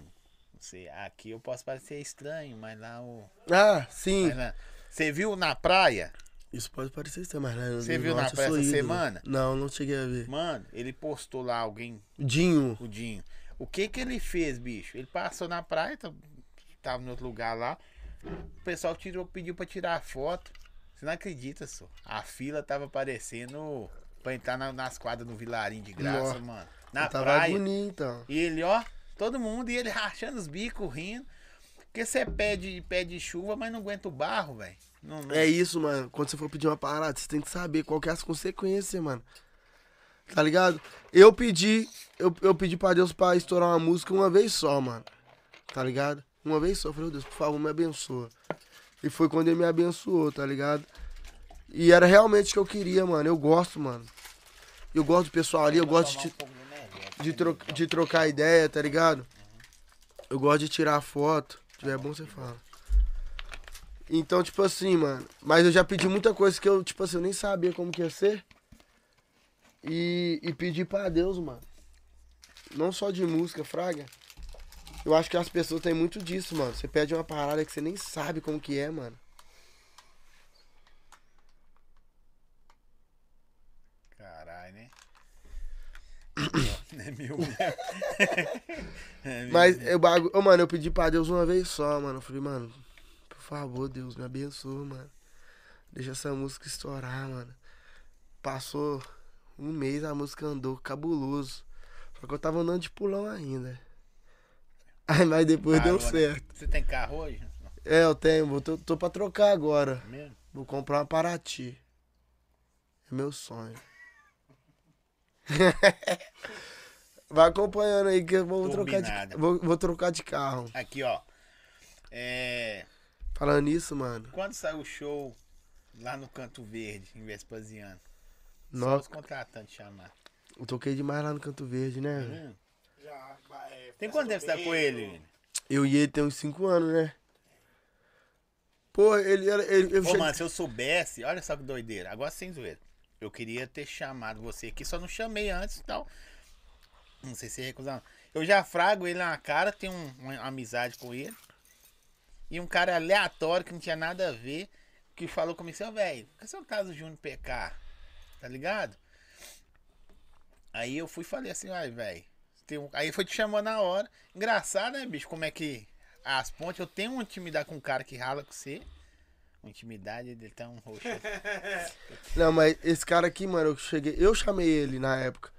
Speaker 1: não sei, aqui eu posso parecer estranho, mas lá o...
Speaker 2: Ah, sim.
Speaker 1: mas lá- Você viu na praia?
Speaker 2: Isso pode parecer estranho, mas né,
Speaker 1: Você
Speaker 2: no
Speaker 1: viu na
Speaker 2: norte eu
Speaker 1: praia
Speaker 2: sou
Speaker 1: essa
Speaker 2: ídolo.
Speaker 1: semana?
Speaker 2: Não, não cheguei a ver.
Speaker 1: Mano, ele postou lá alguém,
Speaker 2: Dinho.
Speaker 1: o Dinho. O que que ele fez, bicho? Ele passou na praia, tá- tava em outro lugar lá. O pessoal tirou, pediu pra tirar a foto. Você não acredita, só. A fila tava parecendo pra entrar na- nas quadras no Vilarim de graça,
Speaker 2: Nó.
Speaker 1: mano. Na
Speaker 2: eu tava
Speaker 1: praia.
Speaker 2: bonito, então.
Speaker 1: E ele, ó, todo mundo, e ele rachando os bicos, rindo. Porque você pede, pede chuva, mas não aguenta o barro, velho. Não, não-
Speaker 2: É isso, mano. Quando você for pedir uma parada, você tem que saber qual que é as consequências, mano. Tá ligado? Eu pedi, eu, eu pedi pra Deus pra estourar uma música uma vez só, mano. Tá ligado? Uma vez só. Eu Falei, "Ô, Deus, por favor, me abençoa. E foi quando ele me abençoou, tá ligado? E era realmente o que eu queria, mano. Eu gosto, mano. Eu gosto do pessoal ali, eu gosto
Speaker 1: tomar
Speaker 2: de,
Speaker 1: um pouco de energético,
Speaker 2: de,
Speaker 1: né,
Speaker 2: tro- de trocar ideia, tá ligado? Eu gosto de tirar foto. Se tiver bom, você fala. Então, tipo assim, mano. Mas eu já pedi muita coisa que eu, tipo assim, eu nem sabia como que ia ser. e, e pedir pra Deus, mano. Não só de música, Fraga. Eu acho que as pessoas têm muito disso, mano. Você pede uma parada que você nem sabe como que é, mano.
Speaker 1: Caralho, né? é meu mesmo. É meu
Speaker 2: Mas eu bagu... Ô, mano, eu pedi pra Deus uma vez só, mano. Eu falei, mano, por favor, Deus, me abençoa, mano. Deixa essa música estourar, mano. Passou um mês, a música andou cabuloso. Só que eu tava andando de pulão ainda. Aí, mas depois
Speaker 1: carro,
Speaker 2: deu
Speaker 1: né?
Speaker 2: certo.
Speaker 1: Você tem carro hoje? Não,
Speaker 2: É, eu tenho, vou- tô, tô pra trocar agora.
Speaker 1: é mesmo?
Speaker 2: Vou comprar uma Paraty. É meu sonho. Vai acompanhando aí que eu vou trocar de,
Speaker 1: Turbinada.
Speaker 2: vou, vou trocar de carro.
Speaker 1: Aqui, ó. É,
Speaker 2: Falando nisso, mano.
Speaker 1: quando saiu o show lá no Canto Verde, em Vespasiano? Só os
Speaker 2: Nossa,
Speaker 1: contratantes chamar.
Speaker 2: eu toquei demais lá no Canto Verde, né? velho?
Speaker 1: Hum.
Speaker 3: Já, é,
Speaker 1: Tem quanto tempo você tá com ele? Lili?
Speaker 2: Eu e ele tem uns 5 anos, né? Pô, ele era. Ele, eu
Speaker 1: Ô,
Speaker 2: che-
Speaker 1: mano, se eu soubesse, olha só que doideira. Agora sem zoeira. Eu queria ter chamado você aqui, só não chamei antes e tal. Não sei se recusar. Eu já frago ele na cara, tenho um- uma amizade com ele. E um cara aleatório que não tinha nada a ver, que falou comigo assim, ó, velho, por que você não traz o Júnior PK? Tá ligado? Aí eu fui e falei assim, ai, velho. tem um- Aí foi te chamando na hora. Engraçado, né, bicho? Como é que as pontes. Eu tenho uma intimidade com um cara que rala com você. Uma intimidade, ele tá um roxo.
Speaker 2: Não, mas esse cara aqui, mano, eu cheguei. Eu chamei ele na época.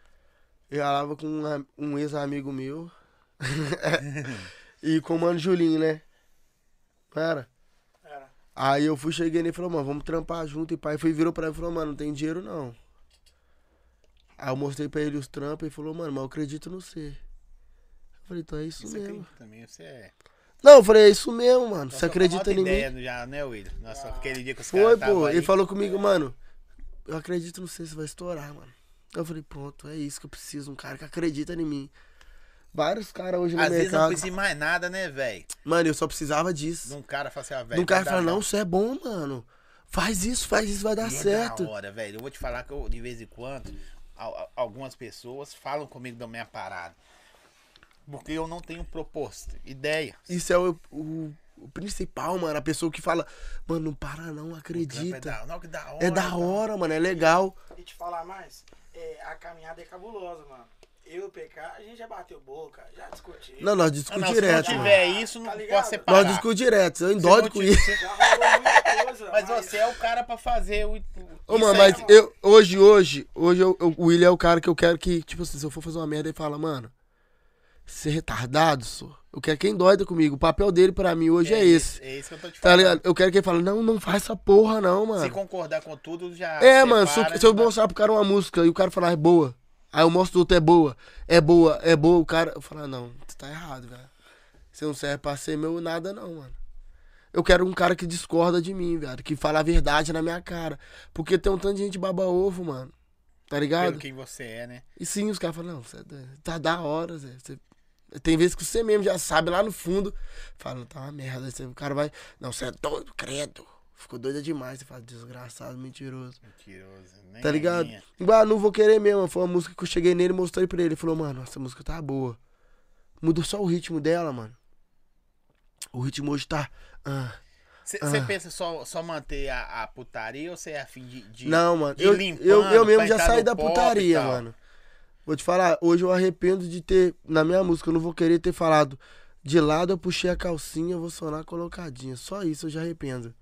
Speaker 2: Eu falava com um, am- um ex-amigo meu. e com o mano Julinho, né? Não Era.
Speaker 1: é
Speaker 3: Era.
Speaker 2: Aí eu fui, cheguei nele e falou, mano, vamos trampar junto. E pai foi, virou pra ele e falou, mano, não tem dinheiro não. Aí eu mostrei pra ele os trampos e falou, mano, mas eu acredito no ser. Eu falei, então é isso
Speaker 1: Você
Speaker 2: mesmo.
Speaker 1: acredita também, você é.
Speaker 2: Não, eu falei, é isso mesmo, mano.
Speaker 1: Nossa,
Speaker 2: Você acredita
Speaker 1: falta
Speaker 2: em mim? Ah.
Speaker 1: ideia já, né, Will? Nossa, aquele dia que os
Speaker 2: Foi,
Speaker 1: caras
Speaker 2: pô.
Speaker 1: tavam aí. É.
Speaker 2: Ele falou comigo, mano, eu acredito no sei se vai estourar, mano. Eu falei, pronto, é isso que eu preciso, um cara que acredita em mim. Vários caras hoje no
Speaker 1: Às vezes não
Speaker 2: mercado.
Speaker 1: precisa de mais nada, né, velho?
Speaker 2: Mano, eu só precisava disso.
Speaker 1: De um cara falar assim, ó,
Speaker 2: De
Speaker 1: velho.
Speaker 2: um cara falar, não, isso é bom, mano. Faz isso, faz isso, vai dar certo.
Speaker 1: Da hora, velho. Eu vou te falar que eu, de vez em quando, al- al- algumas pessoas falam comigo da minha parada. Porque eu não tenho proposta, ideia.
Speaker 2: Isso é o, o- o principal, mano. A pessoa que fala, mano, não para não,
Speaker 1: É
Speaker 2: acredita.
Speaker 1: da, não, que da hora.
Speaker 2: É da hora, mano, é legal.
Speaker 3: E te falar mais, é, a caminhada é cabulosa, mano. Eu e o PK, a gente já bateu boca, já discutiu.
Speaker 2: Não, nós
Speaker 1: Ah,
Speaker 2: discutimos
Speaker 1: não,
Speaker 2: direto.
Speaker 1: Se não
Speaker 2: mano.
Speaker 1: tiver isso, não
Speaker 3: Tá ligado?
Speaker 1: posso
Speaker 3: Nós
Speaker 1: separar.
Speaker 2: Nós discutimos direto. Eu endodo
Speaker 1: não
Speaker 2: com
Speaker 1: tiver-
Speaker 2: isso.
Speaker 3: Já rolou muita coisa.
Speaker 1: Mas você é o cara pra fazer o. é
Speaker 2: Ô, mano, mas eu, hoje, hoje, hoje eu- eu- o William é o cara que eu quero que, tipo assim, se eu for fazer uma merda, ele fala, mano, você é retardado, só. Eu quero quem doida comigo. O papel dele pra mim hoje é, esse.
Speaker 1: É isso que eu tô te
Speaker 2: Tá
Speaker 1: falando.
Speaker 2: ligado? Eu quero que ele fale, não, não faz essa porra, não,
Speaker 1: Se
Speaker 2: mano.
Speaker 1: concordar com tudo, já.
Speaker 2: É, mano, se
Speaker 1: separa,
Speaker 2: eu, se eu
Speaker 1: não vai-
Speaker 2: mostrar pro cara uma música e o cara falar, é boa. Aí eu mostro outra, é boa, é boa, é boa. O cara, eu falo, não, tu tá errado, velho. Você não serve pra ser meu nada, não, mano. Eu quero um cara que discorda de mim, velho. Que fala a verdade na minha cara. Porque tem um tanto de gente baba ovo, mano. Tá ligado?
Speaker 1: Pelo quem você é, né?
Speaker 2: E sim, os caras falam, não, você é doido. tá da hora, Zé. Você- Tem vezes que você mesmo já sabe lá no fundo. Fala, tá uma merda. Aí você- O cara vai, não, você é doido, credo. Ficou doida demais. Você fala, desgraçado, mentiroso.
Speaker 1: Mentiroso. Nem
Speaker 2: Tá
Speaker 1: a
Speaker 2: ligado?
Speaker 1: É, minha.
Speaker 2: Igual não vou querer mesmo. Foi uma música que eu cheguei nele e mostrei pra ele. Ele falou, mano, essa música tá boa. Mudou só o ritmo dela, mano. O ritmo hoje tá. ah.
Speaker 1: Você
Speaker 2: Ah.
Speaker 1: pensa só, só manter a, a putaria ou você é afim de, de.
Speaker 2: não, mano.
Speaker 1: de
Speaker 2: Eu,
Speaker 1: limpando
Speaker 2: eu, eu mesmo
Speaker 1: pra
Speaker 2: já
Speaker 1: entrar
Speaker 2: saí
Speaker 1: no
Speaker 2: da
Speaker 1: pop e
Speaker 2: putaria,
Speaker 1: tal?
Speaker 2: mano. Vou te falar, hoje eu arrependo de ter. Na minha música, eu não vou querer ter falado. De lado eu puxei a calcinha, vou sonar colocadinha. Só isso eu já arrependo.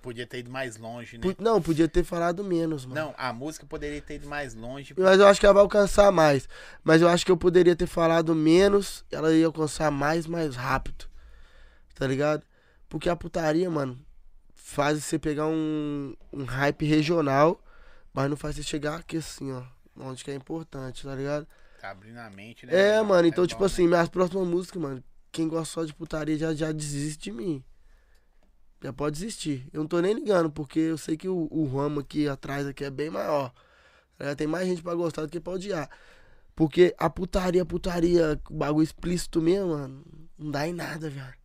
Speaker 1: Podia ter ido mais longe, né?
Speaker 2: Pu- Não, podia ter falado menos, mano.
Speaker 1: Não, a música poderia ter ido mais longe.
Speaker 2: Mas eu acho que ela vai alcançar mais. Mas eu acho que eu poderia ter falado menos, ela ia alcançar mais, mais rápido. Tá ligado? Porque a putaria, mano, faz você pegar um, um hype regional, mas não faz você chegar aqui assim, ó. Onde que é importante, tá ligado?
Speaker 1: Tá abrindo a mente, né?
Speaker 2: É,
Speaker 1: velho?
Speaker 2: mano, então,
Speaker 1: bom,
Speaker 2: tipo
Speaker 1: né?
Speaker 2: assim, minhas próximas músicas, mano, quem gosta só de putaria já, já desiste de mim. Já pode desistir. Eu não tô nem ligando, porque eu sei que o, o ramo aqui atrás aqui é bem maior. É, Tem mais gente pra gostar do que pra odiar. Porque a putaria, putaria, o bagulho explícito mesmo, mano, não dá em nada, velho.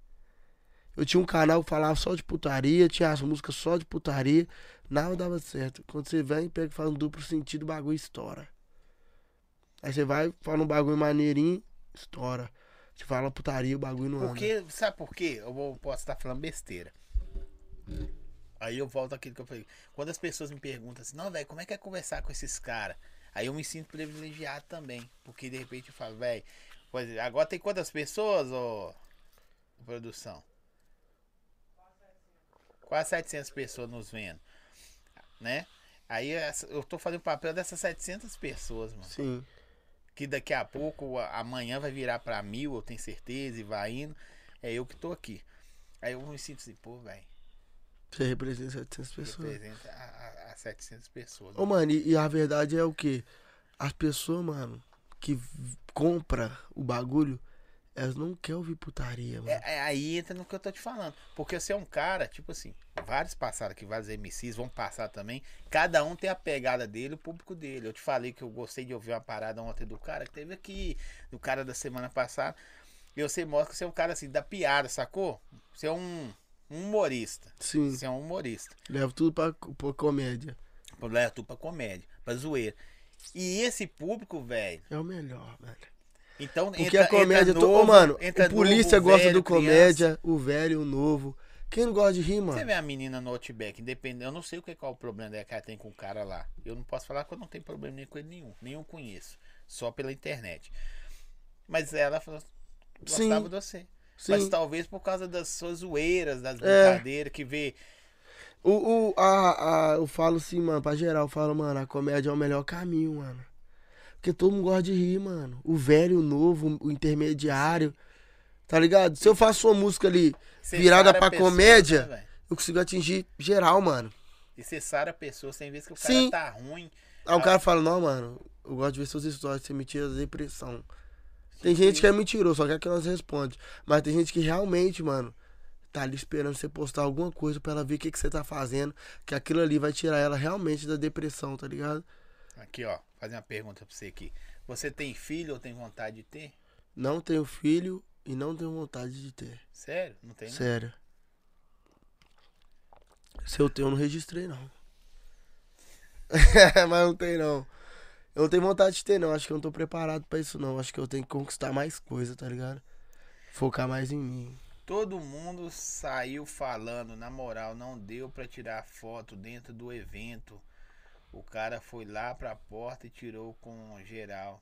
Speaker 2: Eu tinha um canal que falava só de putaria, tinha as músicas só de putaria, nada dava certo. Quando você vem, pega e faz um duplo sentido, o bagulho estoura. Aí você vai, fala um bagulho maneirinho, estoura. Você fala putaria, o bagulho não anda.
Speaker 1: Porque, sabe por quê? Eu vou- posso estar falando besteira. Aí eu volto àquilo que eu falei. Quando as pessoas me perguntam assim, não, velho, como é que é conversar com esses caras? Aí eu me sinto privilegiado também. Porque de repente eu falo, velho, pois é, agora tem quantas pessoas, ô produção? Quase 700 pessoas nos vendo, né? Aí essa- eu tô fazendo o papel dessas 700 pessoas, mano
Speaker 2: Sim.
Speaker 1: que daqui a pouco, a- amanhã vai virar pra mil, eu tenho certeza, e vai indo. É eu que tô aqui. Aí eu me sinto assim, pô, velho,
Speaker 2: Você representa 700 pessoas.
Speaker 1: representa a, a, a 700 pessoas.
Speaker 2: Ô, mano, e, e a verdade é o quê? As pessoas, mano, que v- compra o bagulho, elas não querem ouvir putaria, mano.
Speaker 1: É, é, aí entra no que eu tô te falando. Porque você é um cara, tipo assim, vários passaram aqui, vários MCs vão passar também. Cada um tem a pegada dele, o público dele. Eu te falei que eu gostei de ouvir uma parada ontem do cara que teve aqui, do cara da semana passada. E você mostra que você é um cara assim, da piada, sacou? Você é um, um humorista.
Speaker 2: Sim,
Speaker 1: Você é um humorista.
Speaker 2: leva tudo pra, pra comédia.
Speaker 1: Leva tu pra comédia, pra zoeira. E esse público, velho.
Speaker 2: É o melhor, velho.
Speaker 1: Então,
Speaker 2: Porque a comédia. to- Ô, mano, o polícia
Speaker 1: novo,
Speaker 2: gosta
Speaker 1: velho,
Speaker 2: do
Speaker 1: criança.
Speaker 2: comédia, o velho, o novo. Quem não gosta de
Speaker 1: Você
Speaker 2: rir, mano?
Speaker 1: vê a menina no Outback, independente. Eu não sei o que qual é o problema dela que ela tem com o cara lá. Eu não posso falar que eu não tenho problema nem com ele nenhum. Nenhum conheço. Só pela internet. Mas ela falou. Gostava
Speaker 2: Sim.
Speaker 1: de você. Mas
Speaker 2: Sim.
Speaker 1: talvez por causa das suas zoeiras, das
Speaker 2: É.
Speaker 1: brincadeiras, que vê.
Speaker 2: O, o, a, a, eu falo assim, mano, pra geral, eu falo, mano, a comédia é o melhor caminho, mano. Porque todo mundo gosta de rir, mano. O velho, o novo, o intermediário. Tá ligado? Se eu faço uma música ali
Speaker 1: cê
Speaker 2: virada
Speaker 1: sara
Speaker 2: pra
Speaker 1: pessoas,
Speaker 2: comédia,
Speaker 1: né, velho?
Speaker 2: eu consigo atingir geral, mano.
Speaker 1: e você sara pessoas, tem vezes que o cara
Speaker 2: Sim.
Speaker 1: tá ruim.
Speaker 2: Aí
Speaker 1: Ah.
Speaker 2: o cara fala, não, mano, eu gosto de ver suas histórias, você me tira da depressão. Tem gente que é mentiroso, só quer que nós responde. Mas tem gente que realmente, mano, tá ali esperando você postar alguma coisa pra ela ver o que, que você tá fazendo, que aquilo ali vai tirar ela realmente da depressão, tá ligado?
Speaker 1: Aqui, ó, fazer uma pergunta pra você aqui. Você tem filho ou tem vontade de ter?
Speaker 2: Não tenho filho e não tenho vontade de ter.
Speaker 1: Sério? Não tem, não?
Speaker 2: Sério. Se eu tenho, eu não registrei, não. Mas não tem, não. Eu não tenho vontade de ter, não. Acho que eu não tô preparado pra isso, não. Acho que eu tenho que conquistar mais coisa, tá ligado? Focar mais em mim.
Speaker 1: Todo mundo saiu falando, na moral, não deu pra tirar foto dentro do evento. O cara foi lá pra porta e tirou com geral.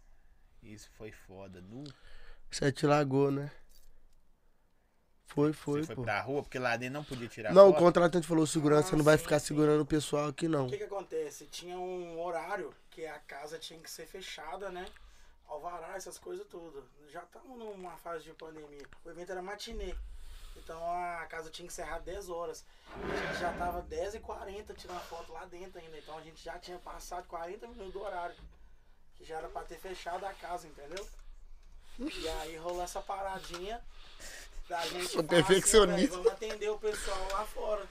Speaker 1: Isso foi foda. Nu.
Speaker 2: Sete Lagoa, né? Foi, foi,
Speaker 1: você foi
Speaker 2: pô.
Speaker 1: pra rua, porque lá dentro não podia tirar
Speaker 2: Não, o
Speaker 1: foto.
Speaker 2: contratante falou, segurança, você não
Speaker 3: Ah,
Speaker 2: vai
Speaker 3: sim,
Speaker 2: ficar
Speaker 3: sim.
Speaker 2: segurando o pessoal aqui, não.
Speaker 3: O que que acontece? Tinha um horário que a casa tinha que ser fechada, né? Alvará, essas coisas tudo. Já estamos numa fase de pandemia. O evento era matinê. Então a casa tinha que encerrar 10 horas. A gente já tava 10 e 40 tirando foto lá dentro ainda. Então a gente já tinha passado 40 minutos do horário. Que já era pra ter fechado a casa, entendeu? E aí rolou essa paradinha da gente.
Speaker 2: Sou
Speaker 3: falar assim,
Speaker 2: perfeccionista.
Speaker 3: "Véi, vamos atender o pessoal lá fora.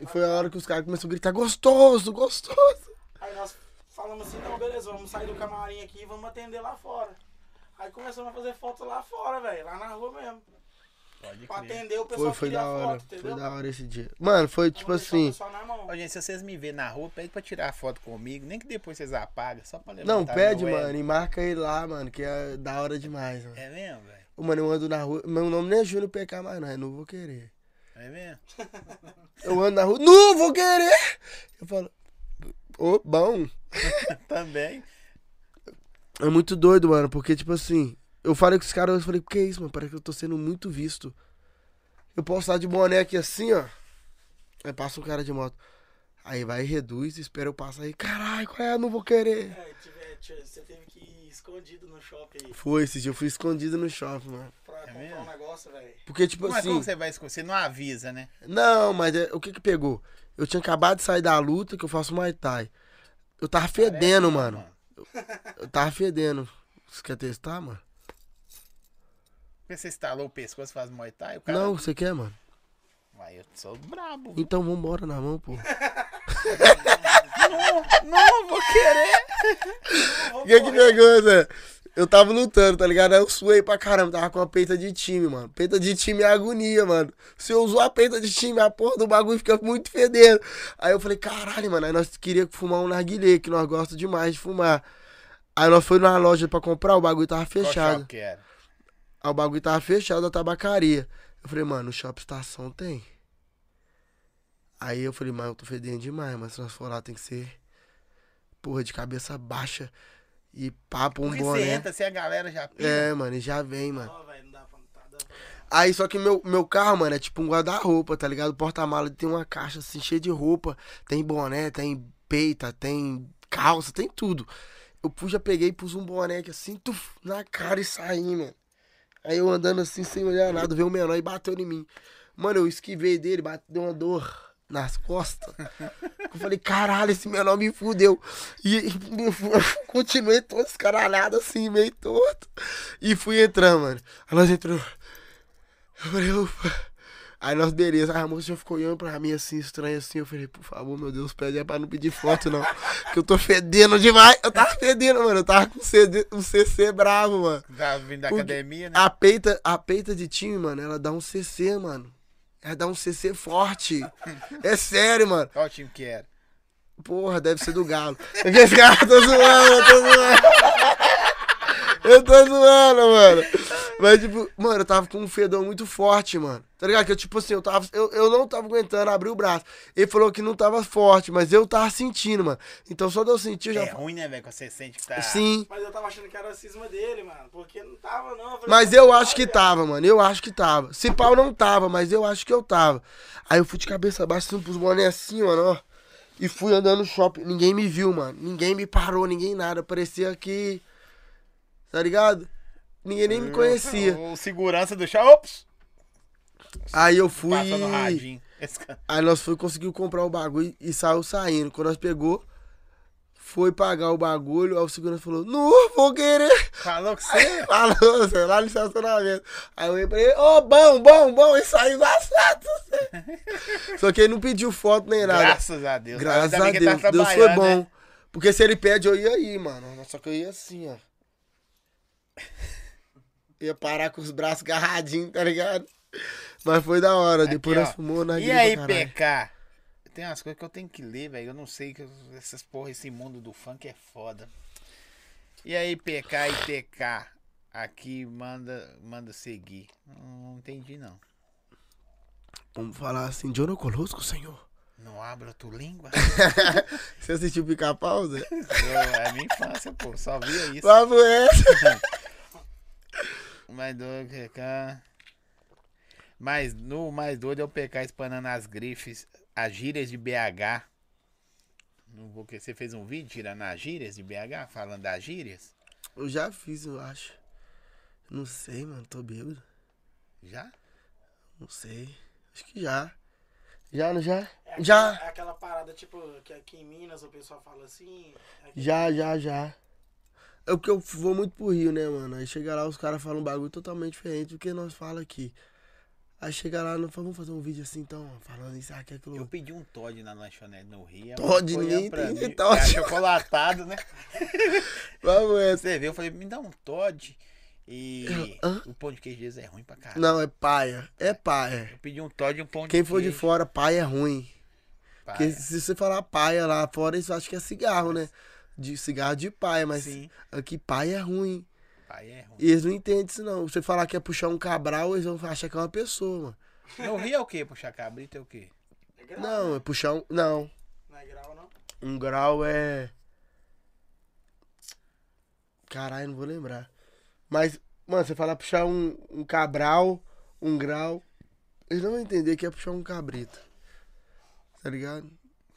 Speaker 2: E foi a hora que os caras começaram a gritar, gostoso, gostoso.
Speaker 3: Aí nós falamos assim, não, beleza, vamos sair do camarim aqui e vamos atender lá fora. Aí começamos a fazer foto lá fora, velho, lá na rua mesmo.
Speaker 1: Pode
Speaker 3: Pra
Speaker 1: crer.
Speaker 3: atender o
Speaker 2: Foi,
Speaker 3: pessoal
Speaker 2: foi
Speaker 3: que queria
Speaker 2: da hora.
Speaker 3: foto, entendeu?
Speaker 2: Foi da hora esse dia. Mano, foi tipo
Speaker 3: Vamos deixar o
Speaker 2: assim.
Speaker 3: pessoal na mão.
Speaker 1: Ó, gente, se vocês me verem na rua, pede pra tirar foto comigo. Nem que depois vocês apagam, só pra levantar
Speaker 2: Não,
Speaker 3: tá
Speaker 2: pede,
Speaker 1: meu ego.
Speaker 2: mano, e marca ele lá, mano, que é da hora demais, mano.
Speaker 1: É mesmo, velho?
Speaker 2: Ô, Mano, eu ando na rua. Meu nome nem é Júnior PK mais, não. Eu não vou querer.
Speaker 1: É mesmo?
Speaker 2: Eu ando na rua. Não vou querer! Eu falo. Ô, bom.
Speaker 1: Também.
Speaker 2: É muito doido, mano, porque, tipo assim. Eu falei com os caras, eu falei, que isso, mano? Parece que eu tô sendo muito visto. Eu posso estar de boné aqui assim, ó. Aí passa um cara de moto. Aí vai, reduz, espera eu passar aí. Caralho, qual é? Eu não vou querer.
Speaker 3: É, tive- tive- você teve que ir escondido no shopping
Speaker 2: Foi, esse dia eu fui escondido no shopping, mano.
Speaker 3: pra comprar
Speaker 1: mesmo?
Speaker 3: um negócio, velho.
Speaker 2: Porque, tipo
Speaker 1: Mas
Speaker 2: assim.
Speaker 1: como você vai escolher? Você não avisa, né?
Speaker 2: Não, mas é- o que que pegou? Eu tinha acabado de sair da luta que eu faço Muay Thai. Eu tava fedendo, mano. Eu tava fedendo. Você quer testar, mano?
Speaker 1: Porque você estalou o pescoço e faz muay thai, o cara.
Speaker 2: Não, você quer, mano?
Speaker 1: Mas eu sou brabo. viu?
Speaker 2: Então vambora na mão, pô.
Speaker 1: não, vou querer.
Speaker 2: O que que pegou, Zé? Eu tava lutando, tá ligado? Aí eu suei pra caramba, tava com a peita de time, mano. Peita de time é agonia, mano. Se eu usou a peita de time, a porra do bagulho fica muito fedendo. Aí eu falei, caralho, mano, aí nós queríamos fumar um narguilé, que nós gostamos demais de fumar. Aí nós foi numa loja pra comprar, o bagulho tava
Speaker 1: Qual
Speaker 2: fechado.
Speaker 1: shopping que era?
Speaker 2: Aí o bagulho tava fechado da tabacaria. Eu falei, mano, o tá shopping estação tem. um Aí eu falei, mano, eu tô fedendo demais, mas se nós for lá tem que ser, porra, de cabeça baixa e papo um
Speaker 1: Porque
Speaker 2: bom,
Speaker 1: você
Speaker 2: né?
Speaker 1: entra, se a galera já pira.
Speaker 2: É, mano, e já vem, mano.
Speaker 3: Ó, velho, não dá pra. Não tá dando pra-
Speaker 2: Aí, só que meu, meu carro, mano, é tipo um guarda-roupa, tá ligado? O porta-mala tem uma caixa assim, cheia de roupa. Tem boné, tem peita, tem calça, tem tudo. Eu pus, já peguei e pus um boné aqui assim, tuf, na cara e saí, mano. Aí eu andando assim, sem olhar nada, veio o menor e bateu em mim. Mano, eu esquivei dele, bate- deu uma dor nas costas. Eu falei, caralho, esse menor me fudeu. E e eu fu- continuei todo escaralhado assim, meio torto. E fui entrar, mano. Aí nós entrou. Eu falei, ufa. Aí nós beleza, aí a moça já ficou olhando pra mim assim, estranha assim. Eu falei, por favor, meu Deus, pede aí pra não pedir foto, não. Que eu tô fedendo demais. Eu tava fedendo, mano. Eu tava com CD um CC bravo, mano.
Speaker 1: Tá vindo da
Speaker 2: Porque
Speaker 1: academia, né?
Speaker 2: A peita, a peita de time, mano, ela dá um CC, mano. Ela dá um CC forte. É sério, mano.
Speaker 1: Qual time que era?
Speaker 2: Porra, deve ser do Galo. É Esse cara, eu tô zoando, eu tô zoando. Eu tô zoando, mano. Mas, tipo, mano, eu tava com um fedor muito forte, mano. Tá ligado? Que eu, tipo assim, eu tava. Eu, eu não tava aguentando abrir o braço. Ele falou que não tava forte, mas eu tava sentindo, mano. Então só de eu sentir, eu já.
Speaker 1: É ruim, né, velho? Quando você sente que tá.
Speaker 2: Sim.
Speaker 3: Mas eu tava achando que era a cisma dele, mano. Porque não tava, não. falei,
Speaker 2: Mas
Speaker 3: "Não,
Speaker 2: eu
Speaker 3: não,
Speaker 2: acho que tá
Speaker 3: velho."
Speaker 2: tava, mano. Eu acho que tava. Se pau não tava, mas eu acho que eu tava. Aí eu fui de cabeça baixa, assim, pros boné assim, mano, ó. E fui andando no shopping. Ninguém me viu, mano. Ninguém me parou, ninguém nada. Parecia que. Tá ligado? Ninguém nem me
Speaker 1: Hum,
Speaker 2: conhecia.
Speaker 1: O segurança do shopping. Ops!
Speaker 2: Aí eu fui.
Speaker 1: Passando radinho. Esse cara-
Speaker 2: Aí nós foi, conseguiu comprar o bagulho e saiu saindo. Quando nós pegou, foi pagar o bagulho. Aí o segurança falou: Não vou querer.
Speaker 1: Falou que você.
Speaker 2: Falou, sei lá no estacionamento. Aí eu entrei, ô, bom, bom, bom, e saiu vazado. Só que ele não pediu foto nem nada.
Speaker 1: Graças a Deus.
Speaker 2: Graças
Speaker 1: Ainda
Speaker 2: a
Speaker 1: bem que ele
Speaker 2: Deus.
Speaker 1: tá
Speaker 2: Deus foi
Speaker 1: trabalhando,
Speaker 2: bom.
Speaker 1: né?
Speaker 2: Porque se ele pede, eu ia aí, mano. Só que eu ia assim, ó. Ia parar com os braços agarradinhos, tá ligado? Mas foi da hora. Depois
Speaker 1: Aqui,
Speaker 2: nós
Speaker 1: ó.
Speaker 2: fumamos na
Speaker 1: E aí, PK? Tem umas coisas que eu tenho que ler, velho. Eu não sei que eu- essas porra, esse mundo do funk é foda. E aí, PK e TK? Aqui manda, manda seguir. Não, não entendi, não.
Speaker 2: Vamos falar assim, Jono Conosco, senhor.
Speaker 1: Não abra tua língua?
Speaker 2: Você assistiu Pica-Pau, Zé?
Speaker 1: Eu- é a minha infância, pô. Só via isso.
Speaker 2: Papo essa.
Speaker 1: Mais doido que PK. Mas no mais doido é o PK espanando as grifes, as gírias de BH. Não vou que você fez um vídeo tirando as gírias de BH, falando das gírias?
Speaker 2: Eu já fiz, eu acho. Não sei, mano, tô bêbado.
Speaker 1: Já?
Speaker 2: Não sei. Acho que já. Já, não já?
Speaker 3: É aquela-
Speaker 2: Já,
Speaker 3: É aquela parada, tipo, que aqui em Minas o pessoal fala assim. aqui-
Speaker 2: já, já, já. É porque eu vou muito pro Rio, né, mano? Aí chega lá, os caras falam um bagulho totalmente diferente do que nós fala aqui. Aí chega lá, não fala, vamos fazer um vídeo assim então, falando isso, aqui,
Speaker 1: Eu
Speaker 2: aquilo.
Speaker 1: pedi um Todd na lanchonete no Rio.
Speaker 2: Todd,
Speaker 1: olhando
Speaker 2: ninguém
Speaker 1: pra
Speaker 2: entende
Speaker 1: mim,
Speaker 2: Todd.
Speaker 1: cara, Chocolatado, né?
Speaker 2: Vamos essa.
Speaker 1: Você viu? Eu falei, me dá um Todd. E
Speaker 2: Hã?
Speaker 1: o pão de queijo deles é ruim pra caralho.
Speaker 2: Não, é paia. É paia.
Speaker 1: Eu pedi um Todd e um pão
Speaker 2: Quem
Speaker 1: de
Speaker 2: for de
Speaker 1: queijo.
Speaker 2: fora, paia é ruim.
Speaker 1: pá.
Speaker 2: Porque se você falar paia lá fora, isso acha que é cigarro, né? De cigarro de paia, mas
Speaker 1: Sim.
Speaker 2: aqui paia é ruim.
Speaker 1: Pai, é ruim.
Speaker 2: E eles não entendem isso, não. Você falar que é puxar um cabral, eles vão achar que é uma pessoa, mano.
Speaker 1: No Rio é o quê? Puxar cabrito é o quê?
Speaker 3: É grau,
Speaker 2: Não, é puxar um. Não.
Speaker 3: Não é grau, não.
Speaker 2: Um grau é. Caralho, não vou lembrar. Mas, mano, você fala puxar um, um cabral, um grau. Eles não vão entender que é puxar um cabrito. Tá ligado?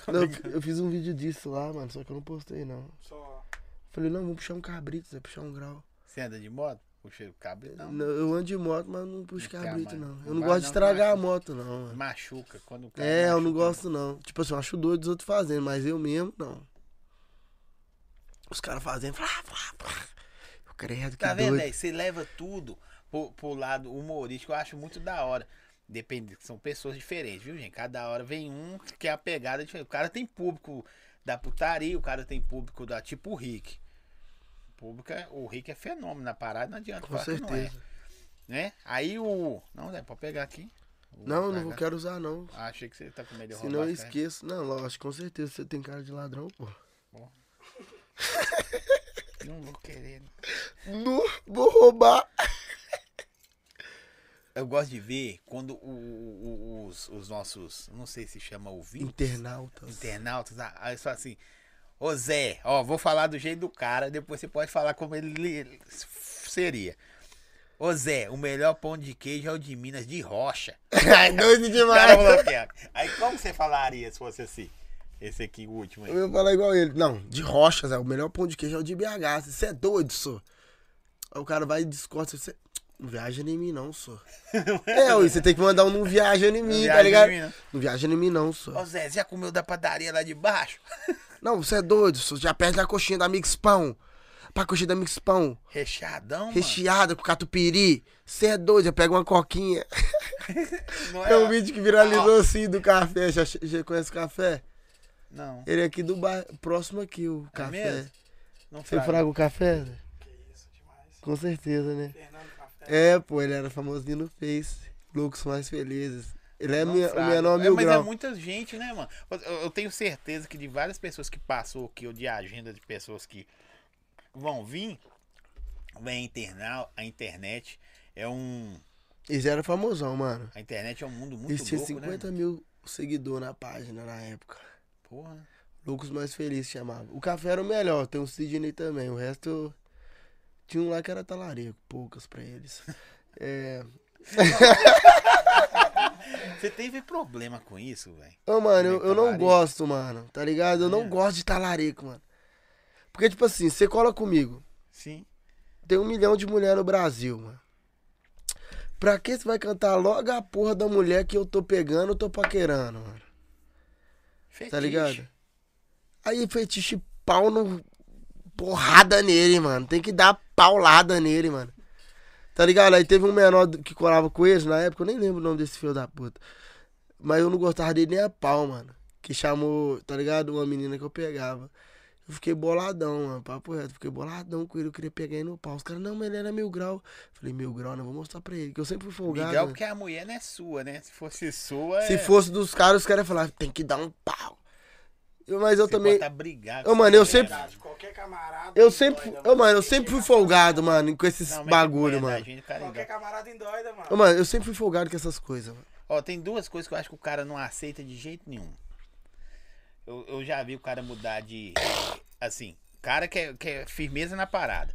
Speaker 2: Não, eu, eu fiz um vídeo disso lá, mano, só que eu não postei, não.
Speaker 3: Só.
Speaker 2: Falei, não, vamos puxar um cabrito, Zé, puxar um grau.
Speaker 1: Você anda de moto? Puxa o cabrito? Não.
Speaker 2: Não, eu ando de moto, mas não puxo
Speaker 1: Não quer
Speaker 2: cabrito,
Speaker 1: mais.
Speaker 2: não.
Speaker 1: Não
Speaker 2: Eu não
Speaker 1: vai,
Speaker 2: gosto de
Speaker 1: não,
Speaker 2: estragar a
Speaker 1: machuca.
Speaker 2: moto, não, mano.
Speaker 1: Machuca. Quando o cara
Speaker 2: É, eu não
Speaker 1: machuca,
Speaker 2: gosto não. Tipo assim, eu acho doido os outros fazendo, mas eu mesmo não. Os caras fazendo. Flá, flá, flá. Eu credo que
Speaker 1: Tá vendo,
Speaker 2: doido.
Speaker 1: velho? Você leva tudo pro, pro lado humorístico, eu acho muito da hora. Depende, são pessoas diferentes, viu, gente? Cada hora vem um que é a pegada diferente. O cara tem público da putaria, o cara tem público da tipo o Rick. O Público é- o Rick é fenômeno na parada, não adianta
Speaker 2: Com
Speaker 1: falar que
Speaker 2: certeza.
Speaker 1: não é. Né? Aí o. Não, Zé, pode pegar aqui. O-
Speaker 2: Não, eu
Speaker 1: tá
Speaker 2: não vou,
Speaker 1: cá.
Speaker 2: quero usar não.
Speaker 1: Achei que você tá com medo de
Speaker 2: Senão
Speaker 1: roubar.
Speaker 2: eu
Speaker 1: cara.
Speaker 2: esqueço. Não, lógico, com certeza você tem cara de ladrão, pô.
Speaker 1: Não vou querer. não.
Speaker 2: Não, vou roubar.
Speaker 1: Eu gosto de ver quando o- o- o- os, os nossos, não sei se chama ouvintes,
Speaker 2: Internautas.
Speaker 1: internautas, ah, aí eles falam assim, ô Zé, ó, vou falar do jeito do cara, depois você pode falar como ele li- seria. Ô Zé, o melhor pão de queijo é o de Minas de rocha.
Speaker 2: Ai, doido
Speaker 1: O cara
Speaker 2: demais.
Speaker 1: falou que é. Aí como você falaria se fosse assim? Esse aqui, o último aí.
Speaker 2: Eu ia falar igual ele. Não, de rochas, é o melhor pão de queijo é o de BH. Você é doido, só. Aí o cara vai e discorda. Você não viaja em mim, não, só. é, ué, você tem que mandar um não viaja em mim,
Speaker 1: viaja
Speaker 2: tá
Speaker 1: em
Speaker 2: ligado?
Speaker 1: mim, não.
Speaker 2: não viaja em mim, não, só.
Speaker 1: Ô Zé, você já comeu da padaria lá de baixo?
Speaker 2: Não, você é doido, só. Já perde a coxinha da Mix Pão. Pra coxinha da Mix Pão.
Speaker 1: Recheadão,
Speaker 2: Recheada com catupiry. Você é doido, já pega uma coquinha.
Speaker 1: mano. Não
Speaker 2: É um vídeo que viralizou assim do café. Já, já conhece o café?
Speaker 1: Não,
Speaker 2: Ele é aqui do bairro, próximo aqui, o café.
Speaker 1: É mesmo? não
Speaker 2: Você
Speaker 1: fraga.
Speaker 2: fraga o café? Zé?
Speaker 3: Que isso, demais.
Speaker 2: Com certeza, né?
Speaker 3: Fernando Café.
Speaker 2: É, pô, ele era famosinho no Face. Loucos mais felizes. Ele é
Speaker 1: Não
Speaker 2: minha,
Speaker 1: fraga.
Speaker 2: minha nova
Speaker 1: é,
Speaker 2: mil
Speaker 1: mas
Speaker 2: grau.
Speaker 1: é muita gente, né, mano? Eu, eu tenho certeza que de várias pessoas que passou aqui, ou de agenda de pessoas que vão vir, vem a interna- a internet. É um.
Speaker 2: Ele já era famosão, mano.
Speaker 1: A internet é um mundo muito
Speaker 2: Ele tinha
Speaker 1: louco,
Speaker 2: 50
Speaker 1: né?
Speaker 2: mil seguidores na página na época.
Speaker 1: Porra.
Speaker 2: Loucos mais felizes chamava. O café era o melhor, tem o Sidney também. O resto. eu- Tinha um lá que era talarico, poucas pra eles. É.
Speaker 1: Você teve problema com isso, velho?
Speaker 2: Ô, mano, eu, eu não
Speaker 1: Talarico. É.
Speaker 2: gosto, mano, tá ligado? Eu não gosto de talarico, mano. Porque, tipo assim, você cola comigo.
Speaker 1: Sim.
Speaker 2: Tem um milhão de mulheres no Brasil, mano. Pra que você vai cantar logo a porra da mulher que eu tô pegando, eu tô paquerando, mano?
Speaker 1: Fetiche.
Speaker 2: Tá ligado? Aí fetiche pau no. Porrada nele, mano. Tem que dar paulada nele, mano. Tá ligado? Aí teve um menor do- que colava com eles na época, eu nem lembro o nome desse filho da puta. Mas eu não gostava dele nem a pau, mano. Que chamou, tá ligado? Uma menina que eu pegava. Eu fiquei boladão, mano. Papo reto, fiquei boladão com ele. Eu queria pegar ele no pau. Os caras, não, mas ele era mil grau. Falei, mil grau, não vou mostrar pra ele. Que eu sempre fui folgado.
Speaker 1: Miguel,
Speaker 2: né?
Speaker 1: porque a mulher não é sua, né? Se fosse sua.
Speaker 2: Se
Speaker 1: é-
Speaker 2: fosse dos caras, os caras iam falar, tem que dar um pau. Eu- mas eu
Speaker 1: você
Speaker 2: também.
Speaker 1: pode tá brigado
Speaker 2: Ô,
Speaker 1: com essa
Speaker 2: mano, eu
Speaker 1: mulher,
Speaker 2: sempre-
Speaker 1: mano.
Speaker 3: Verdade, Qualquer camarada.
Speaker 2: Eu sempre.
Speaker 3: endoida,
Speaker 2: Ô, mano, eu
Speaker 3: Tem
Speaker 2: sempre fui
Speaker 3: que-
Speaker 2: folgado, mano, com esses
Speaker 1: Não, mas
Speaker 2: bagulho,
Speaker 1: é da
Speaker 2: mano.
Speaker 1: gente, o cara é
Speaker 3: Qualquer camarada endoida, mano.
Speaker 2: Ô, mano, eu sempre fui folgado com essas coisas, mano.
Speaker 1: Ó, tem duas coisas que eu acho que o cara não aceita de jeito nenhum. Eu, eu já vi o cara mudar de. Assim, cara que é, que é firmeza na parada.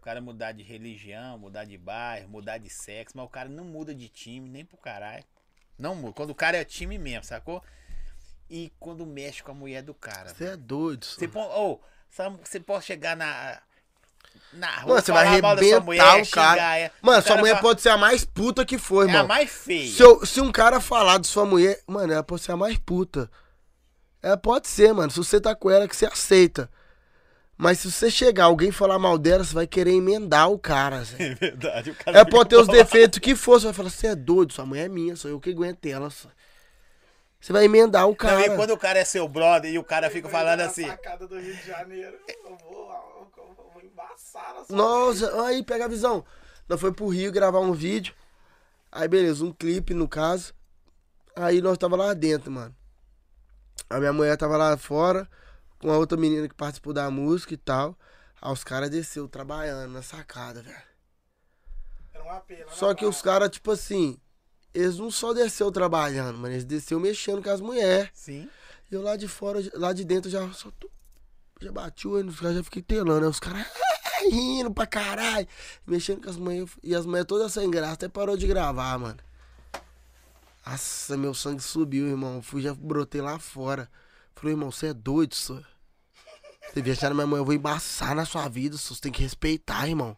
Speaker 1: O cara mudar de religião, mudar de bairro, mudar de sexo, mas o cara não muda de time, nem pro caralho. Não muda. Quando o cara é time mesmo, sacou? E quando mexe com a mulher do cara.
Speaker 2: Você é doido,
Speaker 1: Você
Speaker 2: senhor.
Speaker 1: pode, oh, você pode chegar na. Na rua,
Speaker 2: Mano, você vai
Speaker 1: falar mal da sua
Speaker 2: arrebentar
Speaker 1: mulher,
Speaker 2: o cara.
Speaker 1: xingar ela. O
Speaker 2: Mano, sua
Speaker 1: cara
Speaker 2: mulher
Speaker 1: fala,
Speaker 2: pode ser a mais puta que for,
Speaker 1: É a
Speaker 2: irmão.
Speaker 1: mais feia.
Speaker 2: Se, eu- se um cara falar de sua mulher, mano, ela pode ser a mais puta. Ela pode ser, mano. Se você tá com ela, que você aceita. Mas se você chegar, alguém falar mal dela, você vai querer emendar o cara, Zé.
Speaker 1: É verdade. O cara
Speaker 2: Ela
Speaker 1: fica
Speaker 2: pode ter os
Speaker 1: bolado.
Speaker 2: defeitos que for, você vai falar, você é doido, sua mulher é minha, sou eu que aguento ela. só." Você vai emendar o
Speaker 1: Não,
Speaker 2: cara.
Speaker 1: e quando o cara é seu brother e o cara fica falando
Speaker 3: Na
Speaker 1: assim.
Speaker 3: sacada do Rio de Janeiro. Eu vou, eu vou- eu vou embaçar
Speaker 1: é-
Speaker 3: a sua
Speaker 2: Nossa, aí pega a visão. Nós foi pro Rio gravar um vídeo. Aí beleza, um clipe no caso. Aí nós tava lá dentro, mano. A minha mulher tava lá fora com a outra menina que participou da música e tal. Aí os caras desceu trabalhando na sacada, velho.
Speaker 3: Era um apelo. né,
Speaker 2: Só que os
Speaker 3: mano?
Speaker 2: caras, tipo assim, eles não só desceu trabalhando, mano, eles desceu mexendo com as mulheres.
Speaker 1: Sim.
Speaker 2: E eu lá de fora, lá de dentro, já só tu- já bati o olho nos caras, já fiquei telando. Aí os caras "Ah", rindo pra caralho, mexendo com as mães. E as mães todas sem graça, até parou de gravar, mano. Nossa, meu sangue subiu, irmão. Fui, já brotei lá fora. Falei, irmão, você é doido, senhor. Você viajar na minha mãe, eu vou embaçar na sua vida, senhor. Você tem que respeitar, irmão.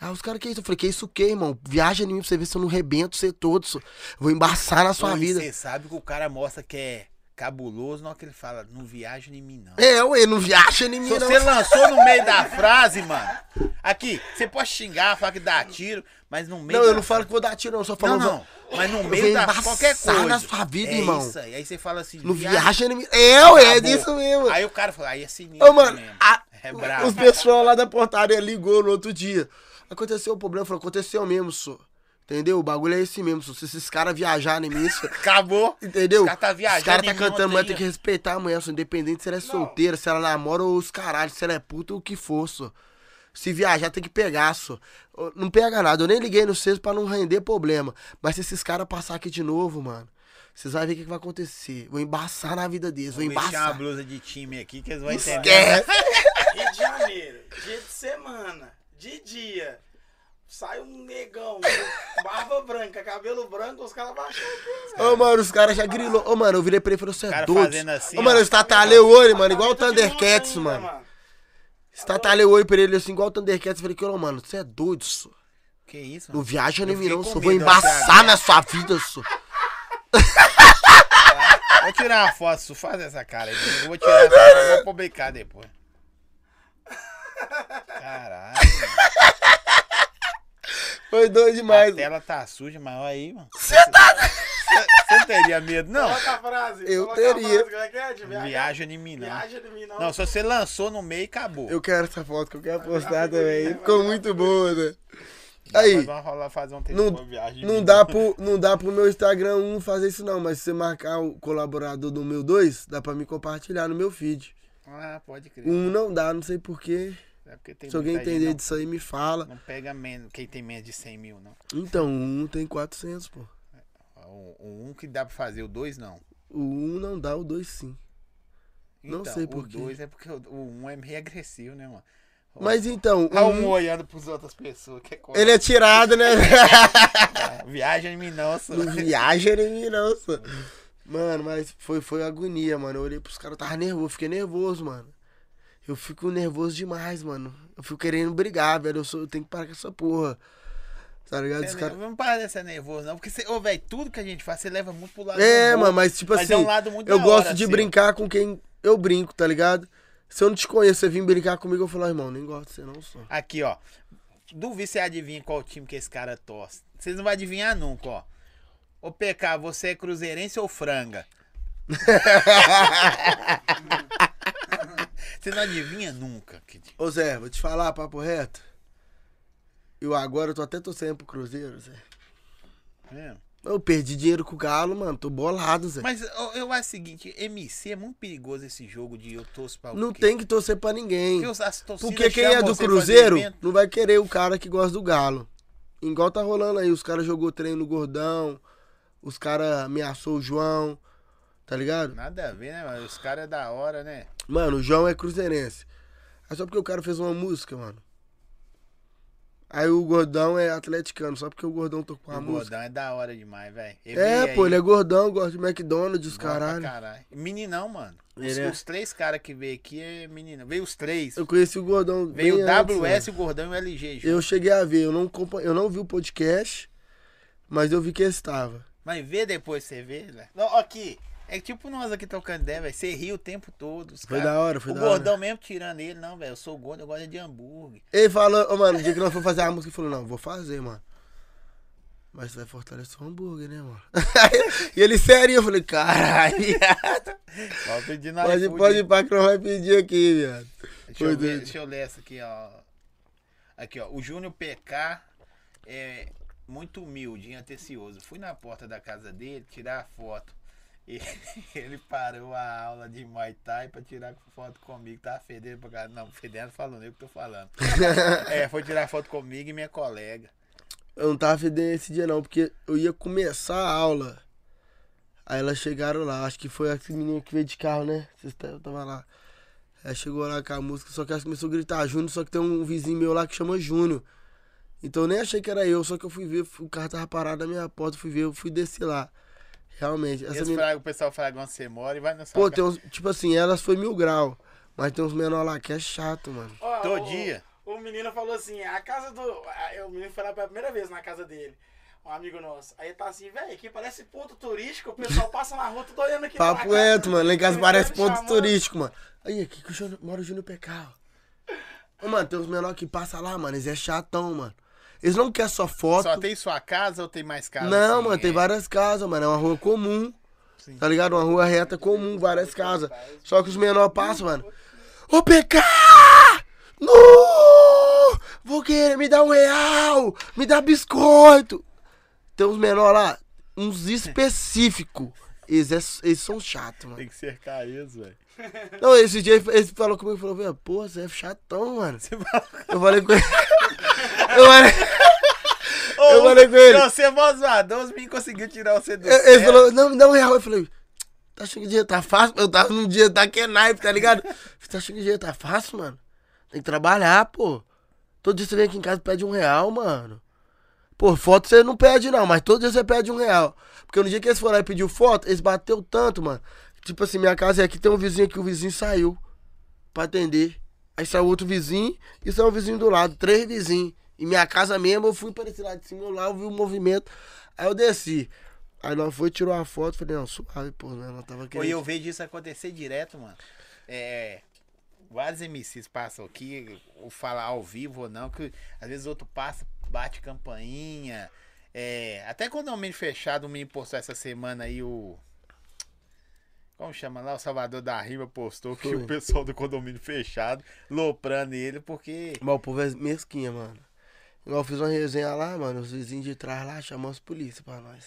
Speaker 2: Ah, os caras, que isso? Eu falei, que isso o quê, irmão? Viaja em mim pra você ver se eu não rebento você é todo, senhor. Vou embaçar na sua
Speaker 1: E
Speaker 2: vida.
Speaker 1: Você sabe que o cara mostra que é cabuloso, na hora que ele fala, não viaja em mim, não.
Speaker 2: É, ué, não viaja em mim,
Speaker 1: Se
Speaker 2: não.
Speaker 1: você lançou no meio da frase, mano. Aqui, você pode xingar, falar que dá tiro, mas no meio.
Speaker 2: Não, eu
Speaker 1: da-
Speaker 2: não falo que vou dar tiro, não. Eu só falo.
Speaker 1: Não, não. Mas no
Speaker 2: Eu
Speaker 1: meio
Speaker 2: venho
Speaker 1: da
Speaker 2: embaçar
Speaker 1: qualquer coisa.
Speaker 2: na sua vida,
Speaker 1: é
Speaker 2: irmão.
Speaker 1: Isso aí. aí você fala assim,
Speaker 2: Não viaja em mim. É, ué, é
Speaker 1: acabou.
Speaker 2: disso mesmo.
Speaker 1: Aí o cara fala, aí é sinistro.
Speaker 2: Ô, mano,
Speaker 1: mesmo.
Speaker 2: a-
Speaker 1: é brabo.
Speaker 2: os um pessoal lá da portaria ligou no outro dia. Aconteceu o problema, falou, aconteceu mesmo, senhor. Entendeu? O bagulho é esse mesmo. Se esses caras viajarem nisso,
Speaker 1: Acabou.
Speaker 2: entendeu?
Speaker 1: Os cara tá viajando
Speaker 2: Os caras tá
Speaker 1: em
Speaker 2: cantando, mas
Speaker 1: montanha.
Speaker 2: tem que respeitar a mulher, só, independente se ela é
Speaker 3: Não.
Speaker 2: solteira, se ela namora ou os caralho, se ela é puta ou o que for, só. Se viajar tem que pegar, só. Ô, Não pega nada. Eu nem liguei no sexto pra não render problema. Mas se esses caras passar aqui de novo, mano, vocês vão ver o que, que vai acontecer. Vou embaçar na vida deles, vou
Speaker 1: Vou deixar uma
Speaker 2: embaçar.
Speaker 1: blusa né? de time aqui que eles vão entender.
Speaker 2: Esquece!
Speaker 3: Rio de Janeiro, dia de semana, de dia. Sai um negão, barba branca, cabelo branco, os caras baixam o peso.
Speaker 2: Ô, mano, os caras já grilou. Ô, mano, eu virei pra ele e falei, você é
Speaker 1: cara
Speaker 2: doido.
Speaker 1: fazendo assim,
Speaker 2: Ô, mano,
Speaker 1: ó.
Speaker 2: eu estatalei o olho, mano, igual o
Speaker 3: Tá de monte
Speaker 2: Thundercats,
Speaker 3: ainda,
Speaker 2: mano. Estatalei o olho pra ele assim, igual o Thundercats. Eu falei, que ô, mano, você é doido, só.
Speaker 1: Que isso,
Speaker 2: Não
Speaker 1: mano?
Speaker 2: viaja nem
Speaker 1: Eu
Speaker 2: mim, não,
Speaker 1: fiquei
Speaker 2: só.
Speaker 1: com
Speaker 2: Vou
Speaker 1: medo até
Speaker 2: embaçar
Speaker 1: agora.
Speaker 2: na sua vida, só.
Speaker 1: Vou tirar uma foto, Su, faz essa cara aí. Eu vou tirar essa cara, eu vou publicar depois. Caralho,
Speaker 2: Foi doido
Speaker 1: a
Speaker 2: demais.
Speaker 1: tela tá suja, mas olha aí, mano. Você
Speaker 2: tá
Speaker 1: Você não teria medo, não?
Speaker 3: Coloca a frase.
Speaker 2: Eu
Speaker 3: coloca
Speaker 2: teria.
Speaker 3: A frase, como é que é? De
Speaker 1: Não
Speaker 3: viajar-
Speaker 1: viaja em mim, não.
Speaker 3: Viaja de mim, não.
Speaker 1: Não, se você lançou no meio, acabou.
Speaker 2: Eu quero essa foto que eu quero
Speaker 3: virar
Speaker 2: postar
Speaker 3: figurinha,
Speaker 2: também.
Speaker 3: vai
Speaker 2: Ficou
Speaker 3: virar
Speaker 2: muito boa, né?
Speaker 1: Dá pra
Speaker 2: Aí,
Speaker 1: fazer uma rola- fazer um
Speaker 2: não,
Speaker 1: uma viagem em
Speaker 2: não,
Speaker 1: mim,
Speaker 2: dá pro, não dá pro meu Instagram 1 fazer isso, não. Mas se você marcar o colaborador do meu 2, dá pra me compartilhar no meu feed.
Speaker 1: Ah, pode crer.
Speaker 2: Um não dá, não sei porquê.
Speaker 1: É porque tem
Speaker 2: Se alguém
Speaker 1: muita gente,
Speaker 2: entender
Speaker 1: não-
Speaker 2: disso aí, me fala.
Speaker 1: Não pega menos, quem tem menos de 100 mil, não.
Speaker 2: Então, o 1 tem 400, pô.
Speaker 1: O, o um que dá pra fazer, o dois não.
Speaker 2: O 1 não dá, o 2 sim. Não sei por
Speaker 1: o
Speaker 2: quê.
Speaker 1: dois é porque o, o um é meio agressivo, né, mano?
Speaker 2: Mas então,
Speaker 1: Tá um
Speaker 2: o 1,
Speaker 1: olhando pras outras pessoas. Que é como-
Speaker 2: ele é tirado, né?
Speaker 1: Viagem em mim, não, só.
Speaker 2: não viaja nem mim, não, só. Mano, mas foi, foi agonia, mano. Eu olhei pros caras, eu tava nervoso, fiquei nervoso, mano. Eu fico nervoso demais, mano. Eu fico querendo brigar, velho. Eu, sou, eu tenho que parar com essa porra. Tá ligado? Os
Speaker 1: Você
Speaker 2: caras.
Speaker 1: Não parece ser nervoso, não. Porque, você, ô, velho, tudo que a gente faz, você leva muito pro lado do
Speaker 2: É,
Speaker 1: humor.
Speaker 2: mano, mas tipo
Speaker 1: Mas
Speaker 2: assim,
Speaker 1: é um lado muito
Speaker 2: eu
Speaker 1: da
Speaker 2: gosto
Speaker 1: hora,
Speaker 2: de
Speaker 1: assim.
Speaker 2: brincar com quem eu brinco, tá ligado? Se eu não te conheço, você vir brincar comigo, eu falo, "Ah, irmão, nem gosto de você não, só.
Speaker 1: Aqui, ó. Duvido você adivinha qual time que esse cara torce. Vocês não vão adivinhar nunca, ó. Ô, PK, você é cruzeirense ou franga? Você não adivinha nunca. que-
Speaker 2: Ô Zé, vou te falar, papo reto. Eu agora tô até torcendo pro Cruzeiro, Zé.
Speaker 1: É.
Speaker 2: Eu perdi dinheiro com o Galo, mano, tô bolado, Zé.
Speaker 1: Mas ó, eu acho o seguinte, MC, é muito perigoso esse jogo de eu torço pra o
Speaker 2: não
Speaker 1: quê?
Speaker 2: tem que torcer pra ninguém.
Speaker 1: Porque, os- as torcidas
Speaker 2: Porque quem é
Speaker 1: chamam
Speaker 2: do
Speaker 1: você pra
Speaker 2: Cruzeiro
Speaker 1: evento.
Speaker 2: não vai querer o cara que gosta do Galo. Igual tá rolando aí, os caras jogou treino no Gordão, os caras ameaçou o João, tá ligado?
Speaker 1: Nada a ver, né, mano? Os caras é da hora, né?
Speaker 2: Mano, o João é cruzeirense. Aí só porque o cara fez uma música, mano. Aí o gordão é atleticano, só porque o gordão tocou a
Speaker 1: o
Speaker 2: música.
Speaker 1: gordão é da hora demais, velho.
Speaker 2: É, pô, ele é gordão, gosta de McDonald's, os caralho.
Speaker 1: Meninão, mano. Os,
Speaker 2: Ele é-
Speaker 1: os três caras que veio aqui é menino. Veio os três.
Speaker 2: Eu conheci o gordão. bem
Speaker 1: Veio o
Speaker 2: antes,
Speaker 1: WS,
Speaker 2: mano.
Speaker 1: o Gordão e o LG. junto.
Speaker 2: Eu cheguei a ver, eu não, acompan- eu não vi o podcast, mas eu vi que ele estava.
Speaker 1: Mas vê depois, você vê, velho. Não, aqui. É tipo nós aqui tocando ideia, velho. Você ri o tempo todo. Os
Speaker 2: Foi
Speaker 1: cara-
Speaker 2: da hora, foi
Speaker 1: o
Speaker 2: da
Speaker 1: gordão mesmo tirando ele, não, velho. Eu sou gordo, eu gosto de hambúrguer.
Speaker 2: Ele falou, ô, mano, o dia que nós fomos fazer a música, ele falou, não, vou fazer, mano. Mas você vai fortalecer o hambúrguer, né, mano? e ele sério, eu falei, caralho,
Speaker 1: Tá
Speaker 2: viado.
Speaker 1: Só pedindo
Speaker 2: Pode,
Speaker 1: iFood.
Speaker 2: pode ir pra que nós vai pedir aqui, viado.
Speaker 1: Deixa
Speaker 2: Foi
Speaker 1: eu, ver,
Speaker 2: doido.
Speaker 1: deixa eu ler essa aqui, ó. Aqui, ó. O Júnior PK é muito humilde e atencioso. Fui na porta da casa dele tirar a foto. E ele parou a aula de Muay Thai pra tirar foto comigo. Tava fedendo pra caralho. Não, fedendo falando eu que tô falando. é, foi tirar foto comigo e minha colega.
Speaker 2: Eu não tava fedendo esse dia, não, porque eu ia começar a aula. Aí elas chegaram lá, acho que foi aquele menino que veio de carro, né? Vocês tá- eu tava lá. Aí chegou lá com a música, só que elas começou a gritar Júnior, só que tem um vizinho meu lá que chama Júnior. Então eu nem achei que era eu, só que eu fui ver, o carro tava parado na minha porta, eu fui ver, eu fui descer lá. Realmente, essa
Speaker 1: Eles
Speaker 2: menina.
Speaker 1: fragam, o pessoal fraga onde você mora e vai nessa
Speaker 2: Pô, tem uns. Tipo assim, elas foi mil grau. Mas tem uns menor lá que é chato, mano.
Speaker 3: Ó,
Speaker 1: Todo
Speaker 3: o-
Speaker 1: dia.
Speaker 3: O menino falou assim, a casa do. a- eu- O menino foi lá pela primeira vez na casa dele. Um amigo nosso. Aí tá assim, velho, aqui parece ponto turístico, o pessoal passa na rua, tudo olhando aqui. pra
Speaker 2: Papo
Speaker 3: cá."
Speaker 2: reto, mano. Lá em casa parece
Speaker 3: Primeiro
Speaker 2: ponto
Speaker 3: chamando-
Speaker 2: turístico, mano. Aí, aqui que o Júnior- mora o Júnior PK, ó. Ô, mano, tem uns menores que passam lá, mano. Eles é chatão, mano. Eles não querem só foto.
Speaker 1: Só tem sua casa ou tem mais casa?
Speaker 2: não,
Speaker 1: assim?
Speaker 2: mano, tem
Speaker 1: É.
Speaker 2: várias casas, mano. É uma rua comum.
Speaker 1: Sim.
Speaker 2: Tá ligado? Uma rua reta comum, várias casas. Só que os menores passam, mano. Ô, PK! No! Vou querer, me dá um real! Me dá biscoito! Tem uns menores lá, uns específicos. Eles, é- eles são chatos, mano.
Speaker 1: Tem que cercar isso, velho.
Speaker 2: Não, esse dia ele ele falou comigo, falou, velho, porra, você é chatão, mano.
Speaker 1: Você fala.
Speaker 2: Eu falei com ele. Eu falei, Eu falei com ele.
Speaker 1: Não, você é mó zoador, os meninos conseguiu tirar você do
Speaker 2: ele
Speaker 1: céu.
Speaker 2: falou, não, me dá um real. Eu falei, tá achando que dinheiro tá fácil? Eu tava num dia tá que é naipe, tá ligado? Você tá achando que dinheiro tá fácil, mano? Tem que trabalhar, pô. Todo dia você vem aqui em casa e pede um real, mano. Pô, foto você não pede, não, mas todo dia você pede um real. Porque no dia que eles foram lá e pediu foto, eles bateu tanto, mano. Tipo assim, minha casa é aqui, tem um vizinho aqui, o vizinho saiu pra atender. Aí saiu outro vizinho e saiu o vizinho do lado, três vizinhos. Em minha casa mesmo, eu fui para esse lado de cima, eu lá eu vi o movimento. Aí eu desci. Aí nós foi, tirou a foto, falei, não, suave, pô, né? Nós tava
Speaker 1: Pô,
Speaker 2: querendo.
Speaker 1: e eu vejo isso acontecer direto, mano. É. Vários MCs passam aqui, ou falar ao vivo ou não, que às vezes outro passa, bate campainha. É, até quando é um menino fechado, o menino postou essa semana aí o. Como chama lá? O Salvador da Rima postou que
Speaker 2: Foi.
Speaker 1: o pessoal do condomínio fechado loprando ele porque.
Speaker 2: Mas o povo é mesquinha, mano. Igual eu fiz uma resenha lá, mano, os vizinhos de trás lá chamou as polícia pra nós.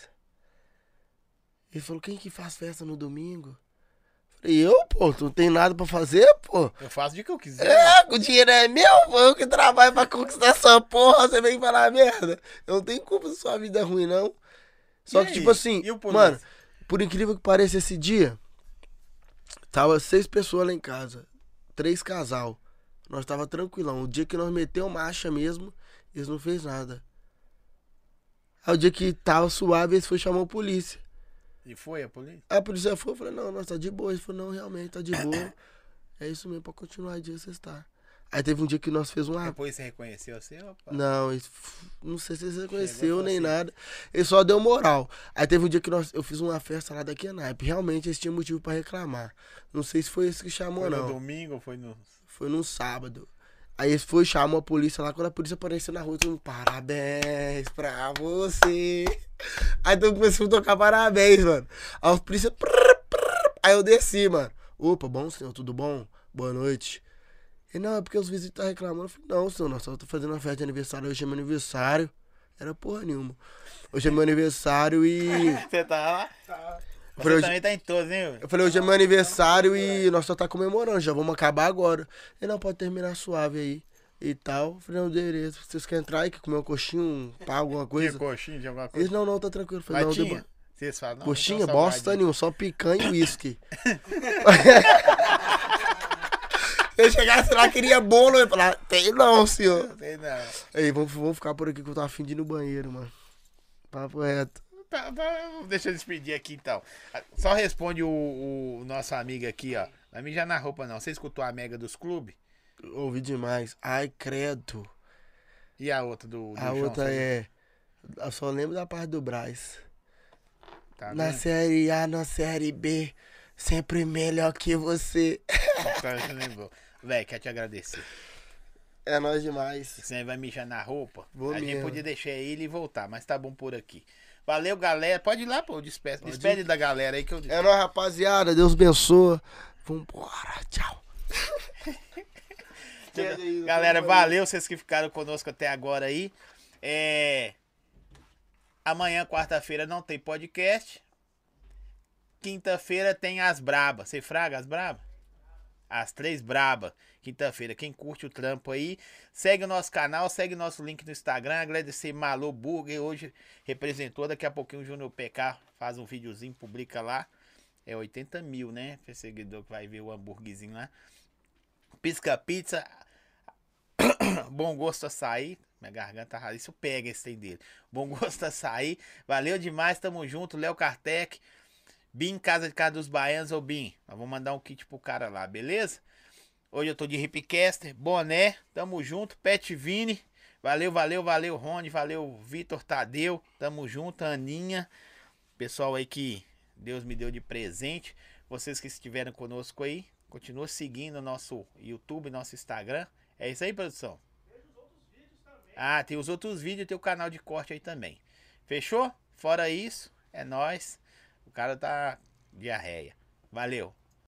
Speaker 2: Ele falou, quem que faz festa no domingo? Falei, eu, pô, tu não tem nada pra fazer, pô.
Speaker 1: Eu faço o dia que eu quiser.
Speaker 2: É, o dinheiro é meu, pô, eu que trabalho pra conquistar essa porra, você vem falar merda. Eu não tenho culpa da sua vida ruim, não. Só
Speaker 1: E
Speaker 2: que,
Speaker 1: aí?
Speaker 2: tipo assim,
Speaker 1: E o polícia?
Speaker 2: mano, por incrível que pareça, esse dia, tava seis pessoas lá em casa, três casal. Nós tava tranquilão. O dia que nós meteu marcha mesmo, eles não fez nada. Aí o dia que tava suave, eles foram chamar a polícia.
Speaker 1: E foi a polícia?
Speaker 2: Aí A polícia foi, eu falei, não, nós tá de boa. Ele falou, não, realmente, tá de boa. É isso mesmo, pra continuar o dia você está. Aí teve um dia que nós fez um ar.
Speaker 1: Depois você reconheceu você, opa.
Speaker 2: Não, ele f- não sei se você conheceu
Speaker 1: falou
Speaker 2: nem
Speaker 1: assim.
Speaker 2: nada. Ele só deu moral. Aí teve um dia que nós, eu fiz uma festa lá daqui a naipe. Realmente eles tinham motivo pra reclamar. Não sei se foi esse que chamou,
Speaker 1: Foi no
Speaker 2: não.
Speaker 1: domingo ou foi no.
Speaker 2: Foi num sábado. Aí eles foram chamar a polícia lá. Quando a polícia apareceu na rua, todo mundo, parabéns pra você. Aí todo mundo começou a tocar parabéns, mano. Aí os polícia. prrr, prrr. Aí eu desci, mano. Opa, bom senhor, tudo bom? Boa noite. Ele, não, é porque os vizinhos tá reclamando. Eu falei, não, senhor, nós só tô fazendo uma festa de aniversário. Hoje é meu aniversário. Era porra nenhuma. Hoje é meu aniversário e.
Speaker 1: Você tá lá?
Speaker 3: Tá.
Speaker 1: Você
Speaker 2: Foi hoje-
Speaker 1: também tá em todos, hein? velho?
Speaker 2: Eu falei, hoje é meu aniversário e nós só tá comemorando, já vamos acabar agora. Ele não pode terminar suave aí e tal. Eu falei, não, beleza, vocês querem entrar aí, que comer um coxinho, um pá, alguma
Speaker 1: Tinha
Speaker 2: coisa?
Speaker 1: coxinha de alguma coisa?
Speaker 2: Eles, não, não, tá tranquilo. Eu falei, não, deu
Speaker 1: Patinha?
Speaker 2: bom.
Speaker 1: Vocês falam, não,
Speaker 2: Coxinha,
Speaker 1: então
Speaker 2: bosta
Speaker 1: salgadinho.
Speaker 2: nenhuma, só picanha e uísque. Se eu chegasse lá, queria bolo, eu ia falar, tem não, senhor.
Speaker 1: Sei não.
Speaker 2: Aí, vamos, vamos ficar por aqui que eu tô afim de ir no banheiro, mano. Papo reto.
Speaker 1: Tá, tá, deixa eu despedir aqui então. Ah, Só responde o, o nosso amigo aqui, ó. Não me já na roupa, não. Você escutou a Mega dos Clubes?
Speaker 2: Ouvi demais. Ai, credo.
Speaker 1: E a outra do. do
Speaker 2: A
Speaker 1: João,
Speaker 2: outra
Speaker 1: você-
Speaker 2: é. Eu só lembro da parte do Braz.
Speaker 1: Tá
Speaker 2: na
Speaker 1: vendo?
Speaker 2: série A, na série B, sempre melhor que você.
Speaker 1: Tá, você lembrou. Véi, quero te agradecer.
Speaker 2: É nós demais.
Speaker 1: Você vai mijar na roupa?
Speaker 2: Vou
Speaker 1: a gente
Speaker 2: mesmo.
Speaker 1: podia deixar ele e voltar, mas tá bom por aqui. Valeu, galera. Pode ir lá, pô. Despede,
Speaker 2: Pode
Speaker 1: despede da galera aí que eu.
Speaker 2: É nóis, rapaziada. Deus abençoa. Vambora. Tchau. Pede aí,
Speaker 1: Galera,
Speaker 2: vamos aí.
Speaker 1: valeu vocês que ficaram conosco até agora aí. É, Amanhã, quarta-feira, não tem podcast. Quinta-feira tem as braba. Você fraga as braba? As três braba. Quinta-feira. Quem curte o trampo aí, segue o nosso canal, segue o nosso link no Instagram. Agradecer Malu Burger. Hoje representou. Daqui a pouquinho o Júnior PK faz um videozinho, publica lá. É 80 mil, né? Pra seguidor que vai ver o hambúrguerzinho lá. Pisca Pizza, Bom Gosto Açaí, minha garganta rala, isso pega esse tem dele. Bom Gosto Açaí, valeu demais, tamo junto, Léo Kartek, Bim Casa de Casa dos Baianos, ô Bim, nós vamos mandar um kit pro cara lá, beleza? Hoje eu tô de Ripcaster, Boné, tamo junto, Pet Vini, valeu, valeu, valeu Rony, valeu Vitor Tadeu, tamo junto, Aninha, pessoal aí que Deus me deu de presente, vocês que estiveram conosco aí, continua seguindo o nosso YouTube, nosso Instagram, é isso aí, produção? Ah, tem os outros vídeos, tem o canal de corte aí também. Fechou? Fora isso, é nóis. O cara tá diarreia. Valeu.